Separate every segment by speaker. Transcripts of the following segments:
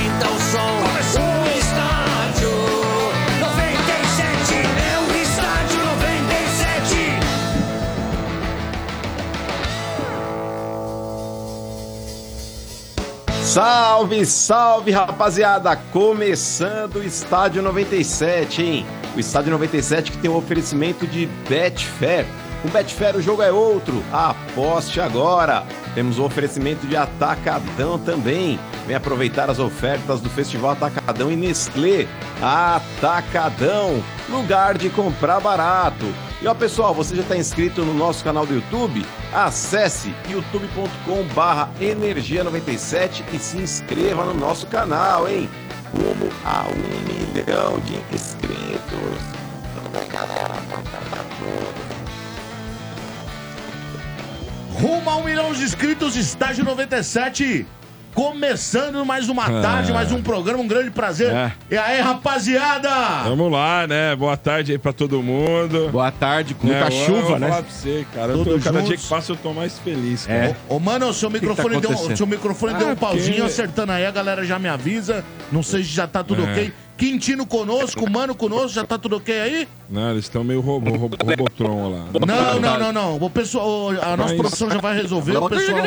Speaker 1: é
Speaker 2: Salve, salve, rapaziada! Começando o Estádio 97, hein? O Estádio 97 que tem um oferecimento de Betfair. Com Betfair o jogo é outro. Aposte agora. Temos o oferecimento de Atacadão também. Vem aproveitar as ofertas do Festival Atacadão e Nestlé. Atacadão, lugar de comprar barato. E ó pessoal, você já está inscrito no nosso canal do YouTube? Acesse youtube.com barra energia 97 e se inscreva no nosso canal, hein? Rumo a um milhão de inscritos.
Speaker 1: Rumo a um milhão de inscritos, estágio 97. Começando mais uma tarde, mais um programa, um grande prazer.
Speaker 3: Ah. É.
Speaker 1: E aí, rapaziada?
Speaker 3: Vamos lá, né? Boa tarde aí pra todo mundo.
Speaker 4: Ah. Boa tarde, com
Speaker 3: É,
Speaker 4: muita
Speaker 3: eu- eu
Speaker 4: chuva,
Speaker 3: vou
Speaker 4: né?
Speaker 3: falar pra você, cara. Eu
Speaker 1: Todos
Speaker 3: tô- cada
Speaker 1: juntos.
Speaker 3: dia que passa eu tô mais feliz, cara.
Speaker 4: É.
Speaker 1: Ô, ô, mano, o seu
Speaker 4: que
Speaker 1: microfone,
Speaker 4: tá
Speaker 1: deu, um-
Speaker 4: acontecendo?
Speaker 1: seu microfone deu
Speaker 3: Ah,
Speaker 1: um pauzinho
Speaker 3: porque-
Speaker 1: acertando aí, a galera já me avisa. Não sei se já tá tudo
Speaker 3: É.
Speaker 1: ok. Quintino conosco, mano conosco, já tá tudo ok aí?
Speaker 3: Não, eles estão meio robô, robô, robotron lá.
Speaker 1: Não, não, não, não. O pessoal, o- a nossa
Speaker 3: Mas-
Speaker 1: produção já vai resolver. O pessoal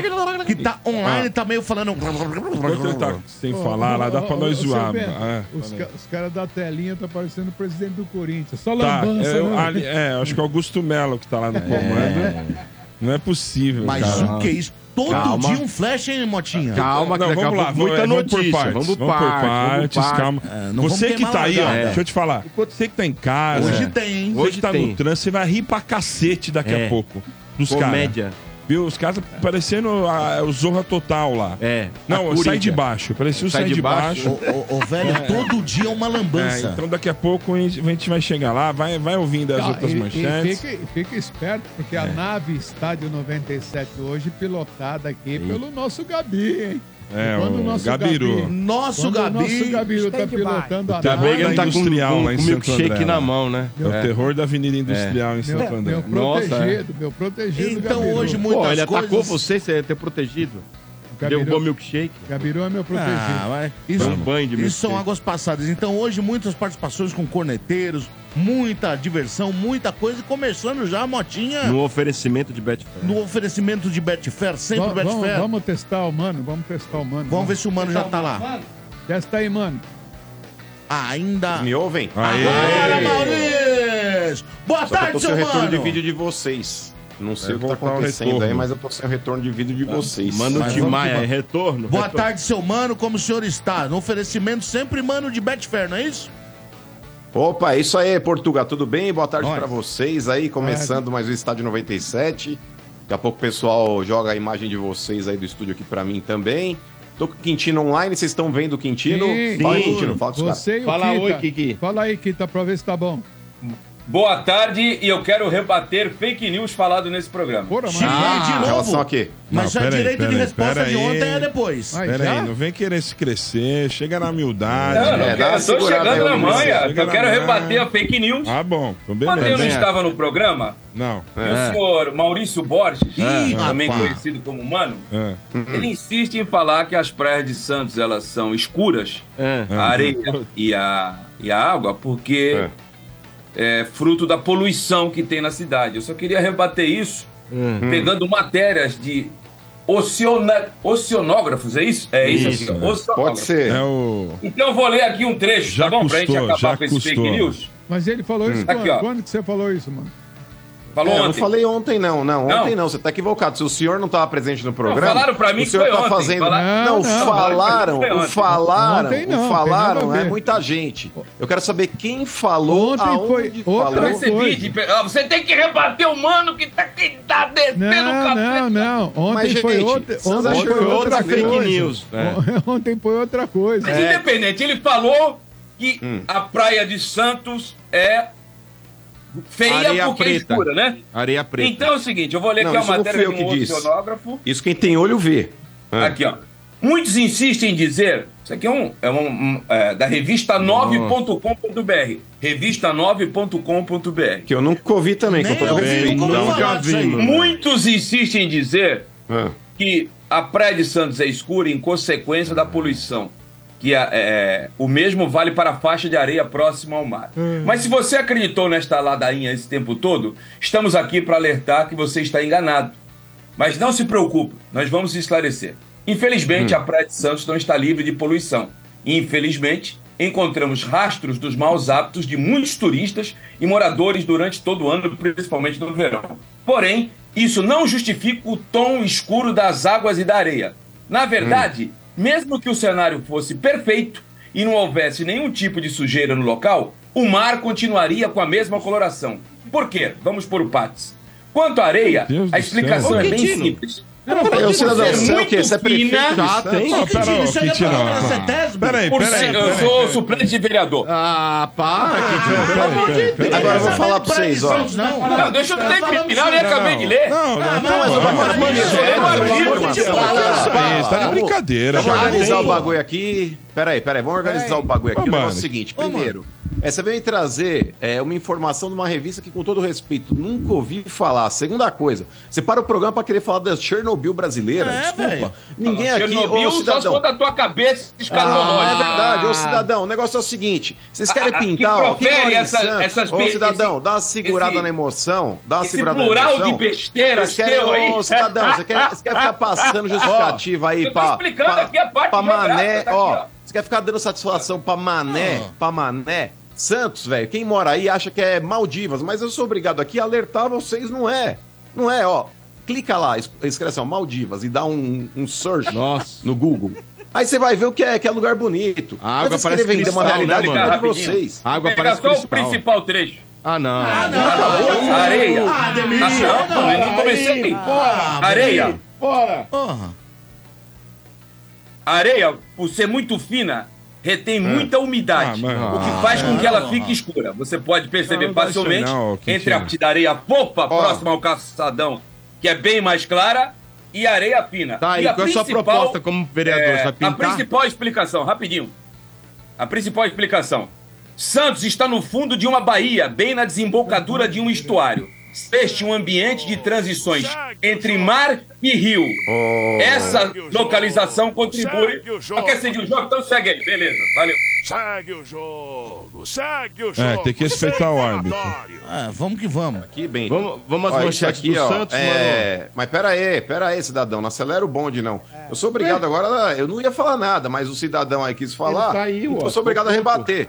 Speaker 1: que tá online tá meio falando.
Speaker 3: Enquanto ele tá sem falar lá, dá pra nós zoar.
Speaker 5: Beto,
Speaker 3: Ah,
Speaker 5: os
Speaker 3: falei.
Speaker 5: ca- os caras da telinha tá parecendo o presidente do Corinthians. Só
Speaker 3: Tá,
Speaker 5: lambança,
Speaker 3: eu-
Speaker 5: né?
Speaker 3: ali- é, acho que é o Augusto Melo que tá lá no comando. Não é possível,
Speaker 1: Mas
Speaker 3: cara.
Speaker 1: o que é isso? Todo
Speaker 4: Calma.
Speaker 1: dia um flash, hein, Motinha?
Speaker 4: Calma, que
Speaker 3: Não,
Speaker 4: daqui a
Speaker 3: vamos lá,
Speaker 4: pouco muita
Speaker 3: é, vamos por
Speaker 4: notícia.
Speaker 3: partes.
Speaker 4: Vamos por partes, vamos por partes.
Speaker 3: calma.
Speaker 1: É, não
Speaker 3: você
Speaker 1: vamos
Speaker 3: que tá
Speaker 1: queimar
Speaker 3: aí, ó,
Speaker 1: largada.
Speaker 3: deixa eu te falar. Você que tá em casa,
Speaker 1: Hoje
Speaker 3: você
Speaker 1: tem, hein?
Speaker 3: que
Speaker 4: Hoje
Speaker 3: tá
Speaker 4: tem.
Speaker 3: no trânsito, você vai rir pra cacete daqui
Speaker 4: É.
Speaker 3: a pouco. Dos caras.
Speaker 4: Comédia.
Speaker 3: Viu? Os caras parecendo a, o Zorra Total lá.
Speaker 4: É.
Speaker 3: Não,
Speaker 4: A
Speaker 3: sai de
Speaker 4: Coringa.
Speaker 3: baixo. Parecia o sai, de baixo.
Speaker 1: Ô, ô, ô, velho, todo dia é uma
Speaker 3: É,
Speaker 1: lambança.
Speaker 3: então daqui a pouco a gente a gente vai chegar lá, vai, vai ouvindo as
Speaker 5: Tá,
Speaker 3: outras
Speaker 5: e- e
Speaker 3: manchetes. É.
Speaker 5: fica, fica esperto, porque a nave Estádio 97 hoje, pilotada aqui pelo nosso Gabi, hein?
Speaker 3: É,
Speaker 5: Quando
Speaker 3: o,
Speaker 5: o nosso
Speaker 3: Gabiru.
Speaker 5: Gabi-
Speaker 1: Nosso
Speaker 5: Quando o nosso
Speaker 1: Gabi.
Speaker 5: Gabiru tá pilotando a
Speaker 3: Tá
Speaker 5: nave.
Speaker 3: bem que ele tá com- Industrial
Speaker 4: com,
Speaker 3: lá em
Speaker 4: com
Speaker 3: Santo
Speaker 4: milkshake
Speaker 3: André,
Speaker 4: na
Speaker 3: lá.
Speaker 4: mão, né?
Speaker 3: É o terror da Avenida Industrial em Santo
Speaker 5: Meu,
Speaker 3: André. é.
Speaker 5: meu
Speaker 4: Nossa,
Speaker 5: protegido, meu protegido
Speaker 1: Então
Speaker 5: Gabiru.
Speaker 1: hoje muitas
Speaker 4: Pô, ele
Speaker 1: coisas...
Speaker 4: atacou você, você ia ter protegido.
Speaker 5: Gabiru,
Speaker 4: Derrubou milkshake.
Speaker 5: Gabiru é meu protegido.
Speaker 1: Ah, vai.
Speaker 4: Foi
Speaker 1: Isso,
Speaker 4: um banho de milkshake.
Speaker 1: isso são águas passadas. Então hoje muitas participações com corneteiros, muita diversão, muita coisa. E começando já a motinha no,
Speaker 4: No oferecimento de Betfair.
Speaker 1: oferecimento de Betfair, sempre
Speaker 5: Va- vamos,
Speaker 1: Betfair. Vamos,
Speaker 5: vamos testar o mano, vamos testar o mano.
Speaker 1: ver se o mano já tá lá.
Speaker 5: Testa aí, mano.
Speaker 1: Ainda...
Speaker 2: Me ouvem?
Speaker 3: Aê!
Speaker 1: Olha, Maurício! Boa
Speaker 2: Só que eu
Speaker 1: tarde,
Speaker 2: tô sem
Speaker 1: seu
Speaker 2: o retorno
Speaker 1: mano!
Speaker 2: de vídeo de vocês. Não sei
Speaker 3: Eu
Speaker 2: o que
Speaker 3: vou
Speaker 2: tá
Speaker 3: colocar um
Speaker 2: acontecendo
Speaker 3: retorno.
Speaker 2: aí, mas eu tô sem o retorno de vídeo de vocês.
Speaker 4: Manda o
Speaker 1: Mas
Speaker 4: Tim
Speaker 1: vamos
Speaker 4: Maia,
Speaker 1: que
Speaker 4: aí, retorno.
Speaker 1: Boa
Speaker 4: retorno.
Speaker 1: tarde, seu mano, como o senhor está? No oferecimento sempre, mano, de Betfair, não é isso?
Speaker 2: Opa, é isso aí, Portugal, tudo bem? Boa tarde
Speaker 1: Nós.
Speaker 2: pra vocês aí, começando mais o Estádio 97. Daqui a pouco o pessoal joga a imagem de vocês aí do estúdio aqui pra mim também. Tô com o Quintino online, vocês estão vendo o Quintino?
Speaker 5: Sim.
Speaker 2: Fala aí,
Speaker 4: Sim.
Speaker 2: Quintino, fala com os caras.
Speaker 5: Você e o
Speaker 4: Fala
Speaker 5: Kita.
Speaker 4: oi, Kiki.
Speaker 5: Fala aí, Kita, pra ver se tá bom.
Speaker 6: Boa tarde e eu quero rebater fake news falado nesse programa.
Speaker 5: Porra,
Speaker 1: Sim.
Speaker 3: Ah,
Speaker 5: mano.
Speaker 6: Ah,
Speaker 1: de
Speaker 2: em
Speaker 1: novo.
Speaker 2: relação a quê?
Speaker 1: Mas
Speaker 6: é
Speaker 1: já
Speaker 3: pera aí,
Speaker 1: direito
Speaker 3: pera
Speaker 1: de
Speaker 3: aí,
Speaker 1: resposta
Speaker 3: pera
Speaker 1: de
Speaker 3: aí.
Speaker 1: ontem é depois.
Speaker 5: Ai,
Speaker 3: Pera aí,
Speaker 5: já?
Speaker 3: não vem querer se crescer, chega na humildade.
Speaker 6: Não, não,
Speaker 2: É,
Speaker 6: eu
Speaker 2: dá uma
Speaker 6: quero- eu tô
Speaker 2: segurada
Speaker 6: chegando
Speaker 2: aí,
Speaker 6: na
Speaker 2: Luiz.
Speaker 6: manha.
Speaker 3: Chega
Speaker 6: Eu
Speaker 3: na
Speaker 6: quero
Speaker 3: manha.
Speaker 6: rebater a fake news.
Speaker 3: Ah, bom, então
Speaker 6: Quando eu não
Speaker 3: beleza.
Speaker 6: estava no programa,
Speaker 3: Não, É.
Speaker 6: e o um senhor Maurício Borges,
Speaker 1: Ih,
Speaker 6: também
Speaker 1: rapaz.
Speaker 6: conhecido como Mano,
Speaker 3: é.
Speaker 6: ele insiste em falar que as praias de Santos elas são escuras,
Speaker 4: É.
Speaker 6: a areia e a, e a água, porque é fruto da poluição que tem na cidade. Eu só queria rebater isso
Speaker 3: Hum.
Speaker 6: pegando matérias de oceana- oceanógrafos, é isso? É isso. assim,
Speaker 4: Isso.
Speaker 6: ó,
Speaker 2: Pode
Speaker 6: oceanógrafos.
Speaker 2: ser.
Speaker 3: é o.
Speaker 6: Então eu vou ler aqui um trecho,
Speaker 3: né? Já
Speaker 6: tá bom? pra gente
Speaker 3: custou, já
Speaker 6: acabar com esse
Speaker 3: custou.
Speaker 6: fake news.
Speaker 5: Mas ele falou isso
Speaker 6: Hum. Tá Aqui,
Speaker 5: quando?
Speaker 6: ó.
Speaker 5: Quando que você falou isso, mano?
Speaker 6: Falou
Speaker 2: É, eu não
Speaker 6: ontem.
Speaker 2: falei ontem, não. Não, ontem
Speaker 6: Não?
Speaker 2: não. Você tá equivocado. Se o senhor não estava presente no programa.
Speaker 6: falaram pra mim
Speaker 2: o
Speaker 6: que
Speaker 2: senhor
Speaker 6: foi
Speaker 2: tá
Speaker 6: ontem.
Speaker 2: fazendo.
Speaker 6: Fala-
Speaker 2: Não,
Speaker 5: Não, não.
Speaker 2: falaram,
Speaker 6: Falaram que foi
Speaker 2: o
Speaker 6: ontem.
Speaker 2: falaram,
Speaker 5: Ontem não,
Speaker 2: o
Speaker 5: tem
Speaker 2: falaram,
Speaker 5: nada a
Speaker 2: é
Speaker 5: ver.
Speaker 2: muita gente. Eu quero saber quem falou,
Speaker 5: Ontem
Speaker 2: aonde
Speaker 5: foi
Speaker 6: Eu
Speaker 5: outra-
Speaker 2: falou.
Speaker 6: recebi de... ah, Você tem que rebater o mano que tá, que tá
Speaker 5: Não,
Speaker 6: detendo o café.
Speaker 5: não, não. Ontem
Speaker 2: Mas,
Speaker 5: foi
Speaker 2: gente,
Speaker 5: outra,
Speaker 2: vocês
Speaker 5: ontem
Speaker 2: acham
Speaker 5: foi
Speaker 2: que é
Speaker 5: outra,
Speaker 2: outra
Speaker 5: coisa.
Speaker 2: fake
Speaker 4: news,
Speaker 6: É.
Speaker 4: né?
Speaker 5: Ontem foi outra coisa.
Speaker 6: Mas
Speaker 2: É.
Speaker 6: independente, ele falou que
Speaker 2: Hum.
Speaker 6: a praia de Santos é feia
Speaker 4: Areia
Speaker 6: porque é
Speaker 4: preta.
Speaker 6: escura, né?
Speaker 4: Areia preta.
Speaker 6: Então é o seguinte, eu vou ler
Speaker 2: Não,
Speaker 6: aqui a
Speaker 2: isso não
Speaker 6: matéria
Speaker 2: fui eu
Speaker 6: de um
Speaker 2: que disse.
Speaker 6: oceanógrafo.
Speaker 2: Isso quem tem olho vê. É.
Speaker 6: Aqui, ó. Muitos insistem em dizer. Isso aqui é, um, é, um, um, é, da revista 9.com.br. Revista 9.com.br.
Speaker 2: Que eu nunca ouvi também, que eu tô então,
Speaker 1: Nem
Speaker 2: vendo.
Speaker 1: ouvi, nunca ouvi falar disso aí.
Speaker 6: Muitos insistem em dizer
Speaker 2: Ah.
Speaker 6: que a Praia de Santos é escura em consequência da poluição. Que a- é, o mesmo vale para a faixa de areia próxima ao mar. Mas se você acreditou nesta ladainha esse tempo todo, estamos aqui para alertar que você está enganado. Mas não se preocupe, nós vamos esclarecer.
Speaker 3: Hum.
Speaker 6: Infelizmente, a Praia de Santos não está livre de poluição. Infelizmente, encontramos rastros dos maus hábitos de muitos turistas e moradores durante todo o ano, principalmente no verão. Porém, isso não justifica o tom escuro das águas e da areia. Na verdade,
Speaker 3: Hum.
Speaker 6: mesmo que o cenário fosse perfeito e não houvesse nenhum tipo de sujeira no local, o mar continuaria com a mesma coloração. Por quê? Vamos por o partes. Quanto à areia,
Speaker 3: Deus
Speaker 6: a
Speaker 3: do
Speaker 6: explicação
Speaker 3: céu.
Speaker 6: é bem
Speaker 4: Isso é bem
Speaker 6: simples.
Speaker 2: Peraí, o cidadão,
Speaker 6: ser
Speaker 2: você é o quê?
Speaker 6: muito
Speaker 2: Você é prefeito
Speaker 6: fina,
Speaker 2: de Santos?
Speaker 3: Não, pera aí,
Speaker 6: tá
Speaker 1: Isso aí é
Speaker 3: Pitino.
Speaker 1: palavra da CETESB.
Speaker 3: Peraí,
Speaker 6: Por
Speaker 3: peraí,
Speaker 6: ser, eu
Speaker 3: peraí.
Speaker 6: sou suplente de vereador.
Speaker 2: Ah, para!
Speaker 3: Peraí, peraí, peraí.
Speaker 2: Agora eu vou falar pra vocês, ó.
Speaker 6: Não, deixa eu terminar, eu nem acabei de ler.
Speaker 3: Não, não,
Speaker 2: Ah, Não, mas eu vou falar pra vocês,
Speaker 6: Pelo amor de
Speaker 2: pelo amor
Speaker 6: Deus.
Speaker 2: de Deus.
Speaker 3: Parabéns, tá de brincadeira.
Speaker 2: Vamos
Speaker 3: cara.
Speaker 2: organizar o bagulho aqui. Peraí, peraí, vamos organizar o bagulho aqui.
Speaker 3: Ô,
Speaker 2: O negócio é
Speaker 3: mano.
Speaker 2: o seguinte: primeiro, é, você veio trazer é, uma informação de uma revista que, com todo respeito, nunca ouvi falar. Segunda coisa, você para o programa pra querer falar da Chernobyl brasileira.
Speaker 1: É,
Speaker 2: Desculpa.
Speaker 1: velho.
Speaker 2: Ninguém aqui.
Speaker 6: Chernobyl só
Speaker 2: Ô,
Speaker 6: se
Speaker 2: cidadão.
Speaker 6: conta a tua cabeça
Speaker 2: Ah, é
Speaker 6: escatológica.
Speaker 2: verdade, ô cidadão, o negócio é o seguinte: vocês querem
Speaker 6: Ah, ah, que
Speaker 2: pintar ó, aqui na
Speaker 6: profere
Speaker 2: Hora em
Speaker 6: essa-
Speaker 2: Santos.
Speaker 6: essas
Speaker 2: Ô
Speaker 6: be-
Speaker 2: cidadão,
Speaker 6: esse-
Speaker 2: dá uma segurada
Speaker 6: esse-
Speaker 2: na emoção, dá uma
Speaker 6: esse
Speaker 2: segurada na
Speaker 6: plural
Speaker 2: emoção.
Speaker 6: de besteiras
Speaker 2: Vocês querem,
Speaker 6: teu aí.
Speaker 2: ô, cidadão, você quer, você quer ficar passando justificativa aí
Speaker 6: eu tô
Speaker 2: pra,
Speaker 6: explicando
Speaker 2: pra-
Speaker 6: aqui a parte
Speaker 2: pra
Speaker 6: de abraço,
Speaker 2: mané,
Speaker 6: tá aqui,
Speaker 2: ó,
Speaker 6: ó.
Speaker 2: você quer ficar dando satisfação pra mané,
Speaker 4: Ah.
Speaker 2: pra mané. Santos, velho, quem mora aí acha que é Maldivas, mas eu sou obrigado aqui a alertar vocês, não é. Não é, ó. Clica lá, es- inscrição Maldivas e dá um, um search
Speaker 4: Nossa.
Speaker 2: no Google. Aí você vai ver o que é, que é lugar bonito.
Speaker 4: A água
Speaker 2: Mas vocês
Speaker 4: parece
Speaker 2: querem vender uma
Speaker 4: cristal,
Speaker 6: né,
Speaker 2: realidade que não é de
Speaker 6: cara?
Speaker 2: vocês.
Speaker 4: A água
Speaker 6: Pega
Speaker 4: parece
Speaker 6: só o
Speaker 4: cristal.
Speaker 6: principal trecho.
Speaker 4: Ah, não.
Speaker 6: Areia.
Speaker 1: Ah, Ademir.
Speaker 6: Ah, não, eu não comecei.
Speaker 4: Ah,
Speaker 6: Areia.
Speaker 1: Porra.
Speaker 6: Areia, por ser muito fina, retém
Speaker 4: É.
Speaker 6: muita umidade,
Speaker 3: Ah, mas-
Speaker 6: o que faz com que ela fique escura. Você pode perceber
Speaker 3: Não, não deixa
Speaker 6: facilmente
Speaker 3: não, Quintino.
Speaker 6: entre a parte da areia fofa, próxima ao caçadão, que é bem mais clara, e areia fina.
Speaker 4: Tá aí,
Speaker 6: e
Speaker 4: qual é a sua
Speaker 6: principal-
Speaker 4: proposta como vereador? Você
Speaker 6: É,
Speaker 4: vai
Speaker 6: a
Speaker 4: pintar?
Speaker 6: principal explicação, rapidinho. A principal explicação. Santos está no fundo de uma baía, bem na desembocadura de um estuário. Este é um ambiente de transições entre mar e rio. Essa
Speaker 7: Segue o
Speaker 6: localização
Speaker 7: jogo.
Speaker 6: contribui.
Speaker 7: Segue o jogo.
Speaker 6: Ah, Quer seguir o jogo? Então segue aí, beleza. Valeu.
Speaker 7: Segue o jogo, segue o jogo.
Speaker 3: É, tem que respeitar
Speaker 6: é
Speaker 3: o árbitro.
Speaker 7: Observatório.
Speaker 1: Ah, vamos que vamos.
Speaker 2: Aqui, bem.
Speaker 4: Vamos, vamos às
Speaker 2: Ó, isso
Speaker 4: manchetes
Speaker 2: aqui,
Speaker 4: do
Speaker 2: ó.
Speaker 4: Santos, mano.
Speaker 2: é... Mas pera aí, pera aí, cidadão. Não acelera o bonde, não. Eu sou obrigado agora. Eu não ia falar nada, mas o cidadão aí quis falar.
Speaker 4: Ele saiu,
Speaker 2: então
Speaker 4: ó.
Speaker 2: eu sou obrigado a rebater.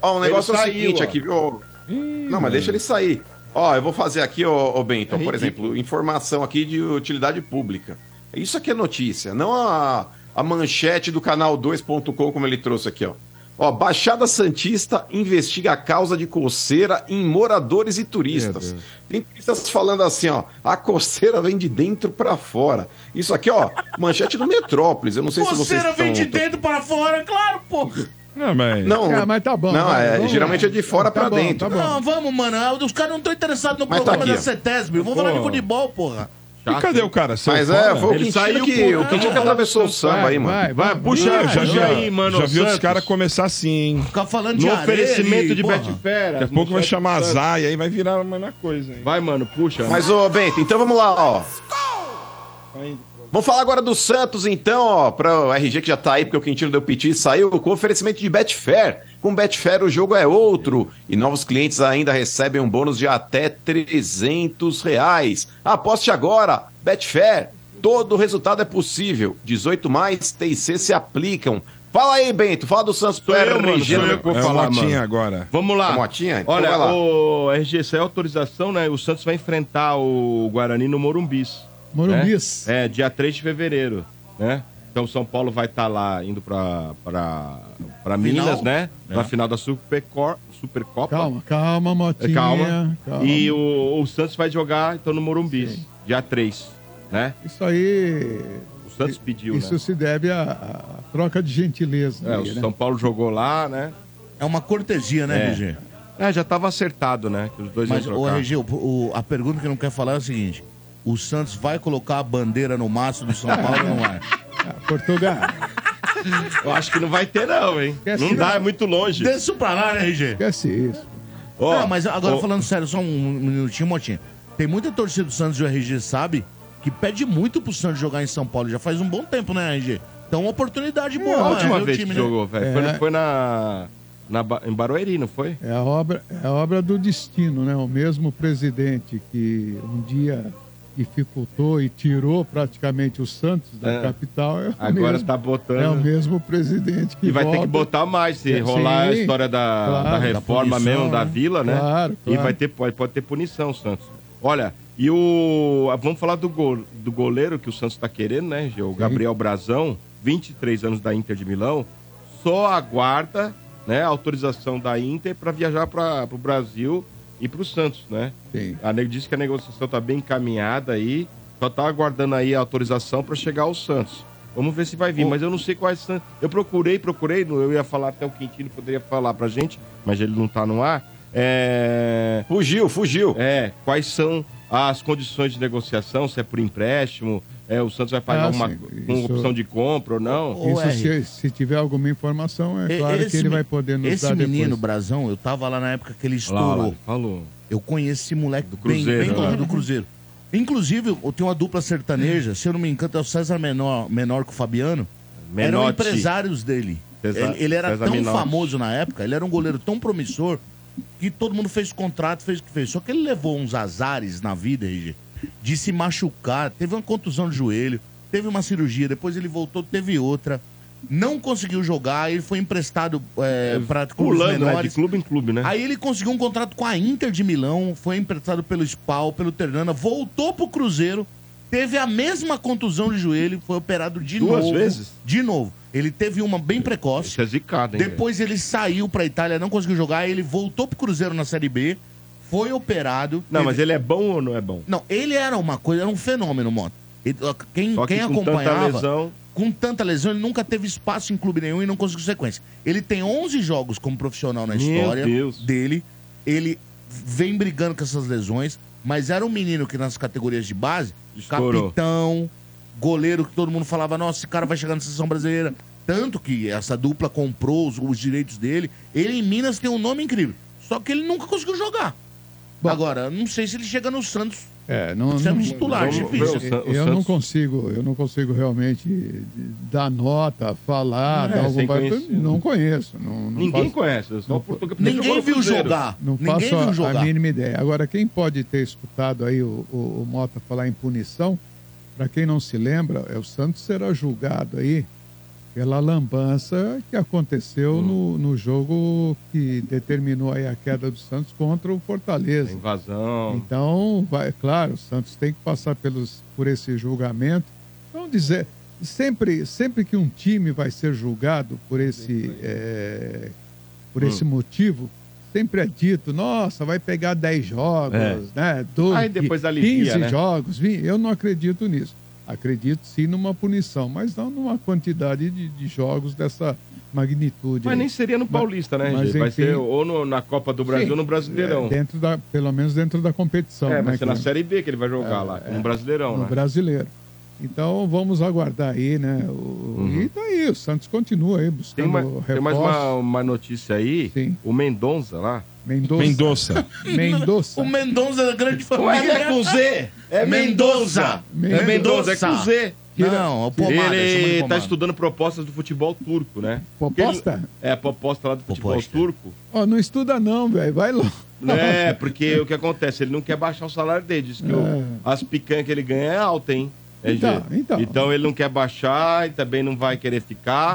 Speaker 2: Ó, o negócio é o
Speaker 4: saiu,
Speaker 2: seguinte
Speaker 4: tá ó.
Speaker 2: aqui, viu? Não, mas deixa ele sair. Ó, eu vou fazer aqui, ô, ô
Speaker 5: É
Speaker 2: Bento, por exemplo, informação aqui de utilidade pública. Isso aqui é notícia, não a, a manchete do canal 2.com, como ele trouxe aqui, ó. Ó, Baixada Santista investiga a causa de coceira em moradores e turistas. Tem turistas falando assim, ó, a coceira vem de dentro pra fora. Isso aqui, ó, manchete do Metrópolis. Eu não sei se vocês
Speaker 1: Coceira vem
Speaker 2: estão-
Speaker 1: de dentro para fora, claro, porra.
Speaker 3: Não,
Speaker 6: É.
Speaker 3: mas...
Speaker 2: Não,
Speaker 5: Cara, mas tá bom.
Speaker 2: Não,
Speaker 5: vai,
Speaker 2: é,
Speaker 5: vamos-
Speaker 2: geralmente é de fora
Speaker 5: Tá
Speaker 2: pra
Speaker 5: bom, Tá
Speaker 2: dentro.
Speaker 5: bom.
Speaker 1: Não, vamos, mano. Ah, Os caras não estão interessados no
Speaker 2: Mas tá
Speaker 1: programa
Speaker 2: aqui,
Speaker 1: da
Speaker 2: ó.
Speaker 1: CETESB. Vamos falar de
Speaker 3: Pô.
Speaker 1: futebol, porra.
Speaker 3: E cadê o cara? né? Saiu
Speaker 2: Mas
Speaker 3: fora?
Speaker 2: é, foi o
Speaker 4: Ele
Speaker 2: Quintino
Speaker 4: saiu
Speaker 2: que,
Speaker 4: por-
Speaker 2: o Quintino que
Speaker 4: Ah,
Speaker 2: atravessou o samba aí, mano.
Speaker 5: vai,
Speaker 4: Vai,
Speaker 5: vai.
Speaker 4: puxa
Speaker 3: Ah, já
Speaker 4: puxa
Speaker 3: vi,
Speaker 4: aí, mano.
Speaker 3: já vi os
Speaker 4: Santos.
Speaker 3: caras começar assim, hein?
Speaker 1: Ficar falando de
Speaker 4: No
Speaker 1: areia.
Speaker 4: oferecimento de
Speaker 1: porra.
Speaker 4: Betfair.
Speaker 3: Daqui a pouco vai
Speaker 4: manchete
Speaker 3: chamar
Speaker 4: do Santos.
Speaker 3: azar e aí vai virar a mesma coisa, hein?
Speaker 4: Vai, mano, puxa.
Speaker 2: Mas, ô, Bento, então vamos lá, ó. Vamos falar agora do Santos, então, ó, para o RG que já tá aí, porque o Quintino deu piti e saiu, com oferecimento de Betfair. Com Betfair o jogo é outro e novos clientes ainda recebem um bônus de até 300 reais. Aposte agora, Betfair. Todo resultado é possível. 18 mais, TIC se aplicam. Fala aí, Bento, fala do Santos pro
Speaker 4: Sou eu, mano,
Speaker 2: RG.
Speaker 4: sou eu
Speaker 2: né?
Speaker 4: que vou
Speaker 3: é
Speaker 4: falar,
Speaker 3: o Motinha
Speaker 4: mano.
Speaker 3: agora.
Speaker 4: Vamos lá.
Speaker 2: É Motinha? Então vai
Speaker 4: Olha,
Speaker 2: lá.
Speaker 4: o RG, saiu autorização, né? O Santos vai enfrentar o Guarani no Morumbis.
Speaker 5: Morumbis.
Speaker 4: É, dia 3 de fevereiro, né? Então o São Paulo vai estar lá indo pra, pra, pra Minas, né?
Speaker 5: É.
Speaker 4: Na final da Supercor- Supercopa.
Speaker 5: Calma, calma,
Speaker 4: É,
Speaker 5: Motinha.
Speaker 4: calma.
Speaker 5: calma.
Speaker 4: E o, o Santos vai jogar, então, no Morumbi, dia 3, né?
Speaker 5: Isso aí.
Speaker 4: O Santos pediu,
Speaker 5: Isso
Speaker 4: né?
Speaker 5: se deve à, à troca de gentileza.
Speaker 4: É,
Speaker 5: aí, né?
Speaker 4: o São Paulo jogou lá, né?
Speaker 1: É uma cortesia, né,
Speaker 4: É.
Speaker 1: RG?
Speaker 4: É, já tava acertado, né? Que os dois
Speaker 1: Mas,
Speaker 4: iam
Speaker 1: ô,
Speaker 4: trocar.
Speaker 1: RG, o, o- a pergunta que eu não quero falar é o seguinte. O Santos vai colocar a bandeira no mastro do São Paulo ou não vai?
Speaker 5: Portugal.
Speaker 4: Eu acho que não vai ter, não, hein?
Speaker 5: Esquece
Speaker 4: Não dá,
Speaker 5: não.
Speaker 4: é muito longe.
Speaker 1: Deixa isso pra lá, né, RG?
Speaker 5: Esquece isso.
Speaker 4: Ó,
Speaker 1: não, mas agora
Speaker 4: ó,
Speaker 1: falando sério, só um minutinho, Motinho. Tem muita torcida do Santos e o RG sabe que pede muito pro Santos jogar em São Paulo. Já faz um bom tempo, né, RG? Então, uma oportunidade boa.
Speaker 4: Pô, É a
Speaker 1: né,
Speaker 4: última
Speaker 1: do
Speaker 4: vez
Speaker 1: time,
Speaker 4: que
Speaker 1: né?
Speaker 4: jogou, velho. Foi,
Speaker 5: É.
Speaker 4: foi na, na, Ba- em Barueri, não foi?
Speaker 5: É a obra, é a obra do destino, né? O mesmo presidente que um dia dificultou e tirou praticamente o Santos da
Speaker 4: É.
Speaker 5: capital. É o
Speaker 4: Agora
Speaker 5: mesmo-
Speaker 4: tá botando-
Speaker 5: É o mesmo presidente que
Speaker 4: E vai ter que
Speaker 5: volta.
Speaker 4: botar mais, se
Speaker 5: Sim,
Speaker 4: rolar a história da,
Speaker 5: claro.
Speaker 4: da reforma
Speaker 5: Da punição,
Speaker 4: mesmo, da
Speaker 5: né?
Speaker 4: vila, né?
Speaker 5: Claro,
Speaker 4: E
Speaker 5: claro.
Speaker 4: vai ter, pode, pode ter punição, Santos. Olha, e o. Vamos falar do, gol, do goleiro que o Santos tá querendo, né, Gil? O Gabriel Brazão, 23 anos da Inter de Milão, só aguarda né, a autorização da Inter para viajar para o Brasil e para o Santos, né?
Speaker 5: Sim.
Speaker 4: A nego disse que a negociação tá bem encaminhada aí, só tá aguardando aí a autorização para chegar ao Santos. Vamos ver se vai vir, mas eu não sei quais são. Eu procurei, procurei, não- eu ia falar até o Quintino poderia falar pra gente, mas ele não tá no ar. É...
Speaker 2: Fugiu, fugiu.
Speaker 4: É, quais são as condições de negociação, se é por empréstimo, é, o Santos vai pagar
Speaker 5: Ah,
Speaker 4: uma
Speaker 5: sim,
Speaker 4: com
Speaker 5: isso-
Speaker 4: opção de compra ou não?
Speaker 5: Isso se, se tiver alguma informação, é
Speaker 1: E-
Speaker 5: claro que ele
Speaker 1: me-
Speaker 5: vai poder nos
Speaker 1: Esse
Speaker 5: dar depois.
Speaker 1: menino, Brazão, eu tava lá na época que ele
Speaker 4: Lá,
Speaker 1: estourou.
Speaker 4: lá, falou.
Speaker 1: Eu conheço esse moleque do
Speaker 4: Cruzeiro,
Speaker 1: bem, bem
Speaker 4: né?
Speaker 1: do Cruzeiro. Inclusive, eu tenho uma dupla sertaneja, se eu não me engano, é o César Menor, menor que o Fabiano. Eram
Speaker 4: Menotti.
Speaker 1: empresários dele.
Speaker 4: César-
Speaker 1: ele, ele era
Speaker 4: César
Speaker 1: tão
Speaker 4: Menotti.
Speaker 1: famoso na época, ele era um goleiro tão promissor que todo mundo fez contrato, fez o que fez. Só que ele levou uns azares na vida, RG, de se machucar, teve uma contusão no joelho, teve uma cirurgia, depois ele voltou, teve outra. Não conseguiu jogar, ele foi emprestado é, para clubes
Speaker 4: Pulando, né? De
Speaker 1: menores.
Speaker 4: clube em clube, né?
Speaker 1: Aí ele conseguiu um contrato com a Inter de Milão, foi emprestado pelo Spal, pelo Ternana, voltou pro Cruzeiro, teve a mesma contusão de joelho, foi operado de
Speaker 4: Duas
Speaker 1: novo.
Speaker 4: vezes?
Speaker 1: De novo. Ele teve uma bem precoce.
Speaker 4: Isso é zicado, hein?
Speaker 1: Depois ele saiu pra Itália, não conseguiu jogar, aí ele voltou pro Cruzeiro na Série B, foi operado.
Speaker 4: Não,
Speaker 1: teve-
Speaker 4: mas ele é bom ou não é bom?
Speaker 1: Não, ele era uma coisa, era um fenômeno, Mota. Ele- Quem,
Speaker 4: Só que
Speaker 1: quem
Speaker 4: com tanta
Speaker 1: acompanhava,
Speaker 4: lesão-
Speaker 1: com tanta lesão, ele nunca teve espaço em clube nenhum e não conseguiu sequência. Ele tem 11 jogos como profissional na
Speaker 4: Meu
Speaker 1: história
Speaker 4: Deus.
Speaker 1: dele. Ele vem brigando com essas lesões, mas era um menino que nas categorias de base,
Speaker 4: Estourou.
Speaker 1: capitão, goleiro que todo mundo falava, nossa, esse cara vai chegar na seleção brasileira. Tanto que essa dupla comprou os, os direitos dele. Ele em Minas tem um nome incrível. Só que ele nunca conseguiu jogar. Agora, não sei se ele chega no Santos
Speaker 5: É, não,
Speaker 1: Isso é
Speaker 5: não-
Speaker 1: titular,
Speaker 5: eu-
Speaker 1: difícil.
Speaker 5: eu-
Speaker 4: O San- o
Speaker 5: Eu não
Speaker 4: Santos-
Speaker 5: consigo, eu não consigo realmente dar nota, falar, dar
Speaker 4: É, sem
Speaker 5: alguma coisa.
Speaker 4: conhecer.
Speaker 5: Não conheço, não, não
Speaker 4: Ninguém
Speaker 5: faço,
Speaker 4: conhece. Só o português-
Speaker 1: Ninguém viu jogar.
Speaker 5: não
Speaker 1: Ninguém
Speaker 5: faço a-
Speaker 1: viu
Speaker 5: a
Speaker 1: jogar.
Speaker 5: mínima ideia. Agora, quem pode ter escutado aí o, o- o Mota falar em punição, para quem não se lembra, é o Santos será julgado aí pela lambança que aconteceu no, no jogo que determinou aí a queda do Santos contra o Fortaleza.
Speaker 4: Invasão.
Speaker 5: Então, vai, claro, o Santos tem que passar pelos, por esse julgamento. Então, dizer, sempre, sempre que um time vai ser julgado por esse, eh, por esse motivo, sempre é dito, nossa, vai pegar 10 jogos,
Speaker 4: É.
Speaker 5: né? 12,
Speaker 4: Aí depois alivia,
Speaker 5: 15
Speaker 4: né?
Speaker 5: jogos. vi- Eu não acredito nisso. Acredito sim numa punição, mas não numa quantidade de, de jogos dessa magnitude.
Speaker 4: Mas
Speaker 5: aí.
Speaker 4: nem seria no Paulista, né,
Speaker 5: mas
Speaker 4: gente? Vai
Speaker 5: enfim.
Speaker 4: ser ou no- na Copa do Brasil
Speaker 5: Sim,
Speaker 4: ou no
Speaker 5: É,
Speaker 4: Brasileirão. É,
Speaker 5: dentro da, pelo menos dentro da competição. né,
Speaker 4: vai ser na
Speaker 5: que- É,
Speaker 4: Série B que ele vai jogar lá, no Brasileirão,
Speaker 5: no
Speaker 4: né?
Speaker 5: brasileiro. Então vamos aguardar aí, né? O... E tá aí, o Santos continua aí
Speaker 4: Uhum. Tem,
Speaker 5: buscando
Speaker 4: uma-
Speaker 5: reforço.
Speaker 4: tem mais uma, uma notícia aí.
Speaker 5: Sim.
Speaker 4: O Mendonça lá.
Speaker 5: Mendonça.
Speaker 3: Mendonça.
Speaker 5: Mendonça.
Speaker 1: O Mendonça da grande família.
Speaker 2: é com Z? É
Speaker 1: Mendonça.
Speaker 5: Mendonça.
Speaker 4: é com Z.
Speaker 1: Não, é o Pomada. chama de
Speaker 4: ele tá
Speaker 1: Pomada.
Speaker 4: estudando propostas do futebol turco, né?
Speaker 5: Proposta?
Speaker 4: Ele- é, a proposta lá do futebol
Speaker 1: Proposta.
Speaker 4: turco.
Speaker 5: Ó, não estuda não, velho. Vai logo.
Speaker 4: É, porque o que acontece? Ele não quer baixar o salário dele. Diz que o- as picanhas que ele ganha é alta, hein? É,
Speaker 5: É. Então,
Speaker 4: gente?
Speaker 5: então.
Speaker 4: então ele não quer baixar e também não vai querer ficar.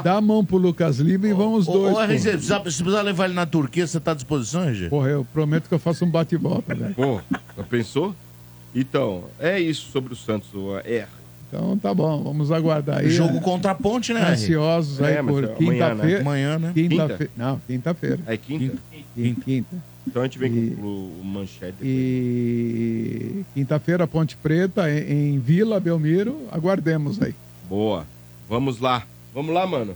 Speaker 5: Dá a mão pro Lucas Lima e vão os
Speaker 1: Ô,
Speaker 5: dois.
Speaker 1: ô, RG,
Speaker 5: porra.
Speaker 1: precisa- se precisar levar ele na Turquia, você tá à disposição, RG?
Speaker 5: Porra, eu prometo que eu faço um bate-volta, velho.
Speaker 4: Pô, já pensou? Então, é isso sobre o Santos. o- É,
Speaker 5: Então tá bom, vamos aguardar aí.
Speaker 1: Jogo
Speaker 5: né?
Speaker 1: contra a ponte, né, RG?
Speaker 5: Ansiosos aí
Speaker 4: É, mas
Speaker 5: por
Speaker 4: amanhã,
Speaker 5: quinta-feira.
Speaker 1: Amanhã, né?
Speaker 5: Quinta-feira. Não, quinta-feira.
Speaker 4: é quinta?
Speaker 5: Quinta. quinta.
Speaker 4: Então a gente vem
Speaker 5: E-
Speaker 4: com o, o manchete.
Speaker 5: E quinta-feira, Ponte Preta, em, em Vila Belmiro. Aguardemos aí.
Speaker 4: Boa. Vamos lá. Vamos lá, mano.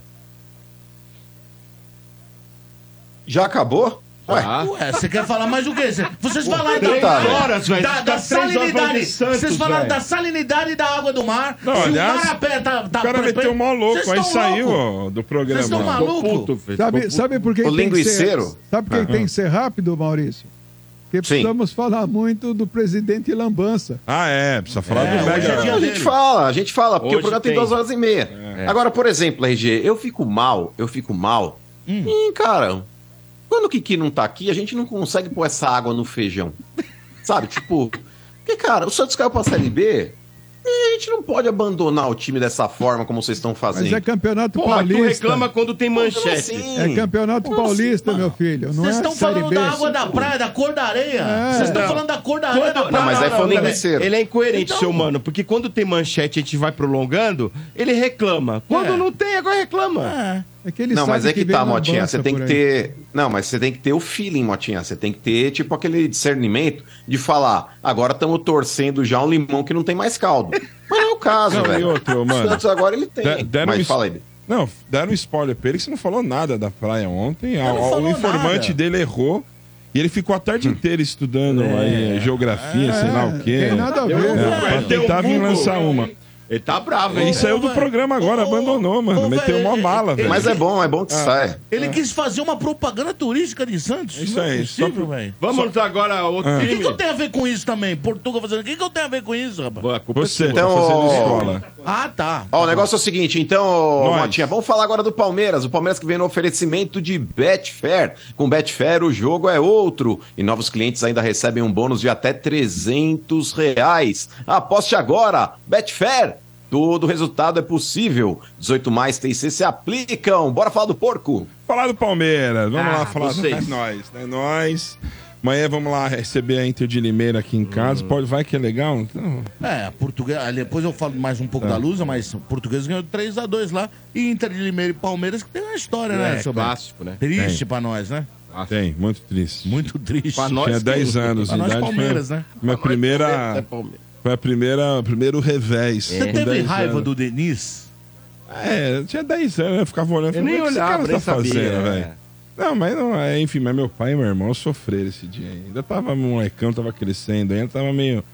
Speaker 2: Já acabou? Ué,
Speaker 4: Tá?
Speaker 1: Ué, você quer falar mais o quê? Cê- Vocês falaram
Speaker 2: três
Speaker 1: da,
Speaker 4: horas, velho.
Speaker 1: da,
Speaker 4: Fica
Speaker 1: da
Speaker 4: três horas falando
Speaker 1: salinidade.
Speaker 4: de Santos,
Speaker 1: Vocês falaram
Speaker 4: velho.
Speaker 1: da salinidade da água do mar.
Speaker 3: Não,
Speaker 1: Se
Speaker 3: aliás,
Speaker 1: o marapé tá, tá
Speaker 3: o cara
Speaker 1: pre-
Speaker 3: meteu o mó louco,
Speaker 1: Vocês
Speaker 3: aí
Speaker 1: tão
Speaker 3: saiu
Speaker 1: louco?
Speaker 3: ó, do
Speaker 1: Vocês tão
Speaker 3: programa.
Speaker 1: maluco?
Speaker 4: Puto, velho.
Speaker 5: Sabe, sabe por que
Speaker 2: O
Speaker 5: tem que ser,
Speaker 2: linguiceiro? Ah,
Speaker 5: sabe
Speaker 3: É.
Speaker 5: por que tem que ser rápido, Maurício? Porque precisamos falar muito do presidente Lambança.
Speaker 3: Ah, é. Precisa falar do
Speaker 1: hoje é
Speaker 3: Mega.
Speaker 1: dia
Speaker 2: a gente fala, a gente fala, porque
Speaker 4: Hoje
Speaker 2: o programa tem
Speaker 4: tem.
Speaker 2: duas horas e meia. Agora, por exemplo, RG, eu fico mal, eu fico mal. Ih, cara, quando o Kiki não tá aqui, a gente não consegue pôr essa água no feijão. Sabe, tipo, Porque, cara, o Santos caiu pra Série B e a gente não pode abandonar o time dessa forma como vocês estão fazendo.
Speaker 5: Mas é campeonato
Speaker 2: Porra, tu
Speaker 5: paulista.
Speaker 2: reclama
Speaker 4: quando tem
Speaker 2: manchete. Como assim?
Speaker 5: É campeonato
Speaker 2: Como
Speaker 5: paulista,
Speaker 2: assim,
Speaker 5: meu filho. Não
Speaker 1: Vocês
Speaker 5: é
Speaker 1: estão
Speaker 5: Série
Speaker 1: falando
Speaker 5: B.
Speaker 1: da água da praia, da cor da areia.
Speaker 5: É.
Speaker 1: Vocês estão
Speaker 4: Não.
Speaker 1: falando da cor da areia da
Speaker 4: Quando-
Speaker 1: praia.
Speaker 2: Não, mas aí foi um
Speaker 4: Tá, não,
Speaker 2: interesseiro.
Speaker 4: Ele é incoerente,
Speaker 1: Então-
Speaker 4: seu mano, porque quando tem manchete e a gente vai prolongando, ele reclama. Quando
Speaker 1: É.
Speaker 4: não tem, agora reclama.
Speaker 1: É.
Speaker 5: É que ele
Speaker 2: Não,
Speaker 5: sabe
Speaker 2: mas é que,
Speaker 5: vem
Speaker 2: tá,
Speaker 5: na
Speaker 2: Motinha.
Speaker 5: banca
Speaker 2: Você tem
Speaker 5: por
Speaker 2: que
Speaker 5: aí.
Speaker 2: ter. Não, mas você tem que ter o feeling, Motinha. Você tem que ter, tipo, aquele discernimento de falar, agora estamos torcendo já um limão que não tem mais caldo. Mas não é o caso,
Speaker 3: Não, e
Speaker 2: velho.
Speaker 3: outro,
Speaker 2: O
Speaker 3: mano.
Speaker 2: Santos agora ele tem.
Speaker 3: De- deram um
Speaker 2: mas
Speaker 3: es-
Speaker 2: fala aí.
Speaker 3: Não, deram um spoiler pra ele que você não falou nada da praia ontem. A-
Speaker 1: não
Speaker 3: a- o
Speaker 1: falou
Speaker 3: informante
Speaker 1: nada.
Speaker 3: dele errou e ele ficou a
Speaker 2: Hum.
Speaker 3: tarde inteira estudando aí, eh, geografia, sei lá o quê.
Speaker 5: É. Tem nada a
Speaker 3: É,
Speaker 5: ver.
Speaker 4: Google,
Speaker 3: pra
Speaker 4: velho, tem um
Speaker 3: tentar vir
Speaker 4: Google.
Speaker 3: lançar uma.
Speaker 4: Ele tá bravo, hein?
Speaker 3: Ele saiu do
Speaker 1: velho.
Speaker 3: programa agora,
Speaker 1: Ô,
Speaker 3: abandonou, mano.
Speaker 1: ô,
Speaker 3: Meteu
Speaker 1: velho,
Speaker 3: uma mala, Ah.
Speaker 1: ele-
Speaker 3: velho.
Speaker 2: Mas é bom, é bom que saia.
Speaker 1: Ele quis fazer uma propaganda turística de Santos.
Speaker 3: Isso
Speaker 1: Não é
Speaker 3: aí,
Speaker 1: possível,
Speaker 3: só-
Speaker 1: velho.
Speaker 4: Vamos agora ao outro
Speaker 3: Ah.
Speaker 1: O que,
Speaker 4: time.
Speaker 1: que eu tenho a ver com isso também? Portugal fazendo. O que, que eu tenho a ver com isso, rapaz?
Speaker 4: Boa, culpa
Speaker 3: Você
Speaker 2: Então,
Speaker 3: tá fazendo
Speaker 2: ó,
Speaker 3: escola.
Speaker 1: Ah, tá.
Speaker 2: Ó, o negócio é o seguinte, então, ô,
Speaker 3: Nós.
Speaker 2: Motinha, vamos falar agora do Palmeiras. O Palmeiras que vem no oferecimento de Betfair. Com Betfair o jogo é outro. E novos clientes ainda recebem um bônus de até 300 reais. Aposte agora, Betfair. Todo resultado é possível. 18 mais TIC se aplicam. Bora falar do porco.
Speaker 3: Falar do Palmeiras, vamos
Speaker 4: Ah,
Speaker 3: lá falar do é
Speaker 4: vocês.
Speaker 3: nós, né? Nós. Amanhã vamos lá receber a Inter de Limeira aqui em casa.
Speaker 2: Hum.
Speaker 3: Pode, vai que é legal. Então,
Speaker 1: É, português. ali, Depois eu falo mais um
Speaker 3: É.
Speaker 1: pouco da Lusa, mas o português ganhou 3x2 lá. E Inter de Limeira e Palmeiras, que tem uma história, né,
Speaker 4: É,
Speaker 1: seu Beto?
Speaker 4: clássico, né?
Speaker 1: Triste pra nós, né?
Speaker 3: tem, muito triste.
Speaker 1: Muito triste.
Speaker 4: Pra nós
Speaker 3: Tinha
Speaker 4: que-
Speaker 3: 10 anos
Speaker 1: pra
Speaker 3: de
Speaker 1: nós
Speaker 3: idade.
Speaker 1: Palmeiras,
Speaker 3: foi
Speaker 1: né?
Speaker 3: Minha
Speaker 4: É,
Speaker 3: primeira.
Speaker 4: Palmeiras.
Speaker 3: Foi a primeira, primeiro revés.
Speaker 1: Você teve raiva do Denis?
Speaker 3: É, eu tinha 10 anos, eu ficava olhando.
Speaker 4: Eu
Speaker 3: falei,
Speaker 4: nem
Speaker 3: "O que esse
Speaker 4: olhava,
Speaker 3: cara
Speaker 4: nem
Speaker 3: tá
Speaker 4: sabia,
Speaker 3: fazendo,
Speaker 4: é.
Speaker 3: velho?" Não, mas não, é, enfim, mas meu pai e meu irmão sofreram esse dia. aí. Ainda tava molecão, tava crescendo, ainda tava meio.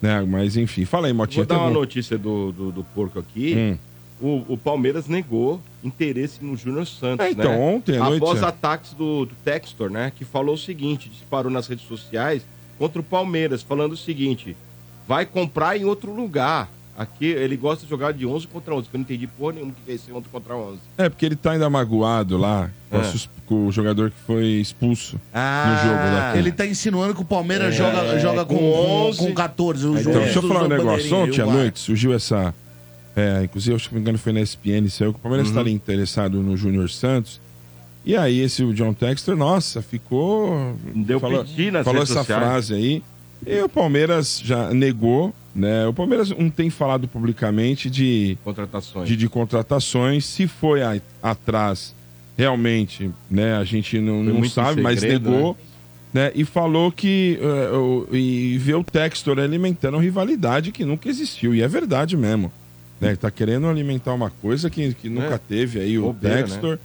Speaker 3: Né, mas enfim, fala aí, Motinha.
Speaker 4: Vou dar
Speaker 3: tá
Speaker 4: uma
Speaker 3: bom.
Speaker 4: notícia do, do, do porco aqui.
Speaker 3: Hum.
Speaker 4: O, o Palmeiras negou interesse no Júnior Santos.
Speaker 3: É, então,
Speaker 4: né?
Speaker 3: ontem à noite,
Speaker 4: Após
Speaker 3: é.
Speaker 4: ataques do, do Textor, né? Que falou o seguinte: disparou nas redes sociais contra o Palmeiras, falando o seguinte: vai comprar em outro lugar. Aqui ele gosta de jogar de 11 contra 11, que eu não entendi porra nenhuma que é esse 11 contra 11.
Speaker 3: É, porque ele tá ainda magoado lá com, a
Speaker 4: É.
Speaker 3: sus- com o jogador que foi expulso
Speaker 4: Ah,
Speaker 3: no jogo né? daquele.
Speaker 1: Ele tá insinuando que o Palmeiras joga, joga com,
Speaker 4: É. com
Speaker 1: com,
Speaker 4: 11.
Speaker 1: com 14. O
Speaker 3: Então,
Speaker 1: Júnior
Speaker 3: deixa eu
Speaker 1: Jesus
Speaker 3: falar um
Speaker 1: é o
Speaker 3: negócio.
Speaker 1: bandeirinha,
Speaker 3: Ontem à
Speaker 1: o VAR.
Speaker 3: noite surgiu essa. é, inclusive, acho que não me engano foi na SPN, saiu que o Palmeiras
Speaker 4: Uhum.
Speaker 3: estaria interessado no Júnior Santos. E aí, esse o John Textor, nossa, ficou.
Speaker 4: Deu
Speaker 3: falou,
Speaker 4: piti nas
Speaker 3: Falou
Speaker 4: redes
Speaker 3: essa
Speaker 4: sociais.
Speaker 3: frase aí. E o Palmeiras já negou, né? O Palmeiras não tem falado publicamente de
Speaker 4: Contratações.
Speaker 3: de, de contratações. Se foi a- atrás, realmente, né? A gente não, não
Speaker 4: muito em
Speaker 3: sabe, mas
Speaker 4: segredo,
Speaker 3: negou. Né? E falou que. eh, o- e vê o Textor alimentando rivalidade que nunca existiu. E é verdade mesmo. Né? Tá querendo alimentar uma coisa que, que nunca
Speaker 4: É.
Speaker 3: teve aí o
Speaker 4: Bobeira, né?
Speaker 3: Textor.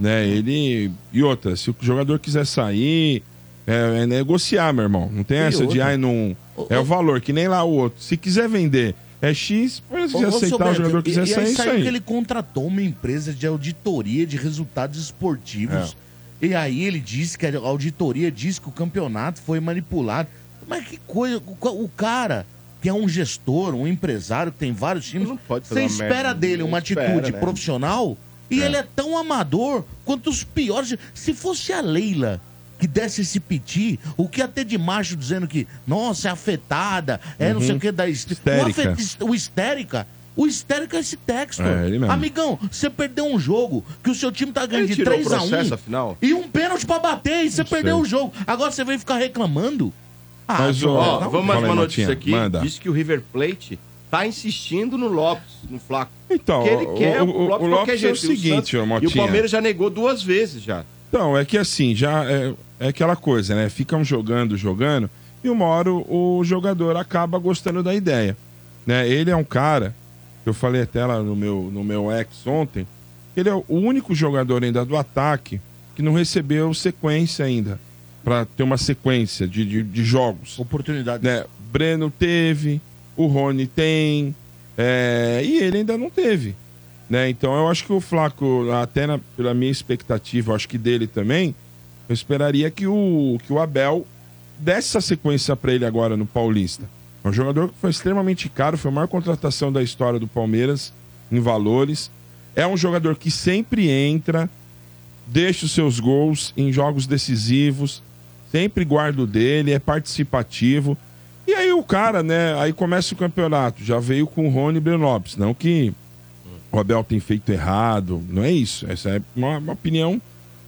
Speaker 3: Né? Ele. E outra, se o jogador quiser sair. É, é negociar, meu irmão. Não tem essa de,
Speaker 4: outra?
Speaker 3: ai, não. É o valor, que nem lá o outro. Se quiser vender, é X, mas se
Speaker 1: Ô, ô, seu
Speaker 3: aceitar, o
Speaker 1: Beto,
Speaker 3: jogador quiser
Speaker 1: e, e
Speaker 3: sair, é
Speaker 1: aí
Speaker 3: isso
Speaker 1: saiu
Speaker 3: aí.
Speaker 1: que ele contratou uma empresa de auditoria de resultados esportivos. E aí ele disse que a auditoria disse que o campeonato foi manipulado. Mas que coisa, o ca- o cara que é um gestor, um empresário que tem vários times,
Speaker 4: Não pode fazer
Speaker 1: você
Speaker 4: uma
Speaker 1: espera
Speaker 4: merda,
Speaker 1: dele
Speaker 4: não
Speaker 1: uma
Speaker 4: espera,
Speaker 1: atitude
Speaker 4: né?
Speaker 1: profissional e ele é tão amador quanto os piores. Se fosse a Leila que desse esse piti, o que ia ter de macho dizendo que, nossa, é afetada, é não sei o que da estre-
Speaker 3: Histérica.
Speaker 1: uma afet- O histérica. O histérica é esse texto.
Speaker 3: É, ele mesmo.
Speaker 1: Amigão, você perdeu um jogo que o seu time tá ganhando
Speaker 4: Ele
Speaker 1: de
Speaker 4: tirou
Speaker 1: 3
Speaker 4: o
Speaker 1: a 1
Speaker 4: processo, afinal?
Speaker 1: e um pênalti pra bater e você perdeu o jogo. Agora você vem ficar reclamando? Ah,
Speaker 3: Mas,
Speaker 1: João,
Speaker 4: Ó,
Speaker 3: Não,
Speaker 4: vamos mais
Speaker 3: um fala
Speaker 4: uma
Speaker 3: aí,
Speaker 4: notícia
Speaker 3: Motinha,
Speaker 4: aqui.
Speaker 3: manda.
Speaker 4: Diz que o River Plate tá insistindo no Lopes, no Flaco.
Speaker 3: Então,
Speaker 4: que ele quer
Speaker 3: o, o,
Speaker 4: Lopes
Speaker 3: o
Speaker 4: de qualquer
Speaker 3: Lopes é o
Speaker 4: jeito.
Speaker 3: seguinte, ô,
Speaker 4: o Santos- e
Speaker 3: Motinha.
Speaker 4: o Palmeiras já negou duas vezes já.
Speaker 3: Então, é que assim, já é, é aquela coisa, né? Ficam jogando, jogando, e uma hora o, o jogador acaba gostando da ideia. Né? Ele é um cara, eu falei até lá no meu, no meu ex ontem, ele é o único jogador ainda do ataque que não recebeu sequência ainda, Pra ter uma sequência de, de, de jogos.
Speaker 1: Oportunidade.
Speaker 3: né? Breno teve, o Rony tem, é, e ele ainda não teve. Né? Então eu acho que o Flaco, até na- pela minha expectativa, eu acho que dele também, eu esperaria que o, que o Abel desse essa sequência para ele agora no Paulista. É um jogador que foi extremamente caro, foi a maior contratação da história do Palmeiras em valores. É um jogador que sempre entra, deixa os seus gols em jogos decisivos, sempre guarda o dele, é participativo. E aí o cara, né? Aí começa o campeonato. Já veio com o Rony Brenobis. Não que o Abel tem feito errado. Não é isso. Essa é uma, uma opinião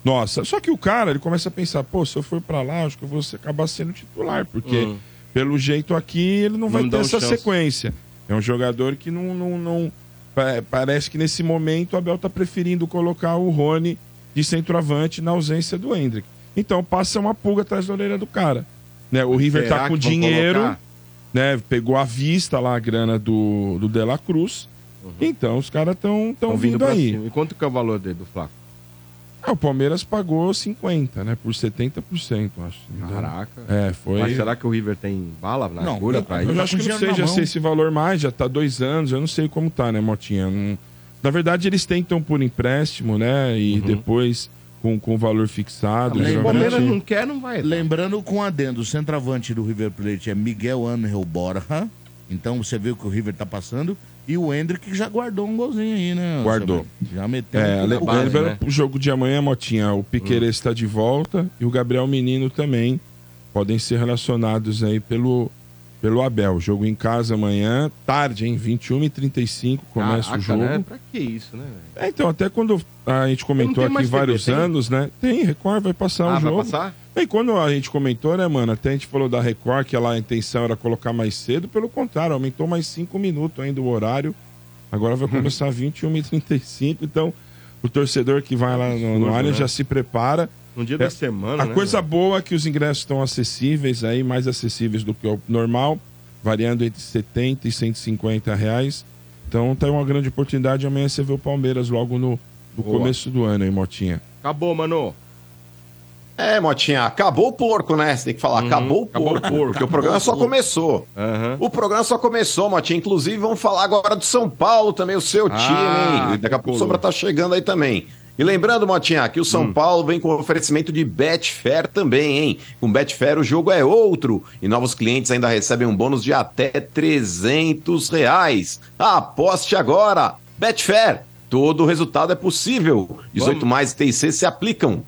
Speaker 3: nossa. Só que o cara, ele começa a pensar, pô, se eu for pra lá, acho que eu vou ser- acabar sendo titular, porque
Speaker 4: Uhum.
Speaker 3: pelo jeito aqui ele não
Speaker 4: Não
Speaker 3: vai
Speaker 4: dá
Speaker 3: ter
Speaker 4: um
Speaker 3: essa
Speaker 4: chance.
Speaker 3: sequência. É um jogador que não, não, não- pa- Parece que nesse momento o Abel tá preferindo colocar o Rony de centroavante na ausência do Hendrick. Então passa uma pulga atrás da orelha do cara. Né? O River
Speaker 4: Será
Speaker 3: tá com
Speaker 4: que vão
Speaker 3: dinheiro
Speaker 4: colocar?
Speaker 3: né, pegou à vista lá a grana do, do De La Cruz. Então os caras estão tão vindo,
Speaker 4: Uhum. pra
Speaker 3: aí.
Speaker 4: cima. E quanto que é o valor dele, do Flaco?
Speaker 3: Ah, o Palmeiras pagou 50, né? Por 70%, acho.
Speaker 4: Caraca.
Speaker 3: É, foi.
Speaker 4: Mas será que o River tem bala na
Speaker 3: Não,
Speaker 4: agulha
Speaker 3: eu-
Speaker 4: pra
Speaker 3: eu,
Speaker 4: isso?
Speaker 3: acho que não sei, já sei esse valor mais, já tá dois anos, eu não sei como tá, né, Motinha? Não- Na verdade, eles tentam por empréstimo, né?
Speaker 4: Uhum.
Speaker 3: E depois com, com valor
Speaker 4: Ah,
Speaker 3: fixado. né, assim.
Speaker 1: Mas o
Speaker 3: geralmente-
Speaker 1: Palmeiras não
Speaker 4: quer, não vai.
Speaker 1: Lembrando com adendo, o centroavante do River Plate é Miguel Angel Borja. Então você vê o que o River tá passando. E o Hendrick já guardou um golzinho aí, né?
Speaker 3: Guardou.
Speaker 1: Já meteu um gol
Speaker 3: É,
Speaker 1: na
Speaker 3: le-
Speaker 1: base,
Speaker 3: lembra
Speaker 1: né?
Speaker 3: o jogo de amanhã, Motinha? O Piqueires está de volta e o Gabriel Menino também. Podem ser relacionados aí pelo, pelo Abel. Jogo em casa amanhã, tarde, hein? 21h35 começa
Speaker 4: Caraca,
Speaker 3: o jogo.
Speaker 4: Né? Pra que isso, né? velho?
Speaker 3: É, então, até quando a gente comentou
Speaker 4: Não tem
Speaker 3: aqui
Speaker 4: mais TV,
Speaker 3: vários
Speaker 4: tem?
Speaker 3: anos, né? Tem, Record vai passar
Speaker 4: Ah,
Speaker 3: um
Speaker 4: vai
Speaker 3: jogo.
Speaker 4: passar?
Speaker 3: E quando a gente comentou, né, mano? Até a gente falou da Record, que lá a intenção era colocar mais cedo. Pelo contrário, aumentou mais cinco minutos ainda o horário. Agora vai começar 21h35. Então, o torcedor que vai lá no, no
Speaker 4: Absurdo,
Speaker 3: Allianz
Speaker 4: né?
Speaker 3: já se prepara.
Speaker 4: No dia
Speaker 3: É,
Speaker 4: da semana,
Speaker 3: A
Speaker 4: né,
Speaker 3: coisa
Speaker 4: velho?
Speaker 3: boa é que os ingressos estão acessíveis aí, mais acessíveis do que o normal, variando entre 70 e 150 reais. Então tá uma grande oportunidade. Amanhã você vê o Palmeiras logo no, no
Speaker 4: Boa.
Speaker 3: começo do ano, hein, Motinha?
Speaker 4: Acabou, mano.
Speaker 2: É, Motinha, acabou o porco, né? Você tem que falar, acabou o
Speaker 4: Uhum, acabou o
Speaker 2: porco,
Speaker 4: porco.
Speaker 2: porque o programa só começou. O programa só começou, Motinha. Inclusive, vamos falar agora do São Paulo também, o seu time,
Speaker 4: Ah,
Speaker 2: hein? Daqui a pouco
Speaker 4: tricolor.
Speaker 2: o Sombra tá chegando aí também. E lembrando, Motinha, que o São Paulo vem com oferecimento de Betfair também, hein? Com Betfair o jogo é outro. E novos clientes ainda recebem um bônus de até 300 reais. Aposte agora! Betfair, todo resultado é possível. 18 mais TC se aplicam.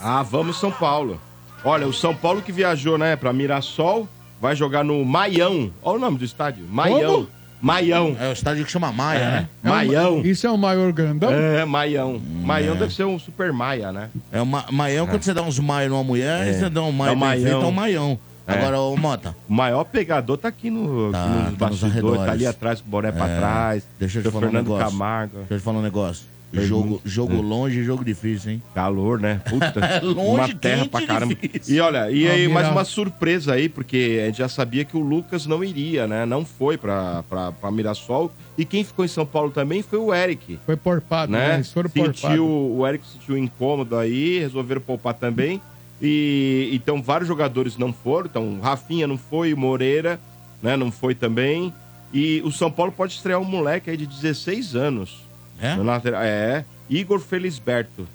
Speaker 4: Ah, vamos São Paulo. Olha, o São Paulo que viajou, né, pra Mirassol, vai jogar no Maião. Olha o nome do estádio. Maião.
Speaker 1: Como?
Speaker 4: Maião. É.
Speaker 1: É o estádio que chama Maia, né?
Speaker 4: Maião.
Speaker 5: Isso é o maior grandão?
Speaker 4: É, Maião. Maião deve ser um super Maia, né?
Speaker 1: É uma, maião, quando você dá uns maios numa mulher, aí você dá um maio
Speaker 4: Dá um
Speaker 1: bem feito,
Speaker 4: maião.
Speaker 1: é um maião. Agora, ô Mota,
Speaker 4: O maior pegador tá aqui no,
Speaker 1: Tá,
Speaker 4: aqui nos
Speaker 1: tá nos
Speaker 4: bastidores,
Speaker 1: arredores. É.
Speaker 4: tá ali atrás com o boné pra trás.
Speaker 1: deixa eu te
Speaker 4: seu
Speaker 1: falar um
Speaker 4: Fernando
Speaker 1: negócio.
Speaker 4: Camargo. É.
Speaker 1: deixa eu te falar um negócio. Jogo, jogo longe, jogo difícil, hein?
Speaker 4: Calor, né? Puta,
Speaker 1: É longe,
Speaker 4: uma terra
Speaker 1: quente
Speaker 4: pra
Speaker 1: e
Speaker 4: caramba.
Speaker 1: difícil.
Speaker 4: E olha, e
Speaker 5: Ah,
Speaker 4: aí
Speaker 5: mira.
Speaker 4: mais uma surpresa aí, porque a gente já sabia que o Lucas não iria, né? Não foi pra, pra, pra Mirassol. E quem ficou em São Paulo também foi o Eric,
Speaker 5: Foi porpado, né?
Speaker 4: né?
Speaker 5: Eles foram
Speaker 4: Sentiu,
Speaker 5: porpados.
Speaker 4: o Eric sentiu um incômodo aí, resolveram poupar também. E então vários jogadores não foram, então Rafinha não foi, Moreira, né, não foi também. E o São Paulo pode estrear um moleque aí de 16 anos.
Speaker 1: É?
Speaker 4: No lateral- é, Igor Felisberto.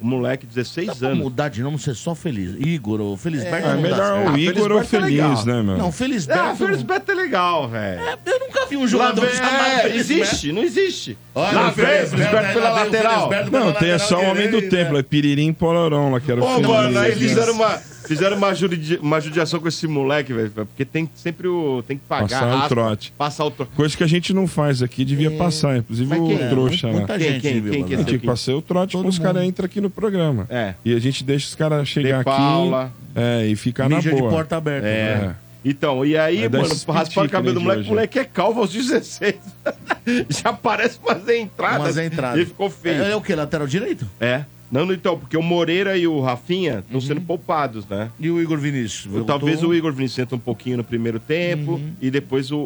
Speaker 4: O moleque, 16
Speaker 1: Dá pra
Speaker 4: anos.
Speaker 1: mudar de nome, ser só feliz. Igor, ou Felisberto
Speaker 3: É
Speaker 1: não dá
Speaker 3: melhor
Speaker 1: certo.
Speaker 3: o Igor ou
Speaker 4: Felisberto é
Speaker 3: Feliz,
Speaker 4: legal.
Speaker 3: né, mano?
Speaker 1: Não,
Speaker 4: Ah,
Speaker 1: Felisberto...
Speaker 4: Felisberto é legal, velho.
Speaker 1: Eu nunca vi um
Speaker 4: Lá
Speaker 1: jogador
Speaker 4: vem-
Speaker 1: chamado
Speaker 4: é,
Speaker 1: Felisberto.
Speaker 4: existe, não existe.
Speaker 1: Olha,
Speaker 4: lá
Speaker 1: o
Speaker 4: vem
Speaker 1: Felisberto,
Speaker 4: Felisberto pela
Speaker 1: lá vem o
Speaker 4: lateral.
Speaker 1: Felisberto pela
Speaker 3: Não, tem
Speaker 1: lateral
Speaker 3: só o Homem do
Speaker 1: direita.
Speaker 3: Templo, é Piririm Pororão lá, que era o
Speaker 4: né? Ô,
Speaker 3: Feliz,
Speaker 4: mano, aí
Speaker 3: né?
Speaker 4: fizeram uma, fizeram uma, juridi- uma judiação com esse moleque, velho. Porque tem sempre o. Tem que pagar.
Speaker 3: Passar o
Speaker 4: raspa,
Speaker 3: trote.
Speaker 4: Passar o trote.
Speaker 3: Coisa que a gente não faz aqui, devia passar. Inclusive
Speaker 4: É. Mas
Speaker 3: o
Speaker 4: quem é?
Speaker 3: trouxa lá.
Speaker 1: Muita
Speaker 4: Quem-
Speaker 1: gente,
Speaker 4: quem-
Speaker 1: viu,
Speaker 4: quem que é
Speaker 1: Babaca?
Speaker 3: Tem que passar o trote quando os caras entram aqui no programa.
Speaker 4: É.
Speaker 3: E a gente deixa os caras chegar aqui
Speaker 4: Paula.
Speaker 3: é, e ficar
Speaker 1: Mídia
Speaker 3: na
Speaker 1: de
Speaker 3: boa.
Speaker 1: porta aberta.
Speaker 4: É.
Speaker 1: né?
Speaker 4: Então, e aí,
Speaker 3: É
Speaker 4: mano,
Speaker 3: desses
Speaker 4: rasparam o cabelo
Speaker 3: pitica, né,
Speaker 4: do moleque,
Speaker 3: de
Speaker 4: o moleque é calvo aos 16. Já parece fazer entrada.
Speaker 1: Umas entradas.
Speaker 4: Ele ficou feio.
Speaker 1: É, é o quê? Lateral direito? Uhum.
Speaker 4: É. Não, não, então, porque o Moreira e o Rafinha estão sendo poupados, né?
Speaker 1: E o Igor Vinícius?
Speaker 4: Ou Talvez
Speaker 1: Voltou?
Speaker 4: o Igor Vinícius entre um pouquinho no primeiro tempo e depois o,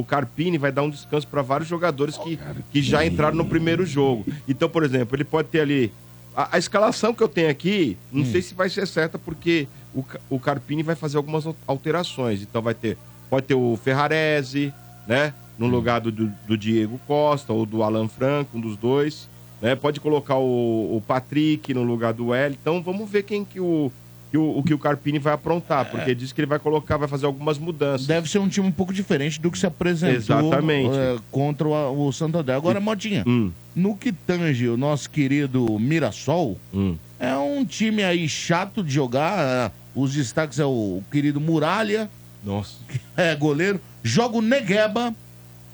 Speaker 4: o Carpini vai dar um descanso para vários jogadores que, que já entraram no primeiro jogo. Então, por exemplo, ele pode ter ali. A, a escalação que eu tenho aqui, não sei se vai ser certa, porque o, Ca- o Carpini vai fazer algumas al- alterações. Então vai ter. Pode ter o Ferrarese, né? No lugar do, do- do Diego Costa ou do Alan Franco, um dos dois. Né? Pode colocar o, o Patrick no lugar do L. Então vamos ver quem que o, que o, o que o Carpini vai aprontar, porque diz que ele vai colocar, vai fazer algumas mudanças.
Speaker 1: É. Deve ser um time um pouco diferente do que se apresentou
Speaker 4: Exatamente.
Speaker 1: eh, contra o, o Santo André. Agora, modinha.
Speaker 4: Hum,
Speaker 1: No que tange o nosso querido Mirassol,
Speaker 4: hum.
Speaker 1: é um time aí chato de jogar. eh, Os destaques é o é querido Muralha,
Speaker 4: Nossa.
Speaker 1: É, goleiro. Joga o Negueba.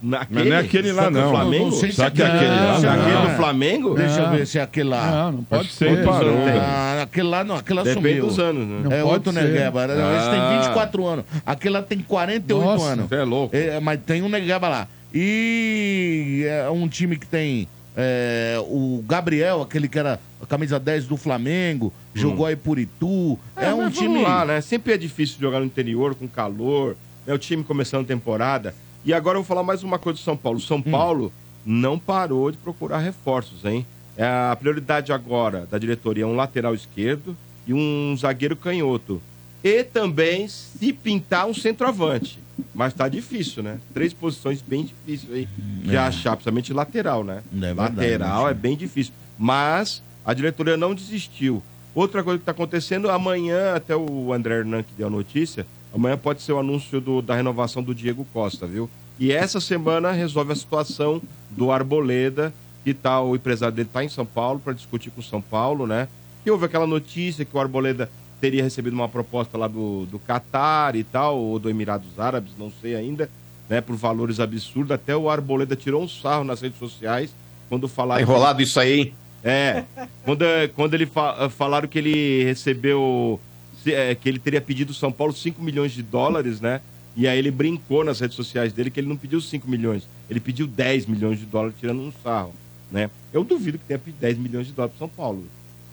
Speaker 3: Mas não é aquele lá, não.
Speaker 1: Flamengo?
Speaker 3: Não sei se é aquele lá.
Speaker 1: Se é
Speaker 3: Não.
Speaker 1: aquele do Flamengo? Deixa eu
Speaker 3: Não.
Speaker 1: ver se é aquele lá.
Speaker 3: Não, não pode
Speaker 1: Acho que
Speaker 3: ser.
Speaker 1: foi
Speaker 3: Parou,
Speaker 1: outro.
Speaker 3: velho.
Speaker 1: Ah, Aquele lá não, aquele lá
Speaker 3: Depende
Speaker 1: sumiu.
Speaker 3: dos anos, né? Não
Speaker 1: É
Speaker 3: pode
Speaker 1: outro
Speaker 3: ser.
Speaker 1: Negueba. né? Esse tem
Speaker 3: Ah.
Speaker 1: 24 anos. Aquele lá tem 48
Speaker 3: Nossa,
Speaker 1: anos.
Speaker 3: você é louco.
Speaker 1: mas tem um Negueba lá. E é um time que tem é, o Gabriel, aquele que era a camisa 10 do Flamengo, jogou aí por Itu. É, um time...
Speaker 4: lá, né? Sempre é difícil jogar no interior com calor. É o time começando temporada. E agora eu vou falar mais uma coisa do São Paulo. O
Speaker 1: Hum.
Speaker 4: São Paulo não parou de procurar reforços, hein? É, A prioridade agora da diretoria é um lateral esquerdo e um zagueiro canhoto. E também se pintar um centroavante. Mas tá difícil, né? Três posições bem difíceis aí de achar, principalmente lateral, né?
Speaker 1: É. verdade,
Speaker 4: lateral
Speaker 1: né,
Speaker 4: é bem difícil. Mas a diretoria não desistiu. Outra coisa que está acontecendo, amanhã, até o André Hernan que deu a notícia, amanhã pode ser o anúncio do- da renovação do Diego Costa, viu? E essa semana resolve a situação do Arboleda, que tá, o empresário dele está em São Paulo para discutir com o São Paulo, né? E houve aquela notícia que o Arboleda teria recebido uma proposta lá do, do Catar e tal, ou do Emirados Árabes, não sei ainda, né? Por valores absurdos. Até o Arboleda tirou um sarro nas redes sociais quando falaram.
Speaker 2: Tá enrolado isso aí, hein?
Speaker 4: É. Quando, quando ele fa- ah, falaram que ele recebeu. se- é, que ele teria pedido São Paulo 5 milhões de dólares, né? E aí ele brincou nas redes sociais dele que ele não pediu 5 milhões, ele pediu 10 milhões de dólares tirando um sarro, né? Eu duvido que tenha pedido 10 milhões de dólares para São Paulo,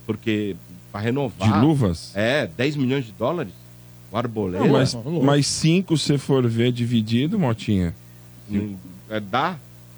Speaker 4: porque para renovar...
Speaker 3: De luvas?
Speaker 4: É, 10 milhões de dólares? O Arboleda?
Speaker 3: Não, mas, mas cinco, se for ver dividido, Motinha.
Speaker 4: Hum, é, dá?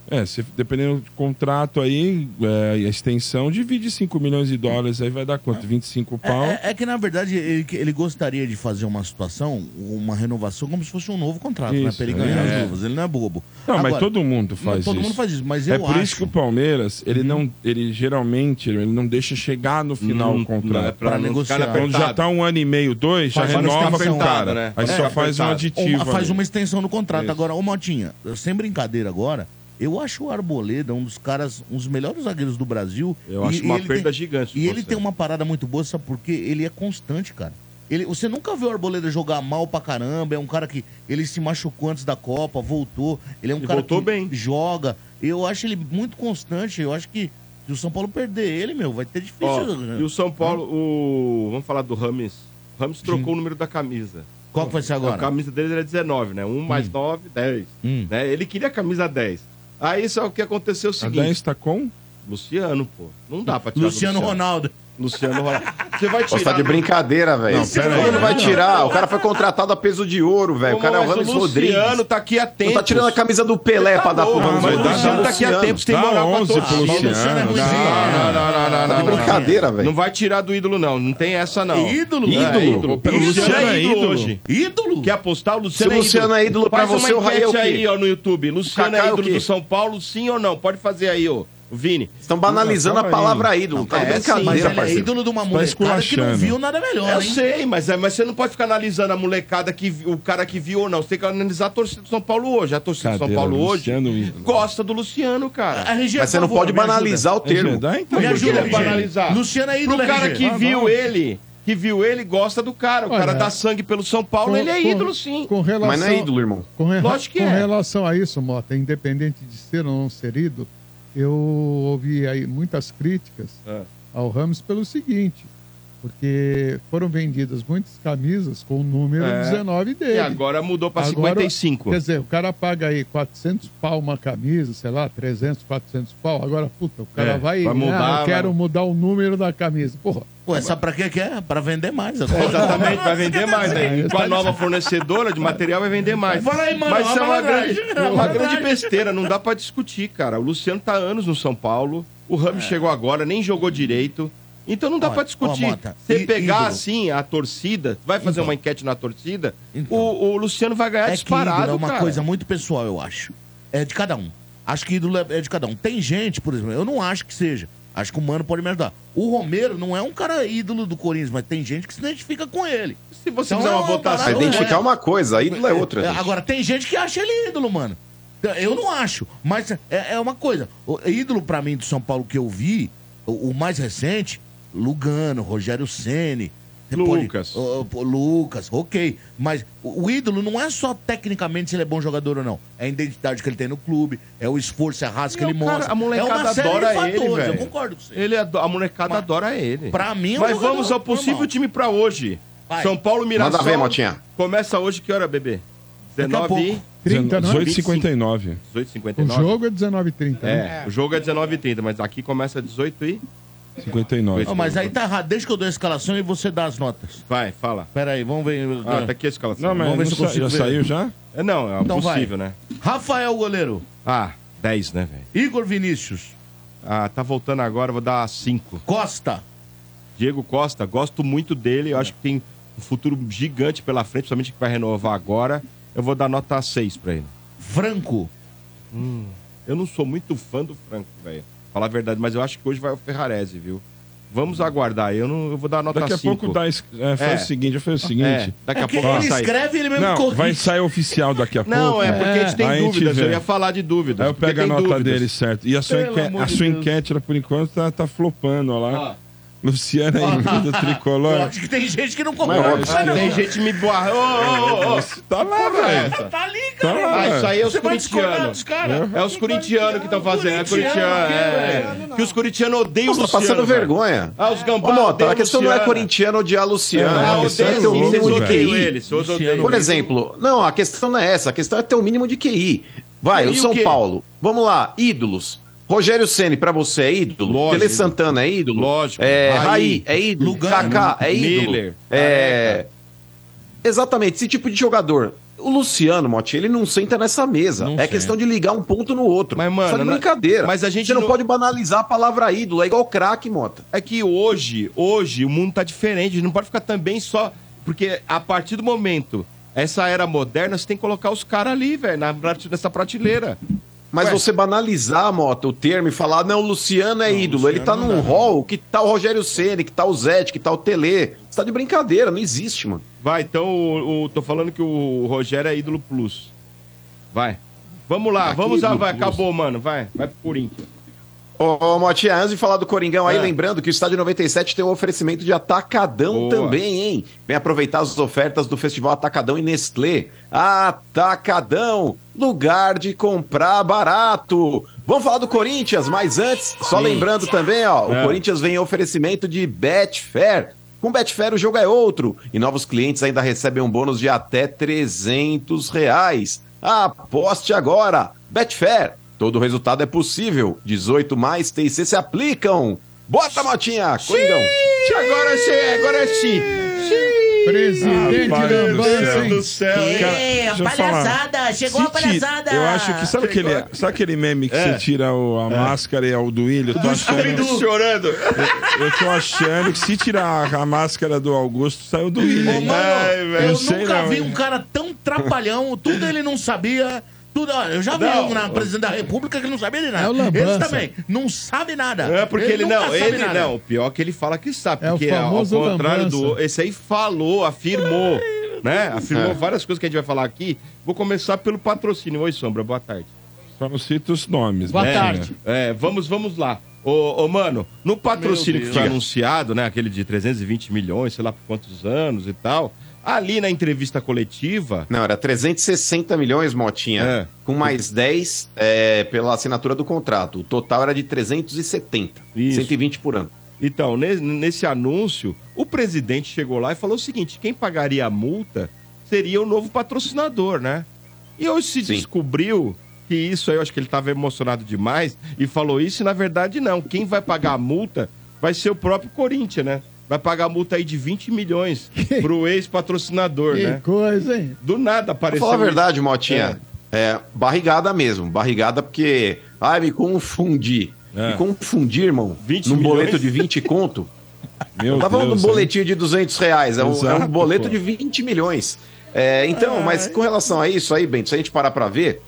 Speaker 3: É, se- dependendo do contrato aí, é, e a extensão, divide 5 milhões de dólares, aí vai dar quanto? 25
Speaker 1: É-
Speaker 3: pau?
Speaker 1: É, é que, na verdade, ele, que- ele gostaria de fazer uma situação, uma renovação, como se fosse um novo contrato, né?
Speaker 3: Isso,
Speaker 1: Pra ele ganhar
Speaker 3: é.
Speaker 1: as luvas. Ele não é bobo.
Speaker 3: Não, mas
Speaker 1: Agora-
Speaker 3: todo mundo
Speaker 1: Não,
Speaker 3: faz isso.
Speaker 1: Todo mundo faz isso, mas
Speaker 3: é
Speaker 1: eu
Speaker 3: por
Speaker 1: acho... Hum.
Speaker 3: isso que o Palmeiras, ele não, ele geralmente, ele não deixa chegar no final
Speaker 1: Não,
Speaker 3: o contrato.
Speaker 1: não, é pra Pra não ficar negociar. apertado.
Speaker 3: Quando já tá um ano e meio, dois, já
Speaker 1: Faz uma
Speaker 3: renova com
Speaker 1: extensão.
Speaker 3: o cara.
Speaker 1: Apertado, né?
Speaker 3: Aí
Speaker 1: É,
Speaker 3: só faz um
Speaker 1: apertado.
Speaker 3: aditivo.
Speaker 1: Uma- faz
Speaker 3: ali.
Speaker 1: uma extensão no contrato.
Speaker 3: Isso.
Speaker 1: Agora, ô Motinha, sem brincadeira agora, eu acho o Arboleda um dos caras, um dos melhores zagueiros do Brasil.
Speaker 4: Eu acho uma
Speaker 1: ele
Speaker 4: perda
Speaker 1: tem-
Speaker 4: gigante
Speaker 1: E
Speaker 4: pra
Speaker 1: ele
Speaker 4: você.
Speaker 1: tem uma parada muito boa, sabe por quê? Ele é constante, cara. Ele, você nunca vê o Arboleda jogar mal pra caramba. É um cara que ele se machucou antes da Copa, voltou. Ele é um
Speaker 4: E
Speaker 1: cara
Speaker 4: voltou
Speaker 1: que joga. Eu acho ele muito constante. Eu acho que se o São Paulo perder ele, meu, vai ter difícil. né?
Speaker 4: Ó, e o São Paulo, o. Vamos falar do Rames. O Rames trocou o número da camisa.
Speaker 1: Qual que vai ser agora?
Speaker 4: A camisa dele era 19, né? 1 mais 9, 10.
Speaker 1: Hum.
Speaker 4: Né? Ele queria a camisa 10. Aí só que aconteceu é o seguinte.
Speaker 3: 10 tá com?
Speaker 4: Luciano, pô. Não dá pra tirar do
Speaker 2: Luciano
Speaker 1: Ronaldo.
Speaker 4: Luciano Ronaldo. Você vai
Speaker 2: Pô,
Speaker 4: tirar.
Speaker 2: você tá de
Speaker 4: do-
Speaker 2: brincadeira, velho.
Speaker 4: Não, pera aí.
Speaker 2: Como não vai tirar? O cara foi contratado a peso de ouro, velho. O
Speaker 4: Como,
Speaker 2: cara é o
Speaker 4: mas
Speaker 2: Rames
Speaker 4: o
Speaker 2: Rodrigues.
Speaker 4: Luciano tá aqui há
Speaker 2: Não tá
Speaker 4: tempos.
Speaker 2: tirando a camisa do Pelé pra dar pro
Speaker 4: louco,
Speaker 2: Rames.
Speaker 4: mas
Speaker 2: Rodrigues.
Speaker 4: o Luciano tá aqui há tempos, tem
Speaker 2: Luciano.
Speaker 4: moral pra é todos.
Speaker 2: pro
Speaker 4: Não,
Speaker 2: Luciano.
Speaker 4: não, não, não, não, não,
Speaker 2: Tá de
Speaker 4: não, não.
Speaker 2: brincadeira, velho.
Speaker 4: Não vai tirar do ídolo, não. Não tem essa, não.
Speaker 2: Ídolo?
Speaker 4: É,
Speaker 2: Ídolo?
Speaker 4: ídolo.
Speaker 2: Pelo
Speaker 4: Luciano é ídolo hoje.
Speaker 2: hoje.
Speaker 1: Ídolo?
Speaker 4: Quer apostar? O Luciano
Speaker 2: Se o Luciano é ídolo pra
Speaker 4: Faz uma
Speaker 2: você, o Raí é o
Speaker 4: enquete
Speaker 2: quê?
Speaker 4: aí, ó, no YouTube. Luciano
Speaker 2: Kaká é
Speaker 4: é
Speaker 2: o
Speaker 4: ídolo
Speaker 2: quê?
Speaker 4: do São Paulo, sim ou não? Pode fazer aí, ó. O Vini.
Speaker 2: Estão banalizando a palavra ídolo.
Speaker 4: é,
Speaker 2: Tá de brincadeira, parceiro. Tá esculachando.
Speaker 1: nada melhor,
Speaker 4: Eu
Speaker 2: hein?
Speaker 4: sei, mas, é, mas você não pode ficar analisando a molecada, que vi- o cara que viu ou não. Você tem que analisar a torcida do São Paulo hoje. A torcida do São
Speaker 3: Cadeira,
Speaker 4: Paulo
Speaker 3: Luciano
Speaker 4: hoje
Speaker 3: ídolo.
Speaker 4: gosta do Luciano, cara. então,
Speaker 1: A RG, Mas você não por favor, pode me banalizar ajuda. o termo.
Speaker 4: Me ajuda,
Speaker 1: Me ajuda,
Speaker 4: a
Speaker 1: RG.
Speaker 4: banalizar.
Speaker 1: Luciano é ídolo,
Speaker 4: O cara
Speaker 1: RG.
Speaker 4: que
Speaker 1: Ah,
Speaker 4: viu
Speaker 1: não.
Speaker 4: ele, que viu ele, gosta do cara. O cara
Speaker 5: Olha,
Speaker 4: dá sangue pelo São Paulo,
Speaker 5: com-
Speaker 4: ele é
Speaker 5: com-
Speaker 4: ídolo, sim.
Speaker 5: com relação- Mas não é ídolo,
Speaker 2: irmão.
Speaker 5: Com, rela-
Speaker 4: Lógico que
Speaker 5: com
Speaker 4: é.
Speaker 5: relação a isso, Mota, independente de ser ou não ser ido, eu ouvi aí muitas críticas
Speaker 4: É.
Speaker 5: ao Ramos pelo seguinte, porque foram vendidas muitas camisas com o número
Speaker 4: É.
Speaker 5: 19 dele.
Speaker 4: E agora mudou pra
Speaker 5: Agora,
Speaker 4: 55.
Speaker 5: Quer dizer, o cara paga aí 400 pau uma camisa, sei lá, 300, 400 pau. Agora, puta, o cara
Speaker 1: É,
Speaker 5: vai...
Speaker 1: vai mudar,
Speaker 5: ah,
Speaker 1: vai-
Speaker 5: eu quero mudar o número da camisa. Porra.
Speaker 1: Ué, sabe pra que que é? Pra vender mais.
Speaker 4: É, exatamente, vai vender mais,
Speaker 1: É,
Speaker 4: né? E Com a
Speaker 1: tá-
Speaker 4: nova fornecedora de material vai vender mais.
Speaker 1: Fala aí, mano,
Speaker 4: Mas isso é
Speaker 1: uma
Speaker 4: uma
Speaker 1: malandragem.
Speaker 4: grande,
Speaker 1: Uma
Speaker 4: uma
Speaker 1: malandragem.
Speaker 4: grande besteira, não dá pra discutir, cara. O Luciano tá há anos no São Paulo, o Rami chegou agora, nem jogou direito. Então não dá
Speaker 1: É.
Speaker 4: pra
Speaker 1: ó,
Speaker 4: discutir.
Speaker 1: Mota,
Speaker 4: Você
Speaker 1: í-
Speaker 4: pegar
Speaker 1: ídolo.
Speaker 4: assim a torcida, vai fazer uma enquete na torcida,
Speaker 1: Então.
Speaker 4: o, o Luciano vai ganhar
Speaker 1: É que
Speaker 4: disparado,
Speaker 1: ídolo é uma
Speaker 4: cara.
Speaker 1: coisa muito pessoal, eu acho. É de cada um. Acho que ídolo é é de cada um. Tem gente, por exemplo, eu não acho que seja. Acho que o Mano pode me ajudar. O Romero não é um cara ídolo do Corinthians, mas tem gente que se identifica com ele. Então, é
Speaker 4: Se você
Speaker 2: fizer uma
Speaker 4: né?
Speaker 2: votação- Identificar é uma coisa, ídolo é outra, gente.
Speaker 1: Agora, tem gente que acha ele ídolo, mano. Eu não acho, mas é, é uma coisa. O ídolo pra mim do São Paulo que eu vi, o, o mais recente, Lugano, Rogério Ceni, Você pode- Ô, ô, pô, Lucas, ok. Mas o, o ídolo não é só tecnicamente se ele é bom jogador ou não. É a identidade que ele tem no clube, é o esforço, é a raça que
Speaker 4: E
Speaker 1: ele
Speaker 4: o cara-
Speaker 1: mostra.
Speaker 4: a
Speaker 1: é
Speaker 4: molecada
Speaker 1: uma série
Speaker 4: adora
Speaker 1: de fatores,
Speaker 4: ele, velho.
Speaker 1: eu concordo com você.
Speaker 4: Ele ado- a molecada adora ele.
Speaker 1: pra mim, é um
Speaker 4: Mas
Speaker 1: jogador
Speaker 4: vamos ao possível
Speaker 1: normal.
Speaker 4: time pra hoje.
Speaker 1: Vai.
Speaker 4: São Paulo Mirassol.
Speaker 2: Manda ver, Motinha.
Speaker 4: Começa hoje, que hora, bebê?
Speaker 1: a
Speaker 4: 19
Speaker 5: 30, não é?
Speaker 3: 18h59.
Speaker 4: 18
Speaker 5: O
Speaker 4: 59
Speaker 5: jogo é 19h30. né?
Speaker 4: É, o jogo é 19h30, mas aqui começa 18 e...
Speaker 3: 59.
Speaker 1: Não, mas aí tá errado. Deixa que eu dou a escalação e você dá as notas.
Speaker 4: Vai, fala.
Speaker 1: Pera aí, vamos ver. né?
Speaker 4: Ah, tá aqui a escalação.
Speaker 3: Não, mas
Speaker 1: Vamos ver
Speaker 3: não
Speaker 1: se eu
Speaker 3: sa- já
Speaker 1: consigo ver.
Speaker 3: saiu já?
Speaker 4: É, não, é
Speaker 1: Então vai.
Speaker 4: possível, né?
Speaker 1: Rafael Goleiro,
Speaker 4: Ah, 10, né, velho?
Speaker 1: Igor Vinícius,
Speaker 4: Ah, tá voltando agora, vou dar 5.
Speaker 1: Costa, É.
Speaker 4: Diego Costa, gosto muito dele, eu acho que tem um futuro gigante pela frente, principalmente que vai renovar agora. Eu vou dar nota 6 pra ele.
Speaker 1: Franco,
Speaker 4: Eu não sou muito fã do Franco, velho. Falar a verdade, mas eu acho que hoje vai o Ferrarese, viu? Vamos aguardar. Eu não, eu vou dar nota
Speaker 3: Daqui a
Speaker 4: 5.
Speaker 3: pouco dá, es- é, faz
Speaker 4: É.
Speaker 3: o seguinte, já faz o seguinte.
Speaker 4: É, daqui a
Speaker 1: É que
Speaker 4: pouco vai
Speaker 1: ele
Speaker 4: sair.
Speaker 1: escreve, ele mesmo
Speaker 3: Não,
Speaker 1: corrige.
Speaker 3: vai sair oficial daqui a pouco. né?
Speaker 4: Não, é porque a gente tem
Speaker 3: Aí a gente
Speaker 4: dúvidas.
Speaker 3: vê.
Speaker 4: eu ia falar de dúvidas.
Speaker 3: Aí eu
Speaker 4: porque
Speaker 3: pego a
Speaker 4: tem
Speaker 3: nota
Speaker 4: dúvidas.
Speaker 3: dele, certo. E a sua,
Speaker 1: Pelo
Speaker 3: enque-
Speaker 1: amor
Speaker 3: a
Speaker 1: de
Speaker 3: sua
Speaker 1: Deus.
Speaker 3: enquete, ela, por enquanto, tá, tá flopando, ó lá. Luciana aí, do Tricolor.
Speaker 1: Lógico que tem gente que não concorda.
Speaker 2: óbvio.
Speaker 1: Mas não,
Speaker 4: Tem gente me boa. Ô, ô, ô, ô.
Speaker 3: Tá lá, velho.
Speaker 1: Tá ali,
Speaker 3: Tá
Speaker 1: cara.
Speaker 4: Ah,
Speaker 3: lá. Uhum.
Speaker 4: isso aí é os
Speaker 1: Você vai discordar
Speaker 4: corintianos.
Speaker 1: dos caras?
Speaker 4: É os corintianos que estão fazendo. É
Speaker 1: Corintiano,
Speaker 4: corintiano. É. Que os corintianos odeiam o
Speaker 2: Você tá
Speaker 4: Luciano.
Speaker 2: passando
Speaker 4: velho.
Speaker 2: vergonha.
Speaker 4: Ah, os
Speaker 2: Ô,
Speaker 4: gambá
Speaker 2: Mota,
Speaker 4: odeiam
Speaker 2: a
Speaker 4: o
Speaker 2: questão não é
Speaker 4: Luciano.
Speaker 2: corintiano odiar Luciano.
Speaker 4: Ah,
Speaker 2: a questão é
Speaker 4: odeiam
Speaker 2: ter o
Speaker 4: sim, vocês
Speaker 2: mínimo de
Speaker 4: odeiam
Speaker 2: QI.
Speaker 4: ele. Vocês
Speaker 1: Luciano,
Speaker 4: odeiam
Speaker 2: Por
Speaker 4: ele.
Speaker 2: exemplo, não, a questão não é essa. A questão é ter o mínimo de QI. Vai,
Speaker 4: E
Speaker 2: o
Speaker 4: o
Speaker 2: São
Speaker 4: quê?
Speaker 2: Paulo. Vamos lá, ídolos. Rogério Ceni pra você é ídolo?
Speaker 4: Lógico.
Speaker 2: Tele Santana é ídolo?
Speaker 4: Lógico.
Speaker 2: É,
Speaker 4: Raí.
Speaker 2: Raí é ídolo?
Speaker 1: Lugano.
Speaker 2: Kaká é ídolo?
Speaker 4: Miller.
Speaker 2: É... Exatamente, esse tipo de jogador. O Luciano, Motti, ele não senta nessa mesa. é questão de ligar um ponto no outro.
Speaker 4: Mas, mano,
Speaker 2: Só de
Speaker 4: não-
Speaker 2: brincadeira.
Speaker 4: mas a gente
Speaker 2: Você não,
Speaker 4: não-
Speaker 2: pode banalizar a palavra ídolo. É igual craque, Mota.
Speaker 4: é que hoje, hoje o mundo tá diferente, a gente não pode ficar também só porque a partir do momento essa era moderna, você tem que colocar os caras ali, velho, na prate- nessa prateleira.
Speaker 2: Mas
Speaker 4: Ué.
Speaker 2: você banalizar, Mota, o termo e falar, não, o Luciano é ídolo, ele tá num rol que tá o Rogério Ceni, que tá o Zete, que tá o Tele. Você tá de brincadeira, não existe, mano.
Speaker 4: Vai, então o, o- tô falando que o Rogério é ídolo plus. Vai. Vamos
Speaker 1: Ah,
Speaker 4: lá, vamos lá, vai, acabou, mano, vai, vai pro Corinthians.
Speaker 2: Ô, ô Motinha, antes de falar do Coringão aí,
Speaker 4: É.
Speaker 2: lembrando que o Estádio 97 tem um oferecimento de Atacadão
Speaker 4: Boa.
Speaker 2: também, hein? Vem aproveitar as ofertas do Festival Atacadão e Nestlé. Atacadão, lugar de comprar barato. Vamos falar do Corinthians, mas antes, só lembrando também, ó,
Speaker 4: É.
Speaker 2: o Corinthians vem em oferecimento de Betfair. Com Betfair o jogo é outro e novos clientes ainda recebem um bônus de até 300 reais. Aposte agora! Betfair, todo resultado é possível. 18 mais TIC se aplicam. Bota, Motinha! Coringão!
Speaker 4: Agora sim, agora é sim.
Speaker 5: Presidente
Speaker 3: Rapaz do céu.
Speaker 5: Lambança, hein?
Speaker 4: céu,
Speaker 3: Cara, deixa eu falar.
Speaker 8: chegou
Speaker 3: Se ti- Eu
Speaker 4: Tá
Speaker 3: acho que. Sabe aquele, sabe aquele meme
Speaker 4: É.
Speaker 3: que você tira o- a máscara e é o do Willian? Eu tô achando.
Speaker 4: Chorando.
Speaker 3: Eu tô achando que se tirar a máscara do Augusto, saiu do Willian.
Speaker 1: Ô, mano,
Speaker 4: Ai, velho,
Speaker 1: eu
Speaker 3: eu sei
Speaker 1: nunca
Speaker 3: não,
Speaker 1: vi
Speaker 3: hein?
Speaker 1: um cara tão trapalhão, tudo ele não sabia. Tudo, ó, eu já vi
Speaker 4: Não.
Speaker 1: um na presidente da República que não sabia de
Speaker 5: É o
Speaker 1: nada.
Speaker 5: lambança.
Speaker 1: Eles também não sabe nada.
Speaker 4: É, porque ele,
Speaker 1: nunca
Speaker 4: não,
Speaker 1: sabe
Speaker 4: ele
Speaker 1: nada.
Speaker 4: não. O pior é que ele fala que sabe,
Speaker 5: É o
Speaker 4: porque ao
Speaker 5: famoso
Speaker 4: contrário do.
Speaker 5: lambança.
Speaker 4: Esse aí falou, afirmou, né? Afirmou várias coisas que a gente vai falar aqui. Vou começar pelo patrocínio. Oi, Sombra, boa tarde.
Speaker 3: Só não cito os nomes.
Speaker 8: Boa
Speaker 3: né?
Speaker 8: tarde.
Speaker 4: É, vamos, vamos lá. Ô, ô, mano, no patrocínio que foi anunciado, né? Aquele de 320 milhões, sei lá por quantos anos e tal. Ali na entrevista coletiva.
Speaker 2: Não, era 360 milhões, Motinha,
Speaker 4: É.
Speaker 2: com mais 10 é, pela assinatura do contrato. O total era de 370,
Speaker 4: Isso.
Speaker 2: 120 por ano.
Speaker 4: Então, ne- nesse anúncio, o presidente chegou lá e falou o seguinte: quem pagaria a multa seria o novo patrocinador, né? E hoje se
Speaker 2: Sim.
Speaker 4: descobriu que isso aí, eu acho que ele estava emocionado demais e falou isso, e na verdade não. Quem vai pagar a multa vai ser o próprio Corinthians, né? Vai pagar a multa aí de 20 milhões pro ex-patrocinador,
Speaker 5: Que
Speaker 4: né?
Speaker 5: coisa, hein?
Speaker 4: Do nada
Speaker 2: Pra
Speaker 4: apareceu.
Speaker 2: falar a verdade, Motinha, é, barrigada mesmo. Barrigada porque. Ai, me confundi.
Speaker 3: É.
Speaker 2: Me confundi, irmão.
Speaker 4: 20
Speaker 2: num
Speaker 4: milhões?
Speaker 2: boleto de 20 conto.
Speaker 3: Meu
Speaker 2: Tá falando de um
Speaker 3: Deus, hein?
Speaker 2: boletim de 200 reais, é um,
Speaker 3: Exato,
Speaker 2: é um boleto
Speaker 3: pô.
Speaker 2: de 20 milhões. É, então, mas com relação a isso aí, Bento, se a gente parar pra ver,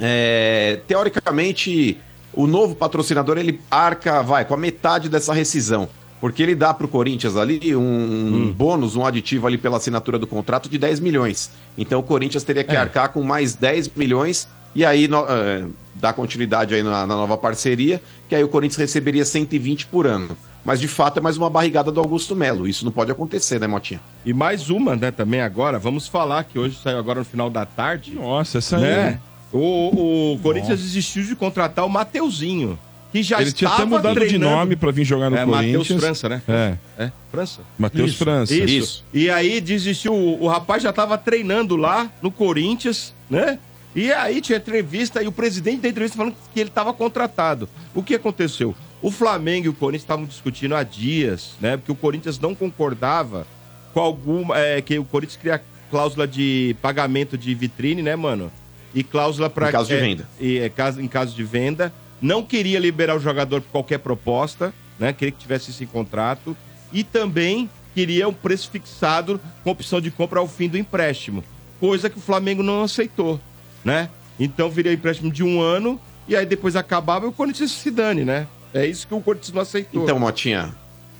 Speaker 2: é, teoricamente, o novo patrocinador, ele arca, vai, com a metade dessa rescisão. Porque ele dá pro Corinthians ali um bônus, um aditivo ali pela assinatura do contrato de 10 milhões. Então o Corinthians teria que arcar com mais 10 milhões e aí no- é, dá continuidade aí na, na nova parceria, que aí o Corinthians receberia 120 por ano. Mas de fato é mais uma barrigada do Augusto Melo. Isso não pode acontecer, né, Motinha?
Speaker 4: E mais uma, né, também agora. Vamos falar que hoje saiu agora no final da tarde.
Speaker 3: Nossa, essa
Speaker 4: né?
Speaker 3: é.
Speaker 4: O, o Corinthians desistiu de contratar o Mateuzinho, que já
Speaker 3: Ele tinha até
Speaker 4: estava
Speaker 3: mudado de
Speaker 4: treinando.
Speaker 3: nome pra vir jogar no
Speaker 4: É, Matheus
Speaker 3: Corinthians.
Speaker 4: França, né?
Speaker 3: É,
Speaker 4: É, França.
Speaker 3: Matheus
Speaker 1: Isso,
Speaker 3: França.
Speaker 4: Isso. E aí desistiu. O, o rapaz já estava treinando lá no Corinthians, né? E aí tinha entrevista e o presidente da entrevista falando que ele estava contratado. O que aconteceu? O Flamengo e o Corinthians estavam discutindo há dias, né? Porque o Corinthians não concordava com alguma. é, que o Corinthians cria cláusula de pagamento de vitrine, né, mano? E cláusula para.
Speaker 2: Em caso de venda.
Speaker 4: E, é, caso, em caso de venda. Não queria liberar o jogador por qualquer proposta, né? Queria que tivesse esse contrato. E também queria um preço fixado com opção de compra ao fim do empréstimo. Coisa que o Flamengo não aceitou, né? Então viria empréstimo de um ano e aí depois acabava e o Corinthians se dane, né? É isso que o Corinthians não aceitou.
Speaker 2: Então, Motinha,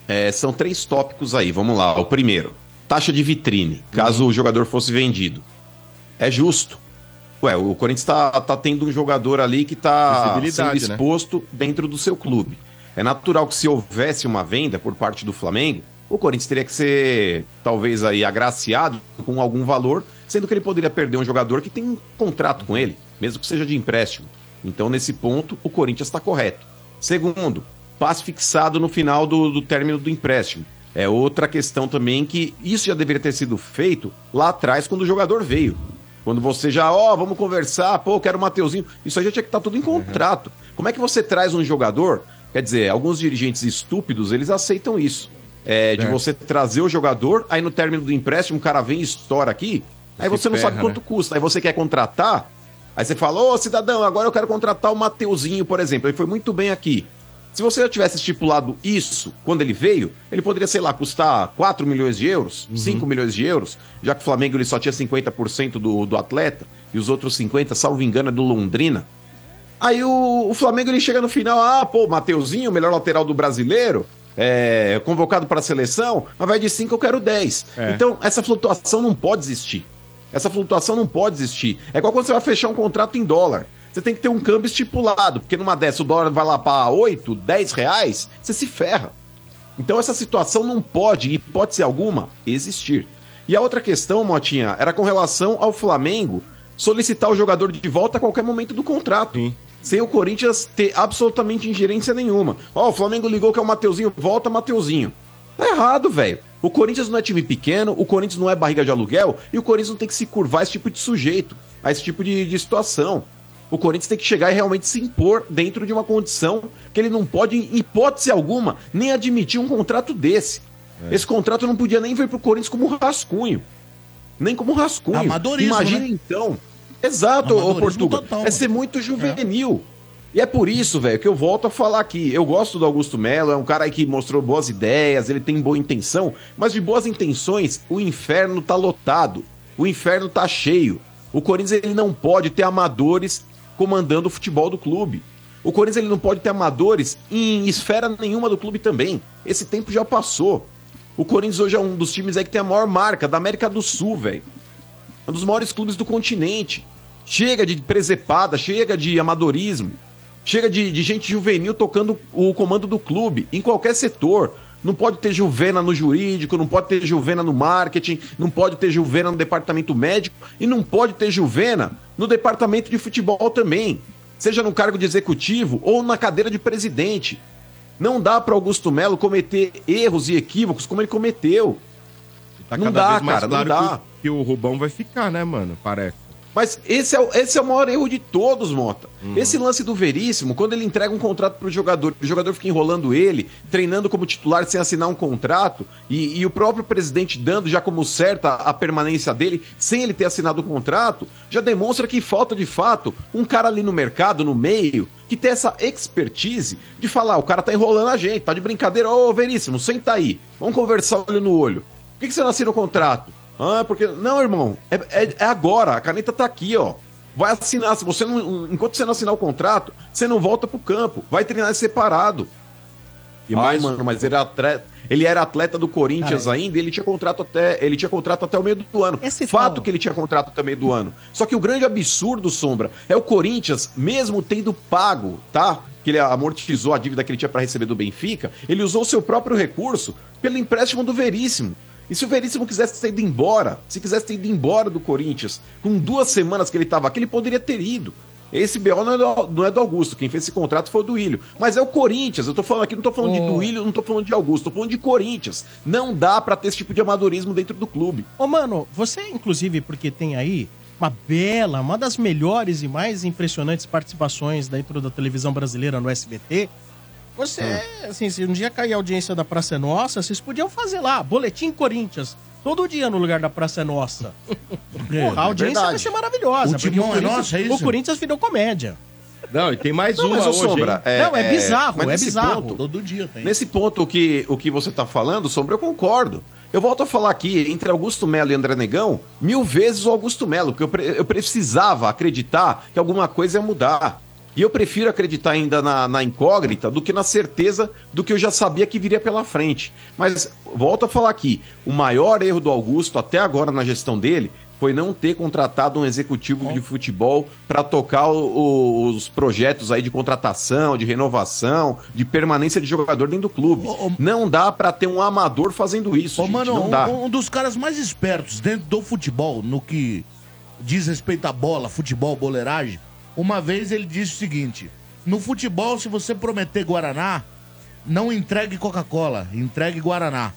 Speaker 2: é, são três tópicos aí. Vamos lá. O primeiro, taxa de vitrine, caso o jogador fosse vendido. É justo. Ué, o Corinthians tá, tá tendo um jogador ali que tá sendo
Speaker 4: Visibilidade, né?
Speaker 2: exposto dentro do seu clube. É natural que se houvesse uma venda por parte do Flamengo, o Corinthians teria que ser talvez aí agraciado com algum valor, sendo que ele poderia perder um jogador que tem um contrato com ele, mesmo que seja de empréstimo. Então, nesse ponto, o Corinthians está correto. Segundo, passe fixado no final do, do término do empréstimo. É outra questão também que isso já deveria ter sido feito lá atrás quando o jogador veio. Quando você já, ó, vamos conversar, pô, eu quero o Mateuzinho. Isso aí já tinha que estar tudo em contrato. Como é que você traz um jogador? Quer dizer, alguns dirigentes estúpidos, eles aceitam isso. É, de você trazer o jogador, aí no término do empréstimo, o cara vem e estoura aqui, aí você não
Speaker 4: ferra,
Speaker 2: sabe quanto custa. Aí você quer contratar, aí você fala, ô cidadão, agora eu quero contratar o Mateuzinho, por exemplo. Ele foi muito bem aqui. Se você já tivesse estipulado isso quando ele veio, ele poderia, sei lá, custar 4 milhões de euros, 5 milhões de euros, já que o Flamengo ele só tinha 50% do, do atleta e os outros 50%, salvo engano, é do Londrina. Aí o, o Flamengo ele chega no final, ah, pô, Mateuzinho, melhor lateral do brasileiro, é, convocado para a seleção, mas vai de 5 eu quero 10. Então, essa flutuação não pode existir. Essa flutuação não pode existir. É igual quando você vai fechar um contrato em dólar. Você tem que ter um câmbio estipulado, porque numa dessa o dólar vai lá para 8, 10 reais, você se ferra. Então essa situação não pode, em hipótese alguma, existir. E a outra questão, Motinha, era com relação ao Flamengo solicitar o jogador de volta a qualquer momento do contrato. Sem o Corinthians ter absolutamente ingerência nenhuma. Ó, o Flamengo ligou que é o Mateuzinho, volta Mateuzinho. Tá errado, velho. O Corinthians não é time pequeno, o Corinthians não é barriga de aluguel e o Corinthians não tem que se curvar a esse tipo de sujeito, a esse tipo de, de situação. O Corinthians tem que chegar e realmente se impor dentro de uma condição que ele não pode, em hipótese alguma, nem admitir um contrato desse.
Speaker 1: É.
Speaker 2: Esse contrato não podia nem vir pro Corinthians como rascunho. Nem como rascunho.
Speaker 1: Amadorismo,
Speaker 2: Imagina
Speaker 1: né?
Speaker 2: então. Exato, ô
Speaker 1: um Amadorismo
Speaker 2: Portuga.
Speaker 1: total,
Speaker 2: é
Speaker 1: mano.
Speaker 2: ser muito juvenil. E é por isso, velho, que eu volto a falar aqui. Eu gosto do Augusto Melo, é um cara aí que mostrou boas ideias, ele tem boa intenção, mas de boas intenções, o inferno tá lotado. O inferno tá cheio. O Corinthians ele não pode ter amadores comandando o futebol do clube. O Corinthians ele não pode ter amadores em esfera nenhuma do clube também. Esse tempo já passou. O Corinthians hoje é um dos times aí que tem a maior marca da América do Sul, velho. É um dos maiores clubes do continente. Chega de presepada, chega de amadorismo, chega de, de gente juvenil tocando o comando do clube, em qualquer setor. Não pode ter Juvena no jurídico, não pode ter Juvena no marketing, não pode ter Juvena no departamento médico e não pode ter Juvena no departamento de futebol também. Seja no cargo de executivo ou na cadeira de presidente. Não dá para Augusto Melo cometer erros e equívocos como ele cometeu.
Speaker 4: Tá
Speaker 2: Não
Speaker 4: cada
Speaker 2: dá,
Speaker 4: vez mais
Speaker 2: cara, não
Speaker 4: claro
Speaker 2: dá.
Speaker 4: Que, o- que o Rubão vai ficar, né, mano? Parece.
Speaker 2: Mas esse é, o- esse é o maior erro de todos, Mota.
Speaker 4: Uhum.
Speaker 2: Esse lance do Veríssimo, quando ele entrega um contrato pro jogador, o jogador fica enrolando ele, treinando como titular sem assinar um contrato, e, e o próprio presidente dando já como certa a permanência dele, sem ele ter assinado o contrato, já demonstra que falta de fato um cara ali no mercado, no meio, que tem essa expertise de falar: o cara tá enrolando a gente, tá de brincadeira, ô Veríssimo, senta aí, vamos conversar olho no olho. Por que, que você não assina o contrato? Ah, porque. Não, irmão. É, é- é agora. A caneta tá aqui, ó. Vai assinar. Se você não, enquanto você não assinar o contrato, você não volta pro campo. Vai treinar separado. E mais, mano, mas ele era atleta, ele era atleta do Corinthians ainda, e ele tinha contrato até, ele tinha contrato até o meio do ano.
Speaker 8: Esse
Speaker 2: Fato
Speaker 8: tal.
Speaker 2: que ele tinha contrato até o meio do ano. Só que o grande absurdo, Sombra, é o Corinthians, mesmo tendo pago, tá? Que que ele amortizou a dívida que ele tinha para receber do Benfica, ele usou o seu próprio recurso pelo empréstimo do Veríssimo. E se o Veríssimo quisesse ter ido embora, se quisesse ter ido embora do Corinthians, com duas semanas que ele estava aqui, ele poderia ter ido. Esse BO não é, do, não é do Augusto, quem fez esse contrato foi o Duílio. Mas é o Corinthians, eu tô falando aqui, não tô
Speaker 8: É.
Speaker 2: falando de Duílio, não tô falando de Augusto, tô falando de Corinthians. Não dá pra ter esse tipo de amadorismo dentro do clube.
Speaker 8: Ô, mano, você, inclusive, porque tem aí uma bela, uma das melhores e mais impressionantes participações dentro da televisão brasileira no SBT. Você,
Speaker 5: é
Speaker 8: assim, se um dia cair a audiência da Praça é Nossa, vocês podiam fazer lá, Boletim Corinthians, todo dia no lugar da Praça é Nossa.
Speaker 4: É,
Speaker 8: Porra, a audiência vai ser maravilhosa.
Speaker 1: O
Speaker 8: porque
Speaker 1: Timão é
Speaker 8: Corinthians-
Speaker 1: nosso, é
Speaker 8: O
Speaker 1: isso?
Speaker 8: Corinthians virou comédia.
Speaker 4: Não, e tem mais
Speaker 2: Não,
Speaker 4: uma
Speaker 2: mas, ô,
Speaker 4: hoje,
Speaker 2: Sombra,
Speaker 4: hein?
Speaker 2: é-
Speaker 8: Não, é bizarro,
Speaker 2: mas
Speaker 8: é
Speaker 2: nesse
Speaker 8: bizarro.
Speaker 2: ponto-
Speaker 1: Todo dia tem.
Speaker 2: Nesse ponto o que, o que você tá falando, Sombra, eu concordo. Eu volto a falar aqui, entre Augusto Melo e André Negão, mil vezes o Augusto Melo, porque eu, pre- eu precisava acreditar que alguma coisa ia mudar. E eu prefiro acreditar ainda na, na incógnita do que na certeza do que eu já sabia que viria pela frente. Mas volto a falar aqui, o maior erro do Augusto até agora na gestão dele foi não ter contratado um executivo de futebol para tocar o- o- os projetos aí de contratação, de renovação, de permanência de jogador dentro do clube.
Speaker 1: Ô, ô-
Speaker 2: Não dá para ter um amador fazendo isso,
Speaker 1: Ô,
Speaker 2: gente,
Speaker 1: mano,
Speaker 2: não dá.
Speaker 1: um, um dos caras mais espertos dentro do futebol, no que diz respeito à bola, futebol, boleiragem, uma vez ele disse o seguinte: no futebol, se você prometer Guaraná, não entregue Coca-Cola, entregue Guaraná.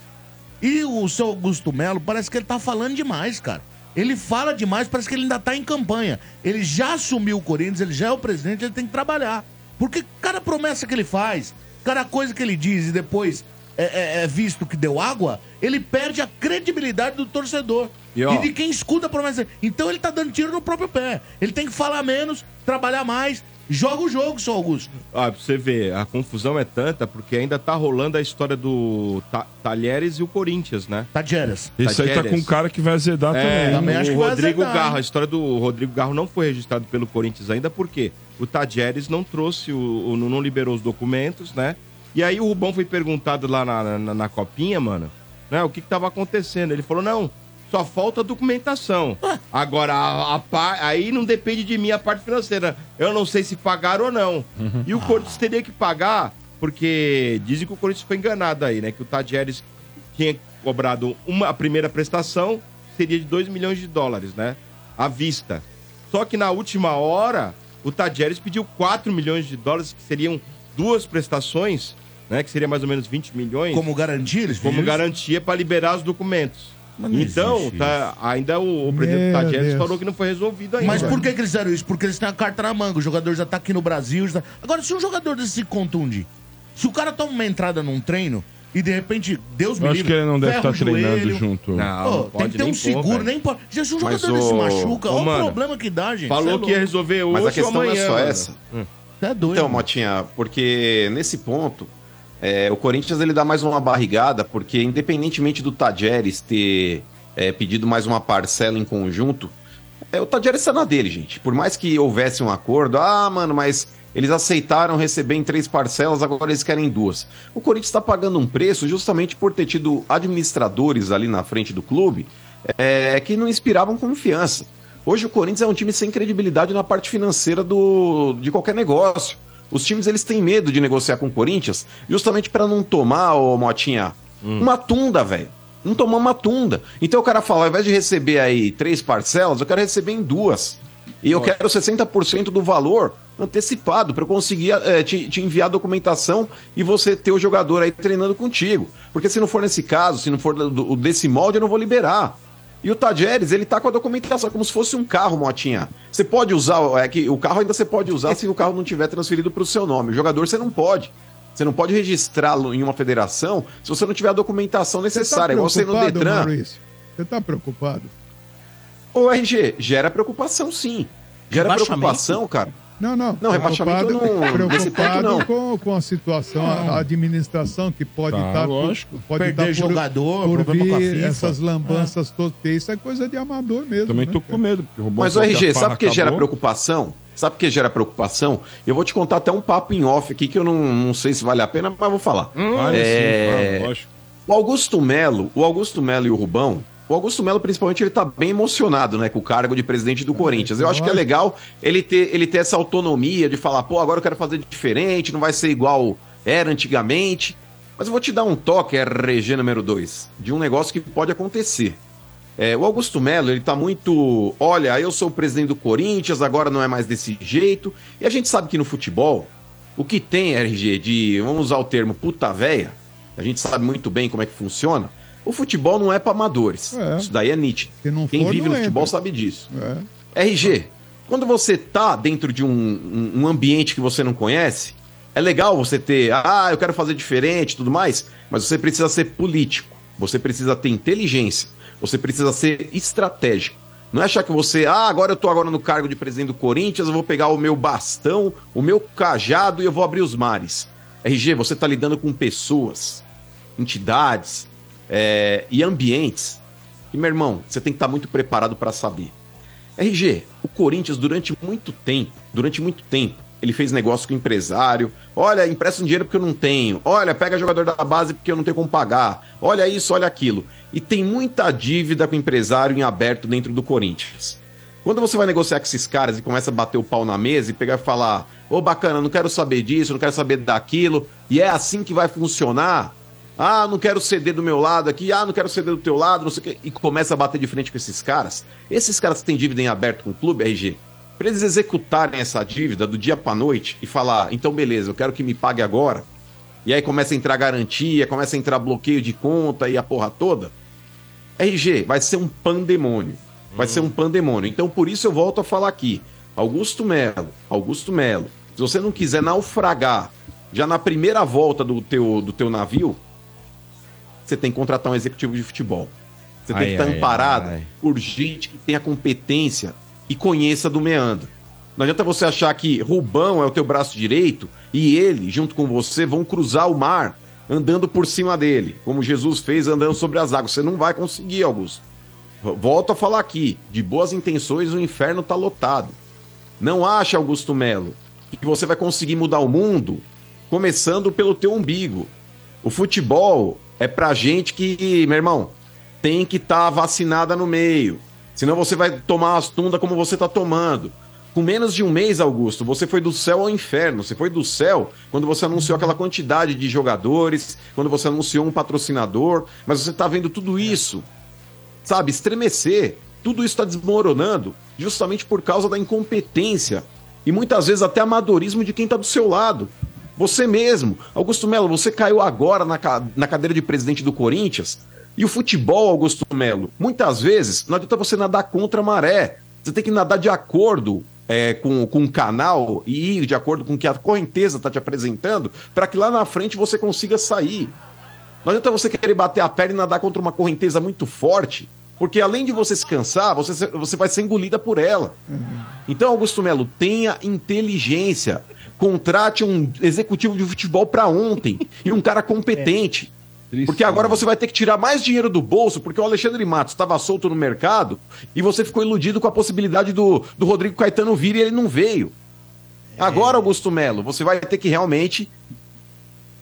Speaker 1: E o seu Augusto Melo parece que ele tá falando demais, cara. Ele fala demais, parece que ele ainda tá em campanha. Ele já assumiu o Corinthians, ele já é o presidente, ele tem que trabalhar. Porque cada promessa que ele faz, cada coisa que ele diz e depois é, é- é visto que deu água, ele perde a credibilidade do torcedor. E,
Speaker 2: E, ó,
Speaker 1: de quem escuta a promessa. Então ele tá dando tiro no próprio pé. Ele tem que falar menos, trabalhar mais. Joga o jogo, seu Augusto.
Speaker 4: Ah, pra você ver, a confusão é tanta porque ainda tá rolando a história do Ta Talheres e o Corinthians, né?
Speaker 1: Tá, Jeras?
Speaker 3: Isso aí tá
Speaker 4: Tajeres.
Speaker 3: com um cara que vai azedar
Speaker 4: É,
Speaker 3: também.
Speaker 1: também
Speaker 4: o
Speaker 1: acho que vai
Speaker 4: Rodrigo
Speaker 1: azedar,
Speaker 4: Garro,
Speaker 1: hein?
Speaker 4: a história do Rodrigo Garro não foi registrado pelo Corinthians ainda, por quê? O Tajeres não trouxe, o, o- não liberou os documentos, né? E aí o Rubão foi perguntado lá na, na, na copinha, mano, né, o que, que tava acontecendo. Ele falou, não, só falta documentação. Agora, a, a par- aí não depende de mim a parte financeira. Eu não sei se pagaram ou não. E o Corinthians teria que pagar, porque dizem que o Corinthians foi enganado aí, né? Que o Tajeres tinha cobrado uma a primeira prestação seria de 2 milhões de dólares, né? À vista. Só que na última hora, o Tadjeres pediu 4 milhões de dólares, que seriam duas prestações, né? Que seria mais ou menos 20 milhões, como,
Speaker 1: Como garantia, eles fizeram isso?
Speaker 4: garantia para liberar os documentos.
Speaker 1: não
Speaker 4: Então,
Speaker 1: existe
Speaker 4: tá, ainda o, o presidente
Speaker 5: Meu
Speaker 4: Tadjeres
Speaker 5: Deus.
Speaker 4: falou que não foi resolvido ainda.
Speaker 1: Mas por que, que eles fizeram isso? Porque eles têm a carta na manga. O jogador já tá aqui no Brasil. já tá- Agora, se um jogador desse se contunde, se o cara toma uma entrada num treino e de repente, Deus me
Speaker 3: Eu acho
Speaker 1: livre,
Speaker 3: que ele não deve
Speaker 1: ferra
Speaker 3: estar
Speaker 1: o
Speaker 3: treinando
Speaker 1: joelho.
Speaker 3: junto.
Speaker 4: Não,
Speaker 1: Pô,
Speaker 4: não
Speaker 1: tem que ter um
Speaker 4: nem
Speaker 1: seguro,
Speaker 4: pôr, velho.
Speaker 1: nem pode. Já se um
Speaker 2: Mas
Speaker 1: jogador desse se
Speaker 2: o-
Speaker 1: machuca,
Speaker 4: Ô,
Speaker 1: olha o
Speaker 4: mano,
Speaker 1: problema que dá, gente.
Speaker 4: Falou
Speaker 1: Cê
Speaker 4: que ia
Speaker 1: é,
Speaker 4: resolver hoje
Speaker 2: Mas a questão
Speaker 4: ou amanhã.
Speaker 2: não é só
Speaker 4: mano.
Speaker 2: essa.
Speaker 1: Cê é doido.
Speaker 2: Então,
Speaker 1: mano.
Speaker 2: Motinha, porque nesse ponto, é, o Corinthians ele dá mais uma barrigada, porque independentemente do Tajeres ter é, pedido mais uma parcela em conjunto, é, o Tajeres está na dele, gente. Por mais que houvesse um acordo, ah, mano, mas eles aceitaram receber em três parcelas, agora eles querem duas. O Corinthians está pagando um preço justamente por ter tido administradores ali na frente do clube é, que não inspiravam confiança. Hoje o Corinthians é um time sem credibilidade na parte financeira do, de qualquer negócio. Os times eles têm medo de negociar com o Corinthians justamente para não tomar, ô Motinha, uma tunda, velho. Não tomar uma tunda. Então o cara fala, ao invés de receber aí três parcelas, eu quero receber em duas. E eu quero 60% do valor antecipado para eu conseguir eh, te, te enviar a documentação e você ter o jogador aí treinando contigo. Porque se não for nesse caso, se não for do- do- desse molde, eu não vou liberar. E o Tajeres, ele tá com a documentação como se fosse um carro, Motinha. Você pode usar, é que o carro ainda você pode usar se o carro não tiver transferido pro seu nome. O jogador você não pode. Você não pode registrá-lo em uma federação se você não tiver a documentação necessária. igual você ir no
Speaker 5: tá preocupado,
Speaker 2: Detran.
Speaker 5: Maurício? Você tá preocupado?
Speaker 2: Ô, RG, gera preocupação sim. Gera
Speaker 8: Rebaixamento?
Speaker 2: preocupação, cara.
Speaker 5: Não, não.
Speaker 2: Não, rebaixamento
Speaker 5: Preocupado-
Speaker 2: não- nesse ponto
Speaker 5: Preocupado
Speaker 2: não.
Speaker 5: Com, com a situação, a administração que pode
Speaker 3: Tá,
Speaker 5: estar.
Speaker 3: lógico.
Speaker 5: pode
Speaker 1: Perder
Speaker 5: tá por-
Speaker 1: jogador,
Speaker 5: por
Speaker 1: problema com a
Speaker 5: vir
Speaker 1: FIFA.
Speaker 5: essas lambanças todas. Isso é coisa de amador mesmo.
Speaker 3: Também
Speaker 5: né,
Speaker 3: tô
Speaker 5: cara?
Speaker 3: com medo. porque Rubão
Speaker 2: Mas, o
Speaker 3: falou a
Speaker 2: RG, sabe
Speaker 3: um farra
Speaker 2: o que gera
Speaker 3: acabou.
Speaker 2: preocupação? Sabe o que gera preocupação? Eu vou te contar até um papo em off aqui que eu não, não sei se vale a pena, mas vou falar.
Speaker 3: Vale sim,
Speaker 2: É,
Speaker 3: claro, lógico.
Speaker 2: O Augusto Melo, o Augusto Melo e o Rubão, O Augusto Melo, principalmente, ele tá bem emocionado, né, com o cargo de presidente do Corinthians. Eu acho que é legal ele ter, ele ter essa autonomia de falar, pô, agora eu quero fazer diferente, não vai ser igual era antigamente. Mas eu vou te dar um toque, RG número 2, de um negócio que pode acontecer. É, o Augusto Melo, ele tá muito. Olha, eu sou o presidente do Corinthians, agora não é mais desse jeito. E a gente sabe que no futebol, o que tem, RG, de. Vamos usar o termo puta véia, a gente sabe muito bem como é que funciona. O futebol não é para amadores.
Speaker 5: É.
Speaker 2: Isso daí é nítido.
Speaker 5: não
Speaker 2: Quem
Speaker 5: for,
Speaker 2: vive
Speaker 5: não
Speaker 2: no futebol
Speaker 5: entra.
Speaker 2: sabe disso.
Speaker 5: É.
Speaker 2: RG, quando você tá dentro de um, um- um ambiente que você não conhece, é legal você ter, ah, eu quero fazer diferente e tudo mais, mas você precisa ser político, você precisa ter inteligência, você precisa ser estratégico. Não é achar que você, ah, agora eu tô agora no cargo de presidente do Corinthians, eu vou pegar o meu bastão, o meu cajado e eu vou abrir os mares. RG, você tá lidando com pessoas, entidades é, e ambientes. E, meu irmão, você tem que estar muito preparado para saber. RG, o Corinthians durante muito tempo, durante muito tempo, ele fez negócio com o empresário. Olha, empresta um dinheiro porque eu não tenho. Olha, pega jogador da base porque eu não tenho como pagar. Olha isso, olha aquilo. E tem muita dívida com o empresário em aberto dentro do Corinthians. Quando você vai negociar com esses caras e começa a bater o pau na mesa e pegar e falar: Ô bacana, não quero saber disso, não quero saber daquilo, e é assim que vai funcionar. Ah, não quero ceder do meu lado aqui, ah, não quero ceder do teu lado, não sei o quê. E começa a bater de frente com esses caras. Esses caras que têm dívida em aberto com o clube, RG, pra eles executarem essa dívida do dia pra noite e falar: então beleza, eu quero que me pague agora. E aí começa a entrar garantia, começa a entrar bloqueio de conta e a porra toda. RG, vai ser um pandemônio. Vai ser um pandemônio. Então, por isso eu volto a falar aqui. Augusto Melo, Augusto Melo, se você não quiser naufragar já na primeira volta do teu, do teu navio, você tem que contratar um executivo de futebol. Você tem
Speaker 3: Ai,
Speaker 2: que estar
Speaker 3: ai,
Speaker 2: amparado
Speaker 3: ai.
Speaker 2: por gente que tenha competência e conheça do meandro. Não adianta você achar que Rubão é o teu braço direito e ele, junto com você, vão cruzar o mar andando por cima dele, como Jesus fez andando sobre as águas. Você não vai conseguir, Augusto. V- Volto a falar aqui, de boas intenções o inferno tá lotado. Não acha, Augusto Melo, que você vai conseguir mudar o mundo começando pelo teu umbigo. O futebol é pra gente que, meu irmão, tem que estar vacinada no meio. Senão você vai tomar as tundas como você tá tomando. Com menos de um mês, Augusto, você foi do céu ao inferno. Você foi do céu quando você anunciou aquela quantidade de jogadores, quando você anunciou um patrocinador, mas você tá vendo tudo isso sabe, estremecer. Tudo isso está desmoronando justamente por causa da incompetência e muitas vezes até amadorismo de quem está do seu lado. Você mesmo. Augusto Melo, você caiu agora na, ca- na cadeira de presidente do Corinthians e o futebol, Augusto Melo, muitas vezes não adianta você nadar contra a maré. Você tem que nadar de acordo é, com, com o canal e ir de acordo com o que a correnteza está te apresentando para que lá na frente você consiga sair. Não adianta você querer bater a perna e nadar contra uma correnteza muito forte, porque além de você se cansar, você, se- você vai ser engolida por ela.
Speaker 5: É.
Speaker 2: Então, Augusto Melo, tenha inteligência. Contrate um executivo de futebol para ontem e um cara competente.
Speaker 5: É.
Speaker 2: Porque agora você vai ter que tirar mais dinheiro do bolso, porque o Alexandre Matos estava solto no mercado e você ficou iludido com a possibilidade do, do Rodrigo Caetano vir e ele não veio.
Speaker 5: É.
Speaker 2: Agora, Augusto Melo, você vai ter que realmente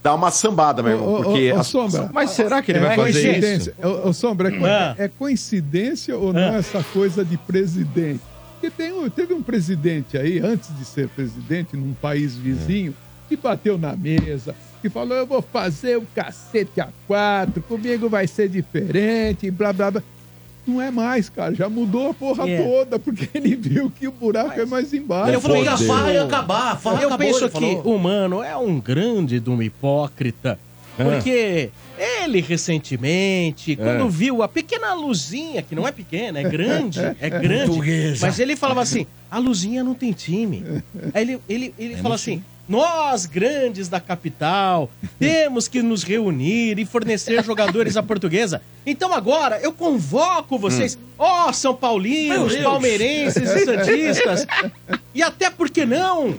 Speaker 2: dar uma sambada, meu irmão.
Speaker 5: Ô, ô,
Speaker 2: Porque
Speaker 5: ô,
Speaker 2: a-
Speaker 5: Sombra.
Speaker 4: Mas será que ele
Speaker 5: É
Speaker 4: vai fazer isso?
Speaker 5: coincidência. Ô, ô, Sombra, é, coi-
Speaker 8: Ah.
Speaker 5: é coincidência ou não essa coisa de presidente? Porque tem um- teve um presidente aí, antes de ser presidente, num país
Speaker 4: É.
Speaker 5: vizinho, que bateu na mesa, que falou: eu vou fazer o cacete a quatro, comigo vai ser diferente, blá blá blá. Não é mais, cara, já mudou a porra
Speaker 8: É.
Speaker 5: toda, porque ele viu que o buraco é mais embaixo.
Speaker 1: Ele falou que a
Speaker 5: Pô,
Speaker 1: farra ia acabar. A farra
Speaker 8: Eu
Speaker 1: acabou,
Speaker 8: penso
Speaker 1: ele
Speaker 8: que
Speaker 1: falou.
Speaker 8: o Mano é um grande de um hipócrita. Porque ele recentemente,
Speaker 4: É.
Speaker 8: quando
Speaker 9: É.
Speaker 8: viu a pequena luzinha, que não é pequena, é grande, é grande.
Speaker 1: Portuguesa.
Speaker 8: Mas ele falava assim: a luzinha não tem time. Aí ele, ele,
Speaker 2: É
Speaker 8: ele fala assim. Nós, grandes da capital, temos que nos reunir e fornecer jogadores à portuguesa. Então agora eu convoco vocês,
Speaker 2: Hum.
Speaker 8: ó São Paulinos,
Speaker 1: Deus.
Speaker 8: palmeirenses e santistas, e até por que não?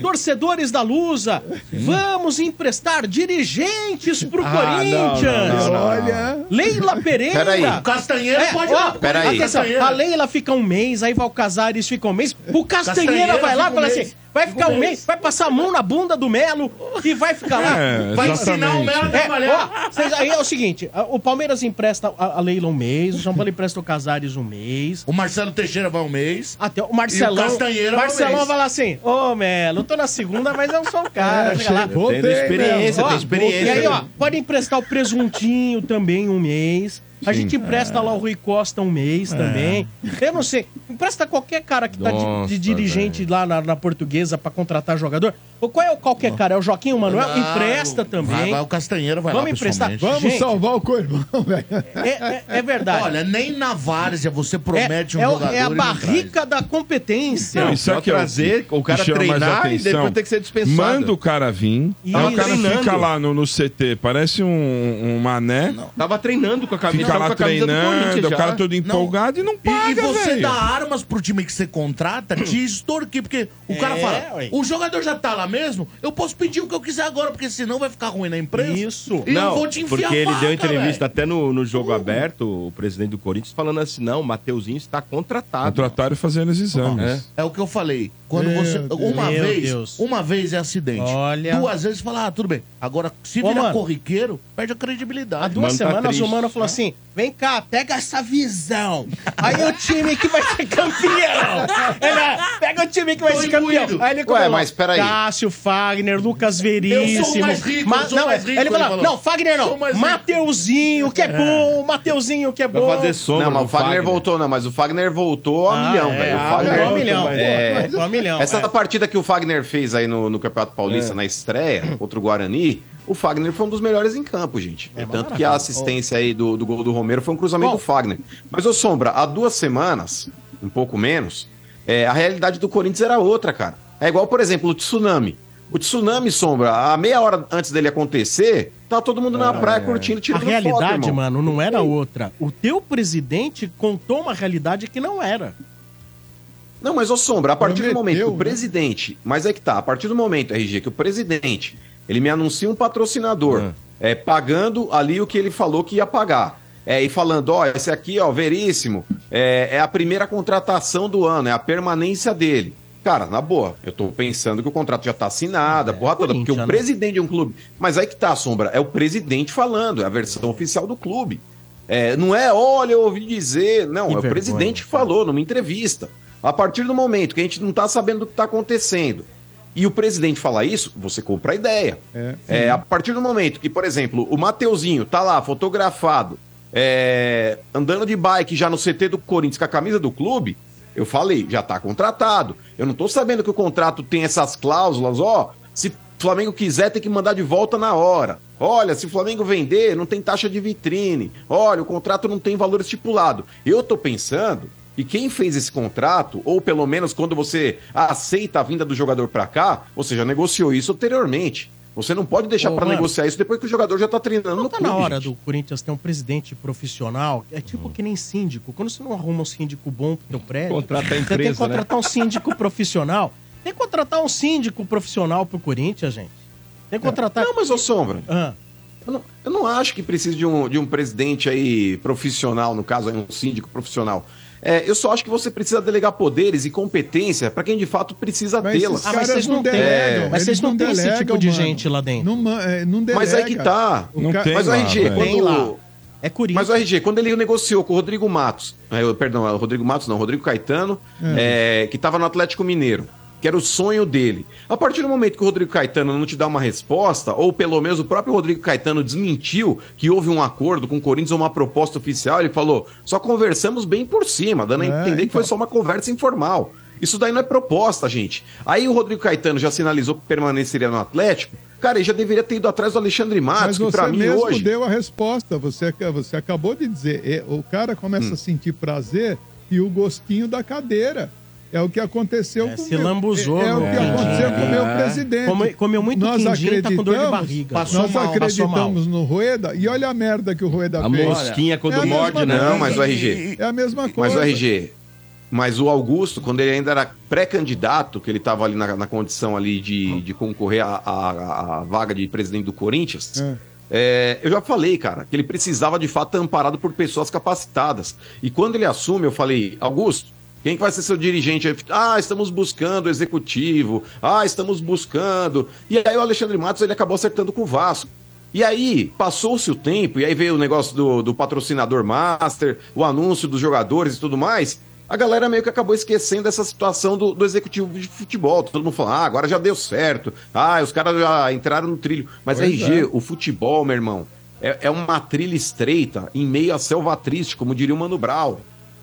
Speaker 8: Torcedores da Lusa, vamos emprestar dirigentes pro
Speaker 2: Ah, não,
Speaker 8: Corinthians.
Speaker 2: não, não, não.
Speaker 8: Olha. Leila Pereira.
Speaker 2: Peraí. O
Speaker 8: Castanheira
Speaker 1: pode ir lá pro
Speaker 2: Peraí.
Speaker 8: Atenção, a Leila fica um mês, aí vai o Casares fica um mês. O Castanheira,
Speaker 1: Castanheira
Speaker 8: vai lá e
Speaker 1: fica um
Speaker 8: fala
Speaker 1: mês.
Speaker 8: assim: vai ficar um mês, vai passar a mão na bunda do Melo e vai ficar lá.
Speaker 3: É,
Speaker 1: Vai ensinar o Melo a
Speaker 3: exatamente.
Speaker 1: trabalhar.
Speaker 8: ó, vocês- aí é o seguinte: a- o Palmeiras empresta a a Leila um mês, o São Paulo empresta o Casares um mês.
Speaker 1: O Marcelo Teixeira vai um mês.
Speaker 8: Até o Marcelão.
Speaker 1: E o é Castanheira um
Speaker 8: Marcelão
Speaker 1: talvez.
Speaker 8: vai lá assim: Ô, Melo, eu tô na segunda, mas eu sou o cara.
Speaker 5: É,
Speaker 8: chega lá.
Speaker 5: chegou
Speaker 2: Tendo
Speaker 5: bem,
Speaker 2: experiência,
Speaker 8: Ó,
Speaker 2: tem experiência.
Speaker 8: E aí, ó, pode emprestar o presuntinho também um mês. A gente empresta lá o Rui Costa um mês também. Eu não sei. Empresta qualquer cara que tá de- de,
Speaker 3: Nossa,
Speaker 8: dirigente lá na, na portuguesa pra contratar jogador. Ou qual é o qualquer cara? É o Joaquim Manuel? empresta
Speaker 1: Vai,
Speaker 8: também.
Speaker 1: vai, o Castanheira vai
Speaker 8: Vamos
Speaker 1: lá
Speaker 8: emprestar.
Speaker 1: pessoalmente.
Speaker 5: Vamos
Speaker 8: Gente.
Speaker 5: salvar o co-irmão, velho.
Speaker 8: É, é- é verdade.
Speaker 1: Olha, nem na várzea você promete
Speaker 8: é,
Speaker 1: um
Speaker 8: é o-
Speaker 1: jogador
Speaker 8: é a
Speaker 1: e não traz.
Speaker 8: barrica da competência.
Speaker 3: Não,
Speaker 4: Só
Speaker 3: é
Speaker 4: trazer,
Speaker 3: que-
Speaker 4: o cara
Speaker 3: que chama mais
Speaker 4: treinar e
Speaker 3: atenção.
Speaker 4: depois ter que ser dispensado.
Speaker 3: Manda o cara vir.
Speaker 8: Isso.
Speaker 3: Aí o cara
Speaker 4: Treinando.
Speaker 3: fica lá no, no CT, parece um, um mané.
Speaker 4: Tava treinando com a camisa,
Speaker 3: Fica
Speaker 4: tava
Speaker 3: lá
Speaker 4: com a camisa do
Speaker 3: treinando,
Speaker 4: Corinthians
Speaker 3: o
Speaker 4: já.
Speaker 3: cara todo
Speaker 1: Não.
Speaker 3: empolgado e não
Speaker 1: E,
Speaker 3: paga,
Speaker 1: e você
Speaker 3: velho.
Speaker 1: dá armas pro time que você contrata te extorquir, porque o cara
Speaker 8: É,
Speaker 1: fala,
Speaker 8: ué.
Speaker 1: o jogador já tá lá mesmo, eu posso pedir o que eu quiser agora, porque senão vai ficar ruim na empresa.
Speaker 8: Isso.
Speaker 1: E eu
Speaker 4: Não,
Speaker 1: vou te enfiar
Speaker 4: porque ele
Speaker 1: faca,
Speaker 4: deu entrevista
Speaker 1: velho. Hum.
Speaker 4: até no, no Jogo Aberto, o presidente do Corinthians, falando assim, não, o Mateuzinho está contratado.
Speaker 3: Contrataram fazendo os exames.
Speaker 1: É o que eu falei. Quando
Speaker 5: Meu
Speaker 1: você.
Speaker 5: Deus.
Speaker 1: Uma
Speaker 8: Meu
Speaker 1: vez,
Speaker 8: Deus.
Speaker 1: uma vez é acidente.
Speaker 8: Olha.
Speaker 1: Duas vezes fala, ah, tudo bem. Agora, se
Speaker 8: Ô,
Speaker 1: virar
Speaker 8: mano.
Speaker 1: corriqueiro, perde a credibilidade.
Speaker 8: Há duas
Speaker 4: Mano, tá
Speaker 8: semanas
Speaker 4: triste,
Speaker 8: o Mano falou assim: vem cá, pega essa visão. Aí o time que vai ser campeão. Ele, "Ah, pega o time que vai
Speaker 1: Tô
Speaker 8: ser campeão.
Speaker 1: imbuído.
Speaker 8: Aí ele
Speaker 2: mas peraí.
Speaker 8: Cássio, Fagner, Lucas Veríssimo.
Speaker 1: Eu sou o mais rico,
Speaker 8: Ma-
Speaker 1: eu sou o
Speaker 8: não,
Speaker 1: mais rico",
Speaker 8: Ele falou,
Speaker 1: ele falou.
Speaker 8: não, Fagner
Speaker 1: Sou
Speaker 8: não.
Speaker 1: o mais rico.
Speaker 8: Mateuzinho, que é bom. Mateuzinho, que é
Speaker 4: Vai
Speaker 8: bom.
Speaker 4: fazer sombra
Speaker 2: Não, mas
Speaker 4: no
Speaker 2: o Fagner voltou, não, mas o Fagner voltou a
Speaker 8: Ah,
Speaker 2: milhão,
Speaker 8: é,
Speaker 2: velho. O
Speaker 8: ah,
Speaker 2: Fagner
Speaker 8: voltou a milhão.
Speaker 2: É.
Speaker 8: Voltou a milhão.
Speaker 2: Essa
Speaker 8: é.
Speaker 2: partida que o Fagner fez aí no, no Campeonato Paulista, na estreia, contra o Guarani, o Fagner foi um dos melhores em campo, gente. Tanto que a assistência aí do, do gol do Romero foi um cruzamento
Speaker 8: É Bom.
Speaker 2: do Fagner. Mas, ô Sombra, há duas semanas, um pouco menos, é, a realidade do Corinthians era outra, cara. É igual, por exemplo, o Tsunami. O Tsunami, Sombra, a meia hora antes dele acontecer, tá todo mundo na
Speaker 4: É.
Speaker 2: praia curtindo,
Speaker 8: Ah, é. A
Speaker 2: tirando foto,
Speaker 8: realidade,
Speaker 2: irmão.
Speaker 8: mano, não era outra. O teu presidente contou uma realidade que não era.
Speaker 2: Não, mas ô Sombra, a partir do
Speaker 5: Prometeu,
Speaker 2: momento que o
Speaker 5: né?
Speaker 2: presidente. Mas é que tá, a partir do momento, RG, que o presidente ele me anuncia um patrocinador, é, pagando ali o que ele falou que ia pagar. É, e falando, ó, esse aqui, ó, veríssimo, é, é a primeira contratação do ano, é a permanência dele. Cara, na boa, eu tô pensando que o contrato já tá assinado, a porra toda, porque
Speaker 8: Corinthians, né?
Speaker 2: o presidente de um clube. Mas aí que tá, Sombra, é o presidente falando, é a versão oficial do clube. É, não é, olha, eu ouvi dizer. Não,
Speaker 8: Que
Speaker 2: é o
Speaker 8: vergonha,
Speaker 2: presidente
Speaker 8: cara.
Speaker 2: falou numa entrevista. A partir do momento que a gente não tá sabendo do que tá acontecendo e o presidente falar isso, você compra a ideia.
Speaker 5: É.
Speaker 2: É, a partir do momento que, por exemplo, o Mateuzinho tá lá fotografado, é, andando de bike já no CT do Corinthians com a camisa do clube, eu falei, já tá contratado. Eu não tô sabendo que o contrato tem essas cláusulas, ó. Se Flamengo quiser, tem que mandar de volta na hora. Olha, se o Flamengo vender, não tem taxa de vitrine. Olha, o contrato não tem valor estipulado. Eu tô pensando e quem fez esse contrato, ou pelo menos quando você aceita a vinda do jogador pra cá, você já negociou isso anteriormente. Você não pode deixar
Speaker 8: Ô,
Speaker 2: pra
Speaker 8: mano.
Speaker 2: negociar isso depois que o jogador já tá treinando
Speaker 8: Não
Speaker 2: no
Speaker 8: tá
Speaker 2: clube,
Speaker 8: na hora
Speaker 2: gente.
Speaker 8: do Corinthians ter um presidente profissional? É tipo que nem síndico. Quando você não arruma um síndico bom pro teu prédio,
Speaker 4: Contrata a
Speaker 8: você tem que
Speaker 4: empresa, né?
Speaker 8: contratar um síndico profissional. Tem que contratar um síndico profissional pro Corinthians, gente. Tem que contratar.
Speaker 2: Não, mas ô Sombra,
Speaker 8: Ah,
Speaker 2: eu não, eu não acho que precise de um, de um presidente aí profissional, no caso, aí um síndico profissional. É, eu só acho que você precisa delegar poderes e competência pra quem de fato precisa
Speaker 5: Mas
Speaker 2: tê-la.
Speaker 5: esses
Speaker 8: ah, mas
Speaker 5: caras
Speaker 8: vocês não
Speaker 5: não
Speaker 8: têm.
Speaker 5: delegam,
Speaker 8: Mas vocês
Speaker 5: eles
Speaker 8: não,
Speaker 5: não
Speaker 8: têm esse
Speaker 5: delegam,
Speaker 8: tipo de
Speaker 5: mano.
Speaker 8: gente lá dentro.
Speaker 5: Não, ma- é, não delega.
Speaker 2: Mas aí que tá.
Speaker 5: O
Speaker 3: Não
Speaker 5: ca-
Speaker 3: tem
Speaker 2: Mas o
Speaker 3: lá,
Speaker 2: RG,
Speaker 3: velho.
Speaker 2: quando...
Speaker 8: Tem lá. É Corinthians.
Speaker 2: Mas o RG, quando ele negociou com o Rodrigo Matos, eh, eu- perdão, é o Rodrigo Matos não, o Rodrigo Caetano,
Speaker 5: Hum.
Speaker 2: eh, que estava no Atlético Mineiro, que era o sonho dele. A partir do momento que o Rodrigo Caetano não te dá uma resposta, ou pelo menos o próprio Rodrigo Caetano desmentiu que houve um acordo com o Corinthians ou uma proposta oficial, ele falou: só conversamos bem por cima, dando a
Speaker 5: É,
Speaker 2: entender que foi só uma conversa informal. Isso daí não é proposta, gente. Aí o Rodrigo Caetano já sinalizou que permaneceria no Atlético. Cara, ele já deveria ter ido atrás do Alexandre
Speaker 5: Mas
Speaker 2: Matos, que
Speaker 5: você
Speaker 2: pra mim
Speaker 5: mesmo
Speaker 2: hoje.
Speaker 5: deu a resposta. Você, ac- você acabou de dizer. E- O cara
Speaker 4: Hum.
Speaker 5: começa a sentir prazer e o gostinho da cadeira. É o que aconteceu
Speaker 8: É,
Speaker 5: com o
Speaker 8: se
Speaker 5: meu-
Speaker 8: lambuzou,
Speaker 5: É, é o
Speaker 8: né? É.
Speaker 5: que aconteceu com o meu presidente.
Speaker 8: Come- comeu muito
Speaker 5: Nós
Speaker 8: quindim, tá com dor de
Speaker 5: acreditamos-
Speaker 8: barriga.
Speaker 1: Passou
Speaker 5: Nós
Speaker 1: mal,
Speaker 8: passou mal.
Speaker 5: acreditamos no Rueda e olha a merda que o Rueda
Speaker 4: A
Speaker 5: fez.
Speaker 4: mosquinha quando
Speaker 5: É a mesma
Speaker 4: morde, né?
Speaker 5: coisa.
Speaker 2: Não, mas o RG.
Speaker 5: É a mesma
Speaker 2: Mas
Speaker 5: coisa.
Speaker 2: o RG, Mas o Augusto, quando ele ainda era pré-candidato, que ele estava ali na, na condição ali
Speaker 5: Hum.
Speaker 2: de, de concorrer à- à à vaga de presidente do Corinthians, é, eu já falei, cara, que ele precisava de fato estar amparado por pessoas capacitadas. E quando ele assume, eu falei, Augusto, quem que vai ser seu dirigente? Aí, Ah, estamos buscando o executivo. Ah, estamos buscando. E aí o Alexandre Matos ele acabou acertando com o Vasco. E aí, passou-se o tempo, e aí veio o negócio do, do patrocinador master, o anúncio dos jogadores e tudo mais. A galera meio que acabou esquecendo essa situação do, do executivo de futebol. Todo mundo falando, ah, agora já deu certo. Ah, os caras já entraram no trilho. Mas,
Speaker 10: Pois
Speaker 2: RG,
Speaker 10: é.
Speaker 2: o futebol, meu irmão, é, é uma trilha estreita em meio à selvatriz, como diria o Mano Brau.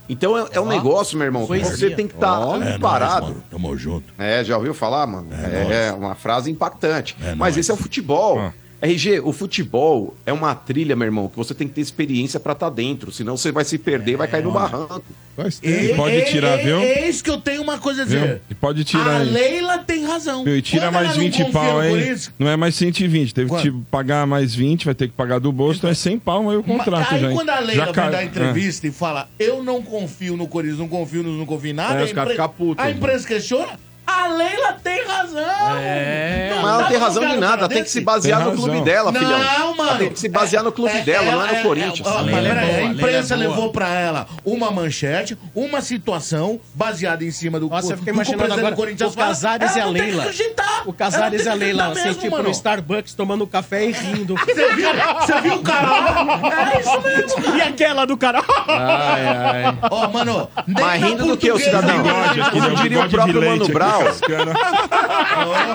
Speaker 2: Então é, é um negócio, meu irmão, que
Speaker 1: poesia.
Speaker 2: você tem que estar
Speaker 1: Ó. É nóis,
Speaker 2: amparado.
Speaker 1: mano. Tamo junto.
Speaker 2: É, já ouviu falar, mano?
Speaker 1: nóis.
Speaker 2: É, uma frase impactante. Mas esse é o futebol. RG, o futebol é uma trilha, meu irmão, que você tem que ter experiência pra estar dentro, senão você vai se perder, vai cair no barranco.
Speaker 1: E-
Speaker 2: Ele
Speaker 1: e- e- Eis É que eu tenho uma coisa a dizer.
Speaker 3: Viu? E pode tirar
Speaker 1: a
Speaker 3: aí.
Speaker 1: Leila tem razão.
Speaker 3: Meu, e tira
Speaker 1: Quando
Speaker 3: mais
Speaker 1: ela não
Speaker 3: 20
Speaker 1: confia no
Speaker 3: pau, hein?
Speaker 1: Corinthians,
Speaker 3: Não é mais 120. Teve que te pagar mais 20, vai ter que pagar do bolso, então é 100 pau, aí o
Speaker 1: Mas
Speaker 3: contrato
Speaker 1: aí
Speaker 3: já. hein?
Speaker 1: quando a
Speaker 3: Já
Speaker 1: Leila vem
Speaker 3: caiu.
Speaker 1: dar
Speaker 3: É.
Speaker 1: entrevista e fala, eu não confio no Corinthians, não confio nos, não confio em nada,
Speaker 3: É,
Speaker 1: a,
Speaker 3: os caras ficam putos,
Speaker 1: a empresa questiona, a Leila tem razão.
Speaker 2: É,
Speaker 1: Não
Speaker 2: mas ela
Speaker 1: dá
Speaker 2: não tem
Speaker 1: pra
Speaker 2: razão
Speaker 1: jogar
Speaker 2: de
Speaker 1: no
Speaker 2: nada,
Speaker 1: cara
Speaker 2: tem que
Speaker 1: Tá desse.
Speaker 2: se basear no clube dela,
Speaker 1: não,
Speaker 2: filhão.
Speaker 1: mano.
Speaker 2: Ela tem que se basear no clube
Speaker 1: É,
Speaker 2: dela,
Speaker 1: ela-
Speaker 2: não é no
Speaker 1: é-
Speaker 2: Corinthians.
Speaker 1: é- ó, mas peraí,
Speaker 2: boa,
Speaker 1: a
Speaker 2: Leila é
Speaker 1: imprensa
Speaker 2: boa.
Speaker 1: levou pra ela uma manchete, uma situação baseada em cima do
Speaker 8: Nossa, eu
Speaker 1: do que
Speaker 8: fiquei
Speaker 1: o
Speaker 8: imaginando
Speaker 1: presidente
Speaker 8: agora
Speaker 1: do Corinthians
Speaker 8: o
Speaker 1: fala,
Speaker 8: Casares e a
Speaker 1: ela não tem
Speaker 8: Leila.
Speaker 1: que É,
Speaker 8: O
Speaker 1: sujeitar. Ela tem
Speaker 8: Casares
Speaker 1: que
Speaker 8: e a Leila,
Speaker 1: sujeitar
Speaker 8: assim,
Speaker 1: mesmo,
Speaker 8: tipo,
Speaker 1: mano.
Speaker 8: no Starbucks, tomando café e rindo.
Speaker 1: Você viu? Você viu o cara lá? É isso mesmo, cara.
Speaker 8: E aquela do cara.
Speaker 3: Ai, ai.
Speaker 1: Ó, mano, nem
Speaker 2: Ah, é. Mas
Speaker 1: na
Speaker 2: rindo do que, ô
Speaker 1: portuguesa
Speaker 2: cidadão?
Speaker 1: tem
Speaker 3: Bigode aqui, né?
Speaker 2: Como diria o
Speaker 3: Bigode de
Speaker 2: próprio
Speaker 3: leite
Speaker 2: Mano
Speaker 3: aqui,
Speaker 2: Brau,
Speaker 3: cascando.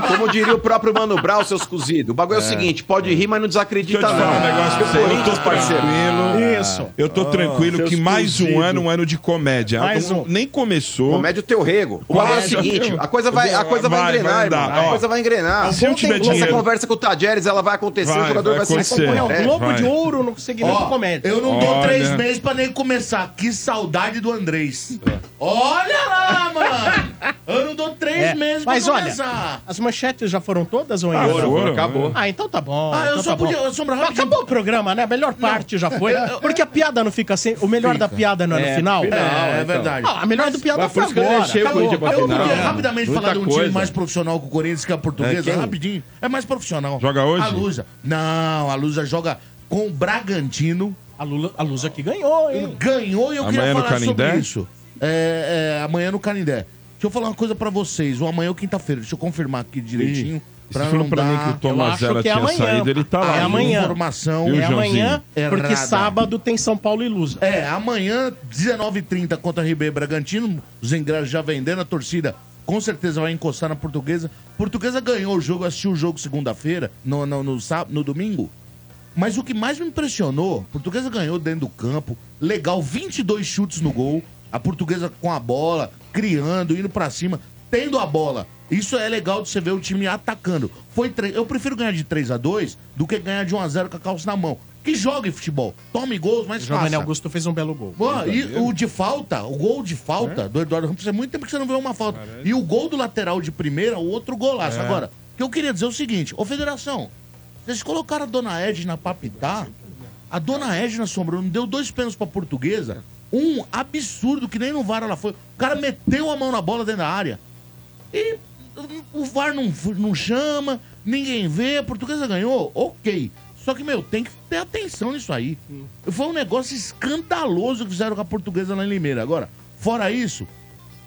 Speaker 2: como diria o próprio Mano Brau, seus cozidos. O bagulho é o seguinte, pode rir, mas não desacredita
Speaker 3: Deixa eu te
Speaker 2: não.
Speaker 3: falar um negócio pra
Speaker 2: Porque
Speaker 3: você.
Speaker 2: o
Speaker 3: Eu tô
Speaker 2: Corinthians, parceiro.
Speaker 3: tranquilo.
Speaker 8: Isso. Ah,
Speaker 3: Eu
Speaker 2: Ah,
Speaker 3: tô tranquilo que mais um ano, um ano de comédia.
Speaker 8: Mais
Speaker 3: Não-
Speaker 8: um.
Speaker 3: Nem começou.
Speaker 2: Comédia o teu rego. O bagulho é o
Speaker 3: Comédia,
Speaker 2: seguinte,
Speaker 3: meu.
Speaker 2: a coisa vai, a coisa vai,
Speaker 3: Vai,
Speaker 2: engrenar,
Speaker 3: vai andar.
Speaker 2: irmão. A
Speaker 3: Ó,
Speaker 2: coisa vai engrenar.
Speaker 3: se eu tiver
Speaker 2: Essa
Speaker 3: dinheiro-
Speaker 2: conversa com o Tajeres, ela vai acontecer,
Speaker 3: Vai,
Speaker 2: o jogador
Speaker 3: vai
Speaker 2: vai, se
Speaker 3: acontecer.
Speaker 2: acompanhar.
Speaker 8: É o
Speaker 2: É.
Speaker 8: Globo
Speaker 3: vai.
Speaker 8: de Ouro no segmento
Speaker 1: Ó,
Speaker 8: comédia.
Speaker 1: eu não dou
Speaker 3: Olha.
Speaker 1: três meses pra nem começar. Que saudade do Andrés. Olha lá, mano. Eu não dou três
Speaker 8: É,
Speaker 1: meses pra
Speaker 8: mas olha,
Speaker 1: começar.
Speaker 8: as manchetes já foram todas ou ainda?
Speaker 3: Ah,
Speaker 8: não?
Speaker 3: foram, foram.
Speaker 4: acabou.
Speaker 8: Ah, então tá bom.
Speaker 1: ah, eu
Speaker 8: então
Speaker 1: só
Speaker 8: tá bom.
Speaker 1: podia... Eu só
Speaker 8: Mas Acabou o programa, né? A melhor parte já foi. Porque a piada não fica assim. O melhor da piada não é, no final?
Speaker 1: é, é verdade.
Speaker 8: Ah, a melhor do piada
Speaker 4: então. Mas por
Speaker 8: foi
Speaker 4: isso que eu
Speaker 8: agora.
Speaker 4: deixei o
Speaker 8: Acabou.
Speaker 4: Corinthians pra
Speaker 1: Eu
Speaker 4: final.
Speaker 1: podia
Speaker 4: né?
Speaker 1: rapidamente
Speaker 4: Muita
Speaker 1: falar de um time
Speaker 4: coisa.
Speaker 1: mais profissional que o Corinthians, que a portuguesa. rapidinho. É mais profissional.
Speaker 3: Joga hoje?
Speaker 1: A Lusa. Não, a Lusa joga com o Bragantino.
Speaker 8: A, Lula, a Luz aqui ganhou, hein?
Speaker 1: ganhou e eu
Speaker 3: Amanhã
Speaker 1: queria
Speaker 3: no
Speaker 1: falar sobre
Speaker 3: Canindé?
Speaker 1: isso. É, é, amanhã no Canindé. Deixa eu falar uma coisa pra vocês. O amanhã ou quinta-feira. Deixa eu confirmar aqui direitinho.
Speaker 3: Você falou pra mim que o
Speaker 8: eu
Speaker 3: Tomazella
Speaker 8: acho que é
Speaker 3: tinha
Speaker 8: amanhã.
Speaker 3: saído, ele tá
Speaker 8: Ah,
Speaker 3: lá.
Speaker 8: é
Speaker 3: viu?
Speaker 8: amanhã.
Speaker 1: Informação.
Speaker 3: Viu,
Speaker 8: é amanhã,
Speaker 1: Joãozinho?
Speaker 8: porque
Speaker 1: Errada.
Speaker 8: sábado tem São Paulo e Lusa.
Speaker 1: É, amanhã, 19h30 contra RB Bragantino. Os ingressos já vendendo, a torcida com certeza vai encostar na portuguesa. Portuguesa ganhou o jogo, assistiu o jogo segunda-feira, no, no, no, sábado, no domingo. Mas o que mais me impressionou, a portuguesa ganhou dentro do campo, legal, 22 chutes no gol, a portuguesa com a bola, criando, indo pra cima, tendo a bola. Isso é legal de você ver o time atacando. Foi tre- Eu prefiro ganhar de 3 a 2 do que ganhar de 1 a 0 com a calça na mão. Que jogue futebol, tome gols, mas
Speaker 8: O Giovanni
Speaker 1: faça.
Speaker 8: Augusto fez um belo gol.
Speaker 1: Pô, e o de falta, o gol de falta do Eduardo Ramos, é muito tempo que você não vê uma falta. E o gol do lateral de primeira, o outro golaço. Agora, o que eu queria dizer é o seguinte, ô Federação, vocês colocaram a Dona Edna pra pitar, a Dona Edna sobrou, não deu dois pênaltis pra portuguesa, um absurdo, que nem no VAR ela foi. O cara meteu a mão na bola dentro da área. E o VAR não, não chama, ninguém vê, a portuguesa ganhou, ok. Só que, meu, tem que ter atenção nisso aí.
Speaker 8: Hum.
Speaker 1: Foi um negócio escandaloso que fizeram com a portuguesa lá em Limeira. Agora, fora isso,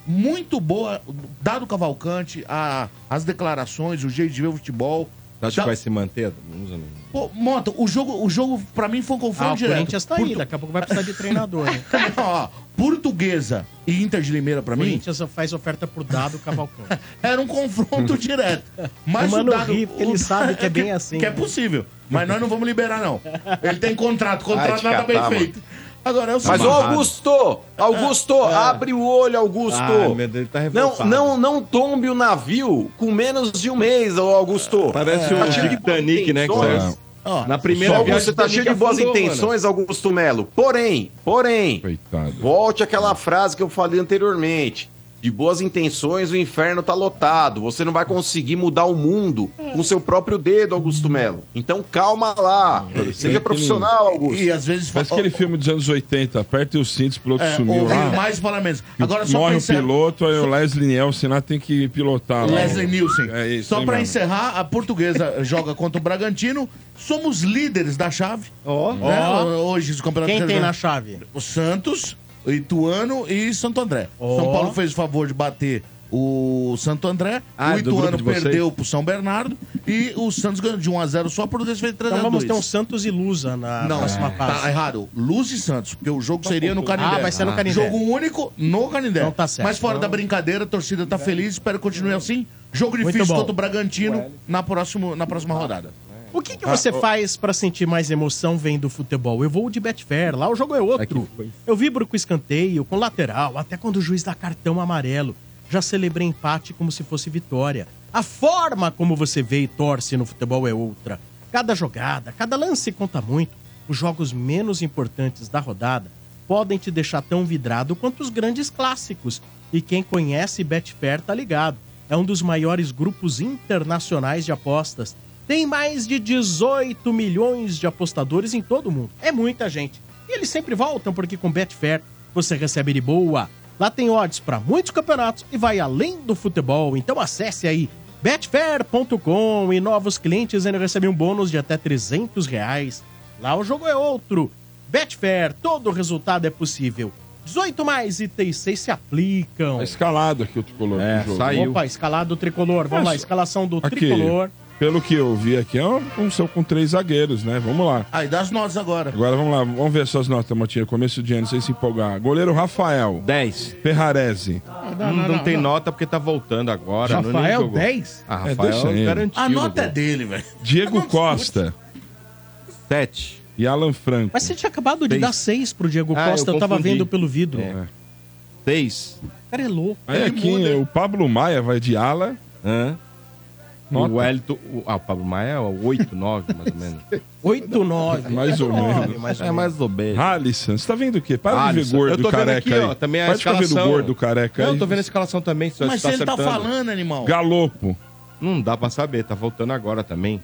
Speaker 1: muito boa, dado Cavalcante, a- as declarações, o jeito de ver o futebol.
Speaker 8: Tá
Speaker 4: Você acha
Speaker 1: Da-
Speaker 4: que vai se manter? Não usa não.
Speaker 1: Pô, Mota, o jogo, o jogo pra mim foi um confronto
Speaker 8: Ah, o
Speaker 1: direto.
Speaker 8: Corinthians tá aí, daqui a pouco vai precisar de treinador. Né?
Speaker 1: Ó, portuguesa e Inter de Limeira pra
Speaker 8: O
Speaker 1: mim
Speaker 8: Corinthians faz oferta pro Dado Cavalcante.
Speaker 1: era um confronto direto. Mas
Speaker 8: O
Speaker 1: o,
Speaker 8: Mano
Speaker 1: dado,
Speaker 8: ri, porque ele
Speaker 1: o-
Speaker 8: sabe que é bem assim,
Speaker 1: Que é
Speaker 8: né?
Speaker 1: possível. Mas nós não vamos liberar, não. Ele tem contrato, contrato
Speaker 2: Vai te
Speaker 1: nada
Speaker 2: catar,
Speaker 1: bem
Speaker 2: mano.
Speaker 1: feito. Agora eu sou. É,
Speaker 2: Mas, ô Augusto, Augusto,
Speaker 8: Ah,
Speaker 2: abre o olho, Augusto.
Speaker 4: Ah, meu Deus, ele tá
Speaker 2: não,
Speaker 4: revoltado.
Speaker 2: não, não tombe o navio com menos de um mês, ô Augusto. Tá
Speaker 4: Parece o Titanic, né? que
Speaker 2: intenções.
Speaker 4: saiu.
Speaker 1: Ó,
Speaker 4: Na
Speaker 2: Ô,
Speaker 4: primeira
Speaker 2: Augusto, você tá
Speaker 4: o
Speaker 2: cheio de
Speaker 4: Titanic
Speaker 2: boas
Speaker 4: afundou, mano.
Speaker 2: intenções, Augusto Melo. Porém, porém,
Speaker 3: Coitado.
Speaker 2: volte àquela frase que eu falei anteriormente. De boas intenções, o inferno tá lotado. Você não vai conseguir mudar o mundo com seu próprio dedo, Augusto Melo. Então calma lá.
Speaker 1: É,
Speaker 2: Seja profissional, Augusto.
Speaker 1: E às vezes
Speaker 3: Parece aquele filme dos anos 80, aperta os cintos, o piloto
Speaker 1: É,
Speaker 3: sumiu
Speaker 1: ou
Speaker 3: lá.
Speaker 1: mais para menos. Agora só
Speaker 3: Morre
Speaker 1: para
Speaker 3: o
Speaker 1: encerrar.
Speaker 3: piloto, aí o Leslie Nielsen lá tem que pilotar. lá.
Speaker 1: Leslie Nielsen.
Speaker 3: É isso,
Speaker 1: Só
Speaker 3: hein,
Speaker 1: pra
Speaker 3: mano?
Speaker 1: encerrar, a portuguesa joga contra o Bragantino. Somos líderes da chave.
Speaker 8: Ó.
Speaker 1: Né?
Speaker 8: Ó.
Speaker 1: Hoje, o campeonato
Speaker 8: Quem tem
Speaker 1: Brasileiro-
Speaker 8: na chave?
Speaker 1: o Santos, o Ituano e Santo André.
Speaker 8: Ó.
Speaker 1: São Paulo fez o favor de bater o Santo André,
Speaker 3: Ah,
Speaker 1: o
Speaker 3: é do grupo
Speaker 1: Ituano
Speaker 3: de vocês?
Speaker 1: perdeu pro São Bernardo e o Santos ganhou de 1x0 só, por Portuguesa fez 3x2.
Speaker 8: Então vamos ter um Santos Ah, e Lusa na
Speaker 1: Não,
Speaker 8: próxima
Speaker 1: tá
Speaker 8: fase.
Speaker 1: errado. Luz e Santos, porque o jogo seria no Canindé.
Speaker 8: Ah, vai ser no Canindé.
Speaker 1: Jogo único no Canindé.
Speaker 8: Então tá certo.
Speaker 1: Mas fora
Speaker 8: Então- É.
Speaker 1: da brincadeira, a torcida tá feliz, espero que continue assim. Jogo
Speaker 8: Muito
Speaker 1: difícil
Speaker 8: bom.
Speaker 1: contra o Bragantino na, próximo, na
Speaker 4: Ah.
Speaker 1: próxima rodada.
Speaker 8: O que, que você faz pra sentir mais emoção vendo futebol? Eu vou de Betfair, lá o jogo é outro. Eu vibro com escanteio, com lateral, até quando o juiz dá cartão amarelo. Já celebrei empate como se fosse vitória. A forma como você vê e torce no futebol é outra. Cada jogada, cada lance conta muito. Os jogos menos importantes da rodada podem te deixar tão vidrado quanto os grandes clássicos. E quem conhece Betfair tá ligado. É um dos maiores grupos internacionais de apostas. Tem mais de 18 milhões de apostadores em todo o mundo. É muita gente. E eles sempre voltam porque com Betfair você recebe de boa. Lá tem odds para muitos campeonatos e vai além do futebol. Então acesse aí betfair.com e novos clientes ainda recebem um bônus de até 300 reais. Lá o jogo é outro. Betfair, todo resultado é possível. 18 mais e 36 se aplicam.
Speaker 3: Tá escalado aqui o tricolor.
Speaker 1: É,
Speaker 3: do jogo. É
Speaker 8: Opa, escalado tricolor. Vamos lá, escalação do
Speaker 3: Aqui,
Speaker 8: tricolor.
Speaker 3: pelo que eu vi aqui, é uma função com três zagueiros, né? Vamos lá.
Speaker 1: Aí dá as notas agora.
Speaker 3: Agora vamos lá, vamos ver suas notas, Matinha. Começo de ano, sem se empolgar. Goleiro Rafael.
Speaker 4: 10.
Speaker 3: Ferrarese.
Speaker 4: Hum, não, tem nota porque tá voltando agora. não, nem
Speaker 5: Rafael,
Speaker 4: jogou.
Speaker 5: 10?
Speaker 4: Ah,
Speaker 3: É,
Speaker 4: Rafael
Speaker 3: deixa ele.
Speaker 4: garantiu.
Speaker 1: A nota é dele, velho.
Speaker 3: Diego Costa
Speaker 4: 7.
Speaker 3: e Alan Franco.
Speaker 8: Mas você tinha acabado de
Speaker 4: Seis.
Speaker 8: dar 6 pro Diego
Speaker 4: Ah, eu
Speaker 8: Costa, eu, tava
Speaker 4: confundi.
Speaker 8: vendo pelo vidro.
Speaker 3: É.
Speaker 4: 6.
Speaker 8: O cara é louco.
Speaker 3: Aí aqui o Pablo Maia vai de ala.
Speaker 4: O
Speaker 3: Nota.
Speaker 4: Wellington. o- Ah, o Pablo Maia é 8, 9, mais ou menos.
Speaker 8: 8, 9.
Speaker 3: Mais ou menos.
Speaker 4: é mais ou menos.
Speaker 3: Alisson, você tá vendo o quê? Para de ver
Speaker 4: Alisson.
Speaker 3: gordo
Speaker 4: Ah, Eu tô vendo
Speaker 3: careca
Speaker 4: aqui,
Speaker 3: aí.
Speaker 4: ó, também a
Speaker 3: Para de ficar
Speaker 4: escalação.
Speaker 3: vendo gordo careca
Speaker 4: Não,
Speaker 3: aí.
Speaker 4: eu tô vendo a escalação também. Só
Speaker 1: Mas
Speaker 4: tá
Speaker 1: ele tá
Speaker 4: acertando.
Speaker 1: falando, animal.
Speaker 3: Galopo,
Speaker 4: Não dá pra saber, tá voltando agora também.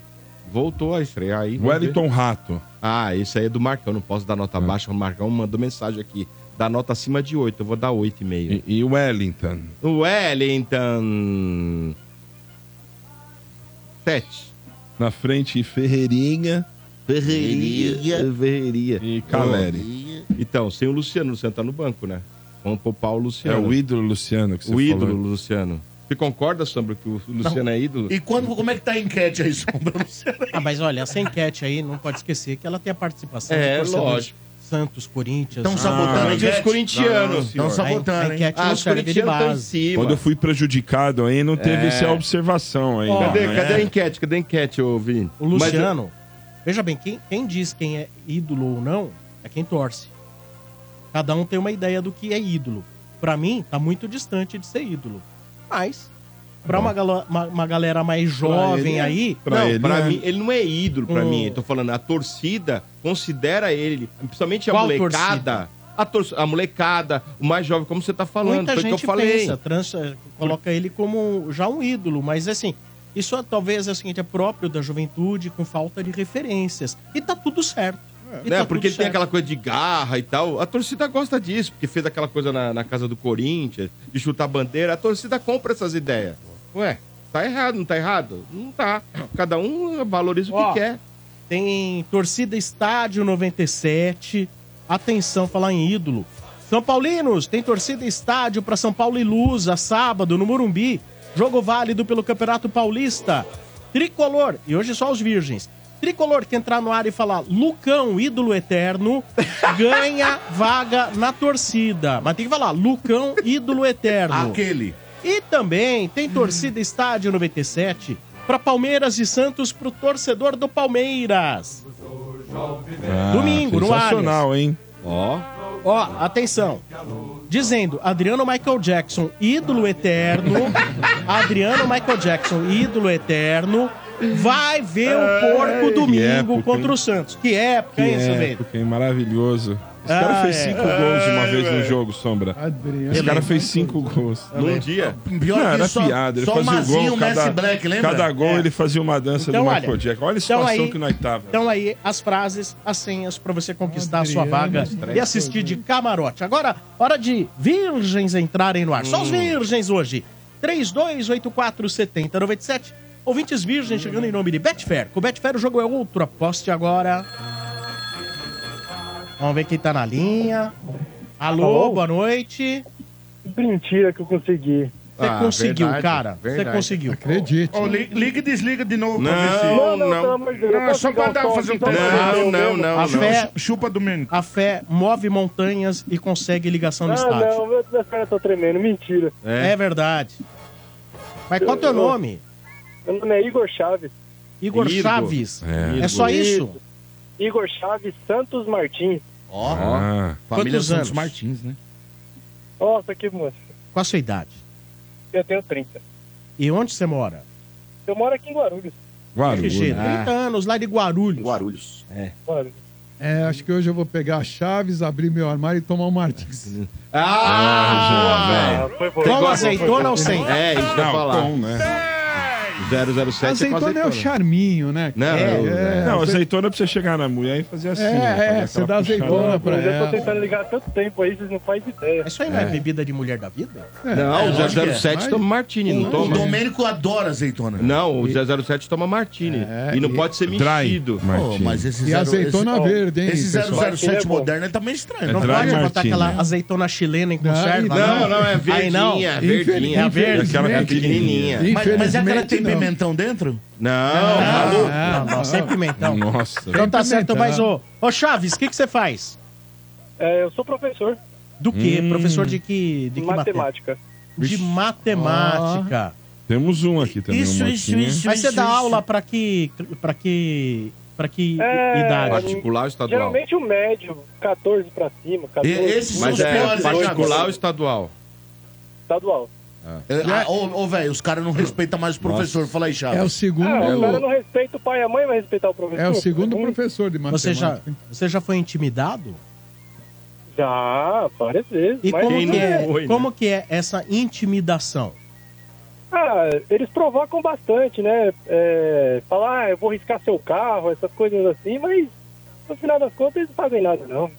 Speaker 4: Voltou a estrear aí. vamos ver.
Speaker 3: Wellington Rato.
Speaker 4: Ah, esse aí é do Marcão, não posso dar
Speaker 3: Ah.
Speaker 4: nota baixa. O Marcão mandou mensagem aqui. Dá nota acima de 8, eu vou dar 8,5.
Speaker 3: E, e Wellington.
Speaker 4: O Wellington. 7.
Speaker 3: Na frente, Ferreirinha
Speaker 2: Ferreirinha. Ferreirinha.
Speaker 3: e Caleri.
Speaker 4: Então, sem o Luciano, o Luciano tá no banco, né? Vamos poupar o
Speaker 3: é
Speaker 4: Luciano.
Speaker 3: o ídolo Luciano que você
Speaker 4: O ídolo,
Speaker 3: falou.
Speaker 4: Luciano. Você concorda, Sombra, que o Luciano é ídolo?
Speaker 1: E quando, como é que tá a enquete aí, Sombra? Eu Não sei.
Speaker 8: Ah, mas olha, essa enquete aí, não pode esquecer que ela tem a participação
Speaker 4: É,
Speaker 8: de torcedores
Speaker 4: lógico.
Speaker 8: Santos, Corinthians.
Speaker 1: Estão
Speaker 3: Ah,
Speaker 1: sabotando a
Speaker 4: Mas e os
Speaker 1: enquete?
Speaker 4: corintianos?
Speaker 1: Estão
Speaker 8: a,
Speaker 1: sabotando,
Speaker 8: a
Speaker 1: hein? Ah,
Speaker 8: enquete não serve de
Speaker 4: tão em
Speaker 8: base.
Speaker 4: cima.
Speaker 3: Quando eu fui prejudicado aí, não teve
Speaker 4: É.
Speaker 3: essa observação ainda.
Speaker 4: Cadê,
Speaker 3: né?
Speaker 4: cadê a enquete? Cadê a enquete, ô Vini?
Speaker 8: O Luciano, veja bem, quem, quem diz quem é ídolo ou não é quem torce. Cada um tem uma ideia do que é ídolo. Pra mim, tá muito distante de ser ídolo. Mas, pra uma, galo- uma, uma galera mais jovem
Speaker 3: ele é-
Speaker 8: aí,
Speaker 3: Pra
Speaker 4: não,
Speaker 3: ele,
Speaker 4: pra
Speaker 3: né?
Speaker 4: mim, ele não é ídolo pra
Speaker 8: Hum.
Speaker 4: mim. Eu tô falando, a torcida considera ele, principalmente a
Speaker 8: Qual
Speaker 4: molecada. A, torci- a molecada, o mais jovem, como você tá falando,
Speaker 8: muita
Speaker 4: foi o que eu
Speaker 8: gente
Speaker 4: falei.
Speaker 8: pensa, trans- coloca ele como já um ídolo, mas assim, isso é, talvez é o seguinte, é próprio da juventude, com falta de referências. E tá tudo certo. E tá
Speaker 4: né?
Speaker 8: tudo
Speaker 4: porque ele tem
Speaker 8: certo.
Speaker 4: aquela coisa de garra e tal. A torcida gosta disso, porque fez aquela coisa na, na casa do Corinthians, de chutar bandeira. A torcida compra essas ideias. Ué, tá errado, não tá errado? Não tá. Cada um valoriza o
Speaker 8: Ó.
Speaker 4: que quer.
Speaker 8: Tem torcida estádio 97. Atenção, falar em ídolo. São Paulinos, tem torcida estádio para São Paulo e Lusa, sábado, no Morumbi. Jogo válido pelo Campeonato Paulista. Tricolor, e hoje só os virgens. Tricolor que entrar no ar e falar Lucão, ídolo eterno, ganha vaga na torcida. Mas tem que falar Lucão, ídolo eterno.
Speaker 1: Aquele.
Speaker 8: E também tem torcida estádio 97 para Palmeiras e Santos pro torcedor do Palmeiras.
Speaker 3: Ah,
Speaker 8: É. Domingo, no Allianz.
Speaker 3: Sensacional, hein?
Speaker 4: Ó.
Speaker 8: Ó, atenção. Dizendo, Adriano Michael Jackson, ídolo eterno. Adriano Michael Jackson, ídolo eterno. Vai ver o porco domingo
Speaker 3: época,
Speaker 8: contra
Speaker 3: hein?
Speaker 8: o Santos. Que é, época,
Speaker 3: Que
Speaker 8: hein, seu
Speaker 3: época,
Speaker 8: velho?
Speaker 3: hein? Maravilhoso. Os caras
Speaker 1: Ah,
Speaker 3: fez
Speaker 1: é.
Speaker 3: cinco gols uma
Speaker 1: Ai,
Speaker 3: vez no
Speaker 1: velho.
Speaker 3: jogo, Sombra.
Speaker 1: Adriano.
Speaker 3: Os caras fez cinco gols.
Speaker 1: Eu lembro. Pior
Speaker 3: Pior não,
Speaker 1: que
Speaker 3: era
Speaker 1: só-
Speaker 3: piada. Ele
Speaker 1: só o
Speaker 3: fazia o
Speaker 1: Mazinho,
Speaker 3: gol.
Speaker 1: o
Speaker 3: Cada,
Speaker 1: Messi Black, lembra?
Speaker 3: cada gol
Speaker 1: É.
Speaker 3: ele fazazia uma dança
Speaker 8: Então,
Speaker 3: do
Speaker 8: olha,
Speaker 3: Michael Jackson. Olha a
Speaker 8: então
Speaker 3: situação
Speaker 8: aí-
Speaker 3: que nós tava.
Speaker 8: Então aí, as frases, as senhas para você conquistar a sua
Speaker 3: Adriano,
Speaker 8: vaga
Speaker 3: estreia
Speaker 8: e assistir de camarote. Agora, hora de virgens entrarem no ar. Só
Speaker 3: Hum.
Speaker 8: os virgens hoje. 32847097. Ouvintes virgens chegando em nome de Betfair. Com Betfair o jogo é outro. Aposte agora. Vamos ver quem tá na linha. Alô,
Speaker 10: Alô?
Speaker 8: boa noite.
Speaker 10: Mentira que eu consegui.
Speaker 8: Você
Speaker 3: Ah,
Speaker 8: conseguiu, cara. Você conseguiu.
Speaker 5: Acredite.
Speaker 1: Ô, li- liga e desliga de novo
Speaker 8: Não, não, pelo amor de Deus, eu posso
Speaker 1: só
Speaker 8: ligar
Speaker 1: pra
Speaker 8: o
Speaker 1: dar,
Speaker 8: som
Speaker 1: fazer um
Speaker 8: aqui,
Speaker 1: teste.
Speaker 8: então, não, não, não,
Speaker 1: A
Speaker 8: não.
Speaker 1: fé chupa do menino.
Speaker 8: A fé move montanhas e consegue ligação no
Speaker 10: Ah,
Speaker 8: estádio.
Speaker 10: não, meu- meus caras estão tremendo, mentira.
Speaker 8: É. verdade. Mas qual é o teu
Speaker 10: Eu-
Speaker 8: nome?
Speaker 10: Meu nome é Igor Chaves.
Speaker 8: Igor Chaves. É. É só isso?
Speaker 10: Igor Chaves Santos Martins.
Speaker 1: Ó,
Speaker 3: Ah.
Speaker 1: família
Speaker 8: Quantos
Speaker 1: Santos
Speaker 8: anos?
Speaker 1: Martins, né?
Speaker 10: Nossa, que moço.
Speaker 8: Qual a sua idade?
Speaker 10: Eu tenho 30.
Speaker 8: E onde você mora?
Speaker 10: Eu moro aqui em Guarulhos.
Speaker 3: Guarulhos.
Speaker 8: FG, 30
Speaker 5: Ah.
Speaker 8: anos, lá de Guarulhos.
Speaker 2: Guarulhos. É.
Speaker 10: Guarulhos.
Speaker 5: É, acho que hoje eu vou pegar as chaves, abrir meu armário e tomar um
Speaker 4: Hum.
Speaker 5: Martins.
Speaker 2: Ah,
Speaker 5: Ah, foi
Speaker 2: velho.
Speaker 5: bom. Como azeitona ou sem?
Speaker 2: É, isso que eu ia
Speaker 5: Não,
Speaker 2: falar.
Speaker 4: então,
Speaker 5: com,
Speaker 4: né?
Speaker 2: 007 é com
Speaker 5: Azeitona é o charminho, né?
Speaker 2: Não,
Speaker 5: cara?
Speaker 2: não,
Speaker 5: é,
Speaker 3: não,
Speaker 5: azeitona.
Speaker 3: azeitona pra você chegar na mulher e fazer assim.
Speaker 5: É,
Speaker 3: né? Fazer
Speaker 5: é,
Speaker 3: aquela
Speaker 5: você dá
Speaker 3: puxada.
Speaker 5: azeitona pra
Speaker 10: Eu já tô
Speaker 5: ela.
Speaker 10: tentando ligar há tanto tempo aí, vocês não fazem ideia.
Speaker 8: Isso aí não é, bebida de mulher da vida?
Speaker 4: Não,
Speaker 1: É,
Speaker 4: o
Speaker 1: lógico que é.
Speaker 4: 007
Speaker 1: Mas-
Speaker 4: toma Martini, não
Speaker 1: O-
Speaker 4: toma?
Speaker 1: O Domênico adora azeitona.
Speaker 4: Não, o 007 toma Martini. e não pode ser mexido.
Speaker 1: Pô, mas esse
Speaker 4: E
Speaker 1: zero-
Speaker 4: azeitona
Speaker 1: esse-
Speaker 4: verde, hein,
Speaker 1: Esse
Speaker 4: pessoal?
Speaker 1: 007
Speaker 4: É bom.
Speaker 1: moderno ele tá meio estranho.
Speaker 8: não
Speaker 1: né?
Speaker 8: pode botar aquela azeitona chilena em conserva,
Speaker 1: não,
Speaker 8: não?
Speaker 1: não, é
Speaker 8: Aí não.
Speaker 1: verdinha, verdinha.
Speaker 8: É a verde.
Speaker 1: Aquela
Speaker 8: É
Speaker 1: pequenininha. Mas- mas é aquela que tem pimentão dentro?
Speaker 4: Não, tá
Speaker 8: maluco. Ah, Não, não, sem pimentão.
Speaker 3: Nossa.
Speaker 8: Então tá
Speaker 1: Tem
Speaker 8: certo,
Speaker 1: pimentão.
Speaker 8: mas ô, ô Chaves, o que que você faz?
Speaker 10: É, eu sou professor.
Speaker 8: Do quê?
Speaker 10: Hum.
Speaker 8: Professor de que, de que matéria?
Speaker 10: Matemática.
Speaker 8: De matemática.
Speaker 3: Temos um aqui também.
Speaker 8: Isso,
Speaker 3: um
Speaker 8: isso,
Speaker 3: motinho.
Speaker 8: isso. Ah, Mas você dá aula pra que. pra que. pra que
Speaker 10: É,
Speaker 8: idade?
Speaker 4: Particular ou estadual?
Speaker 10: Geralmente o médio, 14 pra cima. 14,
Speaker 4: Mas é particular ou estadual?
Speaker 10: Estadual.
Speaker 1: É, ah, Ô, ô, velho, os caras não respeitam mais o professor. Fala aí, Chaves.
Speaker 5: É o segundo.
Speaker 10: Ah, o cara não respeita o pai e a mãe, vai respeitar o professor.
Speaker 5: É o segundo professor de
Speaker 8: Você
Speaker 5: matemática.
Speaker 8: já, você já foi intimidado?
Speaker 10: Já, várias vezes.
Speaker 8: E
Speaker 10: mas-
Speaker 8: como, que é,
Speaker 10: né?
Speaker 8: como que é essa intimidação?
Speaker 10: Ah, eles provocam bastante, né? É, falar, ah, eu vou riscar seu carro, essas coisas assim, mas no final das contas eles não fazem nada, não.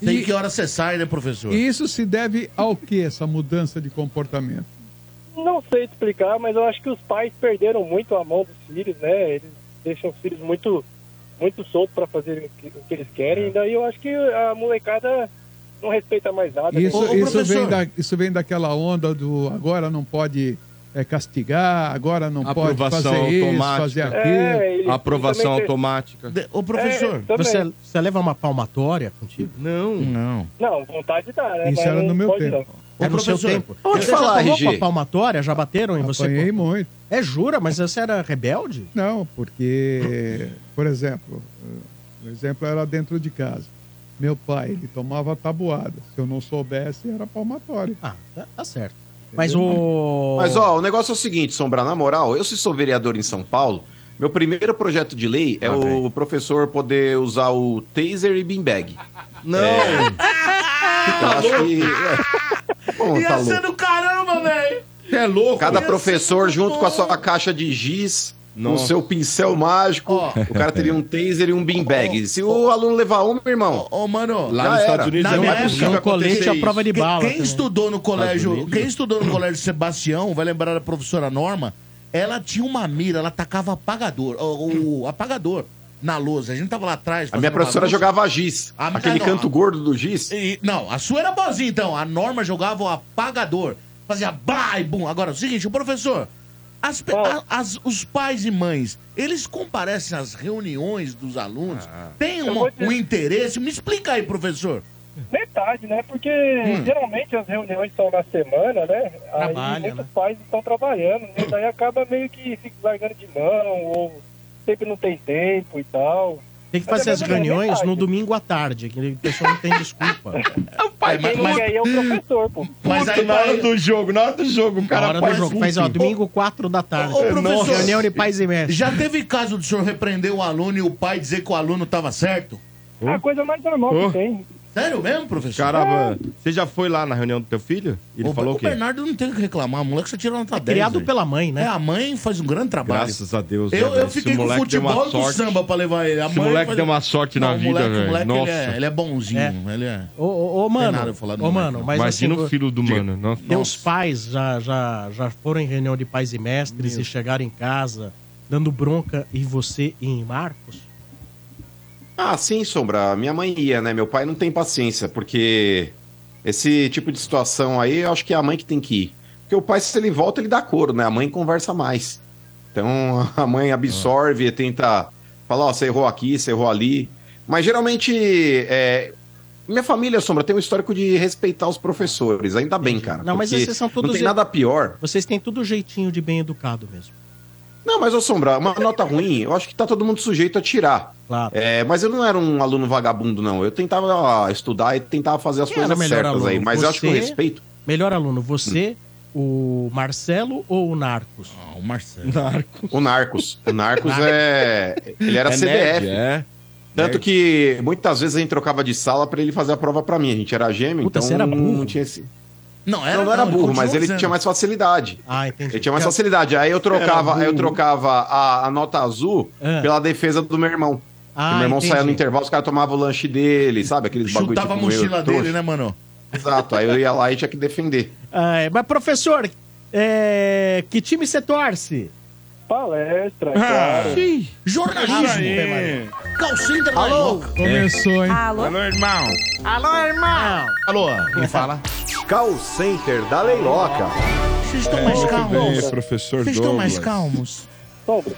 Speaker 1: Tem que hora você sai, né, professor?
Speaker 5: E isso se deve ao que, essa mudança de comportamento?
Speaker 10: Não sei te explicar, mas eu acho que os pais perderam muito a mão dos filhos, né? Eles deixam os filhos muito, muito soltos para fazer o que, o que eles
Speaker 8: É.
Speaker 10: querem, e daí eu acho que a molecada não respeita mais nada.
Speaker 5: Isso,
Speaker 10: né?
Speaker 5: isso vem da, isso vem daquela onda do agora não pode é, castigar, agora não pode fazer
Speaker 4: Aprovação
Speaker 5: isso,
Speaker 4: automática.
Speaker 5: fazer aquilo. Ah,
Speaker 4: É, ele- Aprovação também tem- automática.
Speaker 1: De- Ô, professor,
Speaker 10: É, também.
Speaker 8: você, você leva uma palmatória contigo?
Speaker 4: Não.
Speaker 1: Não.
Speaker 10: Não, vontade dá, né?
Speaker 8: Isso
Speaker 10: Mas
Speaker 8: era
Speaker 10: não
Speaker 8: no meu
Speaker 10: pode
Speaker 8: tempo.
Speaker 10: não.
Speaker 8: É no seu
Speaker 1: professor,
Speaker 8: tempo.
Speaker 1: eu
Speaker 8: Você
Speaker 1: deixo
Speaker 8: já
Speaker 1: falar,
Speaker 8: tomou
Speaker 1: RG.
Speaker 8: uma palmatória? Já bateram em você?
Speaker 5: Apanhei muito.
Speaker 8: É jura? Mas você era rebelde?
Speaker 5: Não, porque, por exemplo, eh, o exemplo era dentro de casa. Meu pai, ele tomava tabuada. Se eu não soubesse, era palmatória.
Speaker 8: Ah, tá, certo. Mas o.
Speaker 2: Mas, ó, o negócio é o seguinte, Sombra, na moral, eu se sou vereador em São Paulo, meu primeiro projeto de lei é o professor poder usar o taser e beanbag. Não! É, eu acho que... é. Bom, tá louco.
Speaker 1: do caramba, velho.
Speaker 4: Você é louco.
Speaker 2: Cada professor junto com a sua caixa de giz, com o
Speaker 1: Nossa.
Speaker 2: seu pincel mágico, o cara teria um taser e um beanbag. Se o aluno levar um, meu irmão...
Speaker 1: Ô, mano...
Speaker 2: já era.
Speaker 1: na minha
Speaker 2: um
Speaker 1: época,
Speaker 2: acontecer
Speaker 1: quem-
Speaker 2: isso.
Speaker 1: quem- Quem
Speaker 2: também.
Speaker 1: estudou no colégio,
Speaker 2: Unidos.
Speaker 1: quem estudou no colégio Sebastião, vai lembrar da professora Norma, ela tinha uma mira, ela tacava apagador, o, o apagador na lousa. A gente tava lá atrás.
Speaker 2: A minha
Speaker 1: fazendo
Speaker 2: professora
Speaker 1: bagunça.
Speaker 2: jogava giz.
Speaker 1: A minha
Speaker 2: aquele
Speaker 1: Ah, não,
Speaker 2: canto
Speaker 1: a-
Speaker 2: gordo do giz.
Speaker 1: E- não, a sua era boazinha, então. A Norma jogava o apagador. Fazia bah e bum. Agora, é o seguinte, o professor, as pe- a- as- os pais e mães, eles comparecem às reuniões dos alunos? Tem
Speaker 10: Ah. Eu
Speaker 1: uma-
Speaker 10: vou te-
Speaker 1: um interesse? Me explica aí, professor. Hum.
Speaker 10: Metade, né? Porque
Speaker 8: Hum.
Speaker 10: geralmente as reuniões são na semana, né?
Speaker 1: Trabalha,
Speaker 10: Aí muitos pais estão trabalhando, né? Daí acaba meio que fica largando de mão, ou sempre não tem tempo e tal.
Speaker 8: Tem que
Speaker 10: Mas
Speaker 8: fazer
Speaker 10: é
Speaker 8: as
Speaker 10: mais ou menos
Speaker 8: reuniões
Speaker 10: metade.
Speaker 8: no domingo à tarde, que a pessoa não tem desculpa.
Speaker 10: Aí quem não quer ir é o professor, pô.
Speaker 1: Mas aí vai-
Speaker 4: do jogo, na hora do jogo, o
Speaker 8: Na hora do
Speaker 4: faz
Speaker 8: jogo.
Speaker 4: um
Speaker 8: Faz, ó,
Speaker 4: tipo-
Speaker 8: domingo 4 da tarde.
Speaker 1: Ô, professor,
Speaker 8: Reunião de pais e mestres.
Speaker 1: Já teve caso do senhor repreender o aluno e o pai dizer que o aluno tava certo?
Speaker 10: É a coisa mais normal
Speaker 1: Oh.
Speaker 10: que tem.
Speaker 1: Sério mesmo, professor?
Speaker 4: Cara, você já foi lá na reunião do teu filho? Ele
Speaker 1: o,
Speaker 4: falou
Speaker 1: o
Speaker 4: o quê?
Speaker 1: Bernardo não tem o que reclamar, o moleque só tirou nota 10.
Speaker 4: criado
Speaker 1: pela mãe, né? É, a mãe faz um grande trabalho.
Speaker 4: Graças a Deus. né,
Speaker 1: Eu,
Speaker 4: velho?
Speaker 1: eu
Speaker 4: Esse
Speaker 1: fiquei com o
Speaker 4: moleque deu uma
Speaker 1: futebol e com o
Speaker 4: sorte.
Speaker 1: samba pra levar ele. A
Speaker 4: Esse
Speaker 1: mãe
Speaker 4: moleque
Speaker 1: faz- um
Speaker 4: deu uma sorte na
Speaker 1: Não, o
Speaker 4: vida,
Speaker 1: moleque, o
Speaker 4: velho.
Speaker 1: moleque, Ele,
Speaker 4: Nossa.
Speaker 1: é, ele é bonzinho,
Speaker 8: É.
Speaker 1: ele é...
Speaker 8: Ô, ô, ô,
Speaker 1: Tem
Speaker 8: mano.
Speaker 1: nada a falar do
Speaker 8: ô,
Speaker 1: moleque,
Speaker 8: mano,
Speaker 1: não.
Speaker 8: mas
Speaker 1: Imagina
Speaker 8: assim,
Speaker 1: o filho do
Speaker 8: diga,
Speaker 1: mano, né? nossa.
Speaker 8: Teus pais já, já, já foram em reunião de pais e mestres e chegaram em casa dando bronca em você e em Marcos?
Speaker 2: Ah, sim, Sombra. Minha mãe ia, né? Meu pai não tem paciência, porque esse tipo de situação aí, eu acho que é a mãe que tem que ir. Porque o pai, se ele volta, ele dá couro, né? A mãe conversa mais. Então a mãe absorve, tenta falar, ó, você errou aqui, você errou ali. Mas geralmente, é, minha família, Sombra, tem um histórico de respeitar os professores. Ainda bem, cara.
Speaker 8: Não, mas
Speaker 2: porque
Speaker 8: vocês são todos
Speaker 2: Não tem
Speaker 8: je-
Speaker 2: nada pior.
Speaker 8: Vocês têm tudo jeitinho de bem educado mesmo.
Speaker 2: Não, mas, ô Sombra, uma nota ruim, eu acho que tá todo mundo sujeito a tirar.
Speaker 8: Claro.
Speaker 2: É, mas eu não era um aluno vagabundo, não. Eu tentava estudar e tentava fazer as
Speaker 8: Quem era
Speaker 2: coisas
Speaker 8: o melhor
Speaker 2: certas
Speaker 8: aluno?
Speaker 2: aí. Mas eu acho que o
Speaker 8: Você-
Speaker 2: respeito.
Speaker 8: Melhor aluno, você, o Marcelo ou o Narcos? Ah,
Speaker 1: o Marcelo.
Speaker 2: O Narcos. O Narcos é. Ele era
Speaker 8: É
Speaker 2: CDF.
Speaker 8: nerd, é.
Speaker 2: Tanto
Speaker 8: Nerd.
Speaker 2: que muitas vezes a gente trocava de sala pra ele fazer a prova pra mim. A gente era gêmeo,
Speaker 8: Puta,
Speaker 2: então
Speaker 8: você era burro?
Speaker 2: não tinha esse.
Speaker 1: Não,
Speaker 2: não, não era
Speaker 8: não, ele
Speaker 2: burro, mas
Speaker 8: continua
Speaker 2: ele
Speaker 8: sendo.
Speaker 2: tinha mais facilidade.
Speaker 8: Ah, entendi.
Speaker 2: Ele tinha mais facilidade. Aí eu trocava,
Speaker 8: Era
Speaker 2: eu
Speaker 8: burro.
Speaker 2: trocava a, a nota azul
Speaker 8: Ah.
Speaker 2: pela defesa do meu irmão.
Speaker 1: Ah,
Speaker 2: E meu irmão
Speaker 1: entendi.
Speaker 2: saía no intervalo, os caras tomavam o lanche dele, sabe? Aqueles bagulho
Speaker 1: Chutava a
Speaker 2: tipo meu,
Speaker 1: mochila
Speaker 2: trouxa.
Speaker 1: dele, né, mano?
Speaker 2: Exato, aí eu ia lá e tinha que defender.
Speaker 8: Ah, é, mas, professor, é, que time você torce? Ah,
Speaker 10: Palestra,
Speaker 8: claro.
Speaker 1: Sim. Jornalismo. Calcinha Alô?
Speaker 5: Começou, hein?
Speaker 1: É. Alô? Alô, irmão.
Speaker 8: Alô, irmão!
Speaker 1: Alô, quem fala?
Speaker 2: Call Center da Leiloca.
Speaker 1: Vocês estão mais
Speaker 3: Muito
Speaker 1: calmos?
Speaker 3: bem, professor
Speaker 1: Vocês estão mais
Speaker 3: Douglas.
Speaker 1: calmos?
Speaker 10: Sombra,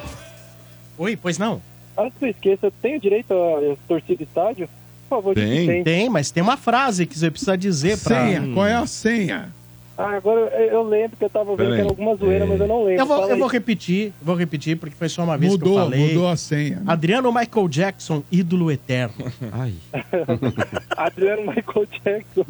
Speaker 8: Oi, pois não?
Speaker 10: antes que eu esqueça, tem direito a torcida estádio? Por favor, diga que
Speaker 8: Tem, mas tem uma frase que você precisa dizer pra... Hum.
Speaker 10: Senha, qual
Speaker 5: é a senha?
Speaker 10: Ah, agora eu eu lembro que eu tava vendo
Speaker 8: Pera
Speaker 10: que era
Speaker 8: aí.
Speaker 10: alguma zoeira, mas eu não lembro.
Speaker 8: Eu vou,
Speaker 10: Fala
Speaker 8: eu
Speaker 10: aí.
Speaker 8: vou repetir, vou repetir, porque foi só uma vez que eu
Speaker 5: Mudou,
Speaker 8: falei.
Speaker 5: mudou a senha.
Speaker 8: Adriano Michael Jackson, ídolo eterno. Ai.
Speaker 10: Adriano Michael Jackson.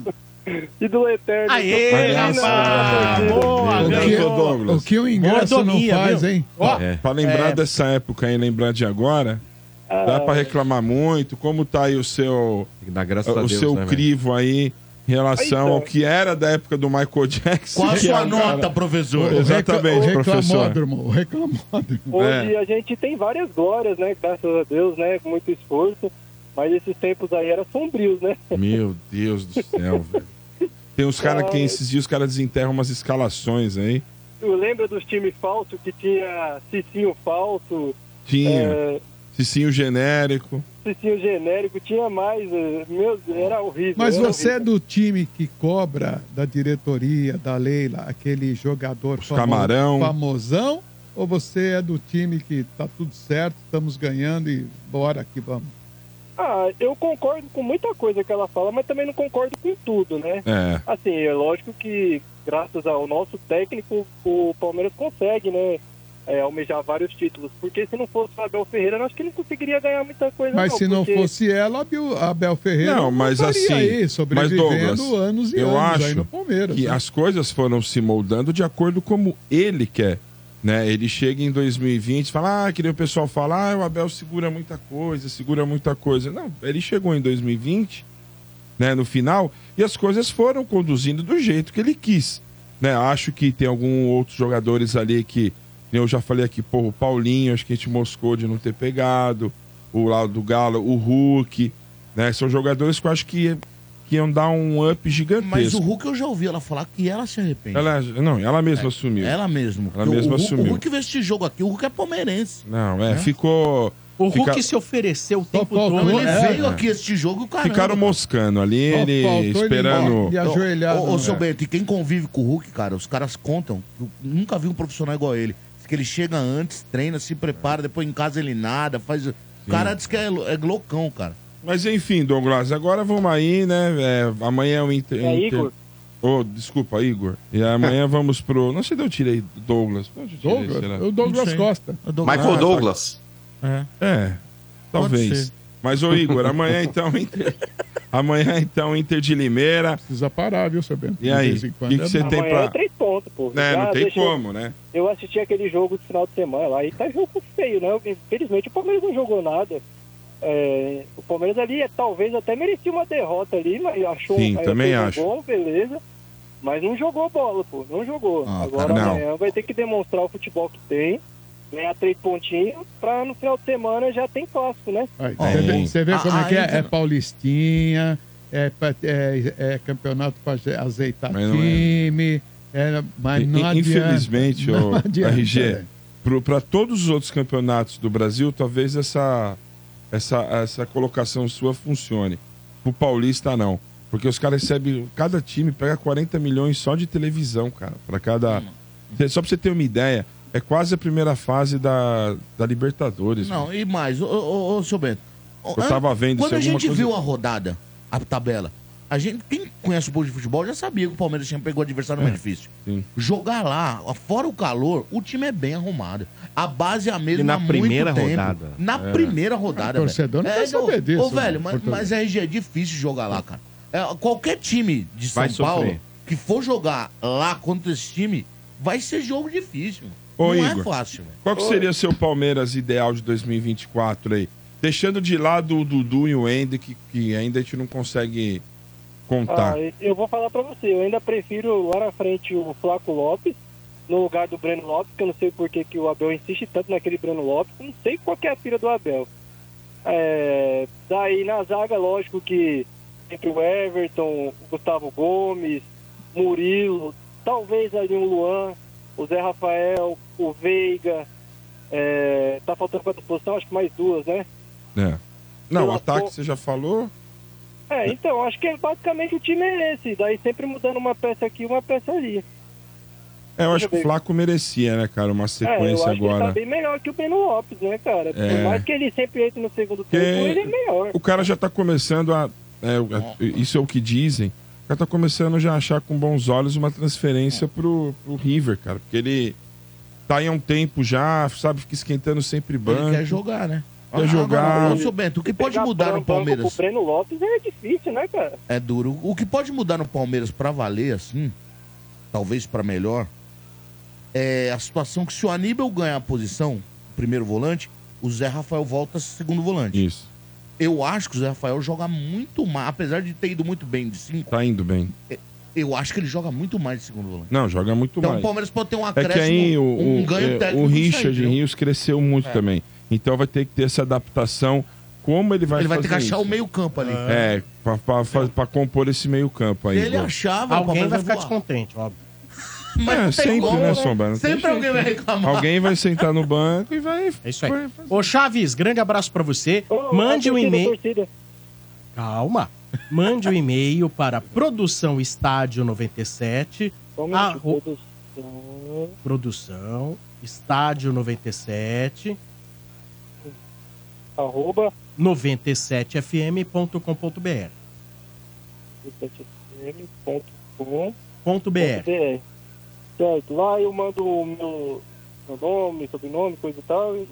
Speaker 10: Ídolo eterno. então.
Speaker 8: Aê,
Speaker 10: rapaz!
Speaker 8: Boa,
Speaker 3: Meu
Speaker 5: ganhou.
Speaker 3: Deus, Douglas.
Speaker 5: é O que o ingresso
Speaker 8: Mordomia,
Speaker 5: não faz,
Speaker 8: viu?
Speaker 5: hein?
Speaker 8: Ó,
Speaker 3: É. Pra
Speaker 8: é.
Speaker 3: lembrar
Speaker 8: Ah.
Speaker 3: dessa época e lembrar de agora, dá pra reclamar muito. Como tá aí o seu,
Speaker 4: Dá graças
Speaker 3: o
Speaker 4: a Deus,
Speaker 3: seu
Speaker 4: né, velho?
Speaker 3: crivo aí em relação
Speaker 4: Eita.
Speaker 3: ao que era da época do Michael Jackson?
Speaker 1: Qual a
Speaker 3: que
Speaker 1: sua
Speaker 3: era um
Speaker 1: nota,
Speaker 3: cara-
Speaker 1: professor?
Speaker 3: Exatamente,
Speaker 5: O
Speaker 3: professor. É.
Speaker 5: reclamódromo, o reclamódromo.
Speaker 10: Hoje
Speaker 8: É.
Speaker 10: a gente tem várias glórias, né? Graças a Deus, né? Muito esforço. Mas esses tempos aí eram sombrios, né?
Speaker 3: Meu Deus do céu, velho. Tem uns caras que tem esses dias, os caras desenterram umas escalações aí.
Speaker 10: Tu lembra dos times falsos que tinha Cicinho falso?
Speaker 3: Tinha.
Speaker 10: É,
Speaker 3: Cicinho genérico.
Speaker 10: Cicinho genérico, tinha mais. eh, Meu, era horrível.
Speaker 5: Mas
Speaker 10: era
Speaker 5: você é
Speaker 10: horrível.
Speaker 5: do time que cobra da diretoria, da Leila, aquele jogador famo-
Speaker 3: camarão.
Speaker 5: famosão? Ou você é do time que tá tudo certo, estamos ganhando e bora que vamos?
Speaker 10: Ah, eu concordo com muita coisa que ela fala, mas também não concordo com tudo, né?
Speaker 3: É.
Speaker 10: Assim, é lógico que, graças ao nosso técnico, o Palmeiras consegue, né? é, almejar vários títulos. Porque se não fosse o Abel Ferreira, eu acho que ele conseguiria ganhar muita coisa.
Speaker 5: Mas se não
Speaker 10: porque-
Speaker 5: fosse ela, a Bill- a Bel Ferreira
Speaker 3: Não, mas
Speaker 5: estaria
Speaker 3: assim.
Speaker 5: aí,
Speaker 3: mas
Speaker 5: sobrevivendo
Speaker 3: Douglas,
Speaker 5: anos e
Speaker 3: eu
Speaker 5: anos
Speaker 3: acho
Speaker 5: aí no Palmeiras.
Speaker 3: que
Speaker 5: né?
Speaker 3: as coisas foram se moldando de acordo como ele quer. Né? Ele chega em 2020 e fala: Ah, queria o pessoal falar, ah, o Abel segura muita coisa, segura muita coisa. Não, ele chegou em 2020, né, no final, e as coisas foram conduzindo do jeito que ele quis. Né? Acho que tem alguns outros jogadores ali que né, eu já falei aqui, pô, o Paulinho, acho que a gente moscou de não ter pegado, o lado do Galo, o Hulk, né? São jogadores que eu acho que, que iam dar um up gigantesco.
Speaker 1: Mas o Hulk eu já ouvi ela falar que ela se arrepende.
Speaker 3: Ela, não, ela mesma assumiu.
Speaker 1: É, Ela mesma.
Speaker 3: Ela
Speaker 1: Porque
Speaker 3: mesma
Speaker 1: o, Hulk-
Speaker 3: assumiu.
Speaker 1: O Hulk vê esse jogo aqui, o Hulk é palmeirense.
Speaker 3: Não, é, ficou.
Speaker 8: O Hulk
Speaker 3: fica-
Speaker 8: se ofereceu o tempo
Speaker 1: Não,
Speaker 8: todo.
Speaker 1: ele
Speaker 8: né?
Speaker 1: veio aqui este jogo, caramba.
Speaker 3: Ficaram moscando ali, ele esperando.
Speaker 5: ajoelhado,
Speaker 1: Ô, ô,
Speaker 5: né?
Speaker 1: seu Bento, e quem convive com o Hulk, cara, os caras contam. eu nunca vi um profissional igual ele. Diz que ele chega antes, treina, se prepara, depois em casa ele nada, faz. O cara diz que é, lo- é loucão, cara.
Speaker 3: Mas enfim, Douglas, agora vamos aí, né? é, amanhã é o Inter.
Speaker 10: É,
Speaker 3: Inter-
Speaker 10: Igor.
Speaker 3: Ô, desculpa, Igor. E amanhã vamos pro. Não sei de onde eu tirei Douglas. De onde eu tirei,
Speaker 5: Douglas?
Speaker 3: será?
Speaker 5: O Douglas
Speaker 1: Não sei.
Speaker 5: Costa.
Speaker 1: O Douglas-
Speaker 2: Michael
Speaker 3: Ah,
Speaker 2: Douglas.
Speaker 1: É.
Speaker 3: É, talvez.
Speaker 1: ser.
Speaker 3: Mas, ô Igor, amanhã então, Inter... amanhã então, Inter de Limeira.
Speaker 5: Precisa parar, viu, seu Bento?
Speaker 3: E aí,
Speaker 5: De vez em
Speaker 3: o
Speaker 5: quando
Speaker 3: que
Speaker 5: é
Speaker 3: que você
Speaker 5: bom.
Speaker 3: tem
Speaker 10: Amanhã
Speaker 3: pra.
Speaker 10: é três pontos, pô.
Speaker 3: Né, não
Speaker 10: Já
Speaker 3: tem
Speaker 10: deixou-
Speaker 3: como, né?
Speaker 10: Eu assisti aquele jogo do final de semana lá e tá jogo feio, né? Infelizmente o Palmeiras não jogou nada. é, o Palmeiras ali é, talvez até merecia uma derrota ali, mas achou
Speaker 3: Sim,
Speaker 10: é,
Speaker 3: também
Speaker 10: fez um
Speaker 3: acho.
Speaker 10: gol, beleza. Mas não jogou bola, pô. Não jogou.
Speaker 3: Ah,
Speaker 10: Agora
Speaker 3: cara, não.
Speaker 10: amanhã vai ter que demonstrar o futebol que tem, ganhar três pontinhos, pra no final de semana já tem clássico, né?
Speaker 5: Aí, Você
Speaker 3: um-
Speaker 5: vê, você vê
Speaker 10: Ah,
Speaker 5: como é que
Speaker 10: ainda
Speaker 5: é? É
Speaker 10: não.
Speaker 5: paulistinha, é, pa- é- é campeonato para azeitar
Speaker 3: Mas não é.
Speaker 5: time, é, mas não
Speaker 3: In-
Speaker 5: adianta.
Speaker 3: Infelizmente,
Speaker 5: Não
Speaker 3: ô,
Speaker 5: adianta,
Speaker 3: RG,
Speaker 5: é.
Speaker 3: para todos os outros campeonatos do Brasil, talvez essa, essa, essa colocação sua funcione. Pro Paulista, não. Porque os caras recebem. Cada time pega 40 milhões só de televisão, cara. Para cada. Só pra você ter uma ideia, é quase a primeira fase da, da Libertadores.
Speaker 1: Não, e mais, ô, ô, ô, seu Bento. ô,
Speaker 3: né? Eu tava vendo
Speaker 1: Quando
Speaker 3: se
Speaker 1: a
Speaker 3: alguma
Speaker 1: gente
Speaker 3: coisa-
Speaker 1: viu a rodada, a tabela, a gente, quem conhece um pouco de futebol já sabia que o Palmeiras tinha pegou o adversário
Speaker 3: É,
Speaker 1: mais difícil. Jogar lá, fora o calor, o time é bem arrumado. A base é a mesma
Speaker 2: E na
Speaker 1: há muito
Speaker 2: primeira
Speaker 1: tempo.
Speaker 2: rodada.
Speaker 1: Na
Speaker 2: É.
Speaker 1: primeira rodada,
Speaker 2: O torcedor não
Speaker 1: velho. É,
Speaker 2: quer saber
Speaker 1: ô,
Speaker 2: disso, né?
Speaker 1: Ô, velho, mas,
Speaker 2: português.
Speaker 1: mas RG, é difícil jogar lá, cara. É, qualquer time de São
Speaker 3: Vai sofrer.
Speaker 1: Paulo que for jogar lá contra esse time, vai ser jogo difícil.
Speaker 3: Ô,
Speaker 1: não
Speaker 3: Igor,
Speaker 1: é fácil, velho.
Speaker 3: Qual que seria seu Palmeiras ideal de 2024 aí? Deixando de lado o Dudu e o Ender, que, que ainda a gente não consegue contar.
Speaker 10: Ah, eu vou falar pra você, eu ainda prefiro lá na frente o Flaco Lopes no lugar do Breno Lopes, que eu não sei por que que o Abel insiste tanto naquele Breno Lopes, não sei qual que é a filha do Abel. É, daí na zaga, lógico que entre o Everton, o Gustavo Gomes, Murilo, talvez ali um Luan, o Zé Rafael, o Veiga, é, tá faltando quantas posições? Acho que mais duas, né?
Speaker 3: É. Não,
Speaker 10: Eu
Speaker 3: o ataque
Speaker 10: tô-
Speaker 3: você já falou.
Speaker 10: É, então, acho que basicamente o time é esse. Daí sempre mudando uma peça aqui uma peça ali.
Speaker 3: É, eu acho que o
Speaker 10: bem.
Speaker 3: Flaco merecia, né, cara?
Speaker 10: é,
Speaker 3: Uma
Speaker 10: eu
Speaker 3: sequência
Speaker 10: acho que ele tá
Speaker 3: agora.
Speaker 10: bem melhor que o Breno Lopes, né, cara?
Speaker 3: É.
Speaker 10: Por mais que ele sempre entre no segundo
Speaker 3: Porque
Speaker 10: tempo, ele é melhor.
Speaker 3: o cara já tá começando a. é, o- a- isso é o que dizem. O cara tá começando já a achar com bons olhos uma transferência pro, pro River, cara. Porque ele tá aí há um tempo já, sabe, fica esquentando sempre banco.
Speaker 1: Ele quer jogar, né?
Speaker 3: Quer jogar.
Speaker 1: ô, seu Bento, o que pode
Speaker 10: Pegar
Speaker 1: mudar
Speaker 10: banco
Speaker 1: no Palmeiras?
Speaker 10: pro Breno Lopes é difícil, né, cara?
Speaker 1: É duro. O que pode mudar no Palmeiras pra valer, assim, talvez pra melhor, é a situação que se o Aníbal ganhar a posição, primeiro volante, o Zé Rafael volta segundo volante.
Speaker 3: Isso.
Speaker 1: Eu acho que o Zé Rafael joga muito mais, apesar de ter ido muito bem de cinco, é,
Speaker 3: Tá indo bem.
Speaker 1: eu acho que ele joga muito mais de segundo volante.
Speaker 3: Não, joga muito
Speaker 1: Então
Speaker 3: mais.
Speaker 1: o Palmeiras pode ter um
Speaker 3: É
Speaker 1: acréscimo,
Speaker 3: que aí o,
Speaker 1: um
Speaker 3: o-
Speaker 1: ganho
Speaker 3: é,
Speaker 1: técnico.
Speaker 3: o
Speaker 1: nisso aí,
Speaker 3: Richard
Speaker 1: entendeu?
Speaker 3: Rios cresceu muito
Speaker 1: É.
Speaker 3: também. Então vai ter que ter essa adaptação. Como ele vai
Speaker 1: Ele vai
Speaker 3: fazer
Speaker 1: ter que achar
Speaker 3: isso?
Speaker 1: o meio campo ali.
Speaker 3: É, pra, pra- pra- pra compor esse meio campo
Speaker 1: Se
Speaker 3: aí.
Speaker 1: ele
Speaker 3: Igor.
Speaker 1: achar, velho, o
Speaker 8: Alguém
Speaker 1: Palmeiras
Speaker 8: vai ficar
Speaker 1: voar.
Speaker 8: descontente, óbvio.
Speaker 1: Mas
Speaker 3: É,
Speaker 1: não tem
Speaker 3: sempre,
Speaker 1: como,
Speaker 3: né,
Speaker 1: né?
Speaker 3: Sombra? Não tem
Speaker 1: Sempre
Speaker 3: jeito.
Speaker 1: alguém vai reclamar.
Speaker 3: Alguém vai sentar no banco e vai.
Speaker 8: É isso aí. Ô Chaves, grande abraço pra você. Mande
Speaker 10: a torcida,
Speaker 8: um
Speaker 10: a
Speaker 8: e-mail.
Speaker 10: torcida.
Speaker 8: Calma. Mande um e-mail para produção estádio 97
Speaker 10: Vamos
Speaker 8: Ah,
Speaker 10: de
Speaker 8: o-
Speaker 10: produção.
Speaker 8: produção estádio 97
Speaker 10: arroba
Speaker 8: 97fm.com.br
Speaker 10: fm.com.
Speaker 8: ponto .br.
Speaker 10: .br. é. Certo, lá eu mando o meu, meu nome, sobrenome, coisa e tal. e-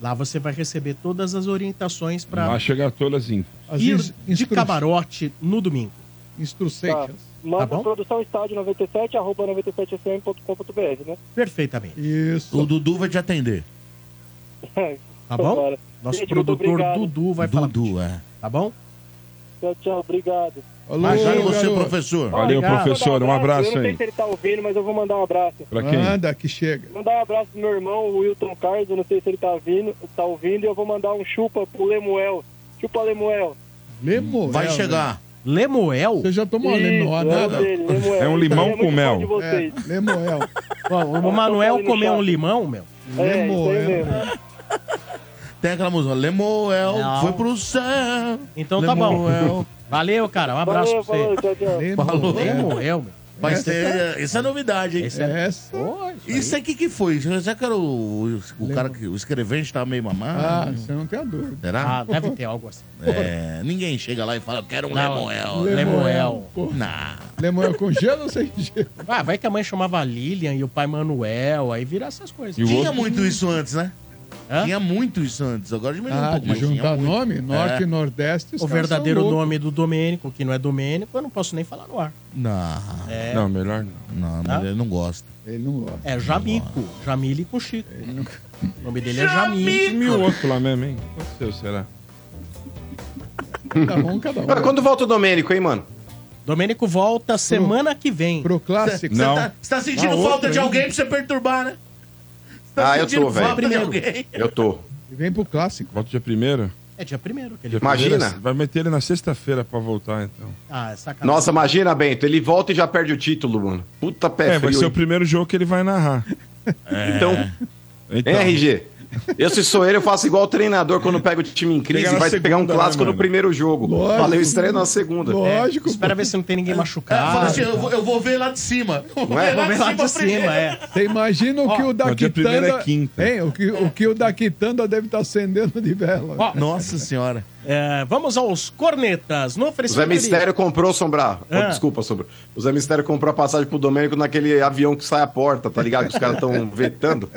Speaker 8: Lá você vai receber todas as orientações para
Speaker 3: Vai chegar todas as infos.
Speaker 8: ir de camarote no domingo.
Speaker 10: Tá.
Speaker 5: Instructions.
Speaker 8: Tá
Speaker 10: Manda
Speaker 8: bom?
Speaker 10: produção estádio 97, arroba 97fm.com.br, né?
Speaker 8: Perfeitamente.
Speaker 5: Isso.
Speaker 1: O Dudu vai te atender.
Speaker 8: Tá bom?
Speaker 10: Cara,
Speaker 8: Nosso
Speaker 10: gente, Então muito
Speaker 8: produtor
Speaker 10: obrigado.
Speaker 8: Dudu vai falar.
Speaker 1: Dudu, é.
Speaker 8: Tá bom?
Speaker 10: Tchau, tchau, obrigado.
Speaker 5: Alô,
Speaker 1: Imagina você,
Speaker 5: garoto.
Speaker 1: professor.
Speaker 3: Valeu,
Speaker 8: é Obrigado.
Speaker 3: professor. Um
Speaker 10: Eu
Speaker 3: abraço
Speaker 10: não sei
Speaker 3: aí.
Speaker 10: se ele tá ouvindo, mas eu vou mandar um abraço.
Speaker 3: Pra
Speaker 8: Ah.
Speaker 3: quem?
Speaker 5: Manda que chega.
Speaker 10: Mandar um abraço pro meu irmão, o Wilton Carlos, eu não sei se ele tá ouvindo, tá ouvindo, e eu vou mandar um chupa pro Lemuel. Chupa Lemuel.
Speaker 5: Lemuel.
Speaker 1: Vai chegar.
Speaker 8: Lemuel?
Speaker 5: Você já tomou né? a
Speaker 10: é, o
Speaker 5: lemoada?
Speaker 10: dele, Lemuel.
Speaker 3: É um
Speaker 10: Isso
Speaker 3: limão
Speaker 10: aí é
Speaker 3: com
Speaker 10: muito
Speaker 3: mel.
Speaker 10: bom de vocês.
Speaker 5: É, Lemuel.
Speaker 8: Bom, o Manuel comeu um limão, meu.
Speaker 10: É, isso aí
Speaker 5: Lemuel.
Speaker 10: mesmo.
Speaker 1: Tem aquela música, Lemuel
Speaker 8: Não.
Speaker 1: foi pro céu.
Speaker 8: Então tá bom.
Speaker 5: Lemuel.
Speaker 8: Valeu, cara. Um abraço
Speaker 10: Valeu, então.
Speaker 8: pra você.
Speaker 10: falou, tchau, tchau.
Speaker 1: Falou.
Speaker 8: Lemuel, meu.
Speaker 1: Mas tem, isso é novidade, hein?
Speaker 8: Esse é...
Speaker 5: Essa.
Speaker 8: Pô, isso aí.
Speaker 1: Isso aqui que foi? Será que era o, o cara que o escrevente tava meio
Speaker 5: Ah,
Speaker 1: mamado?
Speaker 5: você não tem a dúvida.
Speaker 8: Ah,
Speaker 1: Será?
Speaker 8: deve ter algo assim.
Speaker 1: É, ninguém chega lá e fala, quero um
Speaker 8: Não.
Speaker 1: Lemuel.
Speaker 8: É, Lemuel.
Speaker 5: pô.
Speaker 1: Não.
Speaker 5: Lemuel com gelo ou sem gelo?
Speaker 8: Ah, vai que a mãe chamava Lilian e o pai Manuel, aí vira essas coisas.
Speaker 3: E o
Speaker 1: Tinha
Speaker 3: outro?
Speaker 1: muito isso antes, né?
Speaker 8: Hã?
Speaker 1: Tinha muito isso antes. Agora diminuiu um
Speaker 5: Ah,
Speaker 1: pouco,
Speaker 5: de
Speaker 1: mas tinha
Speaker 5: juntar
Speaker 1: muito.
Speaker 5: nome? Norte
Speaker 1: É.
Speaker 5: e Nordeste. os
Speaker 8: O
Speaker 5: caras são
Speaker 8: verdadeiro
Speaker 5: loucos.
Speaker 8: nome do Domênico, que não é Domênico, eu não posso nem falar no ar.
Speaker 1: Ah, Não,
Speaker 8: É, Tá?
Speaker 3: Não, melhor não.
Speaker 1: não, mas ele não gosta.
Speaker 5: Ele não gosta.
Speaker 8: é Jamico. Jamile com Chico. O nome dele é Jamico.
Speaker 3: E o outro lá mesmo, hein? O que aconteceu, será?
Speaker 5: Cada um, cada um.
Speaker 2: Agora, quando volta o Domênico, hein, mano?
Speaker 8: Domênico volta semana que vem.
Speaker 5: Pro clássico.
Speaker 1: Você
Speaker 3: Não.
Speaker 1: tá, você tá sentindo
Speaker 5: Não,
Speaker 1: falta
Speaker 5: outro,
Speaker 1: de
Speaker 5: hein?
Speaker 1: alguém pra você perturbar, né? Você tá
Speaker 2: Ah, eu tô,
Speaker 1: sentindo
Speaker 2: velho.
Speaker 1: falta de alguém.
Speaker 2: Eu tô.
Speaker 5: E vem pro clássico.
Speaker 3: Volta dia primeiro?
Speaker 8: É dia primeiro que ele
Speaker 3: Dia
Speaker 2: Imagina.
Speaker 3: primeiro, é- vai meter ele na sexta-feira pra voltar, então.
Speaker 8: Ah, é sacanagem.
Speaker 2: Nossa, imagina, Bento. Ele volta e já perde o título, mano. Puta pé
Speaker 3: É,
Speaker 2: frio,
Speaker 3: vai ser
Speaker 2: hein?
Speaker 3: o primeiro jogo que ele vai narrar.
Speaker 2: Então,
Speaker 3: Então,
Speaker 2: RG. Eu, se sou ele, eu faço igual o treinador quando pega o time em crise
Speaker 3: Pega
Speaker 2: e
Speaker 3: na
Speaker 2: vai pegar um
Speaker 3: segunda, né,
Speaker 2: clássico no
Speaker 3: mano?
Speaker 2: primeiro jogo.
Speaker 5: Lógico.
Speaker 2: Valeu estreia na segunda.
Speaker 8: É,
Speaker 5: Lógico.
Speaker 8: Espera ver se não tem ninguém
Speaker 1: É, fala
Speaker 8: machucado.
Speaker 1: assim, eu, vou, eu vou ver lá de cima. Eu
Speaker 2: Não é?
Speaker 8: Vamos ver lá de cima, é.
Speaker 5: Você imagina o que o da
Speaker 3: mas dia primeiro
Speaker 5: Quitanda.
Speaker 3: é quinta.
Speaker 5: Hein? O, que, o que o da Quitanda deve estar acendendo de vela.
Speaker 8: Ó,
Speaker 1: Nossa senhora.
Speaker 8: é, Vamos aos cornetas. No
Speaker 2: O Zé
Speaker 8: oferecimento. de-
Speaker 2: Mistério comprou, Sombrar. Oh,
Speaker 8: Ah.
Speaker 2: desculpa, Sombrar. O Zé Mistério comprou a passagem pro Domênico naquele avião que sai a porta, tá ligado? Que os caras estão vetando.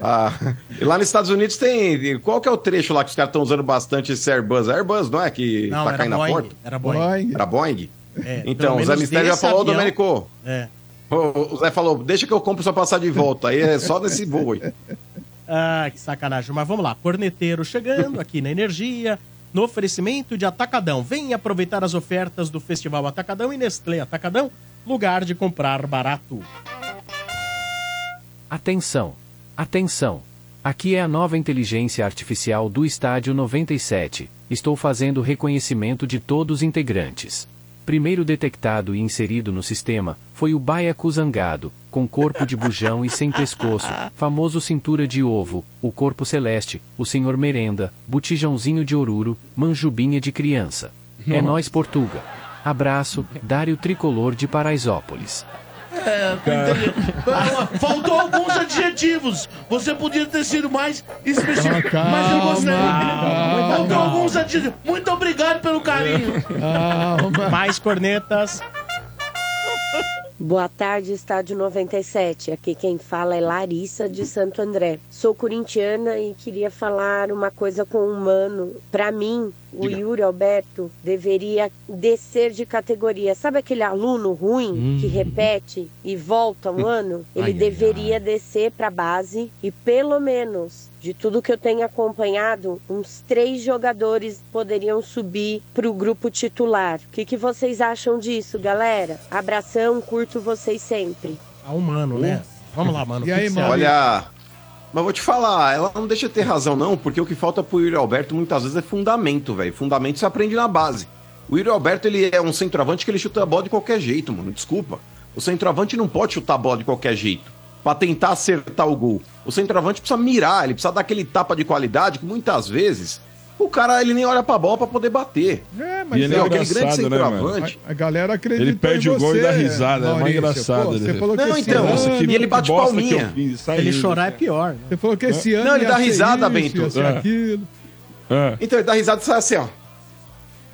Speaker 2: Ah, e lá nos Estados Unidos tem. Qual que é o trecho lá que os caras estão usando bastante esse Airbus? É Airbus, não é? Que
Speaker 8: Não,
Speaker 2: tá
Speaker 8: era
Speaker 2: caindo a
Speaker 8: Boeing.
Speaker 2: porta?
Speaker 8: Era Boeing.
Speaker 5: Boing.
Speaker 2: Era Boeing?
Speaker 8: É, pelo
Speaker 2: Então, o Zé
Speaker 8: menos
Speaker 2: Mistério já
Speaker 8: desse
Speaker 2: falou,
Speaker 8: avião-
Speaker 2: Domênico.
Speaker 8: É.
Speaker 2: O o Zé falou, deixa que eu compro sua passagem de volta. Aí é só nesse voo aí.
Speaker 8: Ah, que sacanagem. Mas vamos lá. Corneteiro chegando aqui na Energia. No oferecimento de Atacadão. Vem aproveitar as ofertas do Festival Atacadão e Nestlé Atacadão. Lugar de comprar barato.
Speaker 11: Atenção! Atenção! Aqui é a nova inteligência artificial do Estádio 97. Estou fazendo reconhecimento de todos os integrantes. Primeiro detectado e inserido no sistema foi o baiacu zangado, com corpo de bujão e sem pescoço, famoso cintura de ovo, o corpo celeste, o senhor merenda, botijãozinho de oruro, manjubinha de criança. É nós Portuga. Abraço, Dário Tricolor de Paraisópolis.
Speaker 1: Faltou alguns adjetivos. Você podia ter sido mais específico.
Speaker 5: Calma,
Speaker 1: mas eu gostei.
Speaker 5: calma.
Speaker 1: Faltou alguns adjetivos. Muito obrigado pelo carinho.
Speaker 5: Calma.
Speaker 8: Mais cornetas.
Speaker 12: Boa tarde, Estádio 97. Aqui quem fala é Larissa de Santo André. Sou corintiana e queria falar uma coisa com o Mano. Para mim, o Yuri Alberto deveria descer de categoria. Sabe aquele aluno ruim que repete e volta um ano? Ele deveria descer para base e pelo menos de tudo que eu tenho acompanhado, uns três jogadores poderiam subir para o grupo titular. O que, que vocês acham disso, galera? Abração, curto vocês sempre.
Speaker 8: A um mano, né? Vamos lá, mano.
Speaker 5: E
Speaker 8: O que
Speaker 5: aí,
Speaker 8: que você
Speaker 5: mano?
Speaker 8: acha?
Speaker 2: Olha, mas vou te falar, ela não deixa de ter razão, não, porque o que falta pro Yuri Alberto muitas vezes é fundamento, velho. Fundamento você aprende na base. O Yuri Alberto, ele é um centroavante que ele chuta a bola de qualquer jeito, mano. Desculpa. O centroavante não pode chutar a bola de qualquer jeito. Pra tentar acertar o gol. O centroavante precisa mirar, ele precisa dar aquele tapa de qualidade que muitas vezes o cara ele nem olha pra bola pra poder bater.
Speaker 5: É, mas
Speaker 3: E ele é
Speaker 5: eu-
Speaker 2: aquele grande
Speaker 3: engraçado, né, mano?
Speaker 2: centroavante.
Speaker 5: A, a galera acredita
Speaker 3: Ele perde
Speaker 5: em
Speaker 3: o gol
Speaker 5: você,
Speaker 3: e dá risada, é mais
Speaker 5: Maurício.
Speaker 3: engraçado,
Speaker 5: Pô,
Speaker 3: né?
Speaker 5: Você falou que
Speaker 2: Não,
Speaker 5: esse
Speaker 2: então,
Speaker 5: ano-
Speaker 2: você- e ele bate
Speaker 3: bosta que
Speaker 2: palminha.
Speaker 3: eu fiz, sai
Speaker 8: Ele
Speaker 3: isso.
Speaker 8: chorar é pior. né?
Speaker 5: Você falou que esse ano.
Speaker 2: Não, ele
Speaker 5: ia
Speaker 2: dá
Speaker 5: ser
Speaker 2: risada,
Speaker 5: isso, assim,
Speaker 2: Bento.
Speaker 5: ia ser
Speaker 3: É.
Speaker 5: aquilo.
Speaker 3: É.
Speaker 2: Então ele dá risada e sai assim, ó.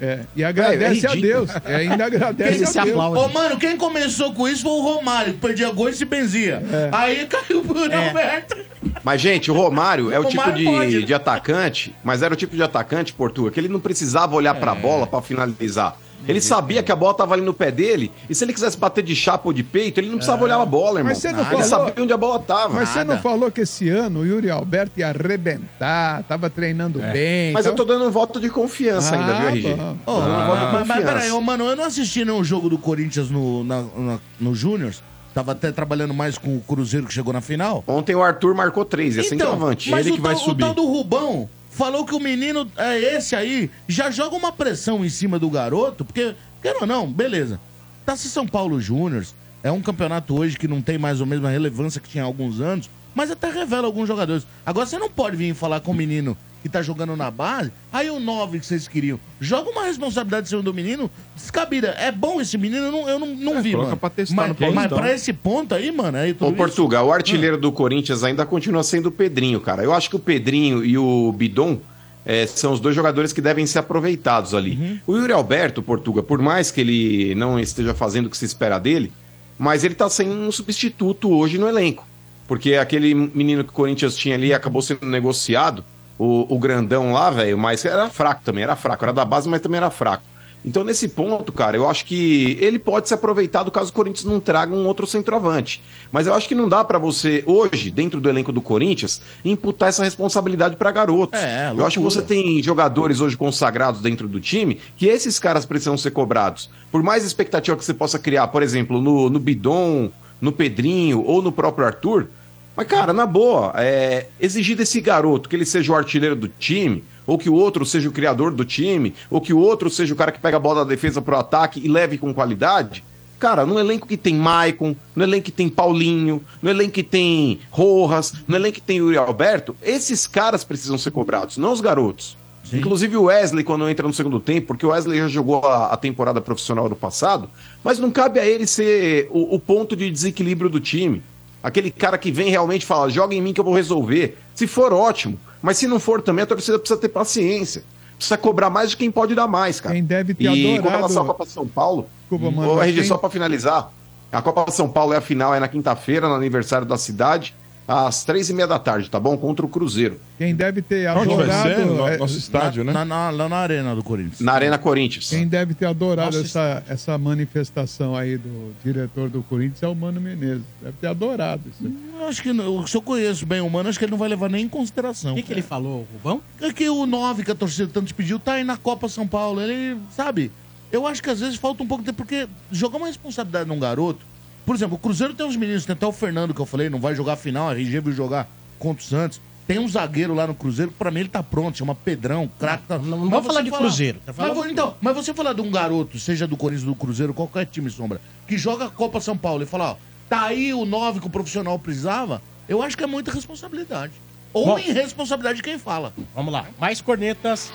Speaker 5: É, E agradece
Speaker 2: Velho, é
Speaker 5: a Deus. E ainda agradece
Speaker 8: Ele se
Speaker 5: a Deus.
Speaker 8: aplaude.
Speaker 1: Ô, mano, quem começou com isso foi o Romário, que perdia gol e se benzia.
Speaker 5: É.
Speaker 1: Aí caiu pro Roberto.
Speaker 2: Mas, gente, o Romário é o tipo
Speaker 1: Romário
Speaker 2: de,
Speaker 1: pode, né?
Speaker 2: de atacante, mas era o tipo de atacante, Portuga, que ele não precisava olhar
Speaker 5: É.
Speaker 2: pra bola pra finalizar. Ele sabia que a bola tava ali no pé dele, e se ele quisesse bater de chapa ou de peito, ele não precisava olhar a bola, irmão.
Speaker 5: É. Mas você não
Speaker 2: ele
Speaker 5: falou-
Speaker 2: sabia onde a bola tava.
Speaker 5: Mas
Speaker 2: Mas,
Speaker 5: você não falou que esse ano o Yuri Alberto ia arrebentar, tava treinando bem.
Speaker 2: eu
Speaker 5: tava-
Speaker 2: tô dando um voto de confiança ainda, viu,
Speaker 5: Ah,
Speaker 2: RG?
Speaker 5: bom.
Speaker 1: Ô,
Speaker 2: Ah.
Speaker 1: mas, mas
Speaker 2: Confiança.
Speaker 1: peraí, ô, mano, eu não assisti nenhum jogo do Corinthians no, na, na- no Júniors. Tava até trabalhando mais com o Cruzeiro que chegou na final.
Speaker 2: Ontem o Arthur marcou três, é sem
Speaker 5: Então,
Speaker 2: centroavante.
Speaker 1: Então, mas
Speaker 2: Ele
Speaker 1: o,
Speaker 2: que vai
Speaker 1: tal, o
Speaker 2: subir.
Speaker 1: tal do Rubão falou que o menino, é esse aí, já joga uma pressão em cima do garoto, porque, quer ou não, beleza. Tá se São Paulo Júnior, é um campeonato hoje que não tem mais ou menos a relevância que tinha há alguns anos, mas até revela alguns jogadores. Agora você não pode vir falar com o menino que tá jogando na base, aí o 9 que vocês queriam, joga uma responsabilidade em cima do menino, descabida. É bom esse menino, eu não, eu não,
Speaker 2: É,
Speaker 1: não vi,
Speaker 3: coloca
Speaker 1: mano.
Speaker 3: pra testar
Speaker 1: mas,
Speaker 3: no Paulistão.
Speaker 2: então.
Speaker 1: mas pra esse ponto aí, mano, é aí tudo
Speaker 2: Ô,
Speaker 1: isso- Ah.
Speaker 2: Portugal, o artilheiro do Corinthians ainda continua sendo o Pedrinho, cara. Eu acho que o Pedrinho e o Bidon eh, são os dois jogadores que devem ser aproveitados ali.
Speaker 1: Uhum.
Speaker 2: O Yuri Alberto, Portuga, por mais que ele não esteja fazendo o que se espera dele, mas ele tá sem um substituto hoje no elenco. Porque aquele menino que o Corinthians tinha ali acabou sendo negociado, o, o grandão lá, velho, mas era fraco também, era fraco. Era da base, mas também era fraco. Então, nesse ponto, cara, eu acho que ele pode se aproveitar do caso o Corinthians não traga um outro centroavante. Mas eu acho que não dá pra você, hoje, dentro do elenco do Corinthians, imputar essa responsabilidade pra garotos.
Speaker 1: É,
Speaker 2: eu acho que você tem jogadores hoje consagrados dentro do time que esses caras precisam ser cobrados. Por mais expectativa que você possa criar, por exemplo, no, no Bidon, no Pedrinho ou no próprio Arthur. Mas, cara, na boa, é, exigir desse garoto que ele seja o artilheiro do time, ou que o outro seja o criador do time, ou que o outro seja o cara que pega a bola da defesa pro ataque e leve com qualidade. Cara, no elenco que tem Maicon, no elenco que tem Paulinho, no elenco que tem Rojas, no elenco que tem Yuri Alberto, esses caras precisam ser cobrados, não os garotos. Inclusive o Wesley, quando entra no segundo tempo, porque o Wesley já jogou a, a temporada profissional do passado, mas não cabe a ele ser o, o ponto de desequilíbrio do time. Aquele cara que vem realmente e fala, joga em mim que eu vou resolver. Se for, ótimo. Mas se não for também, a torcida precisa ter paciência. Precisa cobrar mais de quem pode dar mais, cara.
Speaker 5: Quem deve ter
Speaker 2: e com
Speaker 5: adorado-
Speaker 2: relação à Copa São Paulo,
Speaker 5: Desculpa,
Speaker 2: hum,
Speaker 5: mano,
Speaker 2: ô, RG,
Speaker 5: quem-
Speaker 2: só pra finalizar, a Copa São Paulo é a final, é na quinta-feira, no aniversário da cidade, às três e meia da tarde, tá bom? Contra o Cruzeiro.
Speaker 5: Quem deve ter
Speaker 2: Onde vai
Speaker 5: adorado.
Speaker 2: ser? No-
Speaker 5: é,
Speaker 2: nosso estádio, né?
Speaker 1: Na, na, lá na Arena do Corinthians.
Speaker 2: Na Arena Corinthians.
Speaker 5: Quem deve ter adorado
Speaker 1: Nossa,
Speaker 5: essa, essa manifestação aí do diretor do Corinthians é o Mano Menezes. Deve ter adorado isso. aí.
Speaker 1: Eu Acho que não- se eu conheço bem o Mano, acho que ele não vai levar nem em consideração. O que,
Speaker 8: ele falou, Rubão?
Speaker 1: É que o 9 que a torcida tanto pediu tá aí na Copa São Paulo. Ele, sabe? Eu acho que às vezes falta um pouco de. Porque jogar uma responsabilidade num garoto. Por exemplo, o Cruzeiro tem uns meninos, tem até o Fernando que eu falei, não vai jogar a final, a RG viu jogar contra o Santos. Tem um zagueiro lá no Cruzeiro, que pra mim ele tá pronto, chama Pedrão, craque. tá- Não, não,
Speaker 8: vamos falar de Cruzeiro, tá
Speaker 1: Mas,
Speaker 8: falando-
Speaker 1: vo- então, mas você falar de um garoto, seja do Corinthians, do Cruzeiro, qualquer time sombra, que joga a Copa São Paulo e falar, ó, tá aí o 9 que o profissional precisava, eu acho que é muita responsabilidade. Ou
Speaker 8: Bom.
Speaker 1: irresponsabilidade de quem fala.
Speaker 8: Vamos lá, mais cornetas.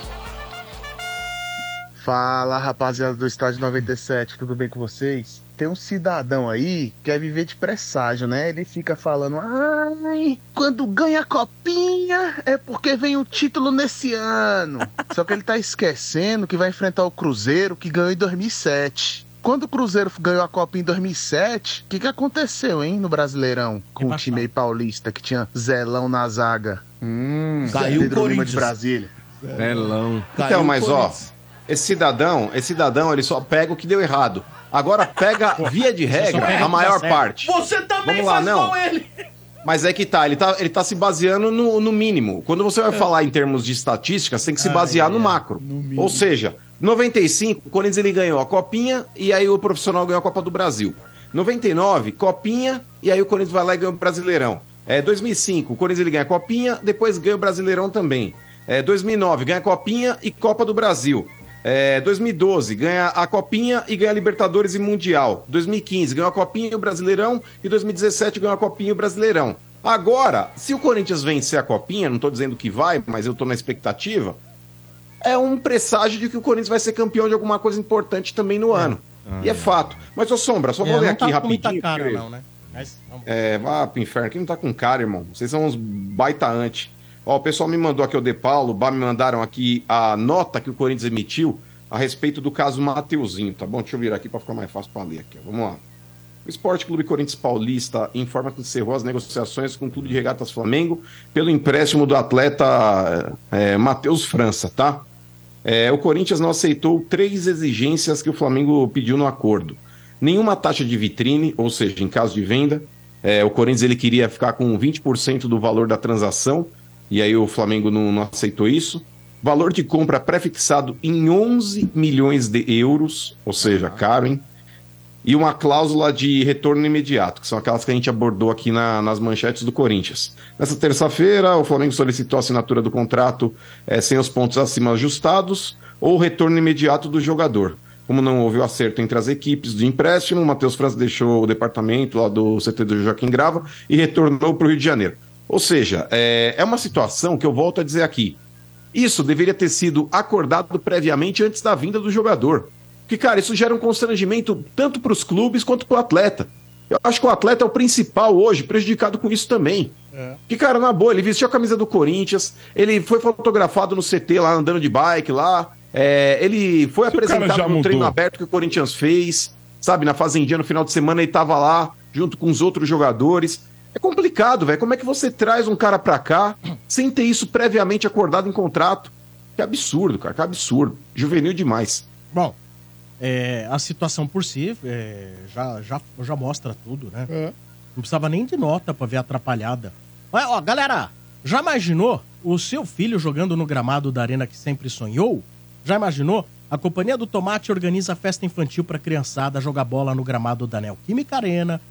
Speaker 13: Fala rapaziada do Estádio 97, tudo bem com vocês? Tem um cidadão aí que quer viver de presságio, né? Ele fica falando: ai, quando ganha a copinha é porque vem o título nesse ano. Só que ele tá esquecendo que vai enfrentar o Cruzeiro que ganhou em 2007. Quando o Cruzeiro ganhou a Copa em 2007, o que, que aconteceu, hein, no Brasileirão? Com o time aí paulista que tinha Zelão na zaga. Hum,
Speaker 2: Caiu o
Speaker 13: Pedro Lima
Speaker 2: Corinthians.
Speaker 13: de Brasília.
Speaker 2: Pelão.
Speaker 13: Caiu
Speaker 2: Então,
Speaker 13: o
Speaker 2: mas ó,
Speaker 13: Corinthians.
Speaker 2: esse cidadão, esse cidadão, ele só pega o que deu errado. Agora pega, via de regra, a maior parte.
Speaker 1: Você também
Speaker 2: Vamos lá,
Speaker 1: faz
Speaker 2: não.
Speaker 1: igual ele.
Speaker 2: Mas é que tá, ele tá, ele tá se baseando no, no mínimo. Quando você
Speaker 13: É.
Speaker 2: vai falar em termos de estatística, você tem que se basear no macro. Ou seja, 95, o Corinthians ele ganhou a Copinha e aí o profissional ganhou a Copa do Brasil. 99, Copinha e aí o Corinthians vai lá e ganha o Brasileirão. É, 2005, o Corinthians ele ganha a Copinha, depois ganha o Brasileirão também. É, 2009, ganha a Copinha e Copa do Brasil. É, 2012, ganha a Copinha e ganha a Libertadores e Mundial. 2015, ganhou a Copinha e o Brasileirão. E 2017, ganhou a Copinha e o Brasileirão. Agora, se o Corinthians vencer a Copinha, não tô dizendo que vai, mas eu tô na expectativa, é um presságio de que o Corinthians vai ser campeão de alguma coisa importante também no ano. e é, fato. Mas, ô Sombra, só vou
Speaker 8: Ah, É,
Speaker 2: ler
Speaker 8: não
Speaker 2: aqui
Speaker 8: tá com
Speaker 2: rapidinho.
Speaker 8: muita cara,
Speaker 2: porque-
Speaker 8: não, né? Mas vamos.
Speaker 2: é, vá pro inferno. Aqui não tá com cara, irmão. Vocês são uns baita antes. Ó, o pessoal me mandou aqui o De Paulo, o Bá me mandaram aqui a nota que o Corinthians emitiu a respeito do caso Mateuzinho, tá bom? Deixa eu virar aqui pra ficar mais fácil pra ler aqui, ó. Vamos lá. O Esporte Clube Corinthians Paulista informa que encerrou as negociações com o Clube de Regatas Flamengo pelo empréstimo do atleta é, Matheus França, tá? É, o Corinthians não aceitou três exigências que o Flamengo pediu no acordo. Nenhuma taxa de vitrine, ou seja, em caso de venda. É, o Corinthians ele queria ficar com 20% do valor da transação, e aí o Flamengo não, não aceitou isso. Valor de compra prefixado em 11 milhões de euros, ou seja, caro, hein? e uma cláusula de retorno imediato, que são aquelas que a gente abordou aqui na- nas manchetes do Corinthians. Nessa terça-feira, o Flamengo solicitou a assinatura do contrato eh, sem os pontos acima ajustados ou retorno imediato do jogador. Como não houve o acerto entre as equipes do empréstimo, o Matheus França deixou o departamento lá do CT do Joaquim Grava e retornou para o Rio de Janeiro. Ou seja, eh, é uma situação que eu volto a dizer aqui. Isso deveria ter sido acordado previamente antes da vinda do jogador. Porque, cara, isso gera um constrangimento tanto para os clubes quanto para o atleta. Eu acho que o atleta é o principal hoje prejudicado com isso também. Que, cara, na boa, ele vestiu a camisa do Corinthians, ele foi fotografado no CT lá, andando de bike lá, é, ele foi
Speaker 3: o cara já
Speaker 2: apresentado no
Speaker 3: mudou?
Speaker 2: treino aberto que o Corinthians fez, sabe, na Fazendinha no final de semana ele tava lá, junto com os outros jogadores. É complicado, velho, como é que você traz um cara pra cá sem ter isso previamente acordado em contrato? Que absurdo, cara, que absurdo. Juvenil demais.
Speaker 8: Bom, É, a situação por si é, já, já, já mostra tudo, né? Não precisava nem de nota pra ver a atrapalhada. Mas, ó, galera, já imaginou o seu filho jogando no gramado da arena que sempre sonhou? Já imaginou? A Companhia do Tomate organiza festa infantil pra criançada jogar bola no gramado da Neoquímica Arena,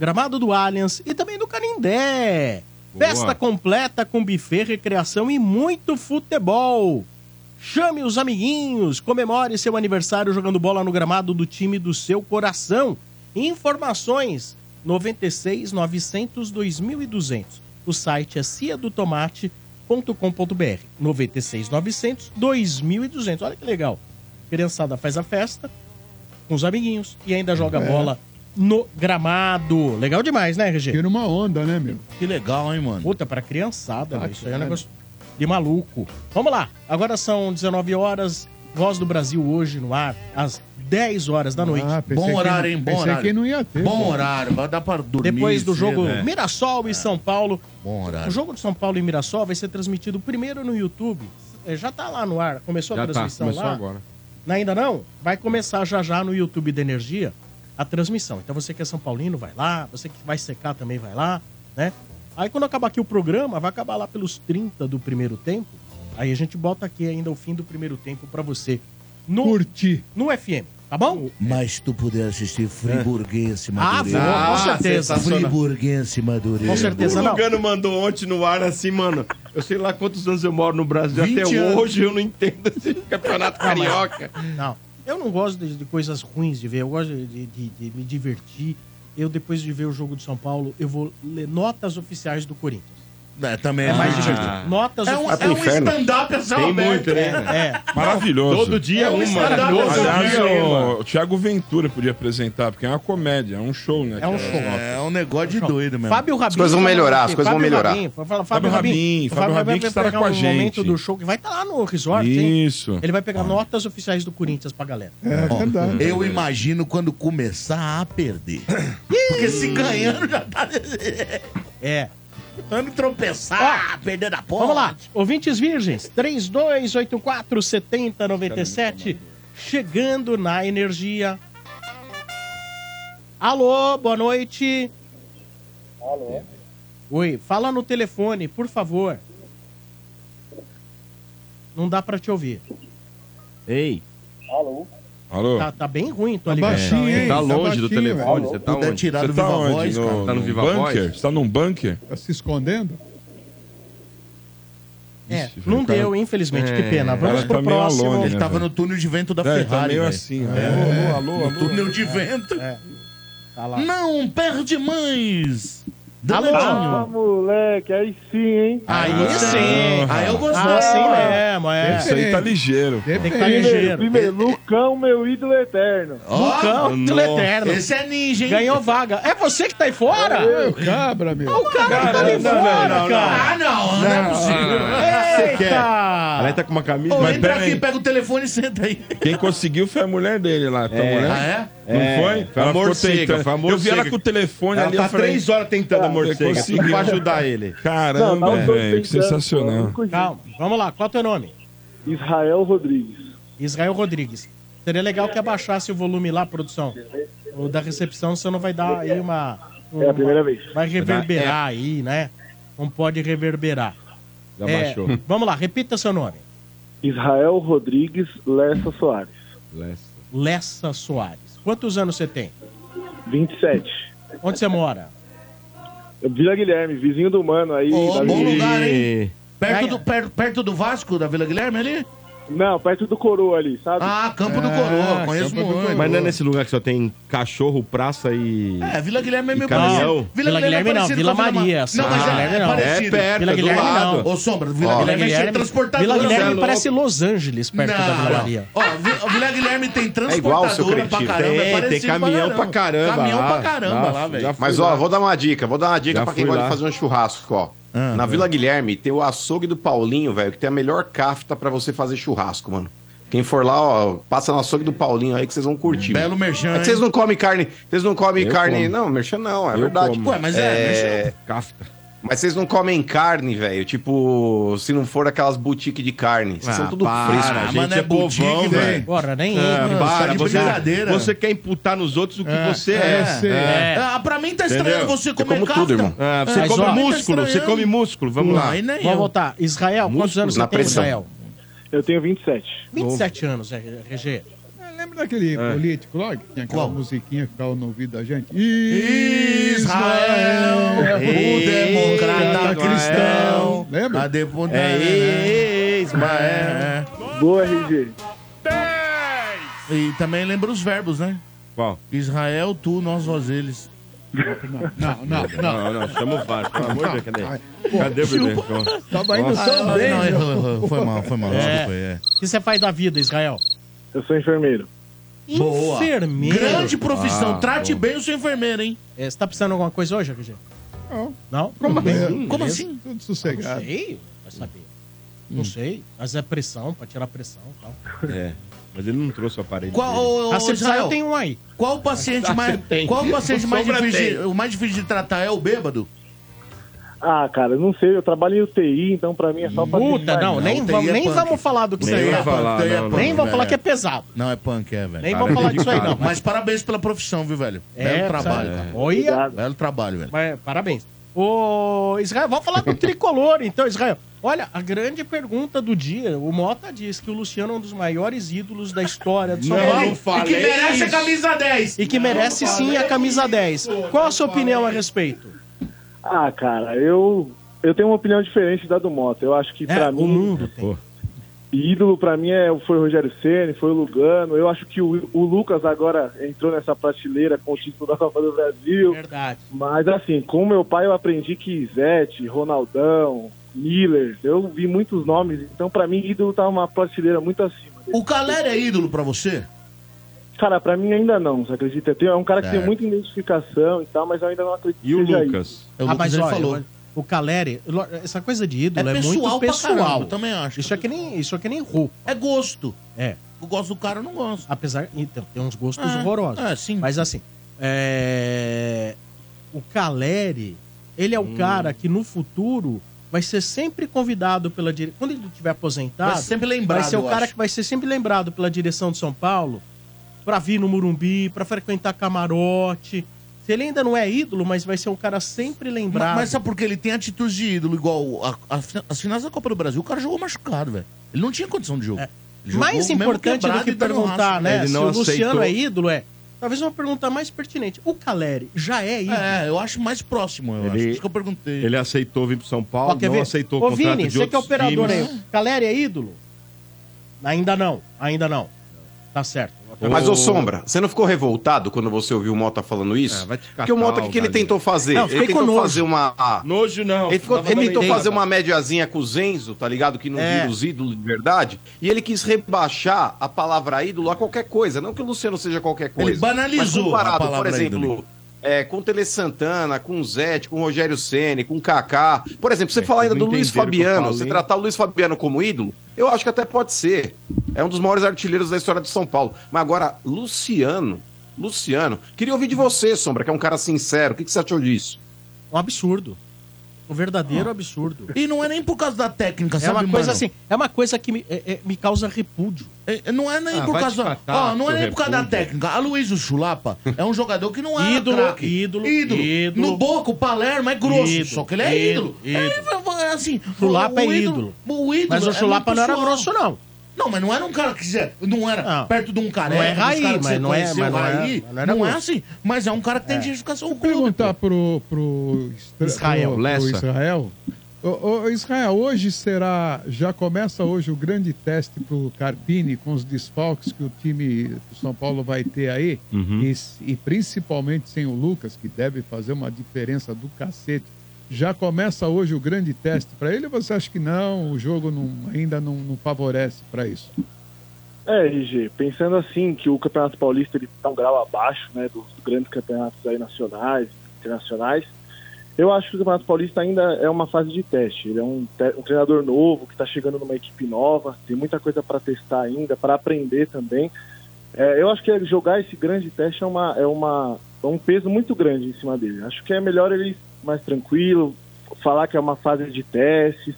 Speaker 8: gramado do Allianz e também do Canindé.
Speaker 14: Boa.
Speaker 8: Festa completa com buffet, recreação e muito futebol. Chame os amiguinhos, comemore seu aniversário jogando bola no gramado do time do seu coração. Informações 96 900 2200. O site é ciadotomate.com.br 96 900 2200. Olha que legal. Criançada faz a festa com os amiguinhos e ainda joga
Speaker 5: É.
Speaker 8: bola no gramado. Legal demais, né, RG?
Speaker 5: Tira uma onda, né, meu? Ah,
Speaker 8: Que legal, hein, mano? Puta, pra criançada, velho. Isso aí é um negócio de maluco. Vamos lá, agora são 19 horas. Voz do Brasil hoje no ar, às 10 horas da noite.
Speaker 5: Ah,
Speaker 1: Bom horário, hein? Bom horário. Bom
Speaker 5: né?
Speaker 1: horário, vai dar pra dormir.
Speaker 8: Depois do
Speaker 1: cedo,
Speaker 8: jogo
Speaker 1: né?
Speaker 8: Mirassol e São Paulo.
Speaker 1: Bom
Speaker 8: O
Speaker 1: horário.
Speaker 8: jogo de São Paulo e Mirassol vai ser transmitido primeiro no YouTube. É, Já tá lá no ar. Começou a
Speaker 3: Já tá,
Speaker 8: transmissão
Speaker 3: começou
Speaker 8: lá?
Speaker 3: agora.
Speaker 8: Não, é ainda não? Vai começar já já no YouTube da Energia a transmissão. Então você que é São Paulino, vai lá. Você que vai secar também, vai lá, né? Aí quando acabar aqui o programa, vai acabar lá pelos 30 do primeiro tempo. Aí a gente bota aqui ainda o fim do primeiro tempo pra você. No, Curtir. No FM, tá bom?
Speaker 1: Mas tu puder assistir Friburguense
Speaker 8: É. Ah,
Speaker 1: Madureira.
Speaker 8: vou, com certeza.
Speaker 1: Friburguense Madureira.
Speaker 4: O Lugano mandou ontem no ar assim, mano. Eu sei lá quantos anos eu moro no Brasil. Até
Speaker 8: 20 anos.
Speaker 4: hoje eu não entendo esse campeonato carioca.
Speaker 8: Não. Eu não gosto de, de coisas ruins de ver, eu gosto de, de- de me divertir. Eu, depois de ver o jogo de São Paulo, eu vou ler notas oficiais do Corinthians.
Speaker 1: É, também
Speaker 8: É mais
Speaker 1: Ah.
Speaker 8: divertido. Notas
Speaker 1: é um,
Speaker 8: oficiais.
Speaker 1: é um stand-up a céu
Speaker 8: Tem
Speaker 1: aberto.
Speaker 8: muito, né?
Speaker 1: É.
Speaker 3: Maravilhoso.
Speaker 8: Todo dia É um uma. stand-up todo
Speaker 3: Aliás,
Speaker 8: dia, hein,
Speaker 3: o,
Speaker 8: mano?
Speaker 3: o Thiago Ventura podia apresentar, porque é uma comédia, é um show, né?
Speaker 8: É um
Speaker 3: cara?
Speaker 8: show.
Speaker 1: É um negócio de doido mesmo.
Speaker 8: Fábio Rabin. Fábio Rabin, fala- fala- Fábio Rabin.
Speaker 3: Rabin, Fábio Rabin que
Speaker 8: vai
Speaker 3: estará
Speaker 8: pegar
Speaker 3: com a
Speaker 8: um momento
Speaker 3: gente.
Speaker 8: do show que vai estar lá no resort, hein?
Speaker 3: Isso.
Speaker 8: Ele vai pegar notas oficiais do Corinthians pra galera.
Speaker 3: É
Speaker 1: Ó, Eu imagino quando começar a perder.
Speaker 8: Porque
Speaker 1: se ganhando
Speaker 8: já tá. É.
Speaker 1: Ano tropeçar, perder a porra.
Speaker 8: Vamos lá. Ouvintes virgens, 3284 7097. Chegando na energia. Alô, boa noite.
Speaker 10: Alô?
Speaker 8: Oi, fala no telefone, por favor. Não dá pra te ouvir.
Speaker 2: Ei.
Speaker 10: Alô?
Speaker 3: Alô?
Speaker 8: Tá, tá bem ruim, tô
Speaker 3: Tá
Speaker 8: ligado.
Speaker 3: baixinho, hein? Tá longe do telefone,
Speaker 8: Você
Speaker 3: você tá onde? Você tá onde? No- num bunker? Você tá num bunker?
Speaker 5: Tá se escondendo?
Speaker 8: É,
Speaker 3: Ixi,
Speaker 8: não
Speaker 3: o cara-
Speaker 8: deu, infelizmente. que
Speaker 3: É,
Speaker 8: pena.
Speaker 3: o cara
Speaker 8: Vamos pro
Speaker 3: tá meio
Speaker 8: próximo.
Speaker 3: alone, né,
Speaker 8: Ele tava
Speaker 3: velho?
Speaker 8: no túnel de vento da
Speaker 3: É, tá
Speaker 8: Ferrari.
Speaker 3: meio
Speaker 8: velho.
Speaker 3: assim,
Speaker 8: É.
Speaker 3: né? Alô, alô, alô.
Speaker 1: Túnel de vento.
Speaker 8: Tá lá.
Speaker 1: Não perde mais.
Speaker 10: Ah,
Speaker 1: Danadinho.
Speaker 10: moleque, aí sim, hein?
Speaker 1: Aí
Speaker 8: sim.
Speaker 1: Aí eu gostei.
Speaker 10: sim
Speaker 8: mesmo, é.
Speaker 3: Isso aí tá ligeiro.
Speaker 8: Tem que tá ligeiro.
Speaker 10: Primeiro, Lucão, meu ídolo eterno.
Speaker 8: Lucão, ídolo
Speaker 10: nossa.
Speaker 8: eterno.
Speaker 10: Esse é
Speaker 1: ninja,
Speaker 10: hein?
Speaker 8: Ganhou vaga. É você que tá aí fora?
Speaker 14: É,
Speaker 10: Eu,
Speaker 5: cabra, meu.
Speaker 8: o cara que tá ali
Speaker 4: Não,
Speaker 8: fora,
Speaker 4: não, não, não.
Speaker 8: cara.
Speaker 4: Ah, não, não é possível.
Speaker 8: Eita.
Speaker 4: Você quer? Ela tá com uma camisa.
Speaker 1: Ô,
Speaker 3: Mas
Speaker 1: entra
Speaker 3: pera
Speaker 1: aqui,
Speaker 3: aí.
Speaker 1: pega o telefone e senta aí.
Speaker 3: Quem conseguiu foi a mulher dele lá. tua
Speaker 4: É.
Speaker 3: mulher?
Speaker 4: Ah, é?
Speaker 3: Não
Speaker 4: É.
Speaker 3: foi?
Speaker 4: Foi a
Speaker 3: ficou
Speaker 4: morcega,
Speaker 3: tentando.
Speaker 4: foi a
Speaker 3: Eu vi ela
Speaker 4: morcega.
Speaker 3: com o telefone
Speaker 4: Ela
Speaker 3: ali.
Speaker 4: tá
Speaker 3: eu falei,
Speaker 4: três horas tentando a
Speaker 3: "Você
Speaker 4: morcega,
Speaker 3: conseguiu."
Speaker 4: pra ajudar ele.
Speaker 3: Caramba,
Speaker 10: Não, não tô
Speaker 3: velho, que
Speaker 10: tentando,
Speaker 3: sensacional.
Speaker 8: Calma, vamos lá. Qual é o teu nome?
Speaker 10: Israel Rodrigues.
Speaker 8: Israel Rodrigues. Seria legal que abaixasse o volume lá, produção. O da recepção, você não vai dar aí uma...
Speaker 10: É a primeira vez.
Speaker 8: Vai
Speaker 10: É.
Speaker 8: reverberar aí, né? Não pode reverberar.
Speaker 10: Já
Speaker 8: É,
Speaker 10: baixou.
Speaker 8: Vamos lá, repita seu nome.
Speaker 10: Israel Rodrigues Lessa Soares.
Speaker 8: Lessa Soares. Quantos anos você tem?
Speaker 10: 27.
Speaker 8: Onde você mora?
Speaker 10: Vila Guilherme, vizinho do Mano aí.
Speaker 1: Ô,
Speaker 10: da
Speaker 1: bom
Speaker 10: Vila-
Speaker 1: lugar, hein? Perto do, per- perto do Vasco, da Vila Guilherme ali?
Speaker 10: Não, perto do Coroa ali, sabe?
Speaker 1: Ah, Campo do Coroa, conheço muito.
Speaker 4: Mas não é nesse lugar que só tem cachorro, praça e.
Speaker 1: É, Vila Guilherme é
Speaker 4: E
Speaker 1: meio
Speaker 4: caminhão?
Speaker 1: parecido. Vila Guilherme não, Vila Maria. Não, mas
Speaker 4: Santa
Speaker 1: é
Speaker 4: Guilherme não.
Speaker 1: parecido.
Speaker 4: É perto,
Speaker 1: Vila
Speaker 4: é do
Speaker 1: Guilherme não.
Speaker 4: lado.
Speaker 1: Ô, Sombra, Vila Guilherme é cheio de transportadora.
Speaker 8: Vila Guilherme
Speaker 1: velho.
Speaker 8: parece Los Angeles perto da Vila
Speaker 1: Não.
Speaker 8: Maria.
Speaker 1: Ó, Vi- o Vila Guilherme tem
Speaker 2: igual, seu
Speaker 1: transportadora pra
Speaker 2: cretino.
Speaker 1: caramba.
Speaker 2: Tem,
Speaker 1: é
Speaker 2: tem
Speaker 1: parecido
Speaker 2: caminhão pra caramba
Speaker 1: Caminhão
Speaker 2: lá.
Speaker 1: pra caramba lá,
Speaker 2: Nossa,
Speaker 1: velho.
Speaker 2: já fui Mas ó, vou dar uma dica, vou dar uma dica
Speaker 4: Já
Speaker 2: pra quem
Speaker 4: fui
Speaker 2: gosta de
Speaker 4: lá.
Speaker 2: fazer um churrasco, ó. Na Vila Guilherme tem o açougue do Paulinho, velho, que tem a melhor cafta pra você fazer churrasco, mano. Quem for lá, ó, passa no açougue do Paulinho aí que vocês vão curtir.
Speaker 1: Belo
Speaker 2: mano.
Speaker 1: merchan,
Speaker 2: É que vocês
Speaker 1: hein?
Speaker 2: não comem carne, vocês não comem
Speaker 1: Eu
Speaker 2: carne,
Speaker 1: como.
Speaker 2: não, merchan não, é
Speaker 1: Eu
Speaker 2: verdade.
Speaker 1: como. Ué, mas é, merchan.
Speaker 2: Cafta. Mas vocês não comem carne, velho. Tipo, se não for aquelas boutiques de carne. Vocês
Speaker 4: Ah,
Speaker 2: são tudo
Speaker 4: para,
Speaker 2: fresco.
Speaker 4: gente, Mas não é é bobão, boutique, velho. velho. Porra, nem
Speaker 2: É,
Speaker 4: entra.
Speaker 2: para,
Speaker 4: Tá de
Speaker 2: você,
Speaker 4: brincadeira.
Speaker 2: você
Speaker 4: quer imputar nos outros o que
Speaker 2: você é.
Speaker 1: É. Ah, pra mim tá estranhando
Speaker 4: Entendeu?
Speaker 1: você
Speaker 4: Eu
Speaker 1: comer
Speaker 4: como
Speaker 1: kafta.
Speaker 4: tudo, irmão. Ah, você
Speaker 8: É, Mas,
Speaker 4: come
Speaker 8: ó, tá
Speaker 4: músculo, você come músculo. Vamos lá.
Speaker 8: Aí nem eu. Vamos voltar. Israel, quantos
Speaker 4: Músculo
Speaker 8: anos
Speaker 4: na
Speaker 8: você tem,
Speaker 4: pressão.
Speaker 8: Israel?
Speaker 14: Eu tenho 27.
Speaker 8: 27 anos, né, RG.
Speaker 5: Lembra daquele político lá que tinha aquela musiquinha que ficava no ouvido da gente?
Speaker 1: Israel é o democrata cristão. É
Speaker 5: Lembra?
Speaker 1: A deputada.
Speaker 5: É
Speaker 1: Ismael.
Speaker 14: Boa, RG.
Speaker 1: E também lembra os verbos, né?
Speaker 4: Qual?
Speaker 1: Israel, tu, nós, vós, eles.
Speaker 5: Não, não,
Speaker 4: não. Não, não, chama o VAR, pelo amor de Deus. Cadê?
Speaker 1: Pô,
Speaker 4: Cadê o
Speaker 1: chupa.
Speaker 4: Bruno?
Speaker 1: Tava indo
Speaker 4: Nossa.
Speaker 1: tão bem, Ah, não, viu? foi mal, foi mal, desculpa aí, é.
Speaker 8: O que você faz da vida, Israel?
Speaker 14: Eu sou enfermeiro.
Speaker 1: Boa.
Speaker 8: Enfermeiro.
Speaker 1: Grande profissão. Trate
Speaker 8: bem.
Speaker 1: bem o seu enfermeiro, hein?
Speaker 8: É, você tá precisando de alguma coisa hoje, RG?
Speaker 5: Não.
Speaker 8: Não?
Speaker 5: Como
Speaker 8: Beleza.
Speaker 5: assim?
Speaker 8: Como
Speaker 5: Beleza.
Speaker 8: assim?
Speaker 1: Hum.
Speaker 5: Tudo sossegado.
Speaker 8: Não sei, vai saber. Não sei. Mas é pressão, pra tirar pressão e tal.
Speaker 4: É, mas ele não trouxe o aparelho.
Speaker 1: Qual,
Speaker 4: dele.
Speaker 1: ô, ô,
Speaker 8: Ah, você
Speaker 1: Israel,
Speaker 8: só tem um aí.
Speaker 1: Qual o paciente
Speaker 4: Ah,
Speaker 1: mais,
Speaker 4: você tem.
Speaker 1: qual o paciente mais
Speaker 4: Sombra tem.
Speaker 1: difícil, o mais difícil de tratar é o bêbado?
Speaker 14: Ah, cara, eu não sei, eu trabalho em UTI, então pra mim é só pra
Speaker 8: Puta, não, nem, vamos, nem vamos falar do que
Speaker 1: Nem
Speaker 8: você
Speaker 1: vai
Speaker 8: é.
Speaker 1: falar,
Speaker 8: Nem
Speaker 1: não,
Speaker 4: né?
Speaker 8: vamos
Speaker 1: não, velho.
Speaker 8: falar que é pesado.
Speaker 1: Não, é punk, é, velho.
Speaker 8: Nem vamos falar disso aí, não.
Speaker 1: Mas parabéns pela profissão, viu, velho?
Speaker 8: É,
Speaker 1: Belo
Speaker 8: sabe?
Speaker 1: trabalho, cara.
Speaker 8: Olha.
Speaker 1: Belo trabalho, velho.
Speaker 8: Mas, parabéns. Ô, Israel, vamos falar do tricolor, então, Israel. Olha, a grande pergunta do dia, o Mota diz que o Luciano é um dos maiores ídolos da história do São
Speaker 1: Não,
Speaker 8: Paulo.
Speaker 1: não falei
Speaker 8: e que merece
Speaker 1: isso.
Speaker 8: a camisa 10. E que merece
Speaker 1: Não
Speaker 8: sim a
Speaker 1: falei
Speaker 8: camisa 10. Qual a sua opinião a respeito?
Speaker 14: Ah, cara, eu, eu tenho uma opinião diferente da do Mota. Eu
Speaker 8: É,
Speaker 14: acho que pra mim. Ídolo pra mim é, foi o Rogério Ceni, foi o Lugano. Eu acho que o, o Lucas agora entrou nessa prateleira com o título da Copa do Brasil.
Speaker 8: Verdade.
Speaker 14: Mas assim, com meu pai eu aprendi que Zete, Ronaldão, Miller, eu vi muitos nomes. Então pra mim ídolo tá uma prateleira muito acima.
Speaker 1: O Calera é ídolo pra você?
Speaker 14: Cara, pra mim ainda não, você acredita? Eu tenho- É um cara que tem
Speaker 1: Certo.
Speaker 14: muita identificação e tal, mas eu ainda não acredito. que seja ídolo.
Speaker 1: É
Speaker 8: ah, mas olha, o Caleri, lo- essa coisa de ídolo
Speaker 1: É
Speaker 8: é,
Speaker 1: pessoal
Speaker 8: muito
Speaker 1: pra
Speaker 8: pessoal.
Speaker 1: caramba, também acho.
Speaker 8: Isso é que nem, isso é que nem roupa.
Speaker 1: É gosto.
Speaker 8: É.
Speaker 1: Eu gosto do cara, eu não gosto.
Speaker 8: Apesar, então, tem uns gostos
Speaker 1: É,
Speaker 8: horrorosos.
Speaker 1: é, sim.
Speaker 8: Mas assim, é, o Caleri, ele é o cara que no futuro vai ser sempre convidado pela direção. Quando ele estiver aposentado,
Speaker 1: Vai ser sempre lembrado,
Speaker 8: vai ser o
Speaker 1: eu
Speaker 8: cara
Speaker 1: acho.
Speaker 8: que vai ser sempre lembrado pela direção de São Paulo pra vir no Murumbi, pra frequentar camarote. Se ele ainda não é ídolo, mas vai ser um cara sempre
Speaker 1: Mas,
Speaker 8: lembrado.
Speaker 1: mas sabe por quê? Ele tem atitudes de ídolo, igual a- a fina- as finais da Copa do Brasil, o cara jogou machucado, velho. Ele não tinha condição de jogo. Ele jogou
Speaker 8: É. mais
Speaker 1: mesmo
Speaker 8: importante do
Speaker 1: quebrado
Speaker 8: que
Speaker 1: e dando raça.
Speaker 8: perguntar, né?
Speaker 1: Ele
Speaker 8: Se
Speaker 1: não
Speaker 8: o
Speaker 1: aceitou.
Speaker 8: Luciano é ídolo, é. Talvez uma pergunta mais pertinente. O Caleri já é ídolo?
Speaker 1: É, eu acho mais próximo, eu acho.
Speaker 4: Ele-
Speaker 1: Por isso que eu perguntei.
Speaker 4: Ele aceitou vir pro São Paulo,
Speaker 8: Ó, quer
Speaker 4: não
Speaker 8: ver?
Speaker 4: aceitou o
Speaker 8: Ô,
Speaker 4: contrato
Speaker 8: Vini,
Speaker 4: de
Speaker 8: você que é
Speaker 4: outros
Speaker 8: operador
Speaker 4: times.
Speaker 8: aí. Caleri é ídolo? Ainda não, ainda não. Tá certo.
Speaker 2: Mas, ô Sombra, você não ficou revoltado quando você ouviu o Mota falando
Speaker 4: Ah,
Speaker 2: isso? Porque o Mota, o que, que ele
Speaker 4: Galinha.
Speaker 2: tentou fazer?
Speaker 4: Não,
Speaker 2: ele
Speaker 4: fiquei
Speaker 2: tentou
Speaker 4: com nojo.
Speaker 2: fazer uma...
Speaker 4: Nojo não.
Speaker 2: Ele, ficou-
Speaker 4: Tava
Speaker 2: ele
Speaker 4: dando
Speaker 2: tentou
Speaker 4: ideia.
Speaker 2: fazer uma médiazinha com o Zenzo, tá ligado? Que não
Speaker 4: É.
Speaker 2: vira os ídolos de verdade. E ele quis rebaixar a palavra ídolo a qualquer coisa. Não que o Luciano seja qualquer coisa.
Speaker 1: banalizou
Speaker 2: Mas comparado,
Speaker 1: a palavra
Speaker 2: por exemplo,
Speaker 1: ídolo.
Speaker 2: é, com o Tele Santana, com o Zete, com o Rogério Ceni, com o Kaká. Por exemplo, você falar ainda do
Speaker 4: não
Speaker 2: Luiz
Speaker 4: entenderam o que É, eu
Speaker 2: Fabiano,
Speaker 4: falo,
Speaker 2: você
Speaker 4: hein?
Speaker 2: tratar o Luiz Fabiano como ídolo, eu acho que até pode ser. É um dos maiores artilheiros da história de São Paulo. Mas agora, Luciano, Luciano, queria ouvir de você, Sombra, que é um cara sincero. O que, que você achou disso?
Speaker 8: Um absurdo. Um verdadeiro absurdo.
Speaker 1: E não é nem por causa da técnica,
Speaker 8: É
Speaker 1: sabe,
Speaker 8: uma coisa
Speaker 1: mano?
Speaker 8: assim, é uma coisa que me, é- é- me causa repúdio.
Speaker 1: É, Não é nem
Speaker 8: Ah,
Speaker 1: por
Speaker 8: vai
Speaker 1: causa
Speaker 8: te
Speaker 1: da.
Speaker 8: catar,
Speaker 1: Ó, não é
Speaker 8: seu
Speaker 1: nem por causa da
Speaker 8: repúdio.
Speaker 1: técnica. A Luiz Chulapa é um jogador que não é
Speaker 8: Ídolo,
Speaker 1: craque.
Speaker 8: ídolo,
Speaker 1: ídolo.
Speaker 8: ídolo.
Speaker 1: No Boca, o Palermo é grosso,
Speaker 8: Ídolo,
Speaker 1: só que ele é ídolo.
Speaker 8: ídolo, ídolo.
Speaker 1: Ele vai- vai- assim,
Speaker 8: Chulapa
Speaker 1: o
Speaker 8: é
Speaker 1: ídolo- O ídolo
Speaker 8: Mas o
Speaker 1: é
Speaker 8: Chulapa
Speaker 1: muito
Speaker 8: não era
Speaker 1: suave.
Speaker 8: grosso, não.
Speaker 1: Não, mas não era um cara que já- não era perto de um cara.
Speaker 8: Não é Raí, mas não é- mas não é- mas não era
Speaker 1: não é
Speaker 8: grosso.
Speaker 1: assim, mas é um cara que tem justificação com
Speaker 5: perguntar pro, pro Isra-
Speaker 1: Israel,
Speaker 5: pro- pro
Speaker 1: Lessa.
Speaker 5: Israel. Ô, ô, Israel, hoje será. Já começa hoje o grande teste pro Carpini com os desfalques que o time do São Paulo vai ter aí.
Speaker 8: Uhum.
Speaker 5: E, s- e principalmente sem o Lucas, que deve fazer uma diferença do cacete. Já começa hoje o grande teste para ele ou você acha que não? O jogo não- ainda não, não favorece para isso?
Speaker 14: É, RG, pensando assim que o Campeonato Paulista ele tá um grau abaixo, né, dos grandes campeonatos aí nacionais, internacionais. Eu acho que o Campeonato Paulista ainda é uma fase de teste. Ele é um, te- um treinador novo que está chegando numa equipe nova, tem muita coisa para testar ainda, para aprender também. É, eu acho que jogar esse grande teste é uma é uma é um peso muito grande em cima dele. Acho que é melhor ele ir mais tranquilo, falar que é uma fase de testes,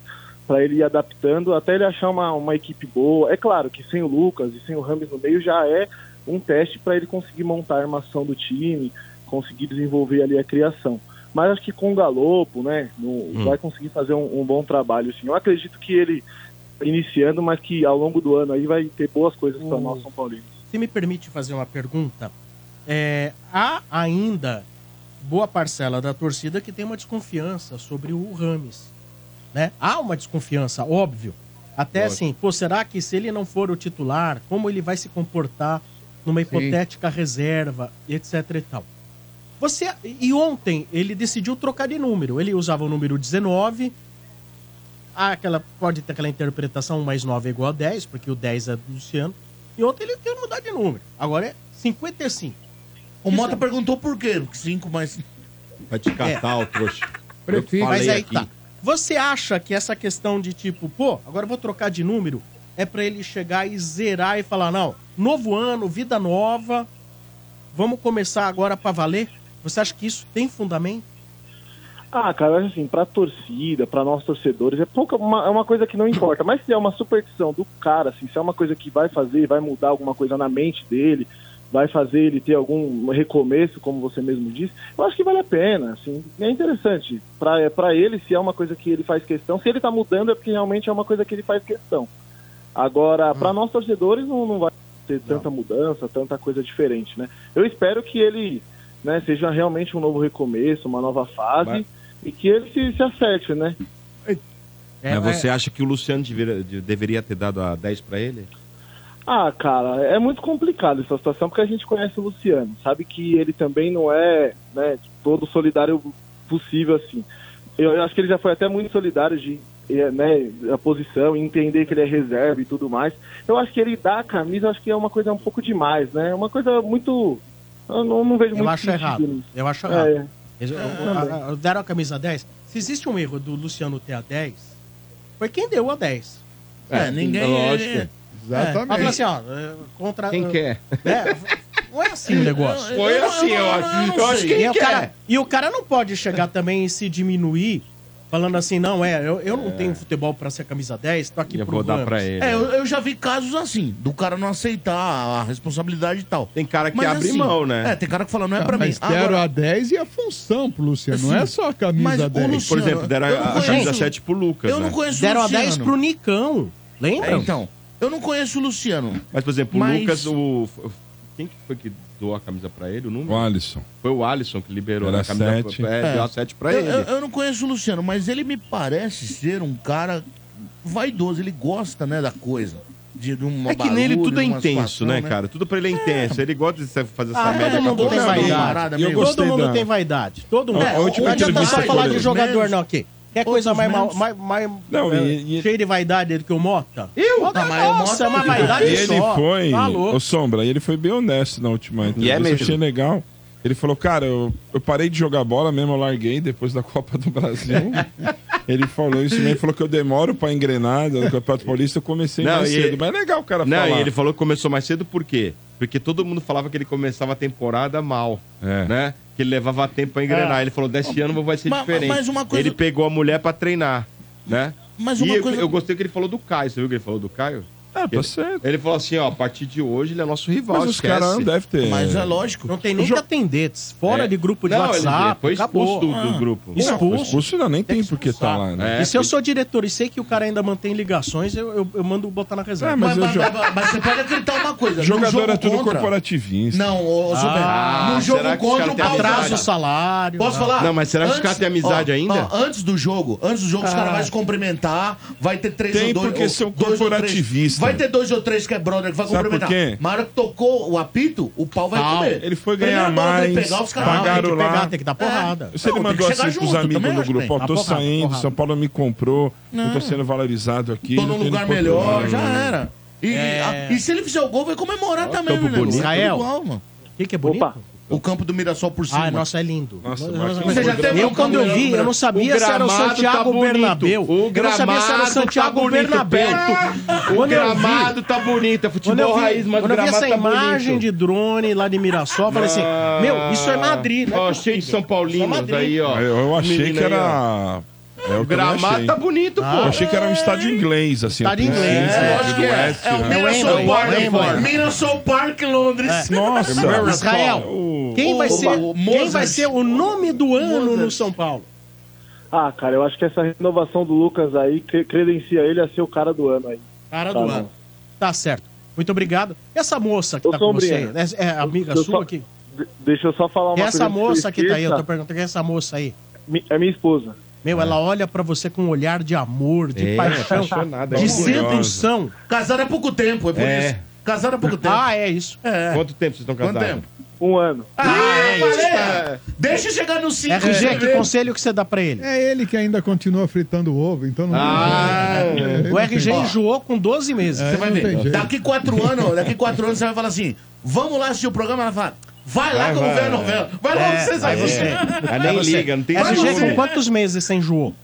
Speaker 14: para ele ir adaptando até ele achar uma, uma equipe boa. É claro que sem o Lucas e sem o Rams no meio já é um teste para ele conseguir montar a armação do time, conseguir desenvolver ali a criação. Mas acho que com o Galopo, né, no- vai conseguir fazer um, um bom trabalho. Assim. Eu acredito que ele, iniciando, mas que ao longo do ano aí vai ter boas coisas para
Speaker 8: Hum.
Speaker 14: nós, São Paulinos.
Speaker 8: Se me permite fazer uma pergunta, é, há ainda boa parcela da torcida que tem uma desconfiança sobre o Rames. Né? Há uma desconfiança, óbvio. Até
Speaker 11: Lógico.
Speaker 8: assim, pô, será que se ele não for o titular, como ele vai se comportar numa hipotética reserva, etc e tal. Você, e ontem ele decidiu trocar de número. Ele usava o número 19, há aquela, pode ter aquela interpretação 1 mais 9 é igual a 10, porque o 10 é do Luciano. E ontem ele quer mudar de número. Agora é 55.
Speaker 1: O Mota perguntou por quê. 5 mais.
Speaker 4: Vai te catar, o trouxa.
Speaker 1: Prefiro.
Speaker 8: Mas
Speaker 1: Falei
Speaker 8: aí
Speaker 1: aqui.
Speaker 8: tá. Você acha que essa questão de tipo, pô, agora eu vou trocar de número, é pra ele chegar e zerar e falar, não, novo ano, vida nova, vamos começar agora pra valer? Você acha que isso tem fundamento?
Speaker 14: Ah, cara, eu acho assim, pra torcida, pra nós torcedores, é pouca, uma, é uma coisa que não importa. Mas se é uma superstição do cara, assim, se é uma coisa que vai fazer, vai mudar alguma coisa na mente dele, vai fazer ele ter algum recomeço, como você mesmo disse, eu acho que vale a pena, assim, é interessante. Pra, é, pra ele, se é uma coisa que ele faz questão, se ele tá mudando é porque realmente é uma coisa que ele faz questão. Agora, pra nós torcedores, não, não vai ter tanta mudança, tanta coisa diferente, né? Eu espero que ele né, seja realmente um novo recomeço, uma nova fase, e que ele se, se acerte, né?
Speaker 4: Mas você acha que o Luciano deveria, de- deveria ter dado a 10 pra ele?
Speaker 14: Ah, cara, é muito complicado essa situação, porque a gente conhece o Luciano, sabe que ele também não é né, todo solidário possível, assim. Eu, eu acho que ele já foi até muito solidário de eh, né, a posição, entender que ele é reserva e tudo mais. Eu acho que ele dar a camisa, eu acho que é uma coisa um pouco demais, né? É uma coisa muito... Eu não, não vejo
Speaker 8: Eu
Speaker 14: muito
Speaker 8: acho
Speaker 14: sentido
Speaker 8: errado.
Speaker 14: nisso.
Speaker 8: Eu acho
Speaker 14: É.
Speaker 8: errado. Eles-
Speaker 14: também.
Speaker 8: a- a- deram a camisa 10. Se existe um erro do Luciano ter a 10, foi quem deu a 10.
Speaker 1: É, ninguém- é lógico.
Speaker 8: É,
Speaker 1: Exatamente.
Speaker 8: mas fala assim, ó, é, contra...
Speaker 1: Quem quer?
Speaker 8: É, não é assim o negócio.
Speaker 1: Foi assim, eu acho. Eu acho que
Speaker 8: e, o
Speaker 1: quer.
Speaker 8: cara, e o cara não pode chegar também e se diminuir falando assim, não, é, eu, eu não tenho futebol pra ser camisa 10, tô aqui
Speaker 1: Eu
Speaker 8: pro Ramos.
Speaker 1: É, eu, eu já vi casos assim, do cara não aceitar a responsabilidade e tal. Tem
Speaker 4: cara
Speaker 5: que abre mão, né?
Speaker 1: É, tem cara que fala, não é
Speaker 5: Ah,
Speaker 1: pra mim.
Speaker 5: mas deram
Speaker 1: Agora-
Speaker 5: a 10 e a função pro Luciano, não é
Speaker 1: Sim.
Speaker 5: só a camisa
Speaker 1: Mas o
Speaker 5: 10.
Speaker 1: Luciano- Por exemplo, deram eu a- não a conheço- camisa 7
Speaker 4: pro Lucas, né?
Speaker 1: Eu não conheço
Speaker 8: Deram a 10
Speaker 1: Luciano.
Speaker 8: pro Nicão, lembra?
Speaker 1: É, então, eu não conheço o Luciano.
Speaker 4: Mas, por exemplo,
Speaker 1: Mas-
Speaker 4: o Lucas, o. Quem que foi que doou a camisa pra ele? O número?
Speaker 3: O Alisson.
Speaker 4: Foi o Alisson que liberou
Speaker 3: Era
Speaker 4: a camisa.
Speaker 3: sete.
Speaker 4: É,
Speaker 1: É.
Speaker 4: deu a 7 pra
Speaker 1: eu,
Speaker 4: ele.
Speaker 1: Eu, eu não conheço o Luciano, mas ele me parece ser um cara vaidoso, ele gosta, né, da coisa. De, de uma
Speaker 4: é que nele
Speaker 1: barulho,
Speaker 4: tudo é
Speaker 1: de uma
Speaker 4: intenso,
Speaker 1: situação,
Speaker 4: né, cara? Tudo pra ele é intenso. Ele gosta de fazer essa
Speaker 8: Ah,
Speaker 4: merda
Speaker 8: todo mundo
Speaker 4: com a
Speaker 8: tem
Speaker 4: boca.
Speaker 8: vaidade.
Speaker 4: Eu
Speaker 8: Todo
Speaker 4: gostei
Speaker 8: mundo
Speaker 4: da-
Speaker 8: tem vaidade. Todo mundo.
Speaker 4: A- a última
Speaker 8: não adianta
Speaker 4: entrevista
Speaker 8: só
Speaker 4: que
Speaker 8: falar
Speaker 4: eu
Speaker 8: de
Speaker 4: dei.
Speaker 8: jogador,
Speaker 4: Menos.
Speaker 8: não, aqui. Quer coisa
Speaker 4: Outros
Speaker 8: mais,
Speaker 4: menos.
Speaker 8: mais, mais,
Speaker 3: Não, e-
Speaker 8: cheia de vaidade do que o Mota?
Speaker 4: Eu?
Speaker 8: Mota,
Speaker 1: Ah, mas o
Speaker 8: nossa, uma
Speaker 1: Mota-
Speaker 3: E
Speaker 8: vaidade só.
Speaker 3: ele foi.
Speaker 8: Tá louco.
Speaker 3: Ô, Sombra, e ele foi bem honesto na última
Speaker 4: E é
Speaker 3: entrevista. eu
Speaker 4: mesmo.
Speaker 3: achei legal. Ele falou, cara, eu, eu parei de jogar bola mesmo, eu larguei depois da Copa do Brasil. ele falou isso mesmo, ele falou que eu demoro pra engrenar no Campeonato Paulista, eu comecei mais
Speaker 4: e-
Speaker 3: cedo. Mas é legal o cara
Speaker 4: Não,
Speaker 3: falar.
Speaker 4: e ele falou que começou mais cedo por quê? Porque todo mundo falava que ele começava a temporada mal,
Speaker 3: É.
Speaker 4: né? Que ele levava tempo pra engrenar.
Speaker 1: É.
Speaker 4: Ele falou, deste ano vai ser
Speaker 1: Mas-
Speaker 4: diferente.
Speaker 1: mas uma coisa-
Speaker 4: Ele pegou a mulher pra treinar, né?
Speaker 1: Mas
Speaker 4: E
Speaker 1: uma
Speaker 4: eu,
Speaker 1: coisa-
Speaker 4: eu gostei que ele falou do Caio. Você viu que ele falou do Caio?
Speaker 3: É,
Speaker 4: ele, Ele falou assim, ó, a partir de hoje ele é nosso rival,
Speaker 3: Mas os
Speaker 4: esquece.
Speaker 3: caras não devem ter- Mas é
Speaker 1: lógico.
Speaker 8: Não tem nem que atender. Fora
Speaker 4: É.
Speaker 8: de grupo de
Speaker 4: Não, ele
Speaker 8: WhatsApp.
Speaker 4: foi expulso
Speaker 8: acabou. Ah.
Speaker 4: do- do grupo.
Speaker 3: Não,
Speaker 8: Expulso.
Speaker 3: expulso ainda nem tem porque tá lá, né?
Speaker 8: e se eu sou diretor e sei que o cara ainda mantém ligações, eu, eu, eu mando botar na reserva.
Speaker 3: É, mas eu jo-
Speaker 1: Mas você pode acreditar uma coisa.
Speaker 3: Jogador
Speaker 1: no jogo
Speaker 3: é tudo
Speaker 1: contra-
Speaker 3: corporativista.
Speaker 1: Não, ô, ô, Super,
Speaker 4: Ah,
Speaker 1: no jogo
Speaker 4: será que os
Speaker 1: contra
Speaker 4: caras
Speaker 1: o
Speaker 4: têm
Speaker 1: Palmeiras-
Speaker 4: amizade? Atrasa o
Speaker 8: salário.
Speaker 1: Posso
Speaker 4: Não.
Speaker 1: falar?
Speaker 4: Não, mas será que os
Speaker 1: Antes-
Speaker 4: caras têm amizade
Speaker 1: ó,
Speaker 4: ainda?
Speaker 1: ó, antes do jogo, antes do jogo, os
Speaker 4: Ah.
Speaker 1: caras vão se cumprimentar, vai ter três
Speaker 3: Tem
Speaker 1: ou dois.
Speaker 3: porque
Speaker 1: ou
Speaker 3: são
Speaker 1: dois ou três.
Speaker 3: corporativistas.
Speaker 1: Vai ter dois ou três que é brother que vai
Speaker 3: Sabe
Speaker 1: cumprimentar.
Speaker 3: por quê?
Speaker 1: Mas na hora que tocou o apito, o pau vai
Speaker 3: Pau.
Speaker 1: comer.
Speaker 3: Ele foi ganhar
Speaker 1: Primeira bola que ele
Speaker 3: mais,
Speaker 1: pegar, os caras
Speaker 3: pagaram
Speaker 1: "Ah, tem que
Speaker 3: lá."
Speaker 1: pegar, tem que dar porrada.
Speaker 3: Se ele
Speaker 1: Não, tem
Speaker 3: mandou
Speaker 1: que chegar
Speaker 3: assim pros
Speaker 1: junto,
Speaker 3: amigos
Speaker 1: também
Speaker 3: no
Speaker 1: acho
Speaker 3: grupo,
Speaker 1: bem.
Speaker 3: ó,
Speaker 1: Dá
Speaker 3: tô
Speaker 1: porrada,
Speaker 3: saindo,
Speaker 1: porrada.
Speaker 3: São Paulo me comprou, eu
Speaker 1: Não.
Speaker 3: tô sendo valorizado aqui.
Speaker 1: Tô
Speaker 3: não
Speaker 1: num
Speaker 3: tem né?
Speaker 1: lugar
Speaker 3: oportunidade.
Speaker 1: melhor, já era. E, a- É. e se ele fizer o gol, vai comemorar também,
Speaker 3: campo
Speaker 1: meu nego.
Speaker 3: bonito.
Speaker 1: Israel.
Speaker 3: Israel.
Speaker 1: Igual, mano.
Speaker 8: O que, que é bonito?
Speaker 1: O campo do Mirassol por cima.
Speaker 8: Ah, nossa, é lindo.
Speaker 1: Nossa,
Speaker 8: Mas-
Speaker 1: Marquinhos,
Speaker 8: mas-
Speaker 1: você já
Speaker 8: eu,
Speaker 1: teve um
Speaker 8: quando eu vi, eu não sabia
Speaker 4: O
Speaker 8: se era o
Speaker 4: gramado tá
Speaker 8: Santiago
Speaker 4: bonito.
Speaker 8: Bernabéu.
Speaker 4: O
Speaker 8: eu não sabia se era o
Speaker 4: gramado
Speaker 8: Santiago
Speaker 4: tá bonito,
Speaker 8: Bernabéu.
Speaker 4: Beto. O
Speaker 8: Quando eu vi-
Speaker 4: gramado tá bonito, é futebol
Speaker 8: quando eu vi,
Speaker 4: raiz, mas o
Speaker 8: quando eu vi
Speaker 4: gramado
Speaker 8: essa
Speaker 4: tá
Speaker 8: imagem
Speaker 4: bonito.
Speaker 8: de drone lá de Mirassol, eu falei assim,
Speaker 4: Ah.
Speaker 8: meu, isso é Madrid, né?
Speaker 4: Ó, cheio de São Paulinos
Speaker 8: Isso é Madrid.
Speaker 4: tá aí, ó.
Speaker 3: Eu, eu achei
Speaker 4: Menino
Speaker 3: que
Speaker 4: aí, ó.
Speaker 3: era eu também
Speaker 4: Gramado
Speaker 3: achei.
Speaker 4: tá bonito, pô.
Speaker 3: Eu achei que era um estádio inglês, assim.
Speaker 4: Estádio inglês, é.
Speaker 3: estádio
Speaker 4: Lógico
Speaker 3: do
Speaker 4: que é.
Speaker 3: West,
Speaker 4: É o
Speaker 3: né?
Speaker 4: Mirassol
Speaker 3: É,
Speaker 4: Park,
Speaker 3: é,
Speaker 4: mano.
Speaker 3: é.
Speaker 8: Mirassol Park, Londres.
Speaker 3: É. Nossa.
Speaker 8: Israel.
Speaker 3: O-
Speaker 8: Quem vai,
Speaker 3: o-
Speaker 8: ser,
Speaker 3: o
Speaker 8: quem
Speaker 3: Mozart.
Speaker 8: vai ser o nome do ano no São Paulo?
Speaker 14: Ah, cara, eu acho que essa renovação do Lucas aí cre- credencia ele a ser o cara do ano aí.
Speaker 8: Cara
Speaker 14: Tá
Speaker 8: do
Speaker 14: bom.
Speaker 8: ano. Tá certo. Muito obrigado. Essa moça que
Speaker 14: Ô,
Speaker 8: tá com você,
Speaker 14: Sombrinha,
Speaker 8: né? é a amiga
Speaker 14: eu
Speaker 8: sua
Speaker 14: só-
Speaker 8: aqui?
Speaker 14: De- deixa eu só falar uma coisa.
Speaker 8: essa
Speaker 14: antes que eu
Speaker 8: moça que tá aí, eu tô
Speaker 14: esqueça.
Speaker 8: perguntando quem é essa moça aí?
Speaker 14: É minha esposa.
Speaker 8: Meu, ela olha pra você com um olhar de amor, de
Speaker 14: É,
Speaker 8: paixão,
Speaker 14: apaixonada,
Speaker 8: de
Speaker 14: é
Speaker 8: sedução. Casada há pouco tempo,
Speaker 14: é por isso.
Speaker 8: Casada há pouco tempo. Ah, é isso.
Speaker 4: Quanto tempo vocês estão
Speaker 8: Quanto
Speaker 4: casados?
Speaker 8: tempo?
Speaker 14: Um ano.
Speaker 1: Ah, é Deixa eu chegar no cinco.
Speaker 8: RG, que
Speaker 5: É.
Speaker 8: conselho que você dá pra ele?
Speaker 5: É ele que ainda continua fritando o ovo, então não.
Speaker 8: Ah, é. o RG enjoou com 12 meses.
Speaker 5: É,
Speaker 1: Você vai
Speaker 5: não tem
Speaker 1: ver.
Speaker 5: jeito.
Speaker 1: Daqui quatro anos, daqui quatro anos você vai falar assim: vamos lá assistir o programa. Ela fala. Vai lá
Speaker 8: Vai,
Speaker 1: que eu vou ver
Speaker 8: vai,
Speaker 1: a novela. Vai
Speaker 8: é,
Speaker 1: lá vocês
Speaker 8: vai
Speaker 1: aí.
Speaker 8: você.
Speaker 1: É.
Speaker 8: Vai você. RG,
Speaker 5: nome.
Speaker 8: com quantos meses você enjoou?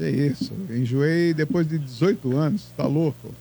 Speaker 5: É isso. eu Enjoei depois de 18 anos, tá louco?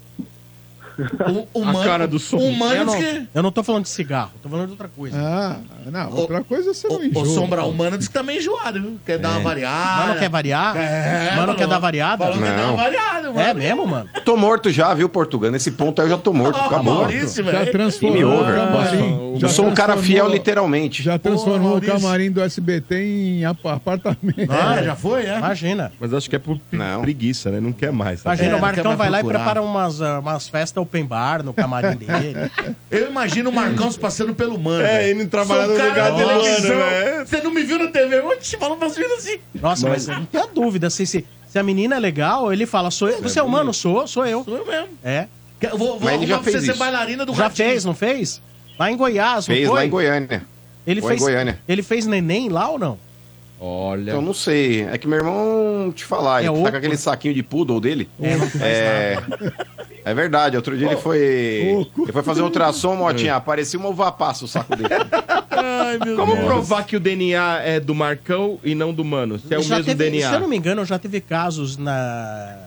Speaker 1: O, humano
Speaker 8: eu, não,
Speaker 1: diz que-
Speaker 8: eu não tô falando de cigarro, tô falando de outra coisa.
Speaker 5: Ah, não, outra
Speaker 4: é
Speaker 5: coisa você
Speaker 4: um
Speaker 5: não enjoa.
Speaker 1: O sombra humana diz que tá meio enjoado, viu? Quer dar uma variada.
Speaker 8: Mano É. quer variar?
Speaker 1: É,
Speaker 8: mano quer
Speaker 1: falou.
Speaker 8: dar variada?
Speaker 1: Falou que quer dar uma
Speaker 2: Não.
Speaker 1: variada, mano.
Speaker 8: É mesmo, mano?
Speaker 2: Tô morto já, viu, Portugal? Nesse ponto aí eu já tô morto.
Speaker 1: Ah,
Speaker 2: acabou.
Speaker 1: Maurício, velho. Já
Speaker 2: Tá Game
Speaker 5: transformou
Speaker 2: over.
Speaker 5: o camarim.
Speaker 2: Eu
Speaker 5: Já
Speaker 2: sou um cara
Speaker 5: transformou-
Speaker 2: fiel, literalmente.
Speaker 5: Já transformou o
Speaker 2: Maurício.
Speaker 5: camarim do SBT em apa- apartamento.
Speaker 1: Ah, é?
Speaker 8: Imagina.
Speaker 4: Mas acho que é por pre- preguiça, né? Não quer mais. tá
Speaker 1: É,
Speaker 8: Imagina,
Speaker 4: vendo?
Speaker 8: o Marcão vai lá e prepara umas, ah, umas festas open bar no camarim dele.
Speaker 1: Eu imagino o Marcão se passando pelo mano.
Speaker 8: É,
Speaker 1: velho.
Speaker 8: indo trabalhar
Speaker 1: Sou um
Speaker 8: no
Speaker 1: cara
Speaker 8: lugar
Speaker 1: da
Speaker 8: dele,
Speaker 1: televisão.
Speaker 8: mano, né?
Speaker 1: Você não me viu na TV? Onde te falou pra subir assim?
Speaker 8: Nossa, mas, é não tem a dúvida. assim, Se, se, se a menina é legal, ele fala, sou eu, você é humano, sou, sou eu. Sou eu mesmo. É.
Speaker 1: Eu vou, vou
Speaker 8: Mas ele
Speaker 1: arrumar
Speaker 8: já
Speaker 1: pra você
Speaker 8: fez
Speaker 1: ser
Speaker 8: isso.
Speaker 1: bailarina do
Speaker 8: Já
Speaker 1: Ratinho.
Speaker 8: fez, não fez? Lá em Goiás, não
Speaker 2: Fez
Speaker 8: foi?
Speaker 2: lá em Goiânia.
Speaker 8: Ele
Speaker 2: Foi
Speaker 8: fez,
Speaker 2: em Goiânia.
Speaker 8: Ele fez neném lá ou não?
Speaker 2: Olha. Eu não sei. É que meu irmão te falar, ele tá com aquele saquinho de poodle dele.
Speaker 8: É, não faz
Speaker 2: É, é verdade, outro dia ele foi. Ele foi fazer um ultrassom, Motinha. Apareceu uma uva passa o saco dele.
Speaker 4: Como
Speaker 2: Deus.
Speaker 4: provar que o DNA é do Marcão e não do Mano? Se é o
Speaker 8: Já
Speaker 4: mesmo
Speaker 8: teve-
Speaker 4: DNA.
Speaker 8: Se eu não me engano, já teve casos na,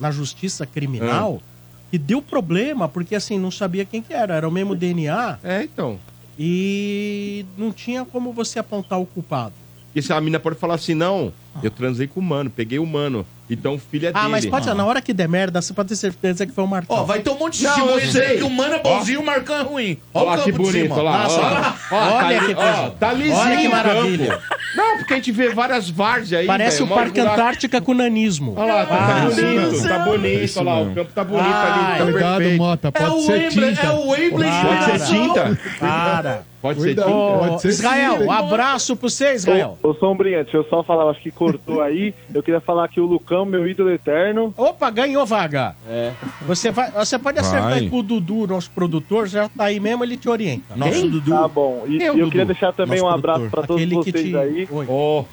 Speaker 8: na justiça
Speaker 1: Ah.
Speaker 8: criminal que deu problema, porque assim, não sabia quem que era. Era o mesmo DNA.
Speaker 4: É, então.
Speaker 8: E não tinha como você apontar o culpado.
Speaker 4: Porque se a mina pode falar assim, não, eu transei com o Mano, peguei o Mano. Então o filho é dele.
Speaker 8: Ah, mas pode ser, na hora que der merda, você pode ter certeza que foi o Marcão.
Speaker 1: Ó, vai ter um monte de testemunha dizendo que o mano é bonzinho e o Marcão é ruim. Ó,
Speaker 4: Ó,
Speaker 1: o
Speaker 4: que
Speaker 1: campo de
Speaker 4: bonito,
Speaker 1: cima.
Speaker 4: ó lá,
Speaker 1: Nossa,
Speaker 4: ó lá. Ó,
Speaker 8: Olha
Speaker 4: tá
Speaker 8: que
Speaker 4: li-
Speaker 8: coisa.
Speaker 4: ó, tá lisinho
Speaker 8: Olha que
Speaker 4: o campo.
Speaker 8: maravilha.
Speaker 4: Não, É, porque a gente vê várias várzeas aí,
Speaker 8: Parece
Speaker 4: velho,
Speaker 8: o
Speaker 4: maior
Speaker 8: Parque
Speaker 4: buraco.
Speaker 8: Antártica com nanismo.
Speaker 4: Olha lá, tá,
Speaker 8: Ah,
Speaker 4: bonito,
Speaker 8: isso
Speaker 4: tá
Speaker 8: mesmo.
Speaker 4: bonito, olha lá, o campo tá bonito
Speaker 8: Ai,
Speaker 4: ali, tá
Speaker 5: cuidado,
Speaker 4: perfeito.
Speaker 5: Mota, pode É o ser Wembley, tinta. é o Wembley
Speaker 4: Pode ser
Speaker 8: geração.
Speaker 4: tinta?
Speaker 8: Cara.
Speaker 4: Pode ser tinta?
Speaker 8: Ô,
Speaker 4: Pode ser
Speaker 8: Israel, um
Speaker 4: tinta, hein?
Speaker 8: abraço pra você, Israel.
Speaker 14: Ô, ô, Sombrinha, deixa eu só falar, eu acho que cortou aí. Eu queria falar que o Lucão, meu ídolo eterno.
Speaker 8: Opa, ganhou vaga.
Speaker 14: É.
Speaker 8: Você, vai, você pode acertar
Speaker 14: Vai.
Speaker 8: aí com o Dudu, nosso produtor, já tá aí mesmo, ele te orienta.
Speaker 14: Nosso Quem? Dudu. Tá bom. E- e eu queria deixar também um abraço pra todos vocês aí.
Speaker 4: Ó.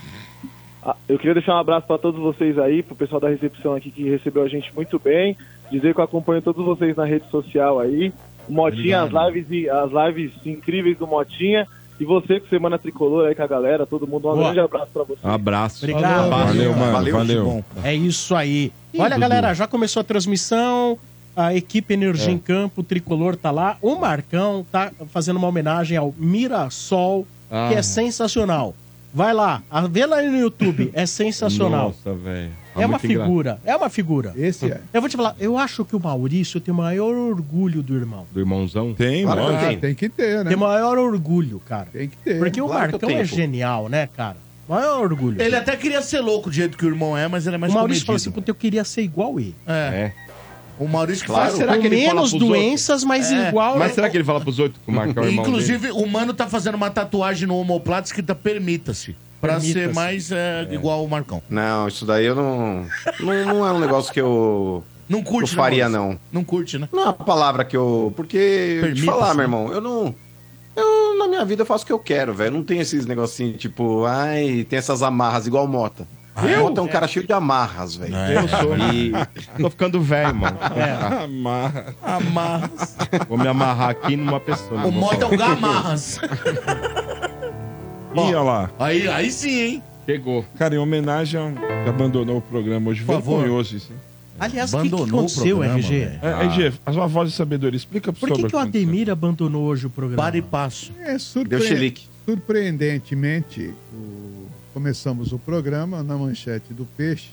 Speaker 14: Ah, Eu queria deixar um abraço para todos vocês aí, pro pessoal da recepção aqui que recebeu a gente muito bem. Dizer que eu acompanho todos vocês na rede social aí. O Motinha, as
Speaker 15: Obrigado.
Speaker 14: lives, e- as lives incríveis do Motinha. E você com Semana Tricolor aí com a galera, todo mundo. Um
Speaker 8: Boa.
Speaker 14: grande abraço para vocês.
Speaker 4: Abraço.
Speaker 8: Obrigado.
Speaker 4: Valeu, mano. Valeu.
Speaker 8: Gibão. É isso aí. Olha,
Speaker 4: Dudu.
Speaker 8: galera, já começou a transmissão. A equipe Energia
Speaker 4: É.
Speaker 8: em Campo, o Tricolor tá lá. O Marcão tá fazendo uma homenagem ao Mirassol,
Speaker 4: Ah.
Speaker 8: que é sensacional. Vai lá, a- vê lá no YouTube, é sensacional.
Speaker 4: Nossa, velho. Tá
Speaker 8: É uma
Speaker 4: muito engra-
Speaker 8: figura, é uma figura.
Speaker 5: Esse é.
Speaker 8: Eu vou te falar, eu acho que o Maurício tem o maior orgulho do irmão.
Speaker 4: Do irmãozão? Tem,
Speaker 8: Claro
Speaker 4: mano.
Speaker 8: que tem.
Speaker 5: Tem que ter, né?
Speaker 8: Tem o maior orgulho, cara.
Speaker 5: Tem que ter.
Speaker 8: Porque o
Speaker 1: Claro que
Speaker 8: Marcão
Speaker 1: tem,
Speaker 8: é
Speaker 1: pô.
Speaker 8: genial, né, cara? Maior orgulho.
Speaker 1: Ele é até queria ser louco do jeito que o irmão é, mas ele é mais
Speaker 8: o Maurício fala assim,
Speaker 1: comedido.
Speaker 8: puta, eu queria ser igual ele.
Speaker 1: É. O Maurício que
Speaker 4: Claro.
Speaker 1: fala.
Speaker 4: Será
Speaker 1: "Pô,
Speaker 4: que ele fala
Speaker 8: menos
Speaker 4: pros outros?"
Speaker 8: doenças, mas
Speaker 1: É.
Speaker 8: igual.
Speaker 4: Mas será que ele fala pros outros que o Marcão é o irmão dele?
Speaker 1: Inclusive, o Mano tá fazendo uma tatuagem no homoplata escrita Permita-se. Pra ser
Speaker 2: Permita-se.
Speaker 1: mais é, igual o Marcão.
Speaker 2: Não, isso daí eu não. Não, não é um negócio que eu.
Speaker 1: Não curte,
Speaker 2: Eu faria,
Speaker 1: né,
Speaker 2: não.
Speaker 1: Não curte, né?
Speaker 2: Não é uma palavra que eu. Porque. Deixa eu te
Speaker 1: Permita-se,
Speaker 2: falar,
Speaker 1: né?
Speaker 2: meu irmão, eu não. Eu, na minha vida, eu faço o que eu quero, velho. Não tem esses negocinhos tipo. Ai, tem essas amarras, igual o Mota.
Speaker 3: Ah,
Speaker 2: O Mota é um cara cheio de amarras, velho.
Speaker 3: é.
Speaker 4: Eu sou.
Speaker 2: E.
Speaker 4: É, Tô ficando velho, mano.
Speaker 2: É.
Speaker 4: Amarra. Ah.
Speaker 1: Amarra.
Speaker 4: Vou me amarrar aqui numa pessoa.
Speaker 1: O Mota
Speaker 3: um
Speaker 1: é o Gamarras.
Speaker 3: Ih, olha lá.
Speaker 1: Aí, aí sim, hein?
Speaker 4: Chegou.
Speaker 3: Cara, em homenagem ao que abandonou o programa hoje.
Speaker 1: Por favor.
Speaker 3: Vergonhoso isso, hein?
Speaker 8: Aliás, o que, que aconteceu, RG?
Speaker 3: É, RG, a sua voz de sabedoria. Explica pro
Speaker 8: Por que,
Speaker 3: sobre
Speaker 8: que o Ademir abandonou hoje o programa? Para
Speaker 1: e passo.
Speaker 5: É surpre-
Speaker 3: Deu chilique.
Speaker 5: surpreendentemente, o- começamos o programa na manchete do Peixe,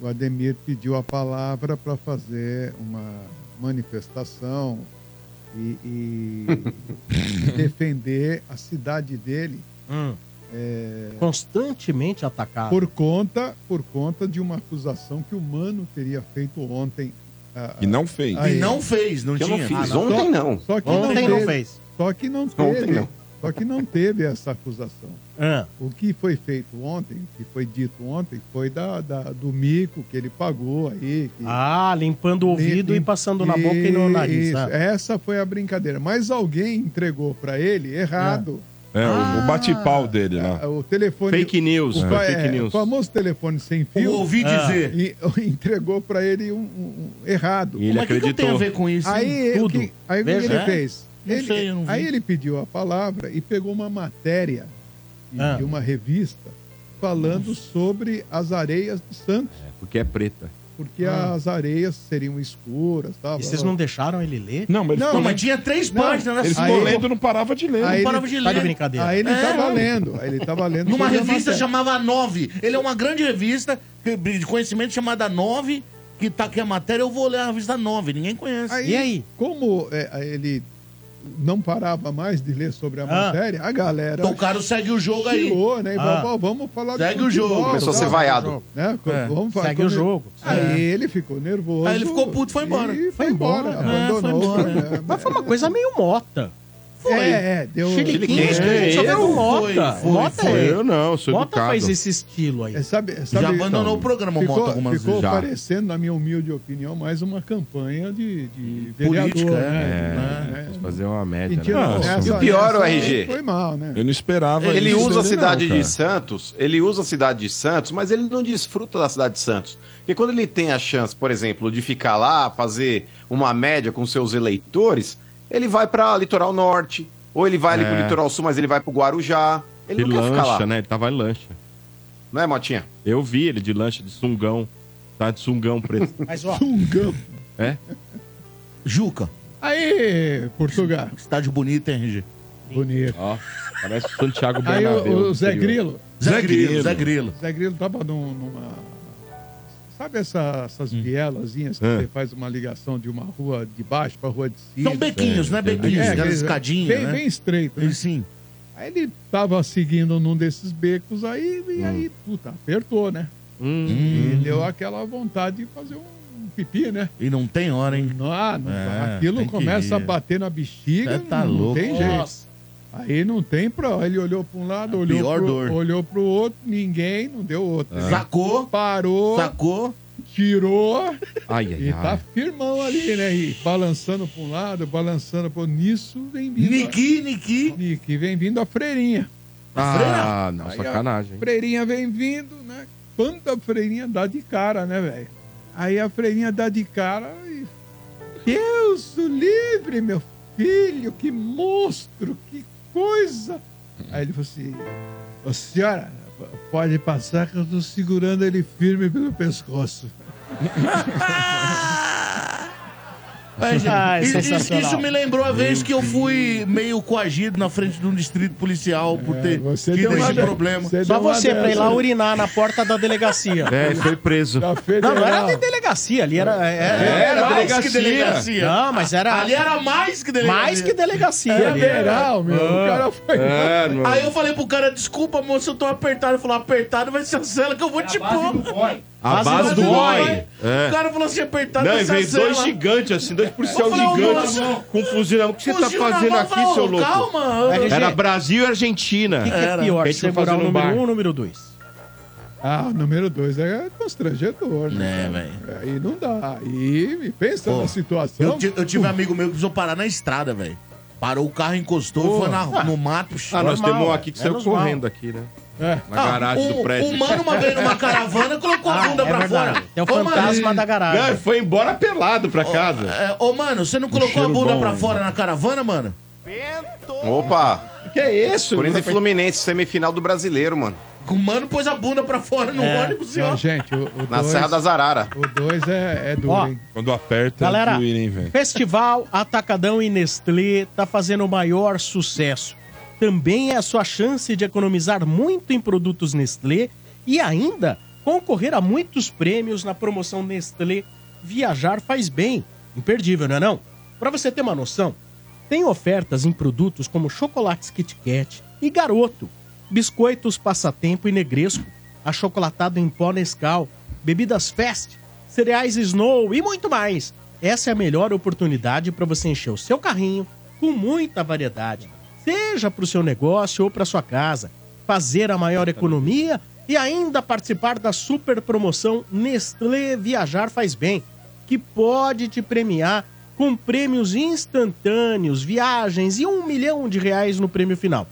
Speaker 5: o Ademir pediu a palavra para fazer uma manifestação e, e defender a cidade dele é,
Speaker 8: Hum. Constantemente
Speaker 3: Ah.
Speaker 8: atacado.
Speaker 5: por conta por conta de uma acusação que o Mano teria feito ontem. a-
Speaker 3: E não fez.
Speaker 5: a ele.
Speaker 3: Que eu
Speaker 8: Ah,
Speaker 3: fiz. Ontem
Speaker 5: Ah, Só-
Speaker 3: não.
Speaker 5: Só que
Speaker 3: Ontem
Speaker 5: não,
Speaker 3: não
Speaker 5: teve,
Speaker 3: fez.
Speaker 5: Só que não teve.
Speaker 3: Ontem não.
Speaker 5: Só que não teve essa acusação.
Speaker 8: É.
Speaker 5: O que foi feito ontem, o que foi dito ontem, foi da, da- do mico que ele pagou aí. que-
Speaker 8: Ah, limpando o ouvido e passando na boca e no nariz.
Speaker 5: Isso, é
Speaker 8: né?
Speaker 5: Essa foi a brincadeira. Mas alguém entregou para ele errado.
Speaker 3: É,
Speaker 8: Ah.
Speaker 5: Ah.
Speaker 3: o- o bate-pau dele lá.
Speaker 5: É, O telefone.
Speaker 3: Fake news,
Speaker 5: O,
Speaker 3: né?
Speaker 5: fa- é,
Speaker 3: Fake news.
Speaker 5: o famoso telefone sem fio. ah,
Speaker 1: Eu ouvi dizer.
Speaker 5: E, entregou para ele um, um- um errado.
Speaker 1: E ele Mas o que que acreditou. tem a ver com isso, hein?
Speaker 5: Aí o
Speaker 1: Tudo.
Speaker 5: que, aí o que
Speaker 1: Veja,
Speaker 5: ele
Speaker 1: é?
Speaker 5: fez?
Speaker 1: Não
Speaker 5: Ele-
Speaker 1: sei, eu não vi.
Speaker 5: aí ele pediu a palavra e pegou uma matéria de,
Speaker 4: Ah.
Speaker 5: de uma revista falando sobre as areias de Santos.
Speaker 4: Porque é preta.
Speaker 5: Porque
Speaker 4: Ah.
Speaker 5: as areias seriam escuras. tá, Tal,
Speaker 8: E vocês não deixaram ele ler?
Speaker 3: Não,
Speaker 8: mas ele ficou lendo. Não,
Speaker 5: né?
Speaker 8: ele ficou lendo,
Speaker 3: não parava de ler.
Speaker 8: Não parava de ler. Tá de brincadeira.
Speaker 5: Aí ele
Speaker 8: É.
Speaker 5: estava lendo. Aí ele tava lendo.
Speaker 1: Numa
Speaker 5: sobre a
Speaker 1: revista
Speaker 5: matéria.
Speaker 1: chamava Nove. Ele é uma grande revista que- de conhecimento chamada Nove, que tá aqui a matéria. Eu vou ler a revista Nove, ninguém conhece.
Speaker 5: Aí, Como é, ele não parava mais de ler sobre a matéria, a galera.
Speaker 1: Então o cara Ah. segue o jogo aí.
Speaker 5: Chiou, né? E
Speaker 1: Ah.
Speaker 5: falou, "Pô, vamos falar de
Speaker 1: Segue o
Speaker 5: futebol,
Speaker 1: jogo. Começou a
Speaker 5: tá?
Speaker 1: ser vaiado.
Speaker 5: Né?
Speaker 1: É.
Speaker 5: Vamos falar
Speaker 1: Segue o jogo.
Speaker 5: Aí
Speaker 1: É.
Speaker 5: ele ficou nervoso.
Speaker 1: Aí ele ficou puto e foi embora.
Speaker 5: E foi embora.
Speaker 8: É, foi
Speaker 5: Abandonou.
Speaker 8: embora. Mas foi uma coisa meio mota. Foi.
Speaker 5: É, é, deu-
Speaker 8: Chiliquinho, acho que a gente só vê o Mota. Mota é. Mota faz esse estilo aí.
Speaker 5: É, sabe, sabe,
Speaker 8: Já abandonou
Speaker 5: então,
Speaker 8: o programa, o
Speaker 5: ficou,
Speaker 8: Mota, algumas
Speaker 5: Ficou
Speaker 8: vezes. Já.
Speaker 5: parecendo, na minha humilde opinião, mais uma campanha de, de vereador.
Speaker 3: Política,
Speaker 5: né?
Speaker 3: é. Fazer uma média.
Speaker 5: Mentira, essa-
Speaker 2: E o pior,
Speaker 5: essa
Speaker 2: o
Speaker 5: aí
Speaker 2: RG.
Speaker 5: Foi mal, né?
Speaker 3: Eu não esperava
Speaker 2: Ele
Speaker 3: isso
Speaker 2: usa a
Speaker 3: dele,
Speaker 2: cidade
Speaker 3: não,
Speaker 2: de
Speaker 3: cara.
Speaker 2: Santos, ele usa a cidade de Santos, mas ele não desfruta da cidade de Santos. Porque quando ele tem a chance, por exemplo, de ficar lá, fazer uma média com seus eleitores, ele vai pra litoral norte, ou ele vai ali
Speaker 4: É.
Speaker 2: pro litoral sul, mas ele vai pro Guarujá. Ele
Speaker 4: Ele
Speaker 2: não quer ficar
Speaker 4: lancha,
Speaker 2: lá.
Speaker 4: né? Ele tava em lancha.
Speaker 2: Não é, Motinha?
Speaker 4: Eu vi ele de lancha, de sungão. Tá de sungão preto.
Speaker 8: Mas ó,
Speaker 5: Sungão.
Speaker 4: é?
Speaker 1: Juca.
Speaker 5: Aí, Portugal.
Speaker 1: Estádio bonito, hein, RG?
Speaker 5: Bonito.
Speaker 4: parece Santiago
Speaker 5: Aí
Speaker 4: Bernabéu.
Speaker 5: o, o Zé
Speaker 4: interior.
Speaker 5: Grilo.
Speaker 1: Zé Grilo, Zé Grilo.
Speaker 5: Zé Grilo tava num- numa. Sabe essa- essas vielazinhas que
Speaker 1: É.
Speaker 5: você faz uma ligação de uma rua de baixo pra rua de cima?
Speaker 1: São bequinhos, né? Bequinhos, aquelas
Speaker 5: aqueles-
Speaker 1: escadinhas,
Speaker 5: Bem,
Speaker 1: né?
Speaker 5: bem estreito, né?
Speaker 1: Sim.
Speaker 5: Aí ele tava seguindo num desses becos aí,
Speaker 1: Hum.
Speaker 5: e aí, puta, apertou, né? E deu aquela vontade de fazer um pipi, né?
Speaker 1: E não tem hora, hein?
Speaker 5: Ah, não,
Speaker 1: É, tem
Speaker 5: aquilo
Speaker 1: que
Speaker 5: começa a
Speaker 1: ir.
Speaker 5: bater na bexiga,
Speaker 1: Cê tá
Speaker 5: não
Speaker 1: louco.
Speaker 5: tem jeito.
Speaker 1: Nossa.
Speaker 5: Aí não tem pra. Ele olhou pra um lado, olhou,
Speaker 1: pior
Speaker 5: pro,
Speaker 1: dor.
Speaker 5: olhou pro outro, ninguém, não deu outro.
Speaker 1: É. Sacou.
Speaker 5: Parou.
Speaker 1: Sacou.
Speaker 5: Tirou.
Speaker 4: Ai, ai,
Speaker 5: E
Speaker 4: ai.
Speaker 5: tá firmão ali, né? E balançando pra um lado, balançando pro Nisso vem vindo.
Speaker 1: Niki, Niki.
Speaker 5: Niki vem vindo a freirinha.
Speaker 4: Ah, não,
Speaker 5: Aí a
Speaker 4: sacanagem. hein?
Speaker 5: Freirinha vem vindo, né? Quando a freirinha dá de cara, né, velho? Aí a freirinha dá de cara e. Deus o livre, meu filho, que monstro, que coisa! Aí ele falou assim: Ô senhora, pode passar que eu tô segurando ele firme pelo pescoço.
Speaker 1: Mas,
Speaker 8: Ah, é
Speaker 1: isso, isso,
Speaker 8: sensacional.
Speaker 1: isso me lembrou a vez que eu fui meio coagido na frente de um distrito policial por ter tido esse problema.
Speaker 8: Só você, pra ir lá urinar na porta da delegacia.
Speaker 4: É, foi preso.
Speaker 8: Não, não era de delegacia, ali era. é, Era,
Speaker 1: Era
Speaker 8: mais
Speaker 1: delegacia.
Speaker 8: que delegacia. Não, mas era.
Speaker 1: Ali era mais que delegacia.
Speaker 8: Mais que delegacia.
Speaker 1: Era
Speaker 8: ali.
Speaker 1: federal, meu, o cara
Speaker 5: foi-
Speaker 4: É, não-
Speaker 1: Aí eu falei pro cara, desculpa, moço, eu tô apertado. Ele falou, apertado vai ser a cela que eu vou te pôr.
Speaker 4: A base do boy. É.
Speaker 1: O cara falou assim, apertado
Speaker 4: Não,
Speaker 1: vai
Speaker 4: e
Speaker 1: ser a
Speaker 4: veio dois
Speaker 1: cela.
Speaker 4: gigantes, assim, dois policial
Speaker 1: Eu falei, ô,
Speaker 4: gigantes
Speaker 1: moço,
Speaker 4: com fuzil na mão. O que você tá
Speaker 1: fuzil na
Speaker 4: fazendo
Speaker 1: mão,
Speaker 4: aqui,
Speaker 1: fala,
Speaker 4: seu louco?
Speaker 1: calma, RG.
Speaker 4: Era Brasil e Argentina.
Speaker 8: O que, que é pior?
Speaker 4: Que a gente foi
Speaker 8: Segurar
Speaker 4: fazer
Speaker 8: o
Speaker 4: no bar.
Speaker 8: número 1 um, ou o número 2?
Speaker 5: Ah, o número dois é constrangedor, né?
Speaker 1: velho.
Speaker 5: Aí não dá. Aí pensa
Speaker 1: Pô,
Speaker 5: na situação.
Speaker 1: Eu, ti- eu tive um amigo meu que precisou parar na estrada, velho. Parou o carro, encostou,
Speaker 4: Porra.
Speaker 1: foi na- no mato.
Speaker 4: Ah,
Speaker 1: normal,
Speaker 4: nós temos um
Speaker 1: velho.
Speaker 4: aqui que saiu
Speaker 1: Menos mal.
Speaker 4: correndo aqui, né?
Speaker 5: É.
Speaker 4: Na garagem
Speaker 1: o,
Speaker 4: do prédio.
Speaker 1: O Ah, um- mano uma vez numa caravana colocou a
Speaker 4: Ah,
Speaker 1: bunda
Speaker 4: é
Speaker 1: pra
Speaker 4: verdade.
Speaker 1: fora.
Speaker 4: É o
Speaker 1: Ô, mano,
Speaker 4: fantasma da garagem. Não, ele foi embora pelado pra
Speaker 1: Ô,
Speaker 4: casa.
Speaker 1: é, Ô, mano, você não colocou a
Speaker 4: cheiro
Speaker 1: bunda
Speaker 4: bom,
Speaker 1: pra
Speaker 4: hein?
Speaker 1: fora na caravana, mano?
Speaker 2: Opa!
Speaker 4: Que é isso?
Speaker 2: Corinthians e Fluminense, semifinal do brasileiro, mano.
Speaker 1: O mano pôs a bunda pra fora no
Speaker 2: É.
Speaker 1: ônibus e
Speaker 2: Não,
Speaker 1: ó.
Speaker 5: Gente, o, o
Speaker 2: Na
Speaker 5: dois-
Speaker 2: Serra das Araras.
Speaker 5: O 2 é, é duro,
Speaker 8: Ó,
Speaker 5: hein?
Speaker 3: Quando aperta,
Speaker 8: Galera,
Speaker 3: é doer, hein, velho?
Speaker 8: Festival Atacadão e Nestlé tá fazendo o maior sucesso. Também é a sua chance de economizar muito em produtos Nestlé e ainda concorrer a muitos prêmios na promoção Nestlé Viajar Faz Bem. Imperdível, não é não? Para você ter uma noção, tem ofertas em produtos como chocolates Kit Kat e Garoto, biscoitos Passatempo e Negresco, achocolatado em pó Nescau, bebidas Fest, cereais Snow e muito mais. Essa é a melhor oportunidade para você encher o seu carrinho com muita variedade, seja para o seu negócio ou para sua casa, fazer a maior economia e ainda participar da super promoção Nestlé Viajar Faz Bem, que pode te premiar com prêmios instantâneos, viagens e um milhão de reais no prêmio final.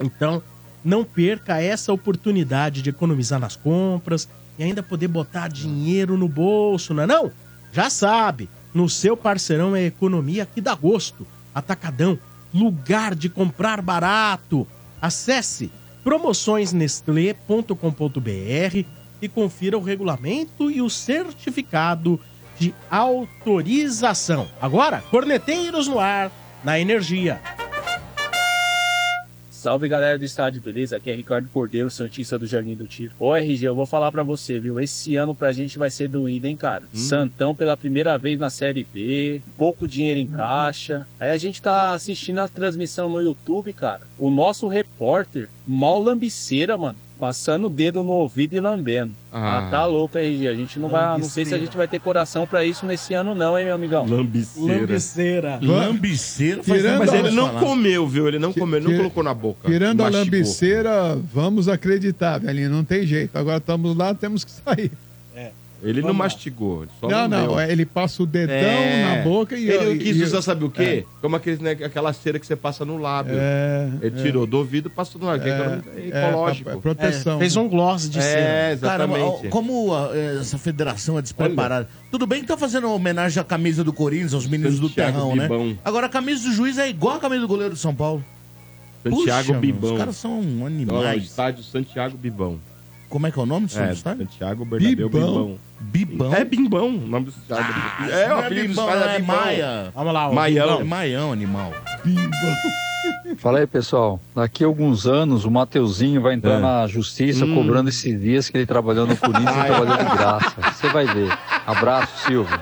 Speaker 8: Então, não perca essa oportunidade de economizar nas compras e ainda poder botar dinheiro no bolso, não é não? Já sabe, no seu parceirão é economia que dá gosto. Atacadão, lugar de comprar barato. Acesse promoçõesnestlé.com.br e confira o regulamento e o certificado de autorização. Agora, corneteiros no ar, na energia.
Speaker 15: Salve galera do estádio, beleza? Aqui é Ricardo Cordeiro, Santista do Jardim do Tiro. Ô RG, eu vou falar pra você, viu? Esse ano pra gente vai ser doído, hein, cara? Santão pela primeira vez na Série B, pouco dinheiro em caixa. Aí a gente tá assistindo a transmissão no YouTube, cara. O nosso repórter, mal lambiceira, mano. Passando o dedo no ouvido e lambendo.
Speaker 16: Ah.
Speaker 15: Ah, tá louco, RG. A gente não vai. Não sei se a
Speaker 16: Lambiceira.
Speaker 15: gente vai ter coração pra isso nesse ano, não, hein, meu amigão?
Speaker 4: Lambiceira.
Speaker 8: Lambiceira.
Speaker 1: Lambiceira
Speaker 4: faz tempo
Speaker 5: Mas
Speaker 4: que eu
Speaker 5: ele
Speaker 4: ouço
Speaker 5: não
Speaker 4: falar. comeu, viu? Ele não comeu, ele não
Speaker 5: Tira-
Speaker 4: colocou na boca.
Speaker 5: Tirando a
Speaker 4: Mastigou.
Speaker 5: lambiceira, vamos acreditar, velhinho. Não tem jeito. Agora estamos lá, temos que sair.
Speaker 4: É. Ele não
Speaker 5: Vamos lá.
Speaker 4: mastigou, ele só
Speaker 5: não, não.
Speaker 4: lambeu.
Speaker 5: Ele passa o dedão na boca e...
Speaker 4: É. Ele
Speaker 5: e-
Speaker 4: quis
Speaker 5: e-
Speaker 4: usar, sabe o quê? Como aqueles, né, aquela cera que você passa no lábio.
Speaker 5: É,
Speaker 4: ele
Speaker 5: é.
Speaker 4: tirou do ouvido, passou no lábio.
Speaker 5: É,
Speaker 4: É, ecológico.
Speaker 5: é, pra- proteção. É, fez um
Speaker 8: gloss
Speaker 4: É, exatamente.
Speaker 1: Cara, ó, como a, eh, essa federação é despreparada. Tudo bem que tá fazendo uma homenagem à camisa do Corinthians, aos meninos do
Speaker 4: Santiago
Speaker 1: terrão,
Speaker 4: Bibão.
Speaker 1: né? Agora, a camisa do juiz é igual a camisa do goleiro do São Paulo.
Speaker 4: Santiago
Speaker 1: mano,
Speaker 4: Bibão.
Speaker 1: Os caras são
Speaker 4: Olha lá, o
Speaker 1: animais.
Speaker 4: estádio Santiago Bibão.
Speaker 1: Como é que é o nome do
Speaker 4: É,
Speaker 1: estádio?
Speaker 4: Santiago Bernabéu Bibão.
Speaker 1: Bibão?
Speaker 4: É Bimbão o nome do estádio.
Speaker 1: não é
Speaker 4: apelido do
Speaker 1: Bibão,
Speaker 4: estádio
Speaker 1: não, é
Speaker 4: Bibão.
Speaker 1: Maia.
Speaker 8: Vamos lá,
Speaker 1: ó,
Speaker 4: Maião.
Speaker 1: Bibão. Maião, animal.
Speaker 17: Fala aí, pessoal. Daqui a alguns anos, o Mateuzinho vai entrar
Speaker 1: É.
Speaker 17: na justiça
Speaker 1: Hum.
Speaker 17: cobrando esses dias que ele trabalhou no Corinthians e trabalhou de graça. Você vai ver. Abraço, Silvio.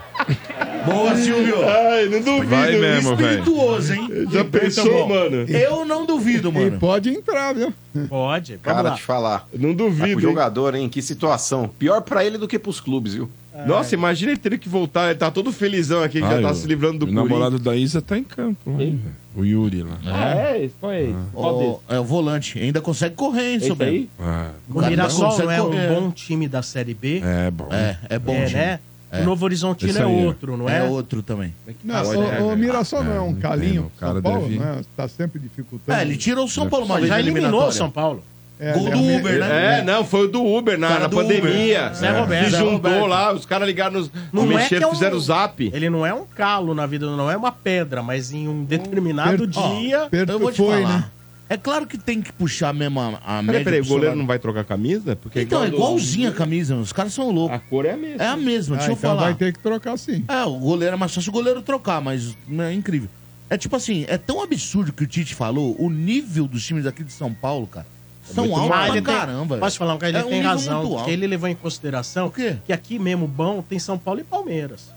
Speaker 1: Boa, Silvio.
Speaker 4: Ai, não duvido.
Speaker 17: Vai mesmo, velho.
Speaker 1: Espirituoso, hein?
Speaker 17: Já
Speaker 1: Muito
Speaker 17: pensou,
Speaker 1: bom.
Speaker 17: mano?
Speaker 1: Eu não duvido, mano.
Speaker 5: E pode entrar, viu?
Speaker 8: Pode,
Speaker 2: Cara, te falar. Tá
Speaker 4: Não duvido.
Speaker 2: o jogador, hein? Que situação. Pior pra ele do que pros clubes, viu?
Speaker 8: É.
Speaker 4: Nossa, imagina ele ter que voltar. Ele tá todo felizão aqui, que
Speaker 3: Ai,
Speaker 4: já tá
Speaker 3: o-
Speaker 4: se livrando do
Speaker 3: O
Speaker 4: Corinthians.
Speaker 3: Ah, namorado da Isa tá em campo lá, né?
Speaker 1: É.
Speaker 3: O Yuri lá.
Speaker 4: Ah, é? Qual é esse? Qual
Speaker 1: Ó, é o volante. Ainda consegue correr, hein,
Speaker 8: Esse
Speaker 1: Sobrinho?
Speaker 8: aí?
Speaker 3: Ah.
Speaker 8: O Mirassol não é um
Speaker 1: correr.
Speaker 8: bom time da Série B.
Speaker 3: É bom.
Speaker 1: É, é bom.
Speaker 8: É,
Speaker 1: time.
Speaker 8: né?
Speaker 1: É.
Speaker 8: O Novo Horizontino
Speaker 1: Esse
Speaker 8: é
Speaker 1: aí, ó.
Speaker 8: outro, Ah, não é?
Speaker 1: É outro também.
Speaker 5: Não,
Speaker 3: né,
Speaker 5: o, o Mirassol não é um calinho.
Speaker 1: cara
Speaker 5: São Paulo,
Speaker 1: deve-
Speaker 5: né? Tá sempre dificultando.
Speaker 1: É, ele tirou o São Paulo uma vez
Speaker 8: Já
Speaker 1: na
Speaker 8: eliminou o
Speaker 1: eliminatória.
Speaker 8: São Paulo.
Speaker 5: É,
Speaker 1: Gol do Uber, né?
Speaker 4: É, não, foi o do Uber na,
Speaker 1: Cara
Speaker 4: na
Speaker 1: do
Speaker 4: pandemia. é,
Speaker 1: Uber. Zé Roberto.
Speaker 4: Se
Speaker 1: Zé
Speaker 4: juntou
Speaker 1: Roberto.
Speaker 4: lá, os caras ligaram nos.
Speaker 8: Não é
Speaker 4: mexeram,
Speaker 8: que é um-
Speaker 4: fizeram o zap.
Speaker 8: Ele não é um calo na vida, não é uma pedra, mas em um determinado dia.
Speaker 1: eu vou te falar.
Speaker 4: né?
Speaker 1: É claro que tem que puxar mesmo a, a média.
Speaker 4: Peraí, peraí, o
Speaker 1: pro
Speaker 4: goleiro
Speaker 1: salário.
Speaker 4: não vai trocar camisa? Porque
Speaker 1: Então, é
Speaker 4: do-
Speaker 1: igualzinho a camisa, os caras são loucos. A
Speaker 4: cor é a mesma.
Speaker 1: É a mesma,
Speaker 5: Ah,
Speaker 1: deixa eu
Speaker 5: então
Speaker 1: falar.
Speaker 5: vai ter que trocar sim.
Speaker 1: É, o goleiro é mais fácil o goleiro trocar, mas né, é incrível. É tipo assim, é tão absurdo que o Tite falou, o nível dos times aqui de São Paulo, cara, são
Speaker 8: É muito
Speaker 1: altos
Speaker 8: mal.
Speaker 1: pra
Speaker 8: Ele tem-
Speaker 1: caramba.
Speaker 8: Posso falar, um cara, ele
Speaker 1: É um
Speaker 8: tem
Speaker 1: nível
Speaker 8: razão.
Speaker 1: muito
Speaker 8: Porque
Speaker 1: alto.
Speaker 8: ele levou em consideração que aqui mesmo bom tem São Paulo e Palmeiras.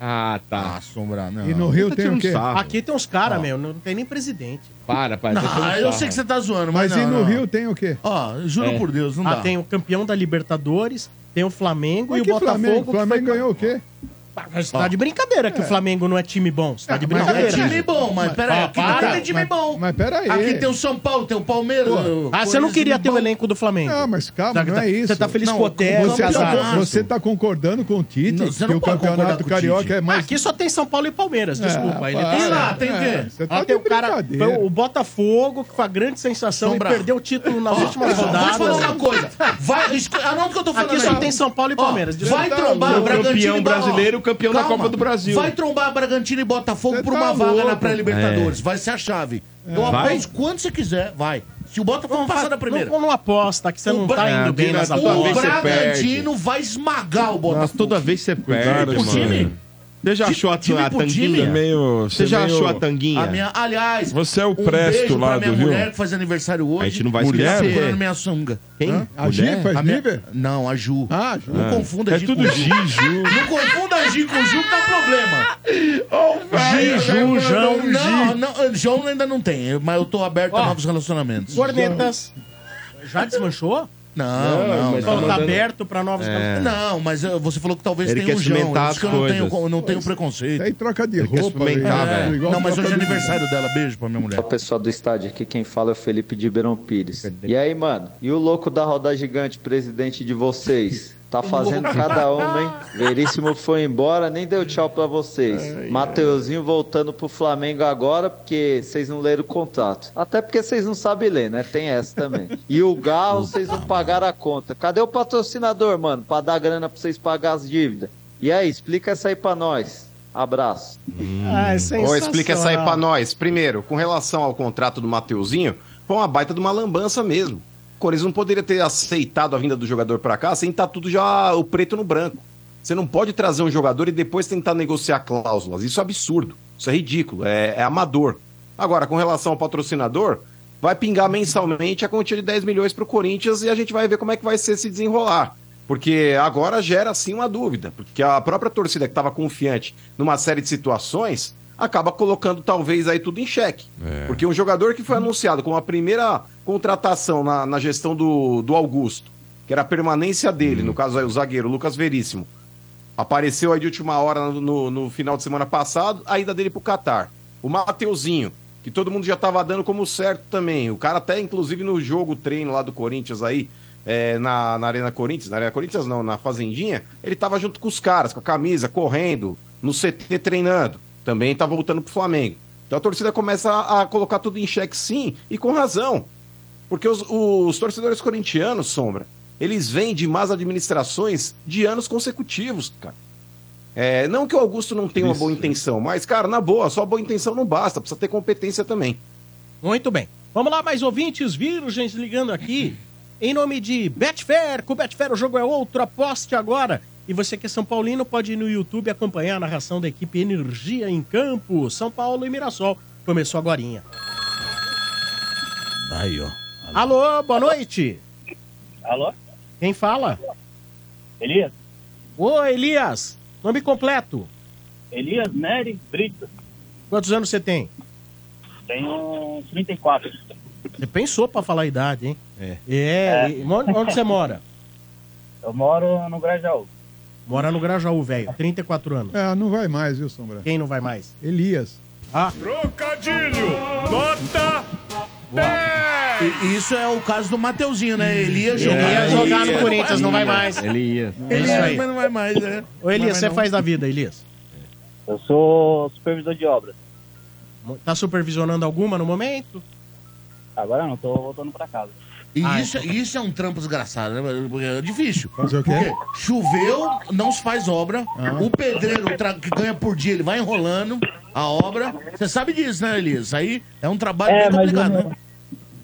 Speaker 4: Ah, tá.
Speaker 1: Assombrar, não.
Speaker 5: E no Rio tem
Speaker 8: um
Speaker 5: o quê?
Speaker 8: Aqui tem uns
Speaker 4: Ah.
Speaker 8: caras, meu, não tem nem presidente.
Speaker 4: Para, para.
Speaker 1: Ah, eu sei que você tá zoando, mas,
Speaker 5: e
Speaker 1: não,
Speaker 5: no
Speaker 1: não.
Speaker 5: Rio tem o quê?
Speaker 1: Ó, juro por Deus, não
Speaker 8: ah,
Speaker 1: dá.
Speaker 8: tem o campeão da Libertadores, tem o Flamengo
Speaker 5: Mas
Speaker 8: e o
Speaker 5: que
Speaker 8: Botafogo.
Speaker 5: Flamengo?
Speaker 8: que
Speaker 5: Flamengo
Speaker 8: foi-
Speaker 5: ganhou o quê?
Speaker 8: Ah, Você tá de brincadeira que o Flamengo não é time bom. Você tá de
Speaker 1: mas é
Speaker 8: brincadeira.
Speaker 1: time bom, mas peraí,
Speaker 8: Ah,
Speaker 1: aqui não
Speaker 8: para.
Speaker 1: tem time Mas- bom.
Speaker 5: Mas peraí.
Speaker 1: Aqui tem o São Paulo, tem o Palmeiras. o
Speaker 8: Ah, você não
Speaker 1: Corinthians,
Speaker 8: queria ter o
Speaker 1: Timão.
Speaker 8: elenco do Flamengo.
Speaker 5: Ah, mas calma,
Speaker 8: Tá-
Speaker 5: não
Speaker 8: tá-
Speaker 5: é isso.
Speaker 8: Você tá feliz
Speaker 5: Não,
Speaker 8: com o hotel,
Speaker 5: você, tá,
Speaker 8: casado.
Speaker 5: você tá concordando com o Tite?
Speaker 8: Não,
Speaker 5: que o campeonato carioca é mais.
Speaker 8: Aqui só tem São Paulo e Palmeiras,
Speaker 5: Ah,
Speaker 8: desculpa. Ele
Speaker 5: para.
Speaker 8: tem lá, tem o
Speaker 5: É,
Speaker 8: quê?
Speaker 5: você tá
Speaker 8: Ah,
Speaker 5: de
Speaker 8: tem o cara,
Speaker 5: brincadeira.
Speaker 8: foi o Botafogo, que foi a grande sensação
Speaker 1: Sombra.
Speaker 8: e perdeu o título nas últimas
Speaker 1: Ó, vou
Speaker 8: rodadas.
Speaker 1: te falar uma coisa. Vai, esco- anota o que eu tô falando
Speaker 8: Aqui só
Speaker 1: aí.
Speaker 8: tem São Paulo e
Speaker 1: Ó,
Speaker 8: Palmeiras, desculpa.
Speaker 1: vai trombar
Speaker 4: O
Speaker 1: o Bragantino
Speaker 4: campeão
Speaker 1: e Bo- ó,
Speaker 4: brasileiro, o campeão da Copa do Brasil.
Speaker 1: Vai trombar Bragantino e Botafogo por uma
Speaker 5: tá
Speaker 1: vaga
Speaker 5: louco.
Speaker 1: na pré-Libertadores.
Speaker 4: É.
Speaker 1: Vai ser a chave. Eu
Speaker 4: Vai?
Speaker 1: aposto quanto você quiser, vai. Se o Botafogo passar da primeira.
Speaker 8: Não, não aposta, que você não
Speaker 1: Bra-
Speaker 8: tá indo bem
Speaker 1: o é
Speaker 8: nessa
Speaker 1: Bragantino
Speaker 8: apostas.
Speaker 1: vai esmagar o Botafogo.
Speaker 4: Mas toda vez você perde,
Speaker 1: o Tipo time? Tipo
Speaker 4: mano. Você já achou a,
Speaker 1: time
Speaker 4: a
Speaker 1: por
Speaker 4: tanguinha?
Speaker 1: time, é.
Speaker 3: Meio-
Speaker 4: você
Speaker 3: você
Speaker 4: já
Speaker 3: meio-
Speaker 4: achou a tanguinha?
Speaker 1: A minha, aliás,
Speaker 3: Você é o
Speaker 1: um
Speaker 3: Presto
Speaker 1: beijo
Speaker 3: lá
Speaker 1: pra minha
Speaker 3: do Rio.
Speaker 1: mulher que faz aniversário hoje.
Speaker 3: A gente não vai
Speaker 1: mulher
Speaker 3: esquecer.
Speaker 1: segurando minha sunga.
Speaker 3: Quem?
Speaker 1: Hã?
Speaker 3: A Gi
Speaker 1: Mulher?
Speaker 3: faz
Speaker 1: A minha-
Speaker 3: nível?
Speaker 1: Não, a Ju.
Speaker 5: Ah,
Speaker 1: Ju. Não confunda
Speaker 3: É
Speaker 1: Gi
Speaker 3: tudo
Speaker 1: com
Speaker 3: Gi, Ju.
Speaker 1: Não confunda Gi com Ju, que dá problema. Ju, João. É,
Speaker 3: velho, mandou um
Speaker 1: Não,
Speaker 3: Gi.
Speaker 1: não, João ainda não tem, mas eu tô aberto a novos relacionamentos.
Speaker 8: Cornetas. Já desmanchou?
Speaker 1: Não, não, não.
Speaker 8: Então tá aberto pra novos
Speaker 1: É. Não, mas eh, você falou que talvez
Speaker 8: Ele
Speaker 1: tenha
Speaker 8: quer
Speaker 1: um João.
Speaker 8: experimentar
Speaker 1: Eu disse que eu não
Speaker 8: as
Speaker 1: tenho,
Speaker 8: coisas.
Speaker 1: eu não tenho preconceito.
Speaker 5: Aí troca de
Speaker 17: quer
Speaker 5: roupa.
Speaker 17: experimentar,
Speaker 5: velho.
Speaker 17: velho.
Speaker 5: Igual
Speaker 1: Não, mas
Speaker 5: troca
Speaker 1: hoje é
Speaker 5: de-
Speaker 1: aniversário dela. Beijo pra minha mulher.
Speaker 17: Fala, pessoal do estádio, aqui quem fala é o Felipe de Ribeirão Pires. E aí, mano, e o louco da roda gigante, presidente de vocês? Tá fazendo cada uma, hein? Veríssimo foi embora, nem deu tchau pra vocês. Mateuzinho voltando pro Flamengo agora, porque vocês não leram o contrato. Até porque vocês não sabem ler, né? Tem essa também. E o Garro, vocês não pagaram a conta. Cadê o patrocinador, mano, pra dar grana pra vocês pagar as dívidas? E aí, explica essa aí pra nós. Abraço.
Speaker 8: Ah, é
Speaker 2: Ou explica essa aí pra
Speaker 8: sensacional.
Speaker 2: nós. Primeiro, com relação ao contrato do Mateuzinho, foi uma baita de uma lambança mesmo. O Corinthians não poderia ter aceitado a vinda do jogador pra cá sem estar tudo já o preto no branco. Você não pode trazer um jogador e depois tentar negociar cláusulas. Isso é absurdo. Isso é ridículo. É, é amador. Agora, com relação ao patrocinador, vai pingar mensalmente a quantia de 10 milhões pro Corinthians e a gente vai ver como é que vai ser se desenrolar. Porque agora gera sim uma dúvida, porque a própria torcida que estava confiante numa série de situações acaba colocando talvez aí tudo em xeque. Porque um jogador que foi anunciado como a primeira contratação na, na gestão do, do Augusto, que era a permanência dele, no caso aí o zagueiro Lucas Veríssimo, apareceu aí de última hora no, no- no final de semana passado, a ida dele pro Catar. O Mateuzinho, que todo mundo já tava dando como certo também. O cara até, inclusive, no jogo treino lá do Corinthians aí, é, na, na Arena Corinthians, na Arena Corinthians não, na Fazendinha, ele tava junto com os caras, com a camisa, correndo, no CT treinando. Também tá voltando pro Flamengo. Então a torcida começa a, a colocar tudo em xeque sim, e com razão. Porque os, os torcedores corintianos, Sombra, eles vêm de más administrações de anos consecutivos, cara. É, não que o Augusto não tenha uma boa intenção, mas, cara, na boa, só boa intenção não basta, precisa ter competência também.
Speaker 8: Muito bem. Vamos lá, mais ouvintes virgens ligando aqui. Em nome de Betfair, com Betfair o jogo é outro, aposte agora. E você que é São Paulino pode ir no YouTube acompanhar a narração da equipe Energia em Campo, São Paulo e Mirassol. Começou agorinha.
Speaker 1: Aí, ó.
Speaker 8: Alô, boa noite.
Speaker 16: Alô?
Speaker 8: Quem fala?
Speaker 16: Elias?
Speaker 8: Ô, Elias. Nome completo.
Speaker 16: Elias Nery Brito.
Speaker 8: Quantos anos você tem?
Speaker 16: Tenho 34.
Speaker 8: Você pensou pra falar a idade, hein?
Speaker 16: É.
Speaker 8: É.
Speaker 16: É.
Speaker 8: e mo- Onde você mora?
Speaker 16: Eu moro no Grajaú.
Speaker 8: Mora no Grajaú, velho. 34 anos.
Speaker 5: Ah, não vai mais, viu, Sombra?
Speaker 8: Quem não vai mais?
Speaker 5: Elias.
Speaker 8: Ah.
Speaker 7: Trocadilho! Nota!
Speaker 1: E- e Isso é o caso do Mateuzinho, né? Ele ia jogar,
Speaker 8: Ele ia jogar no Corinthians, não vai
Speaker 1: Ele ia.
Speaker 8: mais.
Speaker 1: Ele
Speaker 16: Elias.
Speaker 1: ia,
Speaker 8: Isso aí.
Speaker 1: mas não vai mais, né?
Speaker 8: Ô, Elias, você
Speaker 1: Não vai
Speaker 8: faz da vida, Elias?
Speaker 16: Eu sou supervisor de obras.
Speaker 8: Tá supervisionando alguma no momento?
Speaker 16: Agora não, tô voltando pra casa.
Speaker 1: E
Speaker 8: Ah,
Speaker 1: isso,
Speaker 8: então tá.
Speaker 1: isso é um trampo desgraçado, né? Porque É difícil.
Speaker 5: Fazer o quê? Ah.
Speaker 1: Porque choveu, não se faz obra. O pedreiro tra- que ganha por dia, ele vai enrolando a obra. Você sabe disso, né, Elias? Isso aí é um trabalho
Speaker 16: É,
Speaker 1: bem
Speaker 16: mas
Speaker 1: complicado,
Speaker 16: eu
Speaker 1: né?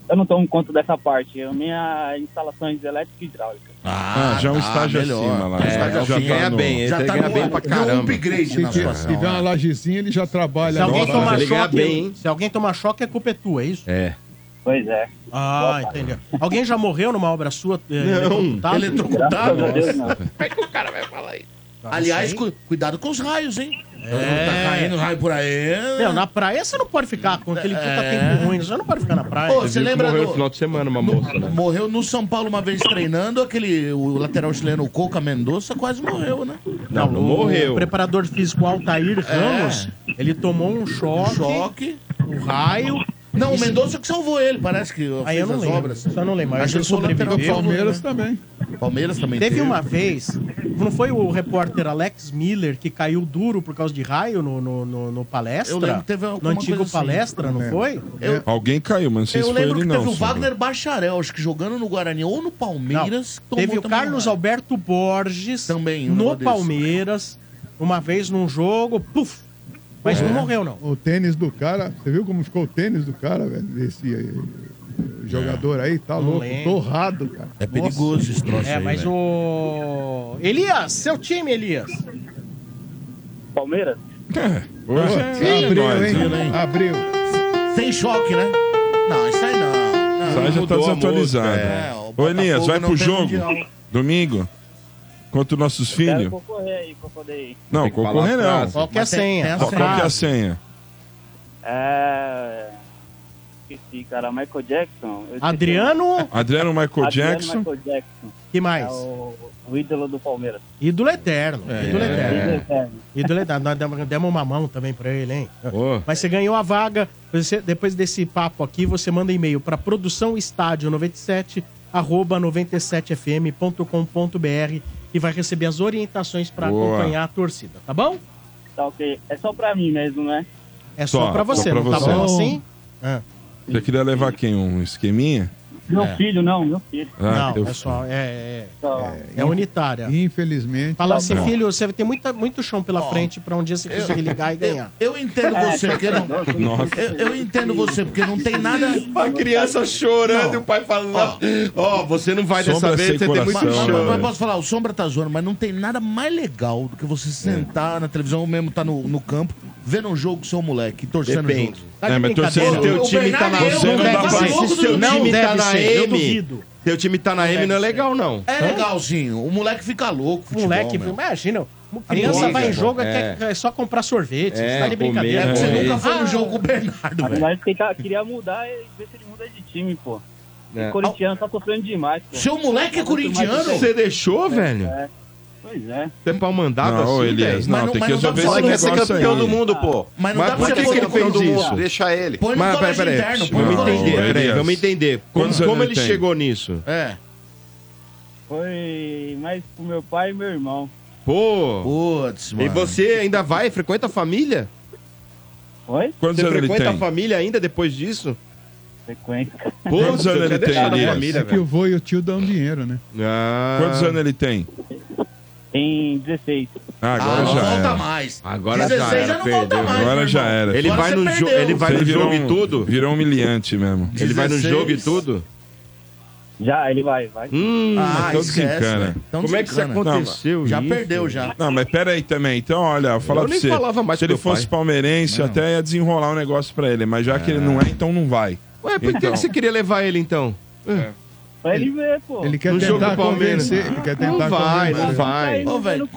Speaker 16: Eu não tomo conta um dessa parte. Eu, minha instalações elétrica e hidráulica.
Speaker 3: Ah, já é um
Speaker 1: tá
Speaker 3: estágio
Speaker 8: É,
Speaker 3: acima
Speaker 1: É,
Speaker 3: lá. Já tá no-
Speaker 5: ele
Speaker 3: já tá no-
Speaker 5: um
Speaker 3: Se tiver-
Speaker 5: Se tiver uma lajezinha, ele já trabalha.
Speaker 8: Se alguém,
Speaker 5: Nossa,
Speaker 8: tomar
Speaker 5: ele ganha
Speaker 8: choque,
Speaker 5: bem, hein?
Speaker 8: se alguém tomar choque, a culpa é tua, é isso?
Speaker 5: É.
Speaker 16: Pois é.
Speaker 8: Ah, entendeu. Alguém já morreu numa obra sua? eh, eletrocutado?
Speaker 1: é Eletrocutado?
Speaker 8: Graças a Deus, não.
Speaker 1: é Aliás,
Speaker 8: Sim.
Speaker 1: cu- cuidado com os raios, hein?
Speaker 8: É.
Speaker 1: Tá caindo raio por aí.
Speaker 8: Meu, na praia você não pode ficar com aquele puta
Speaker 1: É.
Speaker 8: tempo ruim, você não pode ficar na praia.
Speaker 1: Ô, você lembra
Speaker 4: Morreu
Speaker 1: do-
Speaker 4: no final de semana uma moça, né?
Speaker 1: Morreu no São Paulo uma vez treinando, aquele o lateral chileno Coca Mendonça quase morreu, né?
Speaker 4: Não, não morreu.
Speaker 8: O preparador físico Altair Ramos, ele tomou um choque.
Speaker 1: É. Choque.
Speaker 8: Um raio.
Speaker 1: Não, o Mendonça que salvou ele, parece que
Speaker 8: Aí
Speaker 1: fez
Speaker 8: eu não
Speaker 1: as
Speaker 8: lembro.
Speaker 1: obras.
Speaker 8: Só não lembro. mas
Speaker 1: Acho que
Speaker 8: ele
Speaker 1: foi o lateral
Speaker 5: um
Speaker 8: sobreviveu.
Speaker 1: do Palmeiras
Speaker 5: também.
Speaker 1: Palmeiras também
Speaker 8: Teve
Speaker 1: teve.
Speaker 8: uma vez, não foi o repórter Alex Miller que caiu duro por causa de raio no, no, no- no palestra?
Speaker 1: Eu lembro que teve
Speaker 8: No
Speaker 1: alguma
Speaker 8: antigo
Speaker 1: coisa assim.
Speaker 8: palestra, não
Speaker 1: É.
Speaker 8: foi?
Speaker 1: Eu-
Speaker 3: Alguém caiu, mas não sei
Speaker 1: Eu
Speaker 3: se foi
Speaker 1: lembro
Speaker 3: ele
Speaker 1: que
Speaker 3: não.
Speaker 1: teve o
Speaker 3: Sombra.
Speaker 1: Wagner Bacharel, acho que jogando no Guarani ou no Palmeiras. um
Speaker 8: Não, teve o Carlos Alberto Borges
Speaker 1: também um
Speaker 8: no
Speaker 1: negócio desse.
Speaker 8: Palmeiras, uma vez num jogo, puf! Mas não morreu, não.
Speaker 5: É. O tênis do cara, você viu como ficou o tênis do cara, velho? Esse eh, jogador aí, tá
Speaker 8: É. Não
Speaker 5: louco,
Speaker 8: lembro.
Speaker 5: torrado, cara.
Speaker 1: É perigoso
Speaker 2: né?
Speaker 1: esse troço
Speaker 8: É,
Speaker 1: aí,
Speaker 8: mas
Speaker 1: velho.
Speaker 8: o. Elias, seu time, Elias.
Speaker 16: Palmeiras?
Speaker 3: Hoje é
Speaker 5: Abriu,
Speaker 3: nóis.
Speaker 5: hein? Abriu.
Speaker 1: Sem choque, né? Não, isso aí não. não.
Speaker 3: Isso aí já tá
Speaker 1: Mudou a
Speaker 3: desatualizado.
Speaker 1: música, é. O
Speaker 3: Ô, Elias,
Speaker 1: Botafogo
Speaker 3: vai
Speaker 1: não
Speaker 3: pro
Speaker 1: tem um
Speaker 3: jogo.
Speaker 1: mundial.
Speaker 3: Domingo. Contra os nossos
Speaker 16: Quero
Speaker 3: filhos.
Speaker 16: concorrer aí pra poder ir.
Speaker 3: Não, concorrer não.
Speaker 16: Qual que é a
Speaker 3: Mas tem-
Speaker 16: senha?
Speaker 3: tem Qual qual que é a senha?
Speaker 16: É. Esqueci, cara. Michael Jackson. Eu esqueci.
Speaker 3: Adriano Michael Jackson.
Speaker 16: Michael Jackson.
Speaker 8: Que mais? É,
Speaker 16: É o, o ídolo do Palmeiras.
Speaker 8: Ídolo eterno.
Speaker 16: É,
Speaker 8: ídolo
Speaker 16: Ídolo
Speaker 8: eterno.
Speaker 16: eterno.
Speaker 8: Ídolo eterno. Nós demos, demos uma mão também pra ele, hein? Mas você ganhou a vaga. Você- depois desse papo aqui, você manda e-mail pra produção estádio 97 arroba 97fm.com.br e vai receber as orientações pra
Speaker 16: Boa.
Speaker 8: acompanhar a torcida, tá bom?
Speaker 16: Tá ok. É só pra mim mesmo, né?
Speaker 8: É só, pra você, não tá bom assim?
Speaker 3: Você queria levar quem? Um esqueminha?
Speaker 16: Meu
Speaker 3: É.
Speaker 16: filho, não, meu filho.
Speaker 3: Ah,
Speaker 8: não,
Speaker 3: eu-
Speaker 8: é só. É, é,
Speaker 16: Tá.
Speaker 8: é unitária.
Speaker 5: Infelizmente. tá
Speaker 8: Fala assim,
Speaker 5: Não.
Speaker 8: filho, você vai ter muita, muito chão pela frente pra um dia você conseguir ligar e ganhar.
Speaker 1: Eu entendo você, porque não. Eu, eu entendo você, porque não tem nada.
Speaker 4: A criança chorando e o pai falando: Ó, você não vai dessa vez, você tem muito
Speaker 3: né?
Speaker 1: mas, mas, mas
Speaker 4: choro.
Speaker 1: posso falar, o Sombra tá zoando, mas não tem nada mais legal do que você sentar na televisão ou mesmo tá no, no campo, vendo um jogo com seu moleque, torcendo
Speaker 4: Depende.
Speaker 1: junto. Tá
Speaker 4: É, mas torcendo
Speaker 1: O-
Speaker 4: teu
Speaker 1: o
Speaker 4: time tá na
Speaker 1: Bernardo, é um eu,
Speaker 4: você não
Speaker 1: eu,
Speaker 4: dá
Speaker 1: eu,
Speaker 4: pra
Speaker 1: eu,
Speaker 4: se
Speaker 1: eu,
Speaker 4: seu time tá
Speaker 1: deve
Speaker 4: na
Speaker 1: ser, eu
Speaker 4: M.
Speaker 1: duvido.
Speaker 4: Teu time tá na M, não é legal, não.
Speaker 1: É legal sim, o moleque fica louco. futebol,
Speaker 8: Moleque,
Speaker 1: meu.
Speaker 8: imagina. uma Criança
Speaker 1: Amigo,
Speaker 8: vai em
Speaker 1: é.
Speaker 8: jogo,
Speaker 1: É.
Speaker 8: é, quer, é só comprar sorvete.
Speaker 1: É,
Speaker 8: você tá de
Speaker 1: comer,
Speaker 8: brincadeira.
Speaker 1: é. Você nunca
Speaker 8: foi
Speaker 1: no jogo com o Bernardo,
Speaker 16: velho. Mas tentar, queria mudar e ver se ele muda de time, pô.
Speaker 4: É.
Speaker 16: O corintiano tá sofrendo demais, pô.
Speaker 1: Seu moleque é
Speaker 16: Tá sofrendo mais
Speaker 1: corintiano?
Speaker 16: que
Speaker 4: Você deixou, velho?
Speaker 16: É. Pois é.
Speaker 4: Você é pau mandado
Speaker 3: Não, ô,
Speaker 4: assim,
Speaker 3: Elias,
Speaker 4: velho?
Speaker 3: não, tem que resolver
Speaker 2: Você
Speaker 3: esse
Speaker 2: quer ser
Speaker 3: negócio
Speaker 2: campeão
Speaker 3: aí.
Speaker 2: do mundo, pô.
Speaker 1: Ah, Mas não dá pra
Speaker 2: por
Speaker 1: você
Speaker 2: que
Speaker 1: pôr
Speaker 2: você
Speaker 1: no
Speaker 2: não fez
Speaker 1: colégio
Speaker 2: isso?
Speaker 1: interno.
Speaker 2: Deixa ele.
Speaker 1: Põe no colégio
Speaker 4: peraí,
Speaker 1: interno, põe no
Speaker 4: Vamos
Speaker 1: colégio
Speaker 4: entender,
Speaker 1: interno.
Speaker 4: peraí, vamos entender. Como,
Speaker 3: Quantos anos
Speaker 4: como
Speaker 3: ele
Speaker 4: ele
Speaker 3: tem?
Speaker 4: chegou nisso?
Speaker 1: É.
Speaker 16: Foi mais pro meu pai e meu irmão.
Speaker 4: Pô!
Speaker 1: Putz,
Speaker 4: E você ainda vai, frequenta a família?
Speaker 16: Oi?
Speaker 3: Quantos
Speaker 4: você
Speaker 3: anos ele
Speaker 4: frequenta
Speaker 3: tem?
Speaker 4: a família ainda depois disso?
Speaker 16: Frequenta.
Speaker 4: Pô,
Speaker 3: Quantos anos ele tem, Elias?
Speaker 5: É que o vô e o tio dão dinheiro, né?
Speaker 3: Ah. Quantos anos ele tem?
Speaker 16: Tem 16.
Speaker 3: Ah, agora
Speaker 5: Ah, não
Speaker 3: já
Speaker 5: volta
Speaker 3: era.
Speaker 1: mais.
Speaker 3: Agora
Speaker 1: 16 já era, não volta perdeu. mais,
Speaker 3: Agora
Speaker 1: meu
Speaker 3: já
Speaker 1: irmão.
Speaker 3: era.
Speaker 1: Ele Agora vai você no jo- perdeu.
Speaker 4: ele vai
Speaker 3: Você
Speaker 4: no
Speaker 3: virou
Speaker 4: jogo e
Speaker 3: um-
Speaker 4: tudo?
Speaker 3: Virou humilhante mesmo.
Speaker 4: Ele vai no 16. jogo e
Speaker 3: tudo?
Speaker 16: Já, ele vai, vai.
Speaker 4: Hum,
Speaker 3: Ah, então desencana.
Speaker 1: né? Então
Speaker 4: Como é que isso
Speaker 1: desencana.
Speaker 4: aconteceu,
Speaker 1: Já
Speaker 4: isso?
Speaker 1: perdeu, já.
Speaker 3: Não, mas pera aí também. Então, olha, vou falar
Speaker 4: Eu
Speaker 3: pra
Speaker 4: nem
Speaker 3: você.
Speaker 4: falava mais
Speaker 3: Se
Speaker 4: pro
Speaker 3: ele
Speaker 4: meu
Speaker 3: fosse
Speaker 4: pai.
Speaker 3: palmeirense, até ia desenrolar um negócio pra ele. Mas já que ele não é, então não vai.
Speaker 4: Ué, por que
Speaker 3: Então.
Speaker 4: que você queria levar ele então?
Speaker 16: Pra ele ver, pô.
Speaker 5: É. Ele quer
Speaker 4: No jogo
Speaker 5: tentar
Speaker 4: do Palmeiras.
Speaker 5: convencer. Ele quer tentar
Speaker 4: Não vai,
Speaker 5: convencer.
Speaker 4: não vai.
Speaker 16: Ô,
Speaker 1: velho.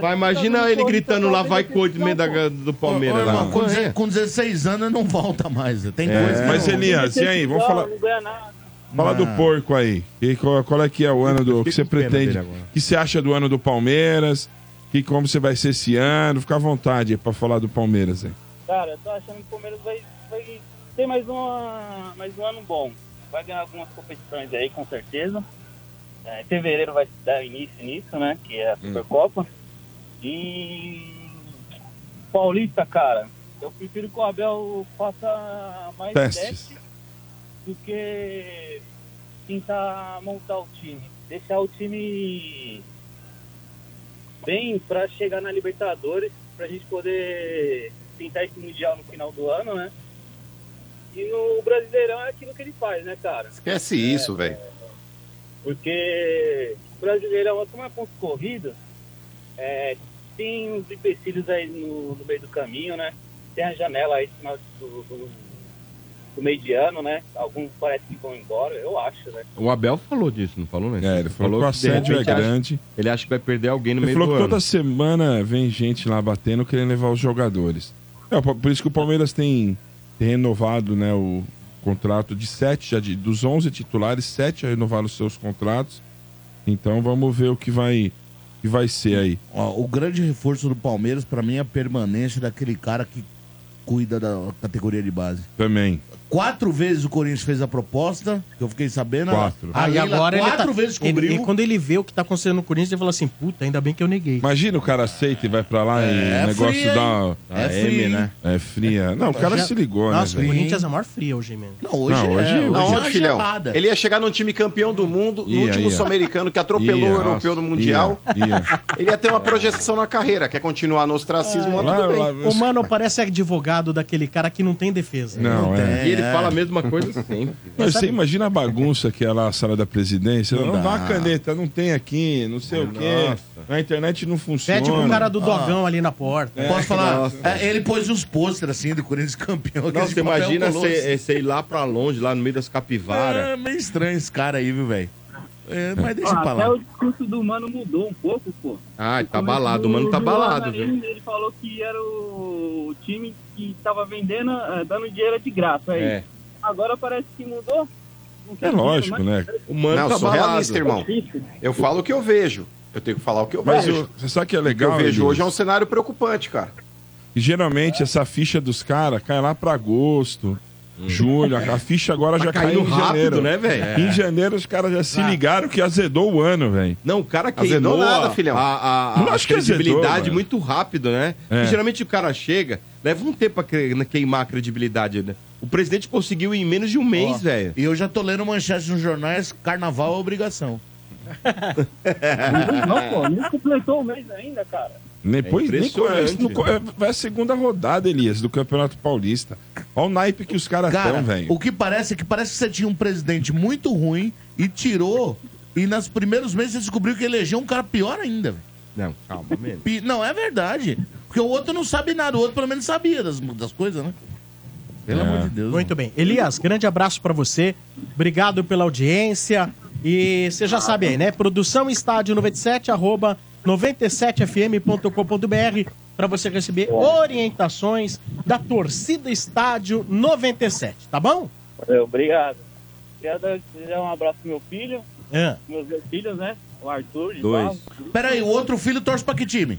Speaker 4: Vai, imagina ele gritando lá, vai coito no meio da, do Palmeiras.
Speaker 1: Irmão,
Speaker 4: lá.
Speaker 1: com, deze- com 16 anos não volta mais. Tem
Speaker 3: É,
Speaker 1: coisa. que
Speaker 3: mas,
Speaker 1: não-
Speaker 3: Elias, e aí? Vamos falar-
Speaker 16: Não ganha nada.
Speaker 3: Fala do
Speaker 1: Ah.
Speaker 3: porco aí. E qual, qual é que é o ano do que você
Speaker 4: com pena
Speaker 3: pretende?
Speaker 4: dele agora.
Speaker 3: que você acha do ano do Palmeiras? Que como você vai ser esse ano? Fica à vontade aí pra falar do Palmeiras aí.
Speaker 16: Cara, eu tô achando que o Palmeiras vai, vai ter mais, uma, mais um ano bom. Vai ganhar algumas competições aí, com certeza. É, em fevereiro vai dar início nisso, né? Que é a Supercopa. E. Paulista, cara, eu prefiro que o Abel faça mais
Speaker 3: Testes.
Speaker 16: testes do que tentar montar o time. Deixar o time bem pra chegar na Libertadores, pra gente poder tentar esse Mundial no final do ano, né? E no Brasileirão é aquilo que ele faz, né, cara?
Speaker 2: Esquece isso, velho.
Speaker 16: Porque o Brasileirão, como é ponto corrido, é, tem uns empecilhos aí no, no meio do caminho, né? Tem a janela aí no final do, do, do meio de ano, né? Alguns parece que vão embora, eu acho, né?
Speaker 4: O Abel falou disso, não falou, né?
Speaker 3: É, ele falou que o
Speaker 4: de
Speaker 3: assédio é
Speaker 4: repente acha-
Speaker 3: grande.
Speaker 4: ele acha que vai perder alguém no
Speaker 3: Ele
Speaker 4: meio
Speaker 3: falou
Speaker 4: do
Speaker 3: que
Speaker 4: ano.
Speaker 3: toda semana vem gente lá batendo querendo levar os jogadores. É, por por isso que o Palmeiras tem, tem renovado né, o contrato de sete, já de, dos 11 titulares, sete já renovaram os seus contratos. Então vamos ver o que vai, que vai ser aí.
Speaker 1: Ó, o grande reforço do Palmeiras, pra mim, é a permanência daquele cara que cuida da categoria de base.
Speaker 3: Também.
Speaker 1: Quatro vezes o Corinthians fez a proposta, que eu fiquei sabendo.
Speaker 3: Quatro.
Speaker 1: A
Speaker 8: Aí
Speaker 1: Leila
Speaker 8: agora ele
Speaker 1: quatro
Speaker 8: tá-
Speaker 1: vezes
Speaker 8: ele-
Speaker 1: cobriu.
Speaker 8: e quando ele vê o que tá acontecendo no Corinthians, ele fala assim: puta, ainda bem que eu neguei.
Speaker 3: Imagina o cara aceita e vai pra lá e
Speaker 8: É
Speaker 3: o negócio
Speaker 8: fria,
Speaker 3: dá.
Speaker 8: hein? É fria, hein?
Speaker 3: É fria. Não, o cara
Speaker 8: Já-
Speaker 3: se ligou,
Speaker 8: Nossa,
Speaker 3: né?
Speaker 8: o
Speaker 3: velho?
Speaker 8: Corinthians é a maior fria hoje mesmo.
Speaker 1: Não,
Speaker 3: hoje Não, hoje- é, hoje
Speaker 2: Não,
Speaker 3: é
Speaker 2: onde,
Speaker 3: uma
Speaker 2: filhão?
Speaker 3: gelada.
Speaker 2: Ele ia chegar num time campeão do mundo, no
Speaker 3: Ia,
Speaker 2: último
Speaker 3: ia.
Speaker 2: sul-americano que atropelou
Speaker 3: Ia,
Speaker 2: o europeu
Speaker 3: nossa,
Speaker 2: no Mundial.
Speaker 3: ia, ia.
Speaker 2: Ele ia ter uma projeção na carreira. Quer continuar no ostracismo, mas tudo bem.
Speaker 8: o mano parece advogado daquele cara que não tem defesa.
Speaker 3: Não, é.
Speaker 2: E ele
Speaker 4: Ele fala a mesma coisa sempre.
Speaker 3: Mas você imagina a bagunça que é lá a sala da presidência.
Speaker 4: Não
Speaker 3: Não,
Speaker 4: dá.
Speaker 3: dá a caneta, não tem aqui, não sei o quê. A internet não funciona.
Speaker 8: Pede pro É tipo cara do
Speaker 3: Ah.
Speaker 8: dogão ali na porta.
Speaker 3: É,
Speaker 1: Posso falar?
Speaker 3: nossa.
Speaker 1: É, ele pôs uns pôster assim do Corinthians campeão.
Speaker 4: Não,
Speaker 1: aqueles
Speaker 4: você
Speaker 1: papel
Speaker 4: imagina
Speaker 1: colosso.
Speaker 4: você eh, você ir lá pra longe, lá no meio das capivaras.
Speaker 1: É meio estranho esse cara aí, viu, velho? É, mas deixa
Speaker 16: Ó,
Speaker 1: pra
Speaker 16: Até
Speaker 1: lá.
Speaker 16: o discurso do mano mudou um pouco, pô.
Speaker 4: Ah, Ai, tá
Speaker 16: No-
Speaker 4: balado, o mano tá
Speaker 16: no
Speaker 4: balado,
Speaker 16: Lanarim,
Speaker 4: viu?
Speaker 16: Ele falou que era o time que tava vendendo, eh, dando dinheiro de graça aí.
Speaker 4: É.
Speaker 16: Agora parece que mudou. Não sei
Speaker 3: É
Speaker 16: se
Speaker 3: lógico,
Speaker 16: mudou, mas
Speaker 3: né?
Speaker 16: parece que-
Speaker 3: O mano
Speaker 2: não,
Speaker 3: tá
Speaker 2: eu sou
Speaker 3: balado.
Speaker 2: realista, irmão. Eu falo o que eu vejo. Eu tenho que falar o que eu
Speaker 3: Mas
Speaker 2: vejo.
Speaker 3: o- você sabe que é legal,
Speaker 2: O que eu vejo
Speaker 3: Elias?
Speaker 2: hoje é um cenário preocupante, cara.
Speaker 3: E geralmente essa ficha dos caras cai lá pra agosto, julho. A a ficha agora
Speaker 4: Uhum. Tá
Speaker 3: já caiu
Speaker 4: caindo
Speaker 3: em
Speaker 4: rápido,
Speaker 3: janeiro.
Speaker 4: né, velho? Ah.
Speaker 3: É. Em janeiro os caras já se ligaram que azedou o ano, velho.
Speaker 4: Não, o cara
Speaker 3: Azedou
Speaker 4: queimou
Speaker 3: nada,
Speaker 4: a,
Speaker 3: filhão.
Speaker 4: a, a,
Speaker 3: Não
Speaker 4: a
Speaker 3: acho que é azedou,
Speaker 4: credibilidade
Speaker 3: mano.
Speaker 4: muito rápido, né?
Speaker 3: É.
Speaker 4: E geralmente o cara chega, leva um tempo pra cre- queimar a credibilidade, né? O presidente conseguiu em menos de um mês,
Speaker 1: Ó,
Speaker 4: velho.
Speaker 1: E eu já tô lendo manchetes nos jornais, carnaval é obrigação.
Speaker 16: Não, pô, nem completou o mês ainda, cara.
Speaker 6: É
Speaker 3: Nem, pois, nem
Speaker 4: impressionante.
Speaker 3: conhece, não co- é- vai a segunda rodada, Elias, do Campeonato Paulista. Olha o naipe que os caras
Speaker 1: Cara,
Speaker 3: estão, velho.
Speaker 1: o que parece é que parece que você tinha um presidente muito ruim e tirou. E nos primeiros meses você descobriu que elegeu um cara pior ainda, velho.
Speaker 4: Não, calma, mesmo.
Speaker 1: Pi- Não, é verdade. Porque o outro não sabe nada, o outro pelo menos sabia das, das coisas, né? Pelo
Speaker 4: É.
Speaker 1: amor de Deus.
Speaker 8: Muito bem. Elias, grande abraço pra você. Obrigado pela audiência. E você já sabe aí, né? Produção estádio 97, arroba 97fm.com.br para você receber orientações da torcida estádio 97, tá bom?
Speaker 16: Valeu, obrigado. Queria dar um abraço pro meu filho,
Speaker 8: É.
Speaker 16: meus dois filhos, né? O Arthur de
Speaker 1: Dois.
Speaker 16: Barros.
Speaker 1: Peraí, o outro filho torce pra que time?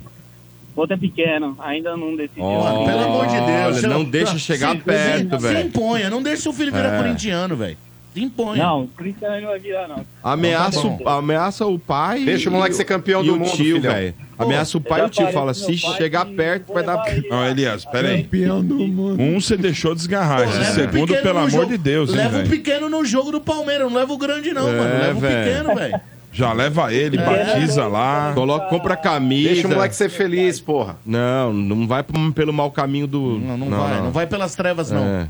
Speaker 16: O outro é pequeno, ainda não decidiu.
Speaker 1: Ah, pelo amor de Deus.
Speaker 4: Olha,
Speaker 1: você-
Speaker 4: não deixa chegar perto,
Speaker 1: se-
Speaker 4: velho.
Speaker 1: Se imponha, não deixa seu filho virar
Speaker 4: É.
Speaker 1: corintiano, velho. Se imponha.
Speaker 16: Não, o Cristiano não vai virar, não.
Speaker 4: Ameaça,
Speaker 1: Então tá
Speaker 4: o, ameaça o pai.
Speaker 2: Deixa o moleque
Speaker 4: e
Speaker 2: ser campeão
Speaker 4: e
Speaker 2: do
Speaker 4: o
Speaker 2: mundo,
Speaker 4: tio,
Speaker 2: filhão.
Speaker 4: velho.
Speaker 2: Pô,
Speaker 4: Ameaça o pai e o tio
Speaker 2: aparece
Speaker 4: fala:
Speaker 2: meu
Speaker 4: se
Speaker 2: pai
Speaker 4: chegar perto, vai dar.
Speaker 3: Não, Elias, peraí.
Speaker 5: Campeão do mundo.
Speaker 3: Um você deixou desgarrar,
Speaker 1: Pô,
Speaker 3: esse
Speaker 1: leva o
Speaker 3: segundo,
Speaker 1: pequeno
Speaker 3: pelo
Speaker 1: no
Speaker 3: amor
Speaker 1: jogo.
Speaker 3: de Deus, hein,
Speaker 1: Leva um o
Speaker 3: velho.
Speaker 1: pequeno no jogo do Palmeiras, não leva o grande, não,
Speaker 3: É,
Speaker 1: mano. Leva
Speaker 3: velho.
Speaker 1: o pequeno, velho.
Speaker 3: Já leva ele,
Speaker 1: É.
Speaker 3: batiza lá.
Speaker 4: Coloca, compra a camisa.
Speaker 2: Deixa o moleque ser feliz, porra.
Speaker 4: Não, não vai pro- pelo mau caminho do.
Speaker 1: Não, não, vai, não. vai pelas trevas, não.
Speaker 4: É,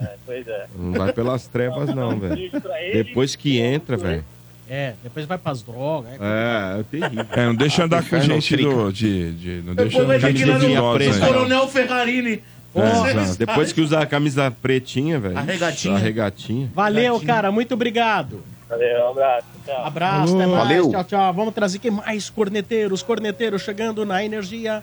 Speaker 16: É, pois é.
Speaker 4: não vai pelas trevas, não, velho. Depois que entra, velho.
Speaker 8: É, depois vai pras drogas.
Speaker 4: É, é terrível.
Speaker 3: É, não deixa andar com
Speaker 4: Inferno,
Speaker 3: gente
Speaker 4: trica.
Speaker 3: do, de, de- Não deixa
Speaker 1: Depois vai
Speaker 3: andar
Speaker 1: ter
Speaker 3: com
Speaker 1: que
Speaker 3: gente
Speaker 1: ir lá
Speaker 3: de
Speaker 1: no, no
Speaker 3: idosa,
Speaker 8: É,
Speaker 3: né?
Speaker 1: Coronel Ferrarini.
Speaker 4: É,
Speaker 1: Vocês-
Speaker 4: não, Depois que usa a camisa pretinha, velho.
Speaker 1: A regatinha.
Speaker 4: A regatinha.
Speaker 8: Valeu, cara. Muito obrigado.
Speaker 16: Valeu, um abraço. Tchau.
Speaker 8: Abraço, até
Speaker 4: Falou.
Speaker 8: mais.
Speaker 4: Valeu.
Speaker 8: Tchau, tchau. Vamos trazer quem mais? Corneteiros, corneteiros chegando na energia.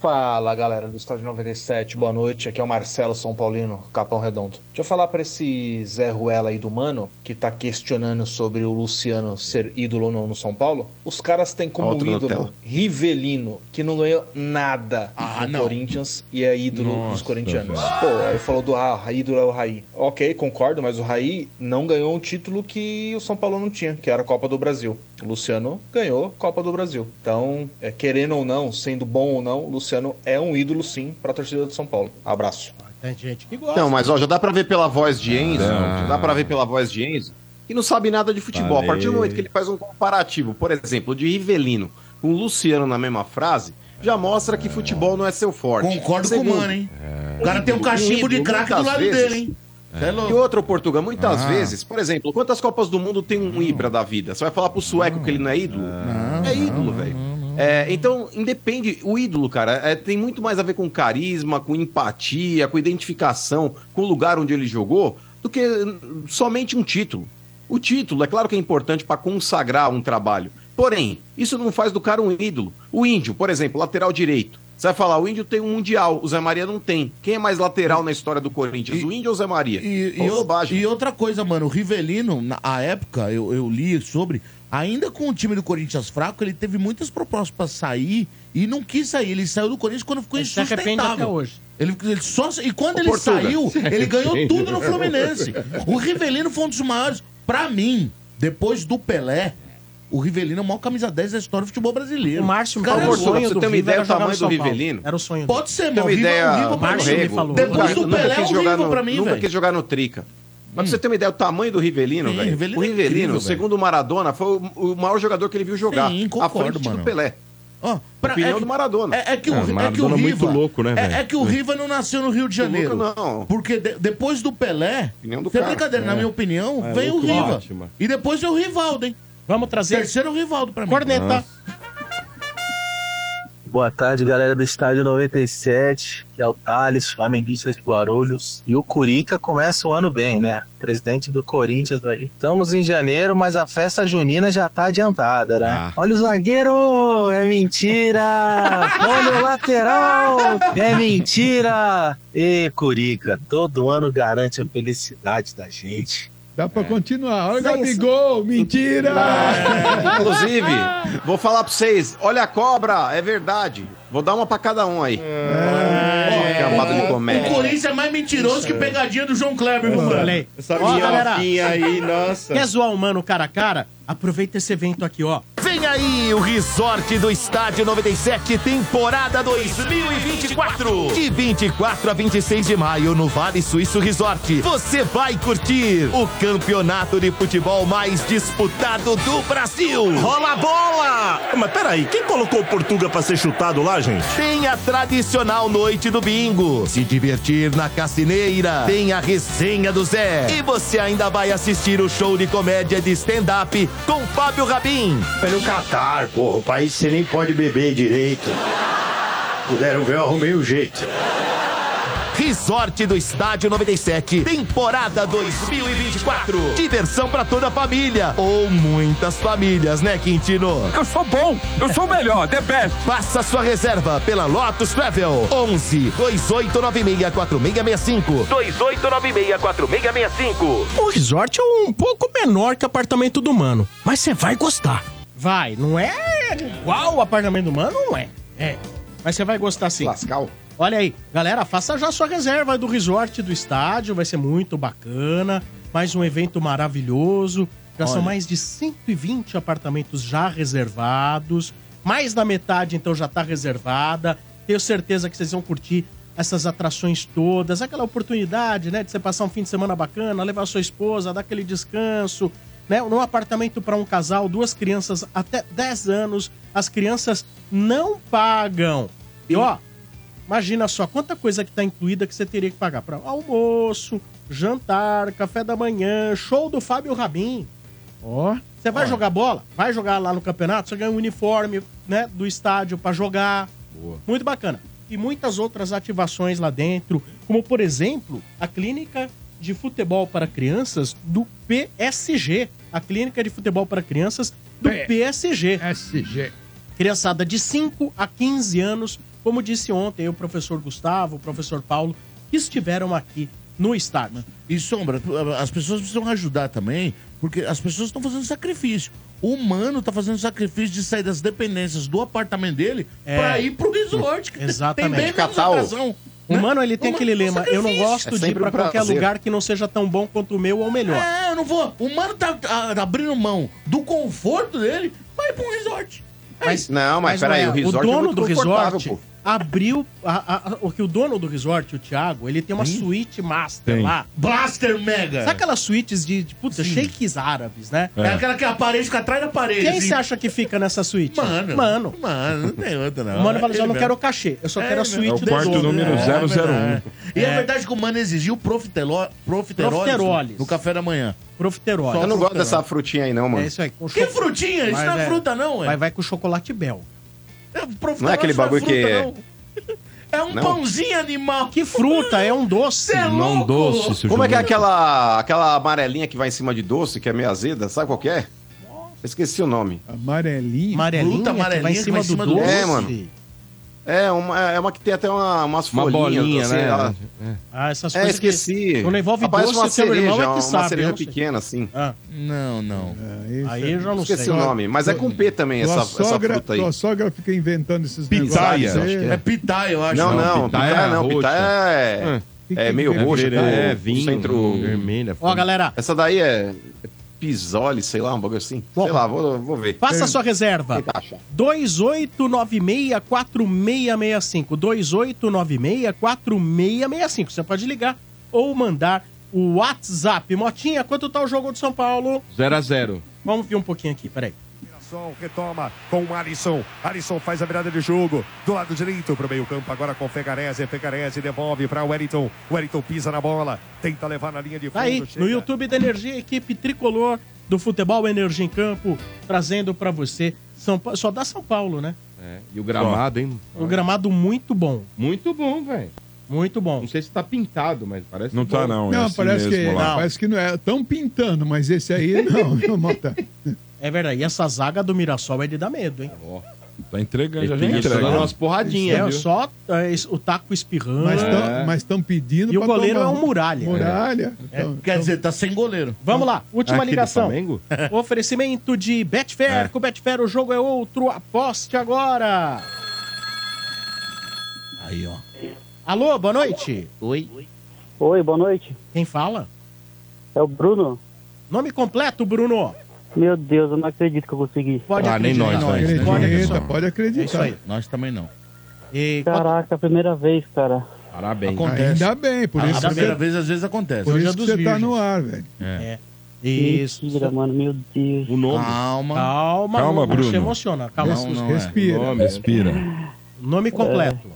Speaker 9: Fala galera do Estádio 97, boa noite. Aqui é o Marcelo São Paulino, Capão Redondo. Deixa eu falar pra esse Zé Ruela aí do Mano, que tá questionando sobre o Luciano ser ídolo ou não no São Paulo. Os caras têm como um
Speaker 2: Outro na tela.
Speaker 9: ídolo Rivelino, que não ganhou nada no Corinthians e é ídolo dos
Speaker 2: Nossa,
Speaker 9: corintianos.
Speaker 2: velho.
Speaker 9: Pô, aí falou do ah, ídolo é o Raí. Ok, concordo, mas o Raí não ganhou um título que o São Paulo não tinha, que era a Copa do Brasil. O Luciano ganhou a Copa do Brasil. Então, é, querendo ou não, sendo bom ou não, o Luciano é um ídolo sim pra torcida do São Paulo. Abraço.
Speaker 8: Tem gente que gosta.
Speaker 2: Não, mas ó, já dá pra ver pela voz de Enzo,
Speaker 9: Ah.
Speaker 2: já dá pra ver pela voz de Enzo, que não sabe nada de futebol. A partir do momento que ele faz um comparativo, por exemplo, de Rivelino com Luciano na mesma frase, já mostra que futebol não é seu forte. é.
Speaker 1: Concordo com o Mano, hein? O cara tem um cachimbo de craque do
Speaker 2: muitas
Speaker 1: lado
Speaker 2: vezes-
Speaker 1: dele, hein? Cê é
Speaker 2: E
Speaker 1: louco.
Speaker 2: outra, Portugal, muitas
Speaker 1: Ah.
Speaker 2: vezes, por exemplo, quantas Copas do Mundo tem um Ibra da vida? Você vai falar pro sueco que ele não é ídolo? é ídolo, velho. É, então, independe. O ídolo, cara, é, tem muito mais a ver com carisma, com empatia, com identificação, com o lugar onde ele jogou, do que hum, somente um título. O título, é claro que é importante para consagrar um trabalho. Porém, isso não faz do cara um ídolo. O índio, por exemplo, lateral direito. Você vai falar, o índio tem um mundial, o Zé Maria não tem. Quem é mais lateral na história do Corinthians, o índio ou o Zé Maria?
Speaker 1: E, e
Speaker 2: Ô,
Speaker 1: o- e outra coisa, mano, o Rivelino, na a época, eu, eu li sobre, ainda com o time do Corinthians fraco, ele teve muitas propostas pra sair e não quis sair. Ele tá saiu do Corinthians quando ficou
Speaker 8: Ele se arrepende
Speaker 1: insustentável.
Speaker 8: até hoje.
Speaker 1: Ele, ele só, e quando
Speaker 8: Ô,
Speaker 1: ele
Speaker 8: Portuga,
Speaker 1: saiu,
Speaker 8: se
Speaker 1: ele ganhou
Speaker 8: arrepende.
Speaker 1: tudo no Fluminense. O Rivelino foi um dos maiores, pra mim, depois do Pelé. O Rivelino é o maior camisa 10 da história do futebol brasileiro.
Speaker 8: O Márcio
Speaker 1: Cara,
Speaker 2: Ô,
Speaker 1: é
Speaker 2: Portuga,
Speaker 1: sonho
Speaker 2: pra você
Speaker 1: do
Speaker 2: ter uma
Speaker 1: River
Speaker 2: ideia
Speaker 1: era
Speaker 2: do
Speaker 1: jogar no
Speaker 2: tamanho
Speaker 1: São
Speaker 2: do
Speaker 1: Paulo.
Speaker 2: Rivelino?
Speaker 8: Era o sonho
Speaker 1: Pode ser,
Speaker 2: Tem
Speaker 1: mano.
Speaker 2: uma
Speaker 1: Riva,
Speaker 2: ideia.
Speaker 1: Riva pra
Speaker 2: Márcio
Speaker 1: mim.
Speaker 2: me falou.
Speaker 1: um Depois do
Speaker 2: Nunca
Speaker 1: Pelé,
Speaker 2: quis
Speaker 1: o
Speaker 2: jogar
Speaker 1: Riva
Speaker 2: no-
Speaker 1: pra mim,
Speaker 2: Nunca
Speaker 1: velho. Hum.
Speaker 2: quis jogar no Trica. Mas pra você ter uma ideia do tamanho do Rivelino,
Speaker 1: Sim,
Speaker 2: velho.
Speaker 1: Rivelino
Speaker 2: o
Speaker 1: é
Speaker 2: Rivelino,
Speaker 1: incrível,
Speaker 2: segundo o Maradona, foi o, o maior jogador que ele viu jogar.
Speaker 1: Sim,
Speaker 2: à
Speaker 1: concordo,
Speaker 2: frente
Speaker 1: mano.
Speaker 2: do Pelé.
Speaker 1: Ó, pra-
Speaker 2: Opinião
Speaker 1: é que-
Speaker 2: do Maradona.
Speaker 1: É, é que o,
Speaker 2: Ah,
Speaker 1: é que o
Speaker 2: Maradona é muito
Speaker 1: Riva-
Speaker 2: louco, né,
Speaker 1: é-
Speaker 2: velho?
Speaker 1: É, que o Riva não nasceu no Rio de
Speaker 2: Louco
Speaker 1: Janeiro.
Speaker 2: não.
Speaker 1: Porque de- depois do Pelé,
Speaker 2: Opinião do
Speaker 1: sem
Speaker 2: cara.
Speaker 1: brincadeira, na
Speaker 2: É.
Speaker 1: minha opinião,
Speaker 2: É,
Speaker 1: vem o
Speaker 2: louco
Speaker 1: Riva.
Speaker 2: ótima.
Speaker 1: E depois vem o Rivaldo, hein?
Speaker 8: Vamos trazer.
Speaker 1: Terceiro é o Rivaldo pra mim.
Speaker 8: Corneta.
Speaker 18: Boa tarde, galera do Estádio 97, que é o Thales, flamenguista de Guarulhos. E o Curica começa o ano bem, né? Presidente do Corinthians aí. Estamos em janeiro, mas a festa junina já tá adiantada, né? Olha o zagueiro! É mentira! Olha o lateral! É mentira! Ê, Curica, todo ano garante a felicidade da gente.
Speaker 5: Dá
Speaker 8: É.
Speaker 5: pra continuar. Olha o Gabigol, mentira!
Speaker 2: Ah, Inclusive, vou falar pra vocês: olha a cobra, é verdade. Vou dar uma pra cada um aí. Ó, Camada É, de
Speaker 1: É. O
Speaker 2: comédia.
Speaker 1: Corinthians é mais mentiroso que pegadinha do João Kleber, viu, mano?
Speaker 8: Essa
Speaker 1: minhoquinha aí, nossa.
Speaker 8: Quer zoar o mano cara a cara? Aproveita esse evento aqui, ó.
Speaker 19: Vem aí o Resort do Estádio 97, temporada 2024. De 24 a 26 de maio no Vale Suíço Resort. Você vai curtir o campeonato de futebol mais disputado do Brasil. Rola a bola! Mas peraí, quem colocou o Portuga pra ser chutado lá, gente? Tem a tradicional noite do bingo. Se divertir na cassineira. Tem a resenha do Zé. E você ainda vai assistir o show de comédia de stand-up com Fábio Rabin.
Speaker 20: Pelo Catar, porra, o país você nem pode beber direito. Puderam ver, eu arrumei o jeito.
Speaker 19: Resort do Estádio 97, temporada 2024. Diversão pra toda a família. Ou muitas famílias, né, Quintino? Eu sou bom, eu sou melhor, the best. Faça sua reserva pela Lotus Travel. 11 2896 4665. 2896 4665.
Speaker 8: O resort é um pouco menor que o apartamento do mano, mas você vai gostar. Vai, não é igual o apartamento do mano, não é. É, mas você vai gostar sim.
Speaker 2: Lascal.
Speaker 8: Olha aí, galera, faça já sua reserva do resort do estádio, vai ser muito bacana. Mais um evento maravilhoso. Já são
Speaker 1: Olha.
Speaker 8: mais de 120 apartamentos já reservados. Mais da metade, então, já está reservada. Tenho certeza que vocês vão curtir essas atrações todas. Aquela oportunidade, né, de você passar um fim de semana bacana, levar sua esposa, dar aquele descanso. Né, num apartamento para um casal, duas crianças até 10 anos. As crianças não pagam. E ó, imagina só quanta coisa que tá incluída que você teria que pagar para almoço, jantar, café da manhã, show do Fábio Rabin. Ó. Você vai jogar bola? Vai jogar lá no campeonato, você ganha um uniforme, né, do estádio para jogar. Muito bacana. E muitas outras ativações lá dentro, como por exemplo, a clínica de futebol para crianças do PSG, a clínica de futebol para crianças do PSG.
Speaker 5: SG.
Speaker 8: Criançada de 5 a 15 anos, como disse ontem o professor Gustavo, o professor Paulo, que estiveram aqui no estádio.
Speaker 1: E Sombra, as pessoas precisam ajudar também, porque as pessoas estão fazendo sacrifício. O humano tá fazendo sacrifício de sair das dependências do apartamento dele
Speaker 8: É.
Speaker 1: pra ir pro resort. cara.
Speaker 8: Exatamente.
Speaker 1: Tem bem menos
Speaker 8: Catal.
Speaker 1: atração. né? É um
Speaker 8: O mano, ele tem aquele lema, eu não
Speaker 2: É
Speaker 8: gosto de ir
Speaker 2: um
Speaker 8: pra qualquer lugar que não seja tão bom quanto o meu ou melhor.
Speaker 1: É, eu não vou. O mano tá, tá abrindo mão do conforto dele pra ir pra um resort.
Speaker 2: Mas, não, Ah, mas,
Speaker 8: não
Speaker 2: peraí,
Speaker 8: é.
Speaker 2: o resort
Speaker 8: dono
Speaker 2: é muito
Speaker 8: do
Speaker 2: confortável,
Speaker 8: resort
Speaker 2: pô.
Speaker 8: abriu a- a- a- o que o dono do resort, o Thiago, ele tem uma suíte master
Speaker 1: Tem.
Speaker 8: lá.
Speaker 1: Blaster Mega.
Speaker 8: Sabe aquelas suítes de, de puta, shakes árabes, né?
Speaker 1: É. aquela que a parede fica atrás da parede.
Speaker 8: Quem
Speaker 1: assim.
Speaker 8: você acha que fica nessa suíte?
Speaker 1: Mano.
Speaker 8: Mano.
Speaker 1: Mano, não tem outra, não.
Speaker 8: O mano fala assim,
Speaker 1: É
Speaker 8: eu não
Speaker 1: ele
Speaker 8: quero
Speaker 1: mesmo.
Speaker 8: o cachê, eu só
Speaker 1: É
Speaker 8: quero a
Speaker 1: ele
Speaker 8: suíte
Speaker 1: mesmo.
Speaker 8: do dono.
Speaker 1: É,
Speaker 3: 001.
Speaker 1: E é verdade que o mano exigiu profiteró- profiteroles,
Speaker 8: Profiteroles.
Speaker 1: no café da manhã.
Speaker 8: Profiterole.
Speaker 2: Eu não gosto dessa frutinha aí, não, mano.
Speaker 8: É isso aí. com
Speaker 1: Que
Speaker 8: choco-
Speaker 1: frutinha? Isso
Speaker 8: Mas
Speaker 1: não é fruta, não, ué.
Speaker 8: Vai, vai com chocolate Bel.
Speaker 2: Não é aquele bagulho que é.
Speaker 1: É um
Speaker 2: Não.
Speaker 1: pãozinho animal.
Speaker 8: Que fruta, é um doce.
Speaker 2: Não
Speaker 8: doce, seu
Speaker 2: Como é que é
Speaker 8: João.
Speaker 2: aquela, aquela amarelinha que vai em cima de doce, que é meio azeda? Sabe qual que é? Eu esqueci o nome.
Speaker 5: Amarelinho.
Speaker 8: Amarelinho que
Speaker 2: Fruta
Speaker 8: vai em
Speaker 2: amarelinha
Speaker 8: cima
Speaker 2: que
Speaker 8: do
Speaker 2: vai em
Speaker 8: doce.
Speaker 2: cima do doce. É, mano. É uma, é uma que tem até uma, umas folhinhas. assim,
Speaker 8: né?
Speaker 2: ela-
Speaker 8: Ah, essas
Speaker 2: É,
Speaker 8: coisas que-
Speaker 2: esqueci.
Speaker 8: Quando envolve
Speaker 2: Aparece
Speaker 8: doce,
Speaker 2: uma
Speaker 8: seu
Speaker 2: cereja,
Speaker 8: irmão é que
Speaker 2: uma
Speaker 8: sabe,
Speaker 2: cereja
Speaker 8: eu não sei. Ah.
Speaker 2: pequena, assim.
Speaker 1: Não, não.
Speaker 8: Aí eu já não
Speaker 2: esqueci
Speaker 8: sei.
Speaker 2: o nome, mas é com P também essa,
Speaker 5: Tua
Speaker 2: essa
Speaker 5: sogra,
Speaker 2: fruta aí.
Speaker 5: Tua sogra fica inventando esses
Speaker 2: Pitaia,
Speaker 5: negócios. né?
Speaker 2: acho que é. É
Speaker 1: pitaia, eu
Speaker 2: Não, não,
Speaker 4: pitaia
Speaker 2: pitaia não,
Speaker 4: roxa.
Speaker 2: pitaia é,
Speaker 4: Que
Speaker 2: é
Speaker 4: que
Speaker 2: meio
Speaker 4: é
Speaker 2: roxa,
Speaker 4: vermelha?
Speaker 2: tá?
Speaker 4: É,
Speaker 2: O
Speaker 4: vinho,
Speaker 2: centro...
Speaker 4: vermelha,
Speaker 8: Ó, galera.
Speaker 2: Essa daí é pisole, sei lá, um bagulho assim. sei lá, vou, vou ver. Hum.
Speaker 8: Faça a sua reserva.
Speaker 2: Relaxa.
Speaker 8: 2896-4665. 2896-4665. Você pode ligar ou mandar o WhatsApp. Motinha, quanto tá o jogo de São Paulo?
Speaker 3: 0x0.
Speaker 8: Vamos ver um pouquinho aqui, peraí.
Speaker 21: Alisson retoma com o Alisson. Alisson faz a virada de jogo do lado direito para o meio-campo. Agora com Fegarese. Fegarese devolve para Wellington. Wellington pisa na bola, tenta levar na linha de
Speaker 8: Tá
Speaker 21: fundo.
Speaker 8: aí,
Speaker 21: chega.
Speaker 8: no YouTube da Energia, equipe tricolor do futebol Energia em Campo, trazendo pra você. São Pa- Só dá São Paulo, né?
Speaker 4: É, E o gramado, hein?
Speaker 8: O gramado muito bom.
Speaker 4: Muito bom, velho.
Speaker 8: Muito bom.
Speaker 4: Não sei se tá pintado, mas parece.
Speaker 3: Não tá, não.
Speaker 8: Assim
Speaker 5: Não, parece, que, parece que não é. Estão pintando, mas esse aí não, tá. viu, Mota?
Speaker 8: É verdade. E essa zaga do Mirassol é de dar medo, hein?
Speaker 3: Tá entregando, já né? já
Speaker 8: Ele
Speaker 3: entrega.
Speaker 8: só- É,
Speaker 3: viu?
Speaker 8: só é, es- o taco espirrando.
Speaker 3: Mas tão-
Speaker 8: É.
Speaker 5: mas estão pedindo
Speaker 8: E o
Speaker 5: pra
Speaker 8: goleiro
Speaker 5: tomar
Speaker 8: é
Speaker 5: um.
Speaker 8: um muralha.
Speaker 5: Muralha.
Speaker 8: É.
Speaker 5: Então-
Speaker 8: Quer dizer, tá sem goleiro. Vamos lá, última
Speaker 5: Aquele
Speaker 8: ligação.
Speaker 5: Ah, Flamengo?
Speaker 8: Oferecimento de Betfair.
Speaker 5: É.
Speaker 8: Com Betfair o jogo é outro. Aposte agora. Aí, ó. Alô, boa noite. Oi.
Speaker 22: Oi, boa noite.
Speaker 8: Quem fala?
Speaker 22: É o Bruno.
Speaker 8: Nome completo, Bruno.
Speaker 22: Meu Deus, eu não acredito que eu consegui.
Speaker 8: Pode Ah, nem acreditar. nós,
Speaker 22: Pode
Speaker 1: né?
Speaker 8: velho. Pode acreditar.
Speaker 1: então.
Speaker 22: acreditar. Pode
Speaker 8: É isso aí.
Speaker 1: Nós também não.
Speaker 22: Caraca, é a primeira vez, cara.
Speaker 4: Parabéns.
Speaker 1: Acontece.
Speaker 5: Ainda bem, por
Speaker 1: a,
Speaker 5: isso
Speaker 1: A
Speaker 5: que
Speaker 1: primeira
Speaker 5: você-
Speaker 1: vez, às vezes, acontece.
Speaker 5: Por
Speaker 1: Hoje é
Speaker 5: isso que
Speaker 1: dos
Speaker 5: você tá
Speaker 1: virgens.
Speaker 5: no ar, velho.
Speaker 8: É.
Speaker 22: Isso. Mentira, mano, meu Deus.
Speaker 4: O nome.
Speaker 1: Calma.
Speaker 8: Calma,
Speaker 3: Calma,
Speaker 8: não
Speaker 3: Bruno.
Speaker 8: se emociona. Calma.
Speaker 22: Não, não é.
Speaker 3: Respira. Nome, respira.
Speaker 8: Nome completo.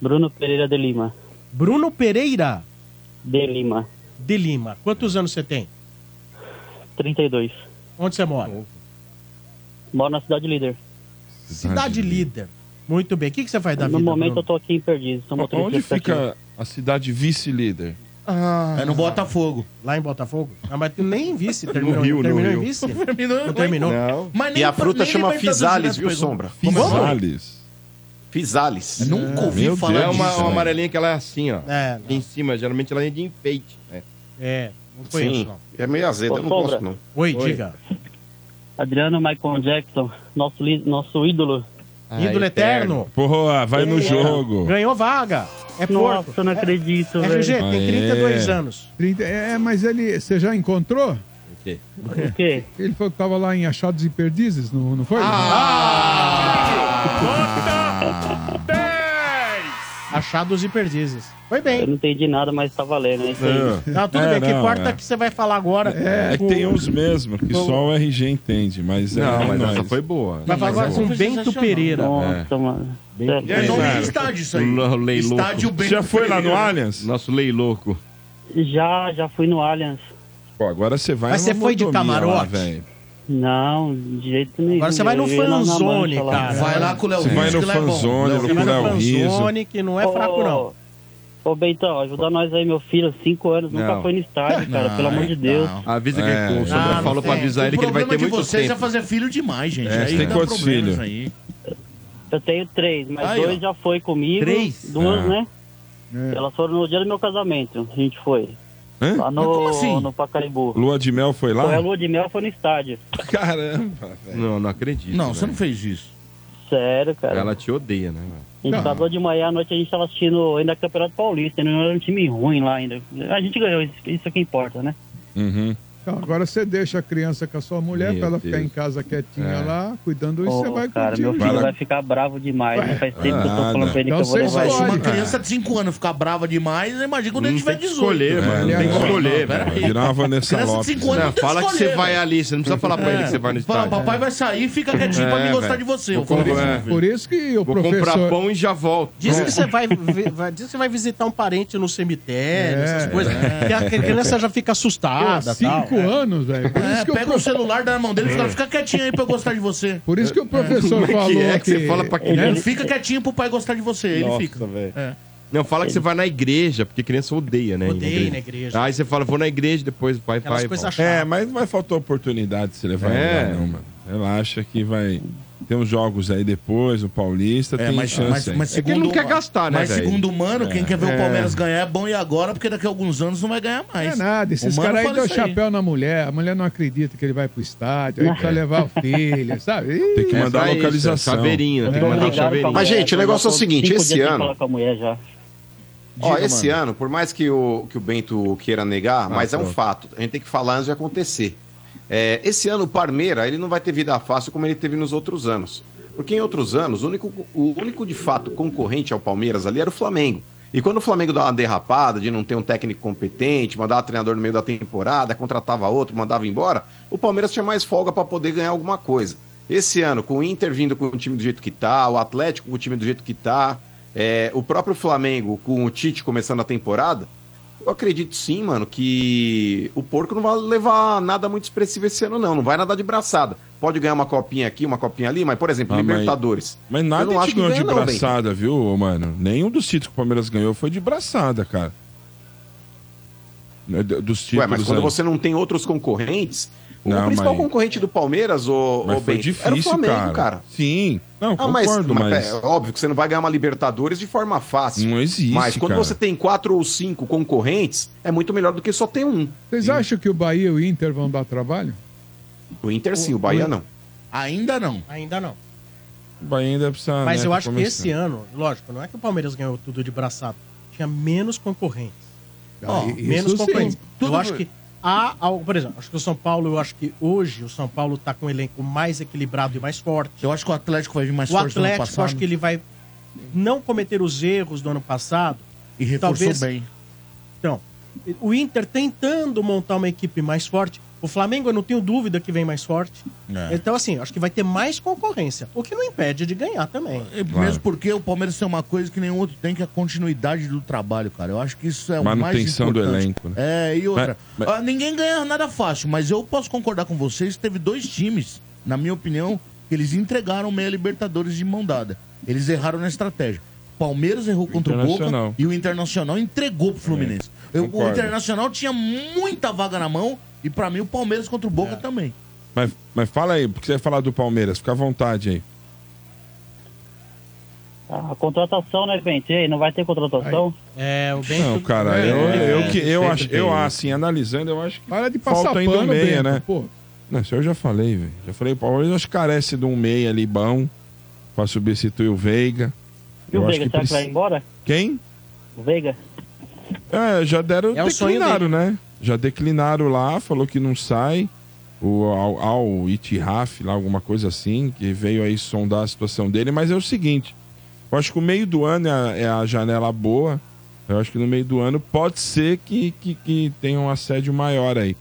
Speaker 22: Bruno Pereira de Lima.
Speaker 8: Bruno Pereira
Speaker 22: De Lima.
Speaker 8: de Lima. Quantos anos você tem?
Speaker 22: 32.
Speaker 8: Onde você mora?
Speaker 22: Moro na Cidade Líder.
Speaker 8: Cidade Líder. Muito bem. O que, que você faz da
Speaker 22: No
Speaker 8: vida,
Speaker 22: momento
Speaker 8: Bruno?
Speaker 22: eu tô aqui em Perdiz. Sou motorista
Speaker 3: Onde
Speaker 22: de aplicativo.
Speaker 3: fica a cidade vice-líder?
Speaker 8: é no Botafogo. Lá em Botafogo? Ah, mas tu nem vice. Terminou,
Speaker 3: Rio, no
Speaker 8: terminou em
Speaker 3: Rio.
Speaker 8: vice?
Speaker 3: Não terminou, né?
Speaker 8: Não terminou.
Speaker 3: não.
Speaker 1: Mas
Speaker 2: e a fruta chama
Speaker 1: Libertadores
Speaker 2: Fisales, viu,
Speaker 1: Direto
Speaker 2: Sombra?
Speaker 1: pegou. Como é o nome?
Speaker 2: Fisales.
Speaker 1: Nunca
Speaker 2: ouvi
Speaker 4: Meu
Speaker 2: falar
Speaker 4: Deus. É uma,
Speaker 2: disso,
Speaker 4: uma
Speaker 2: né?
Speaker 4: amarelinha que ela é assim, ó.
Speaker 8: É.
Speaker 4: Em cima, geralmente ela é de enfeite. Né?
Speaker 8: É, não
Speaker 22: conheço, não.
Speaker 2: É meio azedo,
Speaker 22: Ô,
Speaker 2: eu não
Speaker 22: Sombra.
Speaker 2: gosto, não.
Speaker 8: Oi, diga.
Speaker 22: Adriano Michael Jackson, nosso, li- nosso ídolo.
Speaker 8: Ídolo eterno.
Speaker 3: Porra, vai no
Speaker 22: É.
Speaker 3: jogo.
Speaker 8: Ganhou vaga. É
Speaker 22: Nossa,
Speaker 8: porco.
Speaker 22: eu não
Speaker 8: É-
Speaker 22: acredito, velho.
Speaker 8: RG, tem
Speaker 3: Aê.
Speaker 8: 32 anos.
Speaker 5: 30, é, mas ele. Você já encontrou?
Speaker 4: O quê?
Speaker 22: O quê?
Speaker 5: Ele falou que tava lá em Achados e Perdizes, não, não foi? Ah!
Speaker 8: Achados e perdizes. Foi
Speaker 22: Eu
Speaker 8: bem.
Speaker 22: não entendi nada, mas tá valendo, né? Isso aí.
Speaker 8: Tá tudo
Speaker 3: É,
Speaker 8: bem. que
Speaker 3: não,
Speaker 8: corta
Speaker 3: é.
Speaker 8: que você vai falar agora.
Speaker 3: É, que
Speaker 8: com-
Speaker 3: tem uns mesmo que
Speaker 8: com-
Speaker 3: só o RG entende, mas é,
Speaker 4: Não,
Speaker 3: é
Speaker 4: mas
Speaker 3: nóis.
Speaker 4: essa foi boa.
Speaker 8: Vai falar agora com Bento Pereira.
Speaker 3: Nossa,
Speaker 22: mano.
Speaker 3: É nome de estádio isso aí. Estádio Bento Já foi lá no Pereira. Allianz?
Speaker 4: Nosso lei louco.
Speaker 22: Já, já fui no Allianz.
Speaker 3: Pô, agora você vai
Speaker 22: Mas
Speaker 3: numa
Speaker 22: você foi de
Speaker 3: mordomia
Speaker 22: camarote?
Speaker 3: lá, velho.
Speaker 22: Não, de jeito nenhum.
Speaker 8: Agora você vai no
Speaker 22: Eu ia lá na
Speaker 8: fanzone,
Speaker 22: mancha lá.
Speaker 8: cara. Vai lá com o Léo Você vai Rizzo, no que lá é bom. fanzone, Léo Rizzo.
Speaker 3: procurar o Rizzo.
Speaker 8: Fanzone, que não é fraco, não.
Speaker 22: Ô, Beitão, ajuda nós aí, meu filho, 5 anos, nunca
Speaker 4: Não.
Speaker 22: foi no estádio, cara,
Speaker 4: Não,
Speaker 22: pelo amor de Deus.
Speaker 4: não. Avisa que ele- o Sombra
Speaker 1: não
Speaker 4: falou pra
Speaker 1: tem.
Speaker 4: avisar ele que ele vai ter muito
Speaker 1: O problema de vocês
Speaker 4: tempo.
Speaker 1: é fazer filho demais, gente.
Speaker 4: É,
Speaker 1: Aí
Speaker 4: você tem
Speaker 1: dá
Speaker 4: quantos
Speaker 1: problemas
Speaker 4: filhos?
Speaker 1: Aí.
Speaker 22: Eu tenho três, mas
Speaker 1: Aí,
Speaker 22: dois
Speaker 1: ó.
Speaker 22: já foi comigo.
Speaker 1: Três?
Speaker 22: Duas,
Speaker 1: Ah.
Speaker 22: né?
Speaker 8: É.
Speaker 22: Elas foram no dia do meu casamento, a gente foi.
Speaker 3: Hã?
Speaker 22: Lá no,
Speaker 3: Mas como assim?
Speaker 22: no Pacaembu.
Speaker 3: Lua de mel foi lá?
Speaker 22: Foi a lua de mel, foi no estádio.
Speaker 3: Caramba, velho.
Speaker 4: Não, não acredito.
Speaker 22: Não, você
Speaker 4: velho.
Speaker 22: não
Speaker 1: fez isso.
Speaker 22: Sério, É, cara.
Speaker 4: Ela te odeia, né? mano?
Speaker 22: A gente sábado de manhã à noite a gente tava assistindo ainda Campeonato Paulista, não era um time ruim lá ainda. A gente ganhou, isso, isso é que importa, né?
Speaker 5: Então, agora você deixa a criança com a sua mulher
Speaker 22: Meu
Speaker 5: pra ela ficar
Speaker 22: Deus.
Speaker 5: em casa quietinha
Speaker 22: É.
Speaker 5: lá, cuidando disso,
Speaker 22: Ô,
Speaker 5: você vai
Speaker 22: cara,
Speaker 5: curtir
Speaker 22: meu
Speaker 5: o
Speaker 22: filho
Speaker 5: jogo.
Speaker 22: vai ficar bravo demais. né? Faz tempo que eu tô
Speaker 5: nada.
Speaker 22: falando pra ele que eu vou levar
Speaker 1: Mas se
Speaker 22: ele.
Speaker 1: uma criança de 5 anos ficar brava demais, imagina quando ele tiver É, 18.
Speaker 4: escolher, mano. Não tem que escolher, velho.
Speaker 3: Virar uma Vanessa
Speaker 1: Criança de
Speaker 3: Lopes.
Speaker 1: cinco anos
Speaker 3: Não,
Speaker 1: não tem
Speaker 4: Fala que você
Speaker 1: escolher,
Speaker 4: vai
Speaker 1: velho.
Speaker 4: ali, você não precisa falar pra ele que você vai no
Speaker 1: Fala,
Speaker 4: estádio.
Speaker 1: papai vai sair, fica quietinho pra
Speaker 4: É,
Speaker 1: mim gostar
Speaker 4: velho.
Speaker 1: de você.
Speaker 4: Vou
Speaker 1: Eu falo assim,
Speaker 4: comprar-
Speaker 1: isso,
Speaker 4: é.
Speaker 1: filho.
Speaker 5: Por isso que o
Speaker 4: Vou
Speaker 5: professor...
Speaker 4: comprar pão e já volto.
Speaker 8: Diz
Speaker 4: É.
Speaker 8: que você vai, vi- vai- diz que você vai visitar um parente no cemitério,
Speaker 5: É.
Speaker 8: essas coisas. Que a a criança já
Speaker 22: Ah,
Speaker 8: fica assustada.
Speaker 5: Cinco
Speaker 8: tal.
Speaker 5: anos, velho. Por isso
Speaker 1: É,
Speaker 5: que eu
Speaker 1: pega o celular da mão dele e fala,
Speaker 5: É.
Speaker 1: fica quietinho aí pra eu gostar de você.
Speaker 5: Por isso que o professor
Speaker 1: Como é
Speaker 5: falou
Speaker 1: que é
Speaker 5: que...
Speaker 1: que você fala pra
Speaker 5: né?
Speaker 1: criança? Fica quietinho pro pai gostar de você. Ele
Speaker 4: Nossa,
Speaker 1: fica.
Speaker 4: velho.
Speaker 1: É.
Speaker 4: Não, fala que você vai na igreja, porque criança odeia, né? ir
Speaker 1: Odeia na igreja.
Speaker 4: Aí você fala, vou na igreja, depois o pai vai. e volta.
Speaker 3: É, mas não vai faltar oportunidade de se levar
Speaker 4: É.
Speaker 3: é. não, mano. Relaxa que vai. Tem uns jogos aí depois, o Paulista,
Speaker 1: É,
Speaker 3: tem
Speaker 1: mas,
Speaker 3: chance.
Speaker 1: mas,
Speaker 3: aí.
Speaker 1: mas segundo,
Speaker 4: né,
Speaker 1: Mas segundo o Mano, quem
Speaker 3: né, É.
Speaker 1: quer ver
Speaker 3: É.
Speaker 1: o Palmeiras ganhar é bom e agora, porque daqui a alguns anos não vai ganhar mais.
Speaker 5: É nada, esses
Speaker 1: O Mano
Speaker 5: caras aí
Speaker 1: Ah, fala
Speaker 5: dão
Speaker 1: isso aí.
Speaker 5: chapéu na mulher, a mulher não acredita que ele vai pro estádio, aí precisa levar o filho, sabe? Ih,
Speaker 3: É. Tem que
Speaker 5: é
Speaker 3: mandar
Speaker 5: só
Speaker 3: a
Speaker 5: isso,
Speaker 3: localização.
Speaker 5: chaveirinho, tem que
Speaker 22: Tô
Speaker 5: mandar
Speaker 22: ligado pra
Speaker 2: Mas,
Speaker 22: mulher,
Speaker 2: gente, o
Speaker 22: tô
Speaker 2: negócio é
Speaker 22: já
Speaker 2: o
Speaker 22: Ah, tô
Speaker 2: seguinte,
Speaker 22: cinco
Speaker 2: esse
Speaker 22: dias sem
Speaker 2: ano-
Speaker 22: falar com a mulher já.
Speaker 2: Ó,
Speaker 22: Diga,
Speaker 2: esse ano, por mais que o, que o Bento queira negar, mas é um
Speaker 4: pronto.
Speaker 2: fato. A gente tem que falar antes de acontecer. É, esse ano, o Parmeira, ele não vai ter vida fácil como ele teve nos outros anos. Porque em outros anos, o único, o único de fato concorrente ao Palmeiras ali era o Flamengo. E quando o Flamengo dá uma derrapada de não ter um técnico competente, mandava treinador no meio da temporada, contratava outro, mandava embora, o Palmeiras tinha mais folga para poder ganhar alguma coisa. Esse ano, com o Inter vindo com o time do jeito que tá, o Atlético com o time do jeito que tá, é, o próprio Flamengo com o Tite começando a temporada, eu acredito sim, mano, que o porco não vai levar nada muito expressivo esse ano, não. Não vai nadar de braçada. Pode ganhar uma copinha aqui, uma copinha ali, mas, por
Speaker 3: Ah,
Speaker 2: exemplo,
Speaker 3: mas-
Speaker 2: Libertadores.
Speaker 3: Mas nada
Speaker 2: eu não
Speaker 3: te
Speaker 2: acho que
Speaker 3: ganhou
Speaker 2: ganha,
Speaker 3: de
Speaker 2: não, Bento.
Speaker 3: braçada, viu, mano? Nenhum dos títulos que o Palmeiras ganhou foi de braçada, cara. Né, d- Dos títulos.
Speaker 2: Ué, mas quando
Speaker 3: aí.
Speaker 2: você não tem outros concorrentes,
Speaker 3: Não,
Speaker 2: o principal
Speaker 3: mas-
Speaker 2: concorrente do Palmeiras, o,
Speaker 3: Mas foi
Speaker 2: era o
Speaker 3: difícil,
Speaker 2: Flamengo,
Speaker 3: cara.
Speaker 2: cara. Ah,
Speaker 3: Sim, não, concordo, mas-
Speaker 2: é óbvio que você não vai ganhar uma Libertadores de forma fácil.
Speaker 3: Não existe,
Speaker 2: Mas quando
Speaker 3: cara.
Speaker 2: você tem quatro ou cinco concorrentes, é muito melhor do que só ter um.
Speaker 5: Vocês acham que o Bahia e o Inter vão dar trabalho?
Speaker 2: O Inter sim, o Bahia
Speaker 5: o-
Speaker 2: não.
Speaker 1: Ainda não.
Speaker 8: Ainda não.
Speaker 3: O Bahia ainda precisa.
Speaker 8: Mas
Speaker 3: né,
Speaker 8: eu
Speaker 3: tá
Speaker 8: acho que
Speaker 3: começando.
Speaker 8: esse ano, lógico, não é que o Palmeiras ganhou tudo de braçada. Tinha menos concorrentes.
Speaker 5: Ah,
Speaker 8: Ó,
Speaker 5: isso
Speaker 8: menos
Speaker 5: sim.
Speaker 8: concorrentes.
Speaker 5: Tudo
Speaker 8: eu acho
Speaker 5: bem.
Speaker 8: que há algo, por exemplo, acho que o São Paulo, eu acho que hoje o São Paulo tá com um elenco mais equilibrado e mais forte.
Speaker 1: Eu acho que o Atlético vai vir mais
Speaker 8: o
Speaker 1: forte do ano
Speaker 8: Atlético, eu
Speaker 1: passado.
Speaker 8: acho que ele vai não cometer os erros do ano passado.
Speaker 1: E reforçou bem.
Speaker 8: Então, o Inter tentando montar uma equipe mais forte. O Flamengo, eu não tenho dúvida que vem mais forte.
Speaker 1: É.
Speaker 8: Então, assim, acho que vai ter mais concorrência. O que não impede de ganhar também.
Speaker 1: E É, Mesmo porque o Palmeiras tem uma coisa que nenhum outro tem, que é a continuidade do trabalho, cara. Eu acho que isso é o mais
Speaker 3: Manutenção do
Speaker 1: importante.
Speaker 3: elenco, né?
Speaker 1: É, e outra.
Speaker 3: Mas- mas-
Speaker 1: Ah, ninguém ganha nada fácil, mas eu posso concordar com vocês. Teve dois times, na minha opinião, que eles entregaram meia Libertadores de mão dada. Eles erraram na estratégia. Palmeiras errou contra o Boca
Speaker 3: Internacional. É,
Speaker 1: e o Internacional entregou pro Fluminense. Eu- o
Speaker 3: concordo.
Speaker 1: Internacional tinha muita vaga na mão e pra mim o Palmeiras contra o
Speaker 8: É.
Speaker 1: Boca também.
Speaker 3: Mas, mas fala aí, porque você vai falar do Palmeiras, fica à vontade aí.
Speaker 22: Ah, contratação, né, gente? E aí, não vai ter contratação?
Speaker 8: É, o
Speaker 3: Não, cara, eu,
Speaker 8: é
Speaker 3: eu, que, eu, acho, eu assim, analisando, eu acho que
Speaker 5: Para de passar
Speaker 3: falta ainda um
Speaker 5: pano,
Speaker 3: meia,
Speaker 5: Bento,
Speaker 3: né?
Speaker 5: pô.
Speaker 3: Não, isso eu já falei, velho. Já falei, o Palmeiras acho que carece de um meia ali bom pra substituir o Veiga.
Speaker 22: E o
Speaker 3: Eu acho
Speaker 22: Veiga, será que
Speaker 3: preci-
Speaker 22: vai embora?
Speaker 3: Quem?
Speaker 22: O Veiga?
Speaker 3: É, já
Speaker 2: um
Speaker 3: deram,
Speaker 22: É o sonho
Speaker 3: declinaram, né? Já declinaram lá, falou que não sai. O ao, ao Itiraf, lá alguma coisa assim, que veio aí sondar a situação dele, mas é o seguinte, eu acho que o meio do ano é a, é a janela boa, eu acho que no meio do ano pode ser que, que, que tenha um assédio maior aí,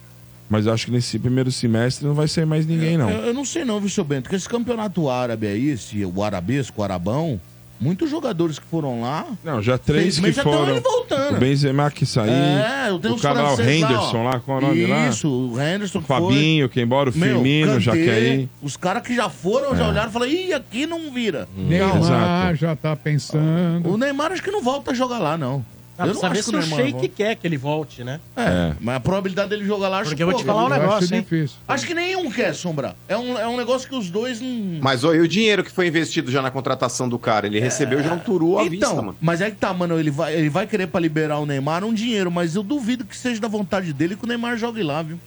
Speaker 3: mas eu acho que nesse primeiro semestre não vai sair mais ninguém não.
Speaker 1: Eu, eu não sei não, viu, seu Bento, que esse campeonato árabe aí, esse, o arabesco, o arabão, muitos jogadores que foram lá...
Speaker 3: Não, já três
Speaker 1: Seis meses já
Speaker 3: que
Speaker 1: tão
Speaker 3: foram.
Speaker 1: ele voltando.
Speaker 3: O Benzema que saiu.
Speaker 1: É, eu tenho
Speaker 3: o
Speaker 1: uns
Speaker 3: cara lá, o
Speaker 1: franceses lá,
Speaker 3: Henderson lá,
Speaker 1: ó.
Speaker 3: qual é o nome lá?
Speaker 1: Isso, o Henderson
Speaker 3: O
Speaker 1: que foi.
Speaker 3: Fabinho, que embora, o
Speaker 1: Meu,
Speaker 3: Firmino, já
Speaker 1: Kanté,
Speaker 3: quer ir.
Speaker 1: Os caras que já foram, já
Speaker 3: É. Hum,
Speaker 1: olharam e falaram, ih, aqui não vira.
Speaker 5: Neymar já tá pensando.
Speaker 1: O Neymar acho que não volta a jogar lá, não.
Speaker 8: Ah,
Speaker 1: eu não
Speaker 8: precisa ver
Speaker 1: acho que
Speaker 8: se
Speaker 1: o
Speaker 8: o
Speaker 1: Neymar
Speaker 8: Sheik
Speaker 1: volta.
Speaker 8: quer que ele volte, né?
Speaker 1: É, mas a probabilidade dele jogar lá... acho
Speaker 8: Porque eu vou
Speaker 1: que,
Speaker 8: te
Speaker 1: pô,
Speaker 8: falar um
Speaker 1: vai ser
Speaker 8: negócio, hein?
Speaker 1: difícil. Acho que nenhum quer, Sombra. É um, é um negócio que os dois não...
Speaker 2: Mas olha, e o dinheiro que foi investido já na contratação do cara? Ele recebeu já um turu à
Speaker 1: então,
Speaker 2: vista, mano.
Speaker 1: Mas é que tá, mano, ele vai, ele vai querer pra liberar o Neymar um dinheiro, mas eu duvido que seja da vontade dele que o Neymar jogue lá, viu?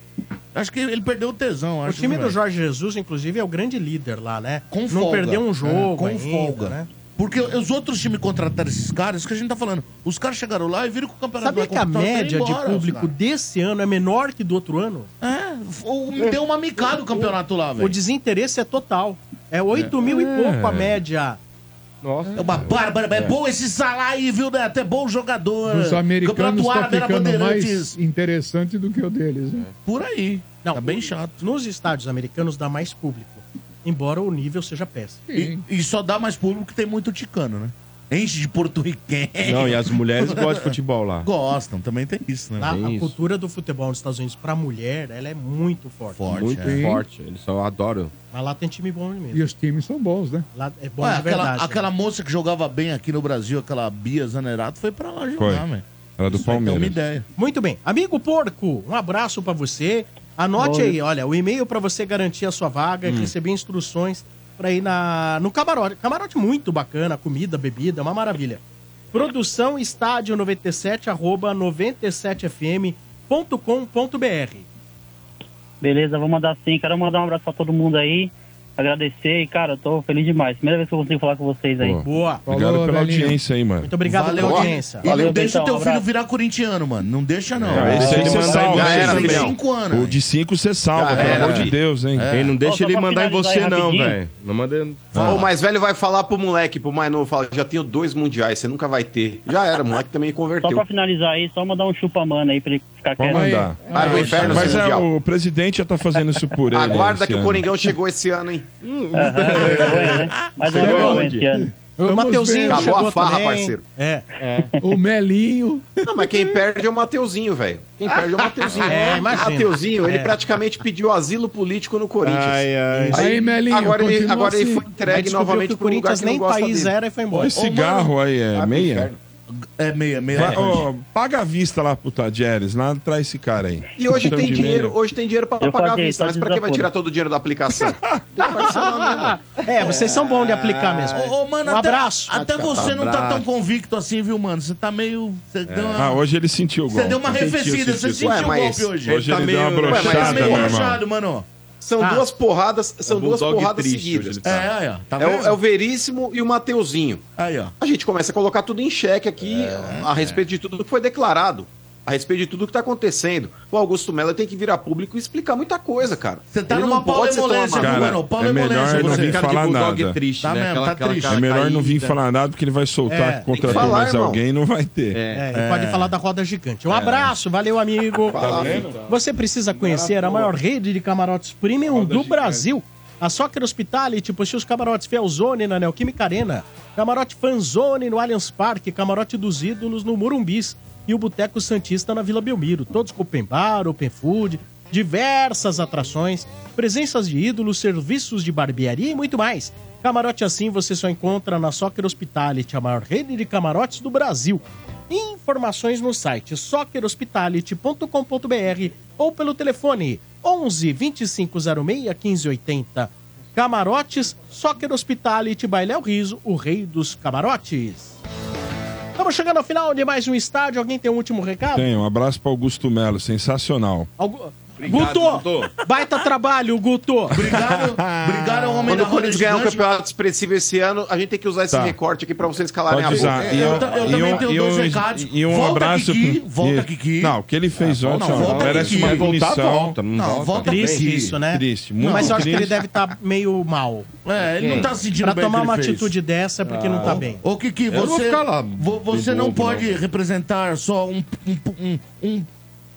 Speaker 1: Acho que ele perdeu o tesão.
Speaker 8: O
Speaker 1: acho,
Speaker 8: time
Speaker 1: né,
Speaker 8: do
Speaker 1: velho?
Speaker 8: Jorge Jesus, inclusive, é o grande líder lá, né?
Speaker 1: Com
Speaker 8: não
Speaker 1: folga.
Speaker 8: perdeu um jogo
Speaker 1: É, com
Speaker 8: ainda,
Speaker 1: folga.
Speaker 8: né?
Speaker 1: Porque os outros times contrataram esses caras, que a gente tá falando, os caras chegaram lá e viram que o campeonato
Speaker 8: Sabia
Speaker 1: vai
Speaker 8: que a
Speaker 1: continuar, querem
Speaker 8: média
Speaker 1: ir
Speaker 8: de
Speaker 1: embora,
Speaker 8: público
Speaker 1: os
Speaker 8: desse ano é menor que do outro ano?
Speaker 1: É, o- deu uma micada o campeonato lá, velho.
Speaker 8: O desinteresse é total. É 8 mil e
Speaker 1: É.
Speaker 8: pouco a média.
Speaker 4: Nossa.
Speaker 1: É uma bárbara, é, bom esse Salah aí, viu, né? Até bom jogador.
Speaker 5: Os americanos
Speaker 1: Campeonato
Speaker 5: tá
Speaker 1: árabe era
Speaker 5: ficando
Speaker 1: Bandeirantes.
Speaker 5: mais interessante do que o deles. Né?
Speaker 1: Por aí.
Speaker 8: Não, tá bem chato. Nos estádios americanos dá mais público. Embora o nível seja péssimo.
Speaker 1: E, e só dá mais público que tem muito ticano, né? Enche de porto-riquenho.
Speaker 8: Não, e as mulheres gostam de
Speaker 3: futebol lá.
Speaker 1: É. Gostam, também tem isso, né?
Speaker 8: Lá, a cultura do futebol nos Estados Unidos pra mulher, ela é muito forte.
Speaker 4: Muito
Speaker 1: é.
Speaker 4: forte. Eles só adoram.
Speaker 8: Mas lá tem time bom mesmo.
Speaker 5: E os times são bons, né?
Speaker 8: Lá é bom
Speaker 1: Ué,
Speaker 8: de
Speaker 1: Ah, aquela,
Speaker 8: verdade. né?
Speaker 1: aquela moça que jogava bem aqui no Brasil, aquela Bia Zanerato, foi pra lá
Speaker 3: Foi.
Speaker 1: jogar, velho.
Speaker 3: Era
Speaker 1: um
Speaker 3: do Palmeiras.
Speaker 1: é uma ideia.
Speaker 8: Muito bem. Amigo Porco, um abraço pra você. Anote
Speaker 1: Olha.
Speaker 8: aí, olha, o e-mail pra você garantir a sua vaga,
Speaker 1: Hum.
Speaker 8: receber instruções pra ir na, no camarote. Camarote muito bacana, comida, bebida, uma maravilha. Produção estádio 97, arroba 97fm.com.br.
Speaker 22: Beleza, vou mandar sim. Quero mandar um abraço pra todo mundo aí. agradecer e, cara, eu tô feliz demais. Primeira vez que eu consigo falar com vocês aí.
Speaker 8: Boa.
Speaker 3: Obrigado pela audiência aí, mano.
Speaker 8: Muito obrigado
Speaker 1: Valeu,
Speaker 8: pela
Speaker 1: ó.
Speaker 8: audiência.
Speaker 1: E
Speaker 8: Valeu,
Speaker 1: não deixa
Speaker 8: Betão,
Speaker 1: o
Speaker 2: então,
Speaker 22: então,
Speaker 1: teu
Speaker 8: um
Speaker 1: filho
Speaker 8: abraço.
Speaker 1: virar corintiano, mano. Não deixa, não.
Speaker 3: Ah, esse aí
Speaker 1: Não,
Speaker 3: você
Speaker 1: não,
Speaker 3: salva,
Speaker 1: não,
Speaker 3: já era,
Speaker 1: tem
Speaker 3: filhão.
Speaker 1: cinco anos.
Speaker 3: O de 5 você salva,
Speaker 2: Já
Speaker 3: pelo
Speaker 2: era,
Speaker 3: amor de
Speaker 2: filho.
Speaker 3: Deus, hein?
Speaker 2: É. Quem não deixa Ô, só ele pra mandar em finalizar aí você, não, rapidinho.
Speaker 4: velho. Não manda.
Speaker 3: Ah,
Speaker 8: Ah.
Speaker 2: O mais velho vai falar pro moleque, pro mais novo, fala, já tenho dois mundiais, você nunca vai ter. Já era, o moleque também
Speaker 22: Só
Speaker 2: converteu.
Speaker 22: pra finalizar aí, só mandar um chupa-mano aí pra ele ficar
Speaker 3: Pode
Speaker 22: quieto.
Speaker 3: mandar.
Speaker 2: Vai pro inferno,
Speaker 3: Mas
Speaker 2: seu
Speaker 3: é,
Speaker 2: mundial.
Speaker 3: o presidente já tá fazendo isso por ele.
Speaker 2: Aguarda
Speaker 3: esse
Speaker 2: que o
Speaker 3: ano.
Speaker 2: Coringão chegou esse ano, hein?
Speaker 22: Mas
Speaker 2: Chegou
Speaker 22: né? eu vou
Speaker 2: onde?
Speaker 22: esse ano.
Speaker 2: O Mateuzinho
Speaker 22: Vamos ver.
Speaker 2: acabou a farra,
Speaker 22: também.
Speaker 2: parceiro.
Speaker 8: É.
Speaker 2: O Melinho. Não, mas quem perde é o Mateuzinho, velho. Quem perde é o Mateuzinho.
Speaker 8: É, imagina.
Speaker 2: Mateuzinho, ele
Speaker 8: É.
Speaker 2: praticamente pediu asilo político no Corinthians.
Speaker 8: Ai, ai.
Speaker 2: Aí,
Speaker 8: Aí, Melinho,
Speaker 2: agora ele,
Speaker 8: continua
Speaker 2: agora ele
Speaker 8: assim.
Speaker 2: foi
Speaker 8: Aí
Speaker 2: entregue
Speaker 8: descobriu que
Speaker 2: novamente
Speaker 8: o
Speaker 2: pro lugar
Speaker 8: Corinthians
Speaker 2: que não
Speaker 8: nem
Speaker 2: gosta
Speaker 8: país
Speaker 2: dele.
Speaker 8: era e foi embora. Tá
Speaker 3: Olha Esse cigarro aí é meia?
Speaker 1: É meia, meia.
Speaker 3: Vai,
Speaker 1: é.
Speaker 3: ó, paga a vista lá pro Tadieres, lá traz esse cara aí.
Speaker 2: E hoje
Speaker 3: Então,
Speaker 2: tem
Speaker 3: de
Speaker 2: dinheiro,
Speaker 3: meia.
Speaker 2: hoje tem dinheiro pra
Speaker 3: Eu
Speaker 2: pagar a
Speaker 3: paguei,
Speaker 2: vista,
Speaker 3: tá
Speaker 2: mas pra que vai
Speaker 3: desaforo.
Speaker 2: tirar todo o dinheiro da aplicação? né,
Speaker 8: É, vocês são bons de aplicar mesmo.
Speaker 1: Ô, ô, mano,
Speaker 8: um
Speaker 1: até,
Speaker 8: abraço.
Speaker 1: até você não tá
Speaker 3: abraço.
Speaker 1: tão convicto assim, viu, mano? Você tá meio. Você deu uma-
Speaker 3: Ah, hoje ele sentiu o
Speaker 1: Você
Speaker 3: golpe.
Speaker 1: deu uma arrefecida, você sentiu
Speaker 2: Ué,
Speaker 1: o
Speaker 2: mas-
Speaker 1: golpe hoje.
Speaker 3: Hoje ele,
Speaker 2: Ele tá
Speaker 3: deu uma
Speaker 2: meio- Ué, mas-
Speaker 3: brochada,
Speaker 2: Tá meio
Speaker 3: meu irmão.
Speaker 2: brochado.
Speaker 1: mano.
Speaker 2: São
Speaker 1: Ah.
Speaker 2: duas porradas, são
Speaker 1: É um
Speaker 2: duas
Speaker 1: bulldog
Speaker 2: porradas
Speaker 1: triste
Speaker 2: seguidas.
Speaker 1: hoje ele tá. É, aí, ó, tá
Speaker 2: é, o,
Speaker 1: vendo?
Speaker 2: é o Veríssimo e o Mateuzinho.
Speaker 1: Aí, ó. É,
Speaker 2: A gente começa a colocar tudo em xeque aqui a respeito de tudo que foi declarado. A respeito de tudo que tá acontecendo. O Augusto Mello tem que virar público e explicar muita coisa, cara. Você
Speaker 1: tá numa paulêmolência, viu, mano?
Speaker 3: é melhor não vir falar
Speaker 1: Tá
Speaker 3: nada.
Speaker 1: né? mesmo, Aquela- tá aquela triste. cara
Speaker 3: É melhor não vir
Speaker 8: caída.
Speaker 3: falar nada, porque ele vai soltar
Speaker 8: É,
Speaker 3: que
Speaker 8: tem que
Speaker 3: contratou
Speaker 8: falar,
Speaker 3: mais
Speaker 8: irmão.
Speaker 3: alguém e não vai ter.
Speaker 8: É, ele pode falar da roda gigante. Um abraço, valeu, amigo.
Speaker 3: Tá vendo?
Speaker 8: Você precisa conhecer a maior rede de camarotes premium do Brasil. A Soccer Hospitality possui os camarotes Felzone na Neoquímica Arena, camarote Fanzone no Allianz Parque, camarote dos Ídolos no Morumbis e o Boteco Santista na Vila Belmiro. Todos com open bar, open food, diversas atrações, presenças de ídolos, serviços de barbearia e muito mais. Camarote assim você só encontra na Soccer Hospitality, a maior rede de camarotes do Brasil. Informações no site soccerhospitality.com.br ou pelo telefone 11 2506 1580. Camarotes, Soccer Hospitality, Bailé o Riso, o rei dos camarotes. Estamos chegando ao final de mais um estádio. Alguém tem um último recado?
Speaker 3: Tem, um abraço pro Augusto Melo, sensacional.
Speaker 8: Algu- Guto! Baita trabalho, Guto!
Speaker 1: Obrigado, obrigado ao É homem
Speaker 2: Quando
Speaker 1: da
Speaker 2: o Corinthians ganhar um
Speaker 1: gigante.
Speaker 2: campeoto expressivo esse ano, a gente tem que usar esse
Speaker 3: Tá.
Speaker 2: recorte aqui pra vocês calarem
Speaker 3: Pode
Speaker 2: a boca.
Speaker 3: usar. E
Speaker 2: eu,
Speaker 3: um- e um- e um- E um abraço. pro- e- Não, o que ele fez
Speaker 8: Ah,
Speaker 3: ontem,
Speaker 8: não,
Speaker 3: ó,
Speaker 8: volta
Speaker 3: merece
Speaker 8: Kiki.
Speaker 3: uma
Speaker 8: Vai voltar,
Speaker 3: punição.
Speaker 8: volta, não Não, volta. volta Triste Kiki. isso, né?
Speaker 3: Triste, muito
Speaker 8: Mas eu acho que
Speaker 3: triste.
Speaker 8: ele deve estar meio mal.
Speaker 1: É, ele não tá se sentindo
Speaker 8: pra
Speaker 1: bem
Speaker 8: Pra tomar
Speaker 1: que ele
Speaker 8: uma
Speaker 1: fez.
Speaker 8: atitude dessa é porque não tá
Speaker 1: Ah.
Speaker 8: bem.
Speaker 1: Ô, Kiki,
Speaker 8: Eu não vou
Speaker 1: você,
Speaker 8: ficar lá
Speaker 1: vo-
Speaker 8: de
Speaker 1: você não
Speaker 8: bobo,
Speaker 1: pode
Speaker 8: não.
Speaker 1: representar só um, um- um- um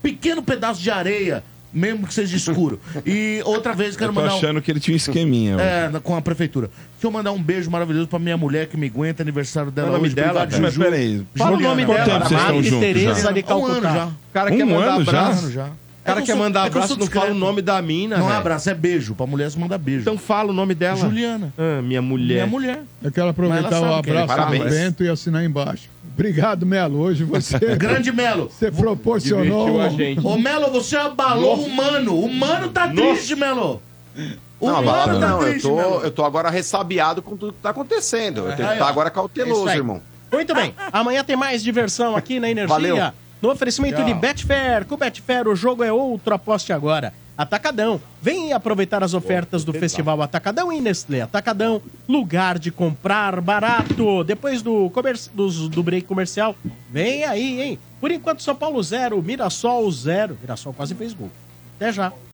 Speaker 1: pequeno pedaço de areia, mesmo que seja escuro. E outra vez quero
Speaker 3: Eu tô
Speaker 1: mandar. um-
Speaker 3: achando que ele tinha um esqueminha. hoje.
Speaker 1: É, na- com a prefeitura. Deixa eu mandar um beijo maravilhoso pra minha mulher que me aguenta, aniversário dela
Speaker 3: Qual o nome
Speaker 1: hoje.
Speaker 3: dela,
Speaker 1: Obrigado,
Speaker 3: cara?
Speaker 1: Juju.
Speaker 3: Mas peraí,
Speaker 1: Fala o
Speaker 3: Juliana,
Speaker 1: nome
Speaker 3: quanto
Speaker 1: dela.
Speaker 3: tempo vocês estão
Speaker 1: Madre
Speaker 3: juntos já?
Speaker 1: Um ano já.
Speaker 4: O cara quer mandar abraço.
Speaker 1: Um ano já.
Speaker 4: O cara
Speaker 1: É que
Speaker 4: quer
Speaker 1: eu sou-
Speaker 4: mandar
Speaker 1: é que eu
Speaker 4: abraço,
Speaker 1: sou
Speaker 4: não fala o
Speaker 1: discreto.
Speaker 4: nome da mina.
Speaker 1: Não é
Speaker 4: velho.
Speaker 1: abraço, é beijo. Pra mulher se manda beijo.
Speaker 4: Então fala o nome dela.
Speaker 1: Juliana.
Speaker 4: Ah, minha mulher.
Speaker 1: Minha mulher.
Speaker 5: Eu quero
Speaker 1: Mas
Speaker 5: aproveitar
Speaker 1: ela
Speaker 5: o
Speaker 1: sabe é. que ele-
Speaker 5: abraço do
Speaker 1: Parabéns.
Speaker 5: Bento e assinar embaixo. Obrigado, Melo. Hoje você.
Speaker 1: Grande Melo.
Speaker 5: Você proporcionou.
Speaker 1: Ô, Melo, você abalou o humano. O humano tá triste, Melo. O
Speaker 2: Não,
Speaker 1: humano
Speaker 2: balada
Speaker 1: tá
Speaker 2: não, eu
Speaker 1: triste,
Speaker 2: tô,
Speaker 1: Melo.
Speaker 2: eu tô agora ressabiado com tudo que tá acontecendo. Eu tenho que
Speaker 8: Aí,
Speaker 2: estar
Speaker 8: ó.
Speaker 2: agora
Speaker 8: É isso
Speaker 2: cauteloso,
Speaker 8: aí.
Speaker 2: irmão.
Speaker 8: Muito bem. Amanhã tem mais diversão aqui na Energia.
Speaker 2: Valeu.
Speaker 8: No oferecimento
Speaker 2: Tchau.
Speaker 8: de Betfair. Com Betfair o jogo é outro, aposte agora. Atacadão. Vem aproveitar as ofertas do Festival Atacadão e Nestlé. Atacadão, lugar de comprar barato. Depois do, comerci- dos- do break comercial, vem aí, hein? Por enquanto, São Paulo zero, Mirassol zero. Mirassol quase fez gol. Até já.